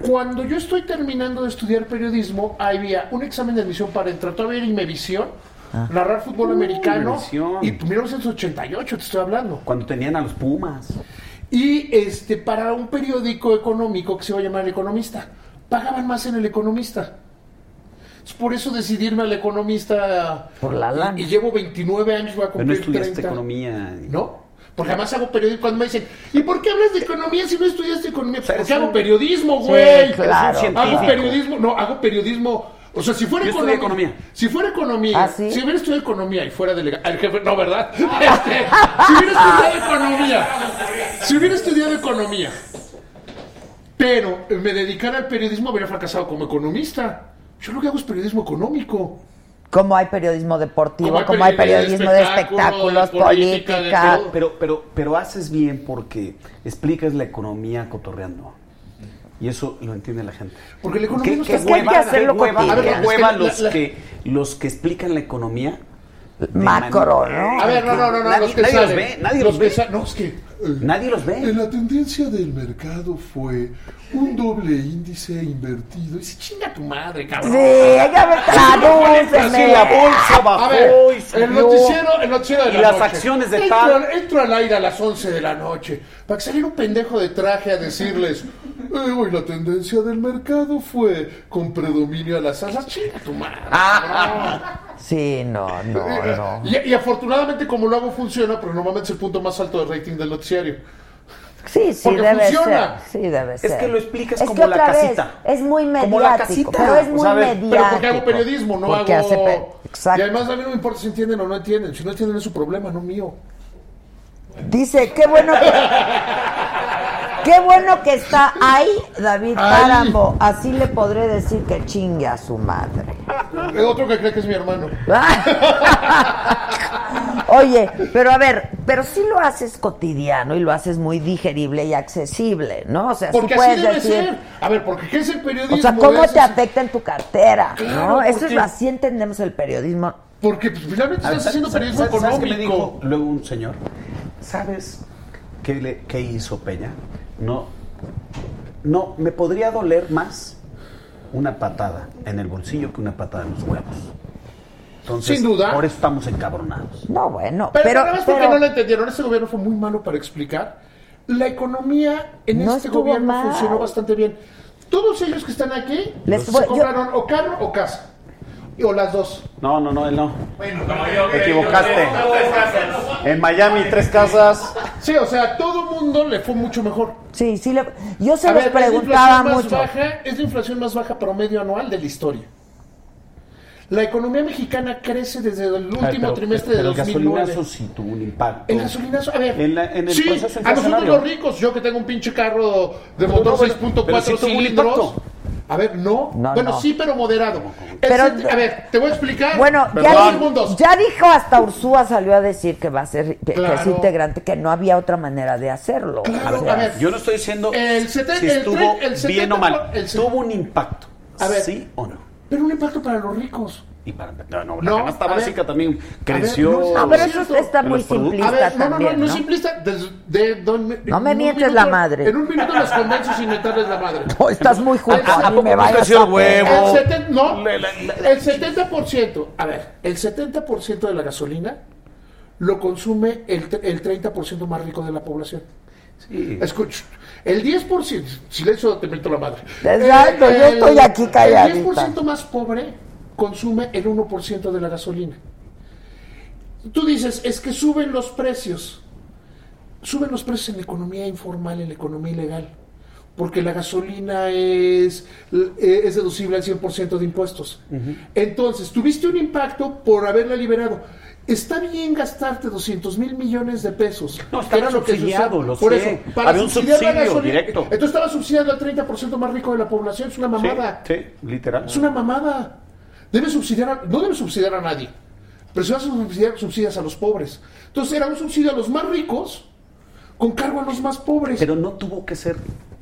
[SPEAKER 3] cuando yo estoy terminando de estudiar periodismo, había un examen de admisión para entrar todavía en Imevisión,
[SPEAKER 1] Ah.
[SPEAKER 3] narrar
[SPEAKER 1] Uh,
[SPEAKER 3] fútbol americano,
[SPEAKER 9] Imevisión.
[SPEAKER 3] y pues, 1988 te estoy hablando.
[SPEAKER 9] Cuando tenían a los Pumas.
[SPEAKER 3] Y este, para un periódico económico que se iba a llamar El Economista, pagaban más en El Economista. Es por eso decidirme al Economista.
[SPEAKER 1] Por la lana.
[SPEAKER 3] Y, y llevo 29 años, voy a
[SPEAKER 9] Pero no
[SPEAKER 3] cumplir
[SPEAKER 9] estudiaste
[SPEAKER 3] 30.
[SPEAKER 9] economía. y-
[SPEAKER 3] ¿No? Porque además hago periodismo. Cuando me dicen, ¿y por qué hablas de economía si no estudiaste economía? Pues porque hago periodismo, güey.
[SPEAKER 1] claro.
[SPEAKER 9] Eres un
[SPEAKER 3] Hago
[SPEAKER 9] científico.
[SPEAKER 3] periodismo. No, hago periodismo. O sea, si fuera
[SPEAKER 9] Yo estudié economía.
[SPEAKER 3] Si fuera economía.
[SPEAKER 1] ¿Ah, sí?
[SPEAKER 3] Si hubiera estudiado economía y fuera delegado. Al jefe, no, ¿verdad? [laughs] Este, si hubiera estudiado economía. Si hubiera estudiado economía. Pero me dedicara al periodismo, hubiera fracasado como economista. Yo lo que hago es periodismo económico.
[SPEAKER 1] ¿Cómo hay periodismo deportivo? ¿Cómo hay periodismo de espectáculos,
[SPEAKER 3] de política, de
[SPEAKER 1] política?
[SPEAKER 3] todo?
[SPEAKER 9] Pero, pero, pero haces bien porque explicas la economía cotorreando. Y eso lo entiende la gente.
[SPEAKER 3] Porque la economía no está-
[SPEAKER 1] Es que hay que
[SPEAKER 9] hueva,
[SPEAKER 1] hacerlo
[SPEAKER 9] qué hueva,
[SPEAKER 1] cotidiano.
[SPEAKER 9] qué
[SPEAKER 1] A ver,
[SPEAKER 3] es que
[SPEAKER 9] hueva
[SPEAKER 3] la-
[SPEAKER 9] los,
[SPEAKER 3] la-
[SPEAKER 9] que, los que explican la economía. de
[SPEAKER 1] Macro,
[SPEAKER 9] manera-
[SPEAKER 1] ¿no?
[SPEAKER 3] A ver, no, no, no, no.
[SPEAKER 9] Nadie,
[SPEAKER 3] los que
[SPEAKER 9] nadie
[SPEAKER 3] salen,
[SPEAKER 9] los ve, nadie
[SPEAKER 3] los
[SPEAKER 9] los
[SPEAKER 3] que
[SPEAKER 9] ve.
[SPEAKER 3] sa- No, es que. eh,
[SPEAKER 9] Nadie los
[SPEAKER 3] en
[SPEAKER 9] ve.
[SPEAKER 3] la tendencia del mercado fue un doble índice invertido. Y dice, chinga tu madre, cabrón.
[SPEAKER 1] Sí, ella me
[SPEAKER 3] [laughs]
[SPEAKER 9] Así la
[SPEAKER 1] traduce.
[SPEAKER 9] bolsa
[SPEAKER 3] A
[SPEAKER 9] bajó
[SPEAKER 3] ver,
[SPEAKER 9] y subió.
[SPEAKER 3] el noticiero, el noticiero de
[SPEAKER 9] Y
[SPEAKER 3] la
[SPEAKER 9] las
[SPEAKER 3] noche.
[SPEAKER 9] acciones de
[SPEAKER 3] entro,
[SPEAKER 9] tal.
[SPEAKER 3] Entro al aire a las 11 de la noche para que saliera un pendejo de traje a decirles, eh, hoy la tendencia del mercado fue con predominio a las alzas. Chinga tu madre.
[SPEAKER 9] Ah,
[SPEAKER 3] Eh,
[SPEAKER 1] Sí, no, no, no.
[SPEAKER 3] Y, y afortunadamente como lo hago funciona, pero normalmente es el punto más alto de rating del noticiario.
[SPEAKER 1] Sí, sí,
[SPEAKER 9] Porque
[SPEAKER 1] debe
[SPEAKER 9] funciona.
[SPEAKER 1] ser. Sí, debe
[SPEAKER 9] Es
[SPEAKER 1] ser.
[SPEAKER 9] que lo explicas
[SPEAKER 1] Es
[SPEAKER 9] como
[SPEAKER 1] que
[SPEAKER 9] la
[SPEAKER 1] otra vez,
[SPEAKER 9] casita.
[SPEAKER 1] es muy mediático.
[SPEAKER 9] Como la casita,
[SPEAKER 1] Pero es muy
[SPEAKER 9] ¿sabes?
[SPEAKER 1] mediático.
[SPEAKER 3] Pero porque hago periodismo, no
[SPEAKER 1] Porque
[SPEAKER 3] hago.
[SPEAKER 1] hace pe- Exacto.
[SPEAKER 3] Y además a mí no me importa si entienden o no entienden. Si no entienden es su problema, no mío.
[SPEAKER 1] Dice, qué bueno que... Qué bueno que está ahí David Páramo. Así le podré decir que chingue a su madre. [laughs]
[SPEAKER 3] El otro que cree que es mi hermano.
[SPEAKER 1] Oye, pero a ver, pero sí lo haces cotidiano y lo haces muy digerible y accesible, ¿no? O sea, sí
[SPEAKER 3] Porque así
[SPEAKER 1] puedes
[SPEAKER 3] debe
[SPEAKER 1] decir...
[SPEAKER 3] ser. A ver, porque ¿qué es el periodismo?
[SPEAKER 1] O sea,
[SPEAKER 3] de
[SPEAKER 1] ¿cómo
[SPEAKER 3] esos?
[SPEAKER 1] te afecta en tu cartera?
[SPEAKER 3] Claro,
[SPEAKER 1] ¿no? Eso es
[SPEAKER 3] porque-
[SPEAKER 1] así entendemos el periodismo.
[SPEAKER 3] Porque pues, finalmente
[SPEAKER 9] A ver,
[SPEAKER 3] estás haciendo
[SPEAKER 9] Ah, ¿sabes-
[SPEAKER 3] periodismo
[SPEAKER 9] sabes- sabes
[SPEAKER 3] económico.
[SPEAKER 9] qué me dijo luego un señor? ¿Sabes qué, le- qué hizo Peña? No, no, me podría doler más una patada en el bolsillo que una patada en los huevos. Entonces,
[SPEAKER 3] Sin duda.
[SPEAKER 9] Por eso estamos encabronados.
[SPEAKER 1] No, bueno,
[SPEAKER 3] Pero,
[SPEAKER 9] pero-
[SPEAKER 3] nada más porque
[SPEAKER 9] pero-
[SPEAKER 3] no lo entendieron. Este gobierno fue muy malo para explicar. La economía en
[SPEAKER 1] No
[SPEAKER 3] este
[SPEAKER 1] estuvo
[SPEAKER 3] gobierno
[SPEAKER 1] mal.
[SPEAKER 3] funcionó bastante bien. Todos ellos que están aquí
[SPEAKER 1] Les
[SPEAKER 3] se
[SPEAKER 1] voy- yo-
[SPEAKER 3] compraron o carro o casa. O las dos.
[SPEAKER 9] No, no, no, él no.
[SPEAKER 14] Te equivocaste.
[SPEAKER 9] En Miami, tres casas.
[SPEAKER 3] Sí, o sea, a todo mundo le fue mucho mejor.
[SPEAKER 1] Sí, sí, le- yo se
[SPEAKER 3] A
[SPEAKER 1] los
[SPEAKER 3] ver,
[SPEAKER 1] preguntaba
[SPEAKER 3] es la inflación más
[SPEAKER 1] mucho.
[SPEAKER 3] baja- es la inflación más baja promedio anual de la historia. La economía mexicana crece desde el último
[SPEAKER 9] Ay, pero-
[SPEAKER 3] trimestre de
[SPEAKER 9] pero
[SPEAKER 3] 2009.
[SPEAKER 9] El gasolinazo sí tuvo un impacto.
[SPEAKER 3] El gasolinazo, a ver.
[SPEAKER 9] En, la- en el
[SPEAKER 3] sí, a
[SPEAKER 9] proceso
[SPEAKER 3] nosotros
[SPEAKER 9] inflacionario.
[SPEAKER 3] los ricos, yo que tengo un pinche carro de
[SPEAKER 9] No,
[SPEAKER 3] motor
[SPEAKER 9] no, bueno, pero
[SPEAKER 3] 6.4
[SPEAKER 9] sí tuvo un
[SPEAKER 3] cilindros.
[SPEAKER 9] impacto.
[SPEAKER 3] A ver, no.
[SPEAKER 9] No,
[SPEAKER 3] bueno,
[SPEAKER 9] no.
[SPEAKER 3] sí, pero moderado. El
[SPEAKER 1] Pero-
[SPEAKER 3] senti- a ver, te voy a explicar.
[SPEAKER 1] Bueno, ya,
[SPEAKER 3] Perdón.
[SPEAKER 1] di- ya dijo hasta Ursúa salió a decir que va a ser que, que es
[SPEAKER 9] Claro.
[SPEAKER 1] integrante, que no había otra manera de hacerlo.
[SPEAKER 9] A ver,
[SPEAKER 1] O sea,
[SPEAKER 9] yo no estoy diciendo
[SPEAKER 3] El seten-
[SPEAKER 9] si
[SPEAKER 3] el
[SPEAKER 9] estuvo
[SPEAKER 3] tre- el
[SPEAKER 9] bien
[SPEAKER 3] 70
[SPEAKER 9] o mal.
[SPEAKER 3] el
[SPEAKER 9] tuvo un impacto.
[SPEAKER 3] A ver.
[SPEAKER 9] ¿Sí o no?
[SPEAKER 3] Pero un impacto para los ricos.
[SPEAKER 9] Y para no, no, la
[SPEAKER 3] No,
[SPEAKER 9] canasta
[SPEAKER 3] a ver,
[SPEAKER 9] básica también
[SPEAKER 3] A ver,
[SPEAKER 9] creció.
[SPEAKER 3] no,
[SPEAKER 1] No, pero eso
[SPEAKER 3] cierto.
[SPEAKER 1] está
[SPEAKER 9] En
[SPEAKER 1] muy
[SPEAKER 9] los productos.
[SPEAKER 1] simplista
[SPEAKER 3] A ver, no, no, no,
[SPEAKER 1] también,
[SPEAKER 3] no
[SPEAKER 1] ¿no?
[SPEAKER 3] es simplista. Des- de- don-
[SPEAKER 1] No me
[SPEAKER 3] en un
[SPEAKER 1] mientes la
[SPEAKER 3] minuto-
[SPEAKER 1] madre.
[SPEAKER 3] En un minuto las convenzo sin meterles la madre.
[SPEAKER 1] No, Oh, estás muy
[SPEAKER 3] El
[SPEAKER 1] justo, a mí
[SPEAKER 3] seten-
[SPEAKER 1] me vayas
[SPEAKER 9] creció el
[SPEAKER 1] a pegar.
[SPEAKER 9] huevo.
[SPEAKER 3] El seten- no, el 70%, a ver, el 70% de la gasolina lo consume el, tre- el 30% más rico de la población. Escucha, el 10%, silencio, te meto la madre.
[SPEAKER 1] Exacto, yo estoy aquí calladita.
[SPEAKER 3] El 10% más pobre consume el 1% de la gasolina. Tú dices, es que suben los precios. Suben los precios en la economía informal, en la economía ilegal. Porque la gasolina es, eh, es deducible al 100% de impuestos. Entonces, tuviste un impacto por haberla liberado. Está bien gastarte 200 mil millones de pesos.
[SPEAKER 9] No,
[SPEAKER 3] que
[SPEAKER 9] estaba
[SPEAKER 3] era que
[SPEAKER 9] subsidiado,
[SPEAKER 3] sucedió.
[SPEAKER 9] lo
[SPEAKER 3] Por
[SPEAKER 9] sé.
[SPEAKER 3] eso, para
[SPEAKER 9] Había un
[SPEAKER 3] subsidiar la
[SPEAKER 9] subsidio
[SPEAKER 3] gasolina-
[SPEAKER 9] directo.
[SPEAKER 3] Entonces estaba subsidiando al 30% más rico de la población. Es una
[SPEAKER 9] Sí,
[SPEAKER 3] mamada.
[SPEAKER 9] sí, literal.
[SPEAKER 3] Es una mamada. Debe subsidiar a- no debe subsidiar a nadie. Pero si vas a subsidiar, subsidias a los pobres. Entonces era un subsidio a los más ricos con cargo a los más pobres.
[SPEAKER 9] Pero no tuvo que ser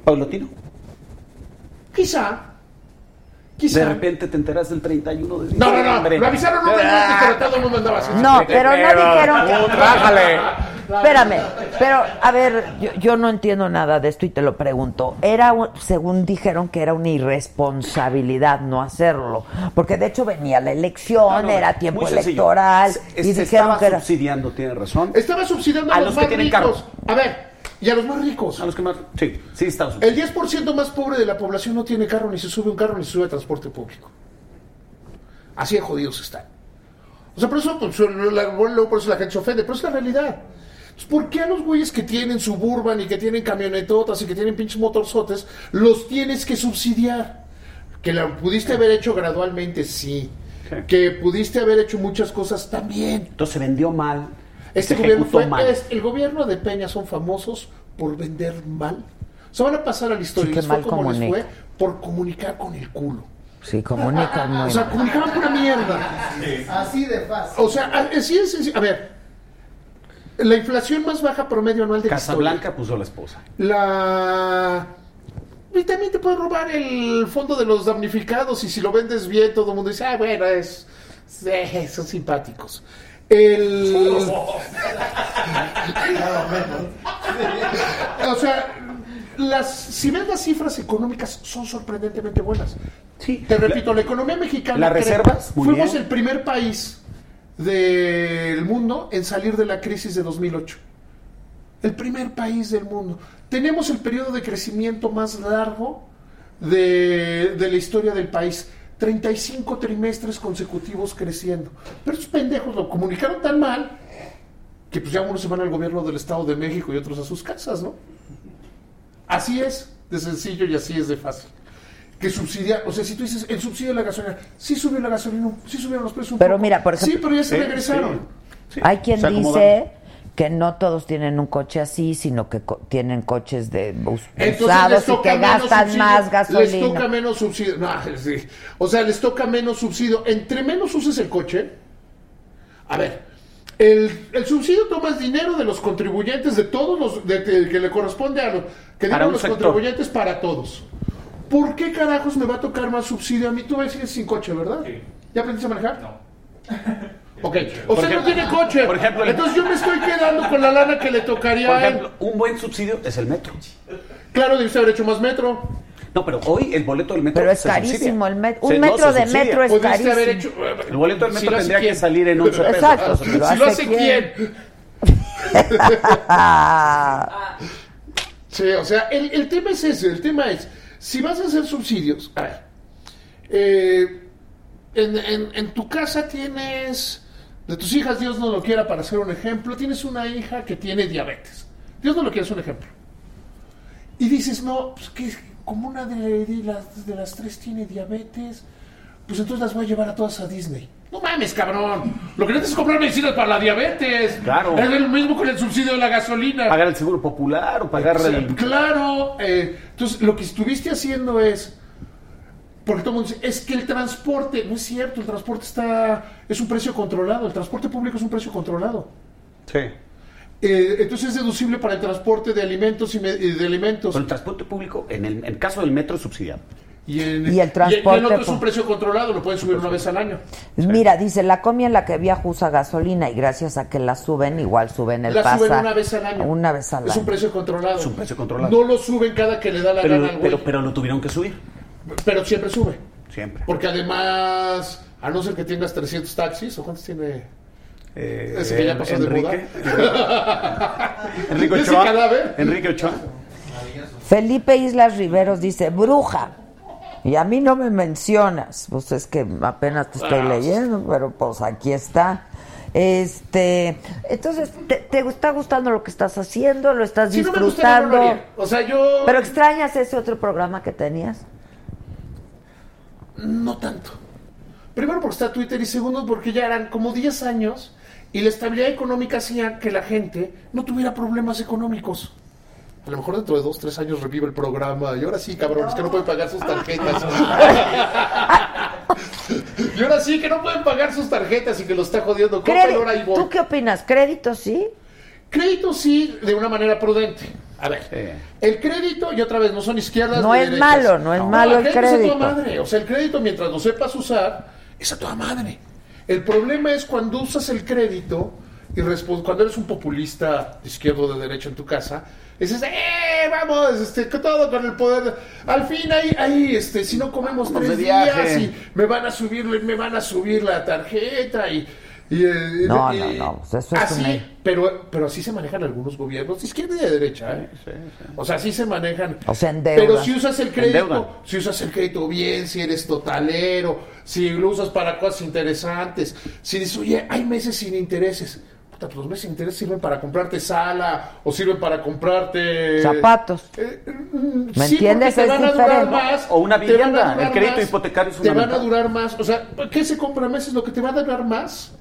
[SPEAKER 9] paulatino.
[SPEAKER 3] Quizá.
[SPEAKER 9] De repente te enteras del 31 de
[SPEAKER 3] No,
[SPEAKER 9] diciembre.
[SPEAKER 3] no, no. Lo avisaron un año antes, pero todo el mundo andaba así.
[SPEAKER 1] No, pero no dijeron que...
[SPEAKER 9] Bájale.
[SPEAKER 1] Espérame, pero a ver, yo, yo no entiendo nada de esto y te lo pregunto. Era, un- según dijeron, que era una irresponsabilidad no hacerlo, porque de hecho venía la
[SPEAKER 9] Ah,
[SPEAKER 1] elección, era tiempo
[SPEAKER 9] Muy sencillo.
[SPEAKER 1] electoral
[SPEAKER 9] Se-
[SPEAKER 1] y
[SPEAKER 9] se
[SPEAKER 1] dijeron
[SPEAKER 9] estaba
[SPEAKER 1] que era.
[SPEAKER 9] subsidiando, tiene razón.
[SPEAKER 3] Estaba subsidiando a,
[SPEAKER 9] A
[SPEAKER 3] los,
[SPEAKER 9] los que
[SPEAKER 3] más
[SPEAKER 9] tienen
[SPEAKER 3] ricos. A ver, y a los más ricos.
[SPEAKER 9] A los que más. Sí, sí, estaba subsidiando.
[SPEAKER 3] El 10% más pobre de la población no tiene carro, ni se sube a un carro, ni se sube a transporte público. Así de jodidos están. O sea, por eso, pues, la, bueno, luego por eso la gente se ofende, pero es la realidad. Entonces, ¿Por qué a los güeyes que tienen suburban y que tienen camionetotas y que tienen pinches motorzotes, los tienes que subsidiar? Que la pudiste haber hecho gradualmente, sí. Que pudiste haber hecho muchas cosas también.
[SPEAKER 9] Entonces se vendió mal.
[SPEAKER 3] Este
[SPEAKER 9] se
[SPEAKER 3] gobierno
[SPEAKER 9] ejecutó
[SPEAKER 3] fue,
[SPEAKER 9] mal.
[SPEAKER 3] es- el gobierno de Peña son famosos por vender mal. Se van a pasar a la historia.
[SPEAKER 1] Sí, qué
[SPEAKER 3] les fue
[SPEAKER 1] mal
[SPEAKER 3] como les
[SPEAKER 1] comunica.
[SPEAKER 3] fue por comunicar con el culo.
[SPEAKER 1] Sí, comunican muy
[SPEAKER 3] O sea,
[SPEAKER 1] mal.
[SPEAKER 3] comunicaban pura mierda.
[SPEAKER 5] Así de
[SPEAKER 3] [laughs]
[SPEAKER 5] fácil.
[SPEAKER 3] O sea, a- eh, así es. así- A ver, la inflación más baja promedio anual de la historia.
[SPEAKER 9] Casablanca puso la esposa.
[SPEAKER 3] La. Y también te pueden robar el fondo de los damnificados y si lo vendes bien todo el mundo dice, ah, bueno, es, eh, son simpáticos. El... O sea, las, si ves las cifras económicas son sorprendentemente buenas. Te repito, la, economía mexicana.
[SPEAKER 9] Las
[SPEAKER 3] cre-
[SPEAKER 9] reservas, muy
[SPEAKER 3] Fuimos
[SPEAKER 9] bien.
[SPEAKER 3] el primer país del mundo en salir de la crisis de 2008. El primer país del mundo. Tenemos el periodo de crecimiento más largo de, de la historia del país. 35 trimestres consecutivos creciendo. Pero esos pendejos lo comunicaron tan mal que pues ya unos se van al gobierno del Estado de México y otros a sus casas, ¿no? Así es de sencillo y así es de fácil. Que subsidia, o sea, si tú dices el subsidio de la gasolina, sí subió la gasolina, un- sí subieron los precios un
[SPEAKER 1] Pero
[SPEAKER 3] poco.
[SPEAKER 1] mira, por ejemplo-
[SPEAKER 3] Sí, pero ya se
[SPEAKER 9] Eh,
[SPEAKER 1] Sí,
[SPEAKER 3] regresaron. Sí.
[SPEAKER 1] Hay quien
[SPEAKER 3] Se acomodaron.
[SPEAKER 1] dice que no todos tienen un coche así, sino que co- tienen coches de us-
[SPEAKER 3] Entonces les
[SPEAKER 1] usados y
[SPEAKER 3] toca
[SPEAKER 1] que
[SPEAKER 3] menos
[SPEAKER 1] gastan
[SPEAKER 3] subsidio,
[SPEAKER 1] más
[SPEAKER 3] Les toca
[SPEAKER 1] gasolina.
[SPEAKER 3] menos subsidio. No, [laughs] sí. O sea, les toca menos subsidio. Entre menos uses el coche, a ver, el, el subsidio tomas dinero de los contribuyentes, de todos los de- de- que le corresponde a los que
[SPEAKER 9] Para
[SPEAKER 3] digan
[SPEAKER 9] un
[SPEAKER 3] los
[SPEAKER 9] sector.
[SPEAKER 3] contribuyentes para todos. ¿Por qué carajos me va a tocar más subsidio a mí? Tú me sigues sin coche, ¿verdad? ¿Ya aprendiste a manejar? No. [laughs] Ok, o
[SPEAKER 9] Por
[SPEAKER 3] sea, no
[SPEAKER 9] ejemplo-
[SPEAKER 3] tiene coche.
[SPEAKER 9] por ejemplo, el-
[SPEAKER 3] Entonces yo me estoy quedando con la lana que le tocaría
[SPEAKER 9] Por
[SPEAKER 3] a él.
[SPEAKER 9] ejemplo, un buen subsidio es el metro.
[SPEAKER 3] Claro, debiste haber hecho más metro.
[SPEAKER 9] No, pero hoy el boleto del metro
[SPEAKER 1] Pero es
[SPEAKER 9] se subsidia.
[SPEAKER 1] carísimo el met- un
[SPEAKER 9] Se-
[SPEAKER 1] metro
[SPEAKER 9] se
[SPEAKER 1] de
[SPEAKER 9] subsidia.
[SPEAKER 1] metro es Pudiste haber carísimo.
[SPEAKER 9] El boleto del
[SPEAKER 3] Si
[SPEAKER 9] metro
[SPEAKER 3] lo hace
[SPEAKER 9] tendría
[SPEAKER 3] quién.
[SPEAKER 9] que salir en 11 pesos.
[SPEAKER 1] Exacto, pero
[SPEAKER 3] Si lo hace quién. [laughs] Sí, o sea, el, el tema es ese, el tema es, si vas a hacer subsidios, a ver, eh, en, en- en tu casa tienes, de tus hijas, Dios no lo quiera para hacer un ejemplo, tienes una hija que tiene diabetes, Dios no lo quiera es un ejemplo, y dices, no, pues que es- como una de, de las, de las tres tiene diabetes, pues entonces las voy a llevar a todas a Disney. No mames, cabrón. Lo que necesitas es comprar medicinas para la diabetes.
[SPEAKER 9] Claro.
[SPEAKER 3] Es lo mismo con el subsidio de la gasolina.
[SPEAKER 9] Pagar el seguro popular o pagar
[SPEAKER 3] Sí,
[SPEAKER 9] el...
[SPEAKER 3] Claro, eh, entonces lo que estuviste haciendo es, porque todo el mundo dice, es que el transporte, no es cierto, el transporte está, es un precio controlado, el transporte público es un precio controlado.
[SPEAKER 9] Sí.
[SPEAKER 3] Eh, entonces es deducible para el transporte de alimentos y, me- y de alimentos.
[SPEAKER 9] Pero el transporte público, en el, en el caso del metro, es subsidiado.
[SPEAKER 3] Y, en,
[SPEAKER 1] Y el
[SPEAKER 3] Y, el
[SPEAKER 1] transporte,
[SPEAKER 3] otro es un
[SPEAKER 1] pues.
[SPEAKER 3] precio controlado, lo pueden subir una vez al año.
[SPEAKER 1] Mira, dice, la comida en la que viajo usa gasolina y gracias a que la suben, igual suben el
[SPEAKER 3] La
[SPEAKER 1] pasa.
[SPEAKER 3] suben una vez al año.
[SPEAKER 1] Una vez al
[SPEAKER 3] Es un
[SPEAKER 1] año.
[SPEAKER 3] precio controlado.
[SPEAKER 9] Es un precio controlado.
[SPEAKER 3] No lo suben cada que le da la
[SPEAKER 9] pero,
[SPEAKER 3] gana al güey,
[SPEAKER 9] pero, pero lo tuvieron que subir,
[SPEAKER 3] pero siempre sube.
[SPEAKER 9] siempre.
[SPEAKER 3] Porque además, a no ser que tengas 300 taxis, ¿o cuántos tiene?
[SPEAKER 9] Eh,
[SPEAKER 3] Ese que ya pasó de moda.
[SPEAKER 9] Enrique,
[SPEAKER 3] [laughs]
[SPEAKER 9] Enrique
[SPEAKER 3] Ese
[SPEAKER 9] Ochoa.
[SPEAKER 3] cadáver.
[SPEAKER 9] Enrique Ochoa.
[SPEAKER 1] Felipe Islas Riveros dice, bruja. Y a mí no me mencionas. Pues es que apenas te estoy
[SPEAKER 15] Ah,
[SPEAKER 1] leyendo, pero pues aquí está. Este, entonces, ¿te, te está gustando lo que estás haciendo? ¿Lo estás
[SPEAKER 3] Si no me gusta, no
[SPEAKER 1] disfrutando?
[SPEAKER 3] lo haría. O sea, yo.
[SPEAKER 1] ¿Pero extrañas ese otro programa que tenías?
[SPEAKER 3] No tanto. Primero porque está Twitter y segundo porque ya eran como 10 años y la estabilidad económica hacía que la gente no tuviera problemas económicos. A lo mejor dentro de dos, tres años revive el programa. Y ahora sí, cabrones, que no pueden pagar sus
[SPEAKER 1] [laughs]
[SPEAKER 3] tarjetas. [laughs] y ahora sí, que no pueden pagar sus tarjetas y que lo está jodiendo. Compren,
[SPEAKER 1] Crédito-
[SPEAKER 3] ahora y voy.
[SPEAKER 1] ¿Tú qué opinas? ¿Crédito sí?
[SPEAKER 3] Crédito sí, de una manera prudente. A ver, el crédito, y otra vez, no son izquierdas
[SPEAKER 1] No
[SPEAKER 3] ni
[SPEAKER 1] es
[SPEAKER 3] derechas.
[SPEAKER 1] malo, no es malo el
[SPEAKER 3] es a toda
[SPEAKER 1] crédito.
[SPEAKER 3] madre. O sea, el crédito, mientras lo sepas usar, es a toda madre. El problema es cuando usas el crédito y respon- cuando eres un populista de izquierda o de derecha en tu casa, dices, ¡eh, vamos! Este, con todo con el poder. de- Al fin, ahí, ahí este, si no comemos
[SPEAKER 9] Vamos
[SPEAKER 3] tres
[SPEAKER 9] de viaje.
[SPEAKER 3] días y me van a subir, me van a subir la tarjeta y... y, eh,
[SPEAKER 1] No,
[SPEAKER 3] y-
[SPEAKER 1] no, no. pues eso es
[SPEAKER 3] así,
[SPEAKER 1] una-
[SPEAKER 3] pero, pero así se manejan algunos gobiernos, de izquierda y de derecha. ¿eh? O sea, así se manejan.
[SPEAKER 1] O sea, en
[SPEAKER 3] Pero
[SPEAKER 1] deuda.
[SPEAKER 3] si usas el
[SPEAKER 1] Endeudan.
[SPEAKER 3] crédito, si usas el crédito bien, si eres totalero, si lo usas para cosas interesantes, si dices, oye, hay meses sin intereses. Puta, pues los meses sin intereses sirven para comprarte sala o sirven para comprarte...
[SPEAKER 1] Zapatos.
[SPEAKER 3] Mm,
[SPEAKER 1] ¿Me
[SPEAKER 3] sí,
[SPEAKER 1] entiendes?
[SPEAKER 3] porque Te
[SPEAKER 1] Es
[SPEAKER 3] van a durar
[SPEAKER 1] diferente.
[SPEAKER 3] más.
[SPEAKER 9] O una
[SPEAKER 3] te van a
[SPEAKER 9] vivienda,
[SPEAKER 3] durar
[SPEAKER 9] el crédito
[SPEAKER 3] más,
[SPEAKER 9] hipotecario es
[SPEAKER 3] Te van a
[SPEAKER 9] fundamental.
[SPEAKER 3] durar más. O sea, ¿qué se compra meses? Lo que te va a durar más.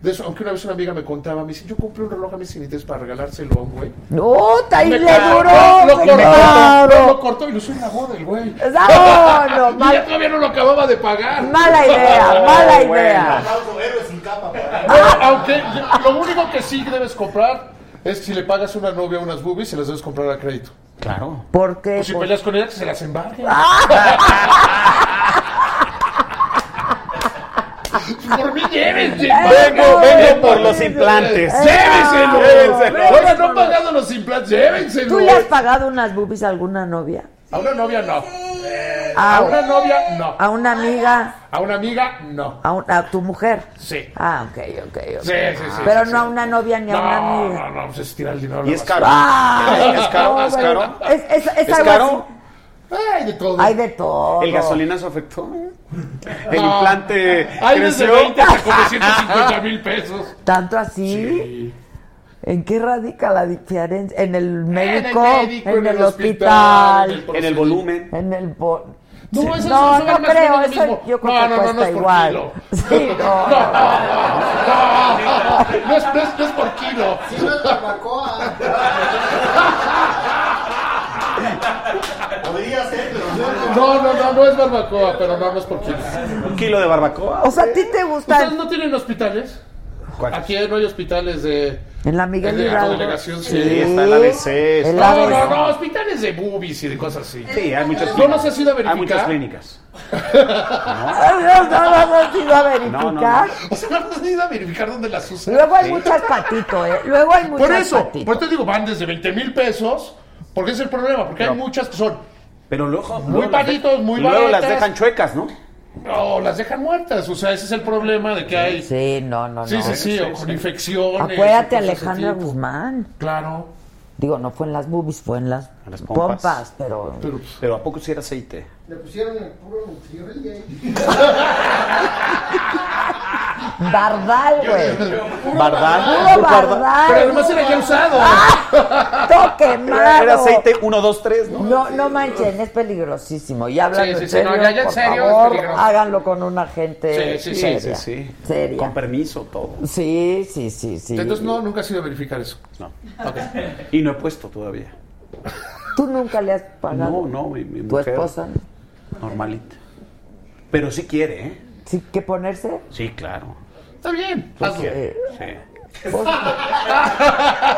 [SPEAKER 3] De eso, aunque una vez una amiga me contaba, me dice, yo compré un reloj a mis interés para regalárselo a un güey.
[SPEAKER 1] ¡No, está ahí
[SPEAKER 3] Me
[SPEAKER 1] le
[SPEAKER 3] ca-
[SPEAKER 1] duró!
[SPEAKER 3] Lo cortó,
[SPEAKER 1] ¡Claro!
[SPEAKER 3] lo cortó y lo usó en la boda el güey.
[SPEAKER 1] [laughs] ¡No, no,
[SPEAKER 3] [laughs] y
[SPEAKER 1] mal-
[SPEAKER 3] ya todavía no lo acababa de pagar.
[SPEAKER 1] Mala
[SPEAKER 3] [laughs]
[SPEAKER 1] idea, mala idea.
[SPEAKER 3] No, aunque lo único que sí debes comprar es si le pagas a una novia unas boobies, se las debes comprar a crédito.
[SPEAKER 9] Claro.
[SPEAKER 1] ¿Por qué?
[SPEAKER 3] O si peleas con ella, que se las embargue. [laughs] Por mí llévense.
[SPEAKER 9] Vengo,
[SPEAKER 3] paga.
[SPEAKER 9] vengo por los implantes.
[SPEAKER 3] Llévenselo.
[SPEAKER 9] Llévenselo.
[SPEAKER 3] Ahora no han pagado los implantes, llévenselo.
[SPEAKER 1] ¿Tú le has pagado unas boobies a alguna novia?
[SPEAKER 3] A una novia no.
[SPEAKER 1] Ah,
[SPEAKER 3] a una
[SPEAKER 1] ok.
[SPEAKER 3] novia no.
[SPEAKER 1] ¿A una amiga?
[SPEAKER 3] A una amiga no.
[SPEAKER 1] ¿A, un- a tu mujer?
[SPEAKER 3] Sí.
[SPEAKER 1] Ah, ok, ok, ok.
[SPEAKER 3] Sí, sí, sí,
[SPEAKER 1] Pero
[SPEAKER 3] sí,
[SPEAKER 1] no a
[SPEAKER 3] sí.
[SPEAKER 1] una novia ni a una
[SPEAKER 3] No,
[SPEAKER 1] amiga.
[SPEAKER 3] no, no, pues es tirar el dinero. a
[SPEAKER 9] Y
[SPEAKER 3] la
[SPEAKER 9] es
[SPEAKER 3] basura.
[SPEAKER 9] caro.
[SPEAKER 1] Ah,
[SPEAKER 9] es caro,
[SPEAKER 1] no,
[SPEAKER 9] es
[SPEAKER 1] bueno.
[SPEAKER 9] caro.
[SPEAKER 1] Es, es, es,
[SPEAKER 9] ¿Es
[SPEAKER 1] algo
[SPEAKER 9] caro?
[SPEAKER 1] así.
[SPEAKER 3] Hay de todo.
[SPEAKER 1] Hay de todo.
[SPEAKER 9] El gasolinazo
[SPEAKER 3] [laughs]
[SPEAKER 9] afectó. El
[SPEAKER 3] No.
[SPEAKER 9] implante
[SPEAKER 3] Hay desde
[SPEAKER 9] [laughs] creció.
[SPEAKER 3] 20 hasta como 150 mil pesos.
[SPEAKER 1] ¿Tanto así? ¿En qué radica la diferencia? En el médico, en el,
[SPEAKER 9] médico, en el
[SPEAKER 1] hospital,
[SPEAKER 9] hospital, [laughs] en el volumen.
[SPEAKER 1] en el vo-
[SPEAKER 3] No,
[SPEAKER 1] Sí.
[SPEAKER 3] eso-
[SPEAKER 1] no,
[SPEAKER 3] eso
[SPEAKER 1] no
[SPEAKER 3] vale más o
[SPEAKER 1] creo,
[SPEAKER 3] menos lo
[SPEAKER 1] eso
[SPEAKER 3] mismo.
[SPEAKER 1] yo creo
[SPEAKER 3] No,
[SPEAKER 1] que
[SPEAKER 3] no, no,
[SPEAKER 1] cuesta
[SPEAKER 3] no es por
[SPEAKER 1] igual.
[SPEAKER 3] kilo.
[SPEAKER 1] Sí, no,
[SPEAKER 3] No, no, es, no es- no es por kilo.
[SPEAKER 7] Podría ser, pero
[SPEAKER 3] No, no, no, no es barbacoa, pero no, no es por kilo.
[SPEAKER 9] Un kilo de barbacoa.
[SPEAKER 1] O sea, ¿a ti te
[SPEAKER 3] ¿Ustedes
[SPEAKER 1] gustan?
[SPEAKER 3] no tienen hospitales? Aquí no hay hospitales de...
[SPEAKER 1] En la Miguel
[SPEAKER 3] de
[SPEAKER 1] Hidalgo.
[SPEAKER 3] delegación, sí.
[SPEAKER 9] Sí, está el ABC.
[SPEAKER 1] El
[SPEAKER 9] está-
[SPEAKER 3] No, no, no, hospitales de boobies y de cosas así.
[SPEAKER 9] Sí, hay muchas
[SPEAKER 3] Yo no sé si la
[SPEAKER 9] Hay
[SPEAKER 3] verificar.
[SPEAKER 9] muchas clínicas.
[SPEAKER 1] No, no, no, has ido a verificar.
[SPEAKER 9] No, no,
[SPEAKER 3] O sea, no has ido a verificar dónde las usan.
[SPEAKER 1] Luego hay muchas patito, ¿eh? Luego hay muchas
[SPEAKER 3] Por eso,
[SPEAKER 1] patito.
[SPEAKER 3] por eso te digo, van desde 20 mil pesos, porque es el problema, porque hay muchas que son
[SPEAKER 9] Pero luego.
[SPEAKER 3] Muy
[SPEAKER 9] luego las de-
[SPEAKER 3] palitos, muy
[SPEAKER 9] Luego las
[SPEAKER 3] baratas.
[SPEAKER 9] dejan chuecas, ¿no?
[SPEAKER 3] o las dejan muertas, o sea, ese es el problema de que hay...
[SPEAKER 1] Sí, no, no,
[SPEAKER 3] Sí,
[SPEAKER 1] no.
[SPEAKER 3] sí, sí, o con infecciones.
[SPEAKER 1] Acuérdate,
[SPEAKER 3] o cosas de ese
[SPEAKER 1] Alejandra
[SPEAKER 3] tipo.
[SPEAKER 1] Guzmán.
[SPEAKER 3] Claro.
[SPEAKER 1] Digo, no fue en las boobies, fue en las,
[SPEAKER 9] las
[SPEAKER 1] pompas.
[SPEAKER 9] pompas.
[SPEAKER 1] pero...
[SPEAKER 9] Pero ¿a poco si era aceite?
[SPEAKER 5] Le pusieron el puro nutriol y ahí.
[SPEAKER 1] Bardal, güey.
[SPEAKER 9] ¿Bardal?
[SPEAKER 1] Puro bardal.
[SPEAKER 3] Pero además era ya usado.
[SPEAKER 1] Ah. Todo quemado.
[SPEAKER 9] Era aceite 1, 2, 3, ¿no?
[SPEAKER 1] No, no manchen, es peligrosísimo. Y hablando
[SPEAKER 3] Sí, sí,
[SPEAKER 1] en
[SPEAKER 3] sí,
[SPEAKER 1] serio,
[SPEAKER 3] no, ya, ya en
[SPEAKER 1] por
[SPEAKER 3] serio es
[SPEAKER 1] favor,
[SPEAKER 3] peligroso.
[SPEAKER 1] háganlo con un agente
[SPEAKER 3] Sí, sí, sí,
[SPEAKER 1] seria.
[SPEAKER 9] Sí, sí.
[SPEAKER 1] Seria.
[SPEAKER 9] Con permiso, todo.
[SPEAKER 1] Sí, sí, sí, sí.
[SPEAKER 3] Entonces, no, nunca has ido a verificar eso.
[SPEAKER 9] No. Y no he puesto todavía.
[SPEAKER 1] Tú nunca le has pagado.
[SPEAKER 9] No, no, mi, mi
[SPEAKER 1] Tu
[SPEAKER 9] mujer.
[SPEAKER 1] esposa. ¿no?
[SPEAKER 9] Normalita. Pero sí quiere, ¿eh?
[SPEAKER 1] Sí, que ponerse.
[SPEAKER 9] Sí, claro.
[SPEAKER 3] Está bien,
[SPEAKER 9] Sí
[SPEAKER 3] hazlo.
[SPEAKER 9] quiere. Sí.
[SPEAKER 1] [laughs]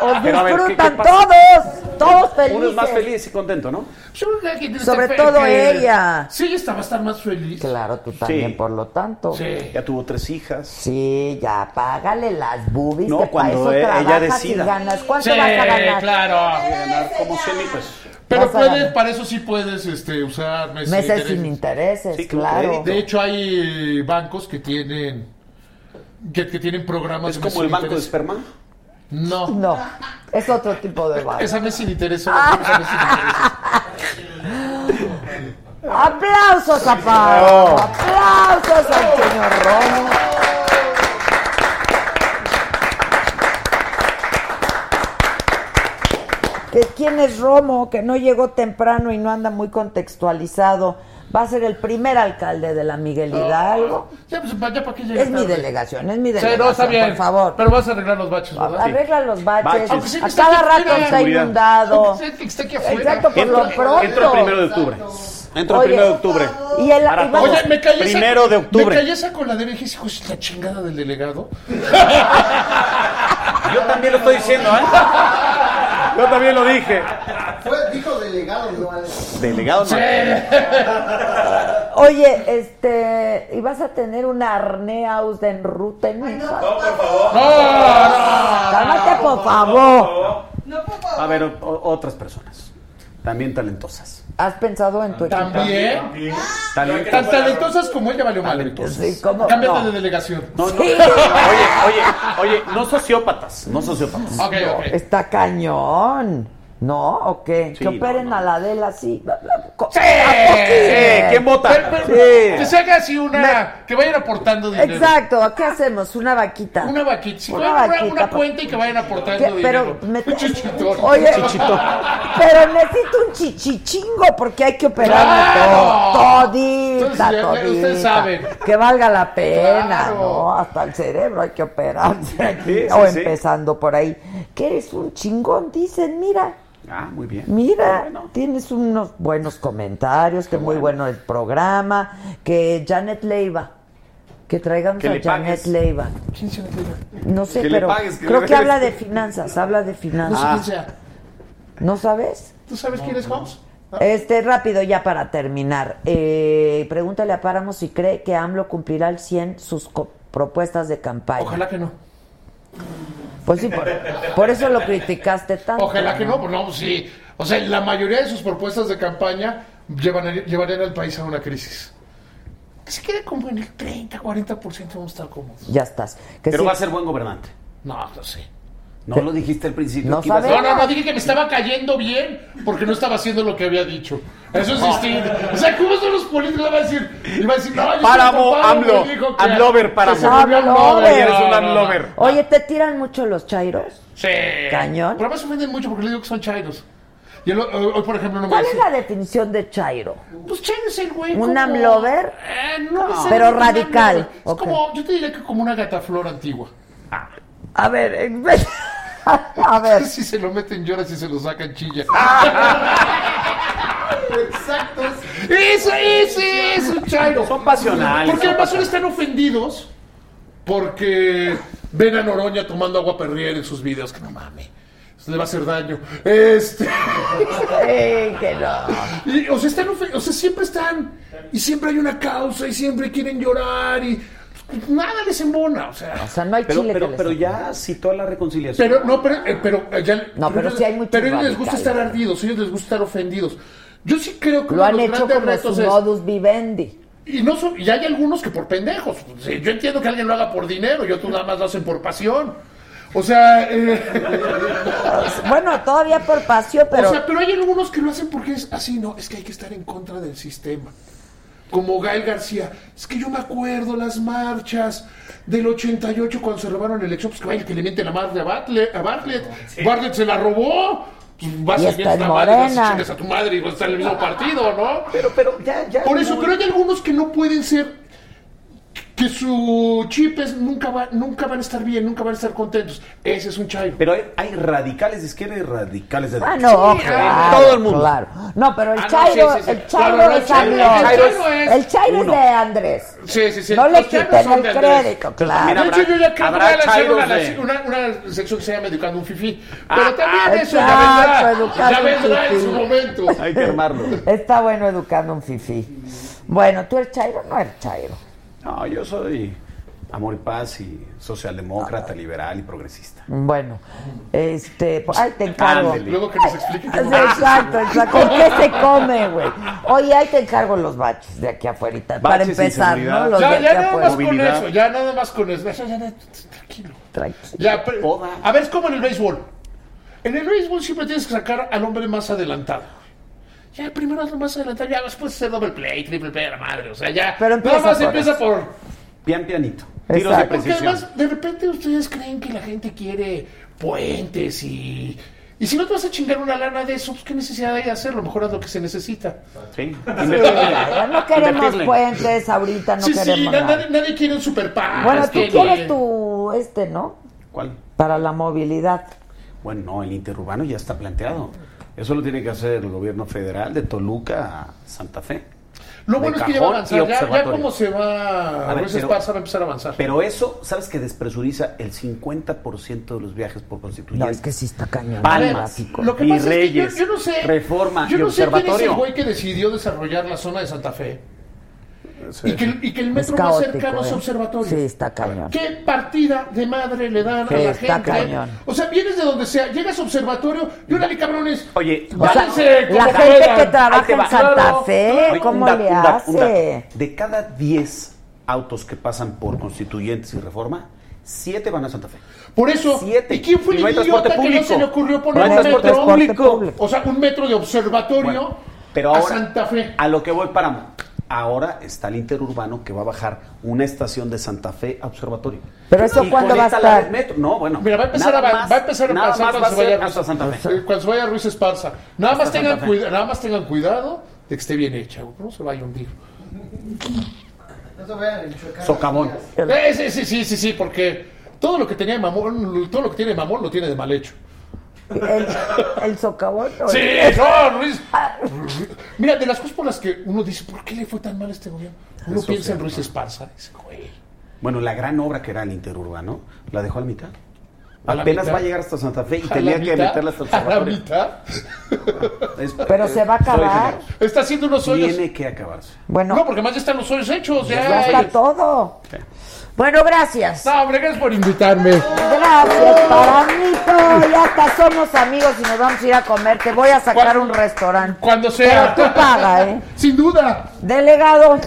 [SPEAKER 1] Os
[SPEAKER 9] Pero a ver, ¿qué- qué
[SPEAKER 1] disfrutan
[SPEAKER 9] pasa?
[SPEAKER 1] todos, todos felices.
[SPEAKER 9] Uno es más feliz y contento, ¿no?
[SPEAKER 3] Yo creo que hay que tener
[SPEAKER 1] Sobre
[SPEAKER 3] fe-
[SPEAKER 1] todo
[SPEAKER 3] que-
[SPEAKER 1] ella.
[SPEAKER 3] Sí, ella estaba a estar más feliz.
[SPEAKER 1] Claro, tú también, por lo tanto. Sí.
[SPEAKER 3] Sí.
[SPEAKER 9] Ya tuvo tres hijas.
[SPEAKER 1] ya, págale las boobies.
[SPEAKER 9] No,
[SPEAKER 1] que pa'
[SPEAKER 9] cuando
[SPEAKER 1] eso
[SPEAKER 9] e- ella
[SPEAKER 1] trabajas
[SPEAKER 9] decida.
[SPEAKER 1] Y ganas. ¿Cuánto
[SPEAKER 3] Sí,
[SPEAKER 1] vas a ganar?
[SPEAKER 3] claro. ah,
[SPEAKER 9] Ganar como 100 y pues.
[SPEAKER 3] Pero
[SPEAKER 1] Vas a ganar.
[SPEAKER 3] puedes, para eso sí puedes este, usar meses,
[SPEAKER 1] Meses
[SPEAKER 3] intereses.
[SPEAKER 1] sin intereses,
[SPEAKER 9] Sí, con
[SPEAKER 1] claro.
[SPEAKER 9] crédito.
[SPEAKER 3] De hecho, hay eh, bancos que tienen que, que tienen programas
[SPEAKER 9] Es
[SPEAKER 3] de
[SPEAKER 9] como
[SPEAKER 3] meses
[SPEAKER 9] el
[SPEAKER 3] sin
[SPEAKER 9] banco de
[SPEAKER 3] interés.
[SPEAKER 9] esperma.
[SPEAKER 3] No,
[SPEAKER 1] No, Ah. es otro tipo de baile.
[SPEAKER 3] esa mes sin interés. solo hacemos a mes sin interés.
[SPEAKER 1] ¡Aplausos, Apao! ¡Aplausos al señor Romo! ¿Que ¿Quién es Romo? Que no llegó temprano y no anda muy contextualizado. Va a ser el primer alcalde de la Miguel Hidalgo.
[SPEAKER 3] Ya, pues, pa- ya para qué llegas
[SPEAKER 1] Es mi
[SPEAKER 3] tarde.
[SPEAKER 1] delegación, es mi
[SPEAKER 3] Sí,
[SPEAKER 1] delegación,
[SPEAKER 3] no, está bien.
[SPEAKER 1] por favor.
[SPEAKER 3] Pero vas a arreglar los baches,
[SPEAKER 1] A-
[SPEAKER 3] ¿verdad?
[SPEAKER 1] Arregla los baches.
[SPEAKER 9] Baches.
[SPEAKER 3] Aunque sea que
[SPEAKER 1] A
[SPEAKER 3] esté
[SPEAKER 1] cada
[SPEAKER 3] aquí
[SPEAKER 1] rato
[SPEAKER 3] afuera.
[SPEAKER 1] está
[SPEAKER 9] Seguridad.
[SPEAKER 1] inundado.
[SPEAKER 3] Aunque sea que esté aquí afuera.
[SPEAKER 1] Exacto, por lo pronto.
[SPEAKER 9] Entro el primero de octubre. Entro
[SPEAKER 1] Oye,
[SPEAKER 9] el primero de octubre.
[SPEAKER 1] Y el-
[SPEAKER 9] Para
[SPEAKER 1] y vamos-
[SPEAKER 9] todos.
[SPEAKER 3] Oye, me callé esa-
[SPEAKER 9] Primero de
[SPEAKER 3] Me
[SPEAKER 9] octubre.
[SPEAKER 3] callé esa coladera y dije, hijo, es la chingada del delegado.
[SPEAKER 9] Yo también lo estoy
[SPEAKER 3] [laughs]
[SPEAKER 9] diciendo, ¿eh? Yo también lo dije.
[SPEAKER 5] Fue, dijo delegado, no al-
[SPEAKER 9] Delegado no.
[SPEAKER 1] Oye, este, ¿y vas a tener una Arneaus de enrute, no, hija? Ah.
[SPEAKER 3] Ah,
[SPEAKER 1] Cálmate, por favor.
[SPEAKER 8] No, por
[SPEAKER 9] A
[SPEAKER 8] favor.
[SPEAKER 9] ver, o- o- otras personas. También talentosas.
[SPEAKER 1] ¿Has pensado en tu equipo?
[SPEAKER 3] También.
[SPEAKER 9] Talento-
[SPEAKER 3] Tan talentosas como ella valió madre.
[SPEAKER 1] Sí, ¿cómo?
[SPEAKER 3] Cámbiate
[SPEAKER 1] No.
[SPEAKER 3] de delegación.
[SPEAKER 9] No, no.
[SPEAKER 1] Sí.
[SPEAKER 9] Oye, oye, oye, no sociópatas. No sociópatas.
[SPEAKER 3] Ok, ok.
[SPEAKER 1] Está cañón. ¿No? ¿O qué?
[SPEAKER 9] Sí,
[SPEAKER 1] que operen
[SPEAKER 9] no, no.
[SPEAKER 1] a la Adela así.
[SPEAKER 3] ¡Sí!
[SPEAKER 9] Eh,
[SPEAKER 3] Ah,
[SPEAKER 9] ¿Quién
[SPEAKER 3] Pero-
[SPEAKER 9] vota?
[SPEAKER 3] pero- Que se haga así una. Que vayan aportando dinero.
[SPEAKER 1] Exacto, ¿qué hacemos? Una vaquita.
[SPEAKER 3] Una vaquita. Si
[SPEAKER 1] Una
[SPEAKER 3] pueden comprar
[SPEAKER 1] vaquita,
[SPEAKER 3] una
[SPEAKER 1] por-
[SPEAKER 3] cuenta y que vayan aportando
[SPEAKER 1] ¿Qué?
[SPEAKER 3] dinero.
[SPEAKER 1] Pero me
[SPEAKER 3] Un chichitón.
[SPEAKER 1] Oye,
[SPEAKER 9] Chichito.
[SPEAKER 1] [laughs] pero necesito un chichichingo porque hay que operar
[SPEAKER 3] ¡Claro!
[SPEAKER 1] todo, todita,
[SPEAKER 3] Entonces, ya- ya
[SPEAKER 1] todita.
[SPEAKER 3] ustedes saben.
[SPEAKER 1] Que valga la pena,
[SPEAKER 3] Claro.
[SPEAKER 1] ¿no? Hasta el cerebro hay que operarse.
[SPEAKER 9] Sí, sí,
[SPEAKER 1] o
[SPEAKER 9] sí.
[SPEAKER 1] empezando por ahí. Que eres un chingón, dicen, mira.
[SPEAKER 9] Ah, muy bien.
[SPEAKER 1] Mira,
[SPEAKER 9] Bueno.
[SPEAKER 1] tienes unos buenos comentarios, que muy bueno. el programa, que Janet Leiva, que traigamos
[SPEAKER 9] Que
[SPEAKER 1] a
[SPEAKER 9] le
[SPEAKER 1] Janet
[SPEAKER 9] pagues.
[SPEAKER 1] Leiva. No sé,
[SPEAKER 9] Que le
[SPEAKER 1] pero
[SPEAKER 9] pagues, Ah. que
[SPEAKER 1] creo
[SPEAKER 9] le
[SPEAKER 1] que
[SPEAKER 9] regreses.
[SPEAKER 1] habla de finanzas, habla de
[SPEAKER 3] No sé
[SPEAKER 1] finanzas.
[SPEAKER 3] quién sea.
[SPEAKER 1] ¿No sabes?
[SPEAKER 3] ¿Tú sabes quién es Holmes?
[SPEAKER 9] Ah.
[SPEAKER 1] Este, rápido ya para terminar. Eh, pregúntale a Páramo si cree que AMLO cumplirá al 100 sus co- propuestas de campaña.
[SPEAKER 3] Ojalá que no.
[SPEAKER 1] Pues sí, por, por eso lo criticaste tanto.
[SPEAKER 3] Ojalá que no, pues no, sí. O sea, la mayoría de sus propuestas de campaña llevan- llevarían al país a una crisis. Que se quede como en el 30, 40% vamos a estar cómodos.
[SPEAKER 1] Ya estás. Que
[SPEAKER 9] Pero
[SPEAKER 1] sí-
[SPEAKER 9] va a ser buen gobernante.
[SPEAKER 3] No, no sé.
[SPEAKER 9] No lo dijiste al principio.
[SPEAKER 1] No
[SPEAKER 9] que ibas a-
[SPEAKER 3] No, no, no, dije que me estaba cayendo bien porque no estaba haciendo lo que había dicho. Eso es distinto. O sea, ¿cómo son los políticos? Iba a decir, iba a decir, no, yo
[SPEAKER 14] Páramo,
[SPEAKER 3] soy con Páramo,
[SPEAKER 14] AMLO,
[SPEAKER 3] y dijo que-
[SPEAKER 14] Amlover,
[SPEAKER 3] que se
[SPEAKER 14] Páramo.
[SPEAKER 3] volvió
[SPEAKER 14] Amlover, eres un
[SPEAKER 3] No, no, no.
[SPEAKER 14] Amlover.
[SPEAKER 1] Oye, ¿te tiran mucho los chairos?
[SPEAKER 3] Sí.
[SPEAKER 1] Cañón.
[SPEAKER 3] Pero además se ofenden mucho porque le digo que son chairos. Y el- hoy, hoy, por ejemplo, no me
[SPEAKER 1] ¿Cuál es
[SPEAKER 3] dice-
[SPEAKER 1] la definición de chairo?
[SPEAKER 3] Pues chairo es el güey.
[SPEAKER 1] ¿Un
[SPEAKER 3] como-
[SPEAKER 1] amlover?
[SPEAKER 3] Eh, no,
[SPEAKER 1] No.
[SPEAKER 3] sé,
[SPEAKER 1] Pero
[SPEAKER 3] un
[SPEAKER 1] radical.
[SPEAKER 3] amlover. Es
[SPEAKER 1] Ok.
[SPEAKER 3] como, yo te diría que como una gataflor antigua.
[SPEAKER 1] A ver, en vez- [laughs]
[SPEAKER 3] [laughs]
[SPEAKER 1] a ver.
[SPEAKER 3] Si se lo meten llora, si se lo
[SPEAKER 1] [laughs]
[SPEAKER 3] sacan chilla.
[SPEAKER 5] Exacto.
[SPEAKER 3] Eso, ese es un chairo.
[SPEAKER 14] Son pasionales,
[SPEAKER 3] Porque
[SPEAKER 14] son
[SPEAKER 3] además ahora están ofendidos porque ven a Noroña tomando agua perrier en sus videos. Que no mames. Eso le va a hacer daño. Este.
[SPEAKER 1] Sí, que no.
[SPEAKER 3] Y, o, sea, están ofe- o sea, siempre están. Y siempre hay una causa y siempre quieren llorar y. Nada les embona, o sea.
[SPEAKER 1] O sea, no hay
[SPEAKER 9] Pero,
[SPEAKER 1] chile que
[SPEAKER 9] pero,
[SPEAKER 1] les
[SPEAKER 9] pero
[SPEAKER 1] entre.
[SPEAKER 9] ya citó a la reconciliación.
[SPEAKER 3] Pero no, pero, eh, pero eh, ya-
[SPEAKER 1] No, pero sí hay muchos
[SPEAKER 3] pero a ellos les gusta
[SPEAKER 1] radicales.
[SPEAKER 3] estar ardidos, a ellos les gusta estar ofendidos. Yo sí creo
[SPEAKER 1] Lo
[SPEAKER 3] que uno de
[SPEAKER 1] han
[SPEAKER 3] los
[SPEAKER 1] hecho
[SPEAKER 3] grandes
[SPEAKER 1] como
[SPEAKER 3] retos
[SPEAKER 1] su
[SPEAKER 3] es-
[SPEAKER 1] modus vivendi.
[SPEAKER 3] y no son- y hay algunos que por pendejos. O sea, yo entiendo que alguien lo haga por dinero y otros nada más lo hacen por pasión. O sea, eh,
[SPEAKER 1] Bueno, todavía por pasio, pero
[SPEAKER 3] o sea, pero hay algunos que lo hacen porque es así, no, es que hay que estar en contra del sistema. Como Gael García, es que yo me acuerdo las marchas del 88 cuando se robaron el elección, pues que vaya que le mienten la madre a Bartlett, a Bartlett. Bartlett se la robó. Pues Vas
[SPEAKER 1] Y
[SPEAKER 3] a
[SPEAKER 1] está
[SPEAKER 3] mientes
[SPEAKER 1] en
[SPEAKER 3] a madre, vas y
[SPEAKER 1] Morena.
[SPEAKER 3] chingas a tu madre y vas a estar en el mismo partido, ¿no?
[SPEAKER 9] Pero, pero ya, ya.
[SPEAKER 3] Por eso,
[SPEAKER 9] no-
[SPEAKER 3] pero hay algunos que no pueden ser, que su chip es nunca, va, nunca van a estar bien, nunca van a estar contentos. Ese es un chairo.
[SPEAKER 9] Pero hay, hay radicales de izquierda y radicales de
[SPEAKER 1] Ah,
[SPEAKER 9] derecha.
[SPEAKER 1] no,
[SPEAKER 3] Sí,
[SPEAKER 1] claro,
[SPEAKER 9] todo el mundo.
[SPEAKER 1] claro. No, pero el
[SPEAKER 3] Ah, no,
[SPEAKER 1] Chairo,
[SPEAKER 3] sí, sí, sí.
[SPEAKER 1] el Chairo
[SPEAKER 3] No, no, no,
[SPEAKER 1] es
[SPEAKER 3] el Chairo-
[SPEAKER 1] AMLO.
[SPEAKER 3] el Chairo es-
[SPEAKER 1] El Chairo es
[SPEAKER 9] Uno.
[SPEAKER 1] de Andrés.
[SPEAKER 3] Sí, sí, sí.
[SPEAKER 1] No le
[SPEAKER 3] Los chairos
[SPEAKER 1] quiten
[SPEAKER 3] son
[SPEAKER 1] el
[SPEAKER 3] de Andrés.
[SPEAKER 1] crédito, claro.
[SPEAKER 14] Mira,
[SPEAKER 3] de
[SPEAKER 14] habrá-
[SPEAKER 3] hecho, yo ya creo que
[SPEAKER 14] habrá
[SPEAKER 3] voy a lanzar
[SPEAKER 14] chairos
[SPEAKER 3] una,
[SPEAKER 14] de-
[SPEAKER 3] una, una sección que se llama Educando un Fifi.
[SPEAKER 1] Ah,
[SPEAKER 3] Pero también
[SPEAKER 1] exacto,
[SPEAKER 3] eso ya vendrá. Ya
[SPEAKER 1] ah, Educando un
[SPEAKER 3] vendrá en
[SPEAKER 1] Fifí.
[SPEAKER 3] su momento.
[SPEAKER 9] Hay
[SPEAKER 1] [laughs]
[SPEAKER 9] que armarlo.
[SPEAKER 1] Está bueno educando un fifí. Bueno, tú eres Chairo, no eres Chairo.
[SPEAKER 9] No, yo soy amor y paz y socialdemócrata, liberal y progresista.
[SPEAKER 1] Bueno, este, pues, ay, te encargo.
[SPEAKER 9] Ándele.
[SPEAKER 3] Luego que nos explique
[SPEAKER 1] Sí,
[SPEAKER 3] cómo
[SPEAKER 1] Exacto, exacto. ¿Con qué se come, güey? Oye, ahí te encargo los baches de aquí afuera. Para
[SPEAKER 9] Baches,
[SPEAKER 1] empezar, ¿no?
[SPEAKER 9] inseguridad.
[SPEAKER 1] Los de
[SPEAKER 3] Ya,
[SPEAKER 1] aquí
[SPEAKER 3] ya nada más
[SPEAKER 1] afuera.
[SPEAKER 3] con
[SPEAKER 9] Movilidad.
[SPEAKER 3] eso. Ya nada más con eso. Eso ya no- tranquilo.
[SPEAKER 1] Tranquilo.
[SPEAKER 3] Ya, pero-
[SPEAKER 9] Poda.
[SPEAKER 3] a ver, es como en el béisbol. En el béisbol siempre tienes que sacar al hombre más adelantado. Ya, primero hazlo más adelantado. Ya después hacer doble play, triple play a la madre. O sea, ya.
[SPEAKER 1] Pero empieza
[SPEAKER 3] nada más
[SPEAKER 1] por
[SPEAKER 3] empieza
[SPEAKER 1] eso.
[SPEAKER 3] por.
[SPEAKER 9] Pian pianito.
[SPEAKER 1] Exacto.
[SPEAKER 9] Tiros de
[SPEAKER 3] Porque
[SPEAKER 9] precisión.
[SPEAKER 3] además, de repente ustedes creen que la gente quiere puentes y. Y si no te vas a chingar una lana de eso, pues qué necesidad hay de hacerlo. Mejor haz lo que se necesita. [laughs]
[SPEAKER 9] Sí.
[SPEAKER 1] Sí, ya no queremos
[SPEAKER 9] Invertirle.
[SPEAKER 1] puentes ahorita, no
[SPEAKER 3] sí, sí,
[SPEAKER 1] queremos
[SPEAKER 3] na-
[SPEAKER 1] nada.
[SPEAKER 3] nadie, nadie quiere un superpack.
[SPEAKER 1] Bueno, tú
[SPEAKER 3] este,
[SPEAKER 1] quieres
[SPEAKER 3] ni-
[SPEAKER 1] tu este, ¿no?
[SPEAKER 9] ¿Cuál?
[SPEAKER 1] Para la movilidad.
[SPEAKER 9] Bueno, no, el interurbano ya está planteado. Eso lo tiene que hacer el gobierno federal de Toluca a Santa Fe.
[SPEAKER 3] Lo bueno
[SPEAKER 9] de
[SPEAKER 3] es que ya va a
[SPEAKER 9] cajón y
[SPEAKER 3] avanzar. Ya, ya
[SPEAKER 9] observatorio.
[SPEAKER 3] como se va.
[SPEAKER 9] A
[SPEAKER 3] A
[SPEAKER 9] ver,
[SPEAKER 3] veces
[SPEAKER 9] pero-
[SPEAKER 3] pasa, va a empezar a avanzar.
[SPEAKER 9] Pero eso, ¿sabes que despresuriza el 50% de los viajes por constituyente?
[SPEAKER 1] No, es que sí está cañón.
[SPEAKER 9] Palmas.
[SPEAKER 1] el tráfico.
[SPEAKER 9] Lo-
[SPEAKER 3] pasa es que
[SPEAKER 9] Virreyes,
[SPEAKER 3] yo, yo no sé.
[SPEAKER 9] Reforma
[SPEAKER 3] yo
[SPEAKER 9] y
[SPEAKER 3] no sé quién es el
[SPEAKER 9] Observatorio.
[SPEAKER 3] güey que decidió desarrollar la zona de Santa Fe.
[SPEAKER 9] Sí.
[SPEAKER 3] Y, que, el- y que el
[SPEAKER 1] Es
[SPEAKER 3] metro más
[SPEAKER 1] caótico,
[SPEAKER 3] cercano es
[SPEAKER 1] ¿eh?
[SPEAKER 3] observatorio.
[SPEAKER 1] Sí, está cañón.
[SPEAKER 3] ¿Qué partida de madre le dan
[SPEAKER 1] Sí,
[SPEAKER 3] a la
[SPEAKER 1] está
[SPEAKER 3] gente?
[SPEAKER 1] cañón.
[SPEAKER 3] O sea, vienes de donde sea, llegas a observatorio y órale, cabrones.
[SPEAKER 9] Oye,
[SPEAKER 1] O sea,
[SPEAKER 3] váyanse como
[SPEAKER 1] la gente
[SPEAKER 3] puedan.
[SPEAKER 1] que
[SPEAKER 9] Ahí
[SPEAKER 1] trabaja
[SPEAKER 9] te
[SPEAKER 1] en
[SPEAKER 9] va.
[SPEAKER 1] Santa
[SPEAKER 9] Claro.
[SPEAKER 1] Fe,
[SPEAKER 9] Oye,
[SPEAKER 1] ¿cómo
[SPEAKER 9] un dato,
[SPEAKER 1] le
[SPEAKER 9] un dato, un
[SPEAKER 1] hace?
[SPEAKER 9] dato. De cada 10 autos que pasan por constituyentes y reforma, 7 van a Santa Fe.
[SPEAKER 3] Por eso,
[SPEAKER 9] Siete.
[SPEAKER 3] ¿y quién fue
[SPEAKER 9] Y no hay
[SPEAKER 3] el idiota
[SPEAKER 9] transporte
[SPEAKER 3] que no
[SPEAKER 9] público.
[SPEAKER 3] se le ocurrió
[SPEAKER 9] No
[SPEAKER 3] poner
[SPEAKER 9] hay
[SPEAKER 3] un metro?
[SPEAKER 9] transporte
[SPEAKER 1] público.
[SPEAKER 3] O sea, un metro de observatorio
[SPEAKER 9] Bueno, pero ahora,
[SPEAKER 3] a Santa Fe.
[SPEAKER 9] a lo que voy, paramos. Ahora está el interurbano que va a bajar una estación de Santa Fe a observatorio.
[SPEAKER 1] Pero eso
[SPEAKER 9] Y
[SPEAKER 1] ¿cuándo va a
[SPEAKER 9] conecta la
[SPEAKER 1] estar?
[SPEAKER 9] red metro. No, bueno.
[SPEAKER 3] Mira, va a empezar
[SPEAKER 9] nada
[SPEAKER 3] a, va-
[SPEAKER 9] más-
[SPEAKER 3] va a empezar a
[SPEAKER 9] nada
[SPEAKER 3] pasar
[SPEAKER 9] más
[SPEAKER 3] cuando
[SPEAKER 9] va a
[SPEAKER 3] se
[SPEAKER 9] ser
[SPEAKER 3] vaya Ruiz-
[SPEAKER 9] hasta Santa Fe.
[SPEAKER 3] eh, Cuando se vaya Ruiz Esparza. Nada más,
[SPEAKER 9] Hasta
[SPEAKER 3] tengan
[SPEAKER 9] Santa Fe.
[SPEAKER 3] cuida- nada más tengan cuidado de que esté bien hecha. güey, No se vaya a hundir.
[SPEAKER 5] No se vayan a enchuecar.
[SPEAKER 9] Socavón.
[SPEAKER 3] Eh, sí, sí, sí, sí, sí, porque todo lo que tenía de mamón, todo lo que tiene de mamón lo tiene de mal hecho.
[SPEAKER 1] ¿El, el socavón? o
[SPEAKER 3] Sí,
[SPEAKER 1] el-
[SPEAKER 9] [laughs]
[SPEAKER 3] no, Ruiz. Mira, de las cosas por las que uno dice, ¿por qué le fue tan mal a este gobierno? Uno
[SPEAKER 9] Eso
[SPEAKER 3] piensa en
[SPEAKER 9] sí,
[SPEAKER 3] Ruiz
[SPEAKER 9] ¿no?
[SPEAKER 3] Esparza. Dice, güey.
[SPEAKER 9] Bueno, la gran obra que era el interurbano, la dejó a la mitad.
[SPEAKER 3] ¿A la
[SPEAKER 9] Apenas
[SPEAKER 3] mitad?
[SPEAKER 9] va a llegar hasta Santa Fe y
[SPEAKER 3] ¿A la
[SPEAKER 9] tenía que
[SPEAKER 3] mitad?
[SPEAKER 9] meterla hasta
[SPEAKER 3] ¿A la
[SPEAKER 9] observatorio.
[SPEAKER 3] mitad?
[SPEAKER 9] Es-
[SPEAKER 1] Pero se va a
[SPEAKER 9] soy
[SPEAKER 1] acabar.
[SPEAKER 9] ingeniero.
[SPEAKER 3] Está haciendo unos hoyos.
[SPEAKER 9] Tiene que acabarse.
[SPEAKER 1] Bueno,
[SPEAKER 3] No, porque más ya están los hoyos hechos. Ya,
[SPEAKER 1] ya está todo. Bueno, gracias.
[SPEAKER 3] No, hombre, gracias por invitarme.
[SPEAKER 1] Gracias, Paramito. Ya hasta somos amigos y nos vamos a ir a comer. Te voy a sacar
[SPEAKER 3] ¿Cuándo?
[SPEAKER 1] un restaurante.
[SPEAKER 3] Cuando sea.
[SPEAKER 1] Pero tú paga, ¿eh?
[SPEAKER 3] Sin duda.
[SPEAKER 1] Delegado.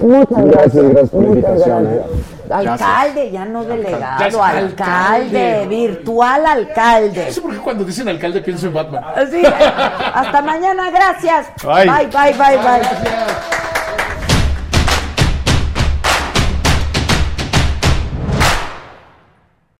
[SPEAKER 1] Muchas
[SPEAKER 15] Gracias, gracias por la
[SPEAKER 1] muchas
[SPEAKER 15] invitación, eh.
[SPEAKER 1] gracias.
[SPEAKER 15] Gracias.
[SPEAKER 1] Alcalde, ya no
[SPEAKER 3] Ya
[SPEAKER 1] delegado,
[SPEAKER 3] es
[SPEAKER 1] alcalde,
[SPEAKER 3] alcalde.
[SPEAKER 1] virtual alcalde.
[SPEAKER 3] [laughs] Eso porque cuando dicen alcalde pienso en Batman.
[SPEAKER 1] Sí, hasta mañana, gracias.
[SPEAKER 3] Bye.
[SPEAKER 1] bye, bye, bye. bye.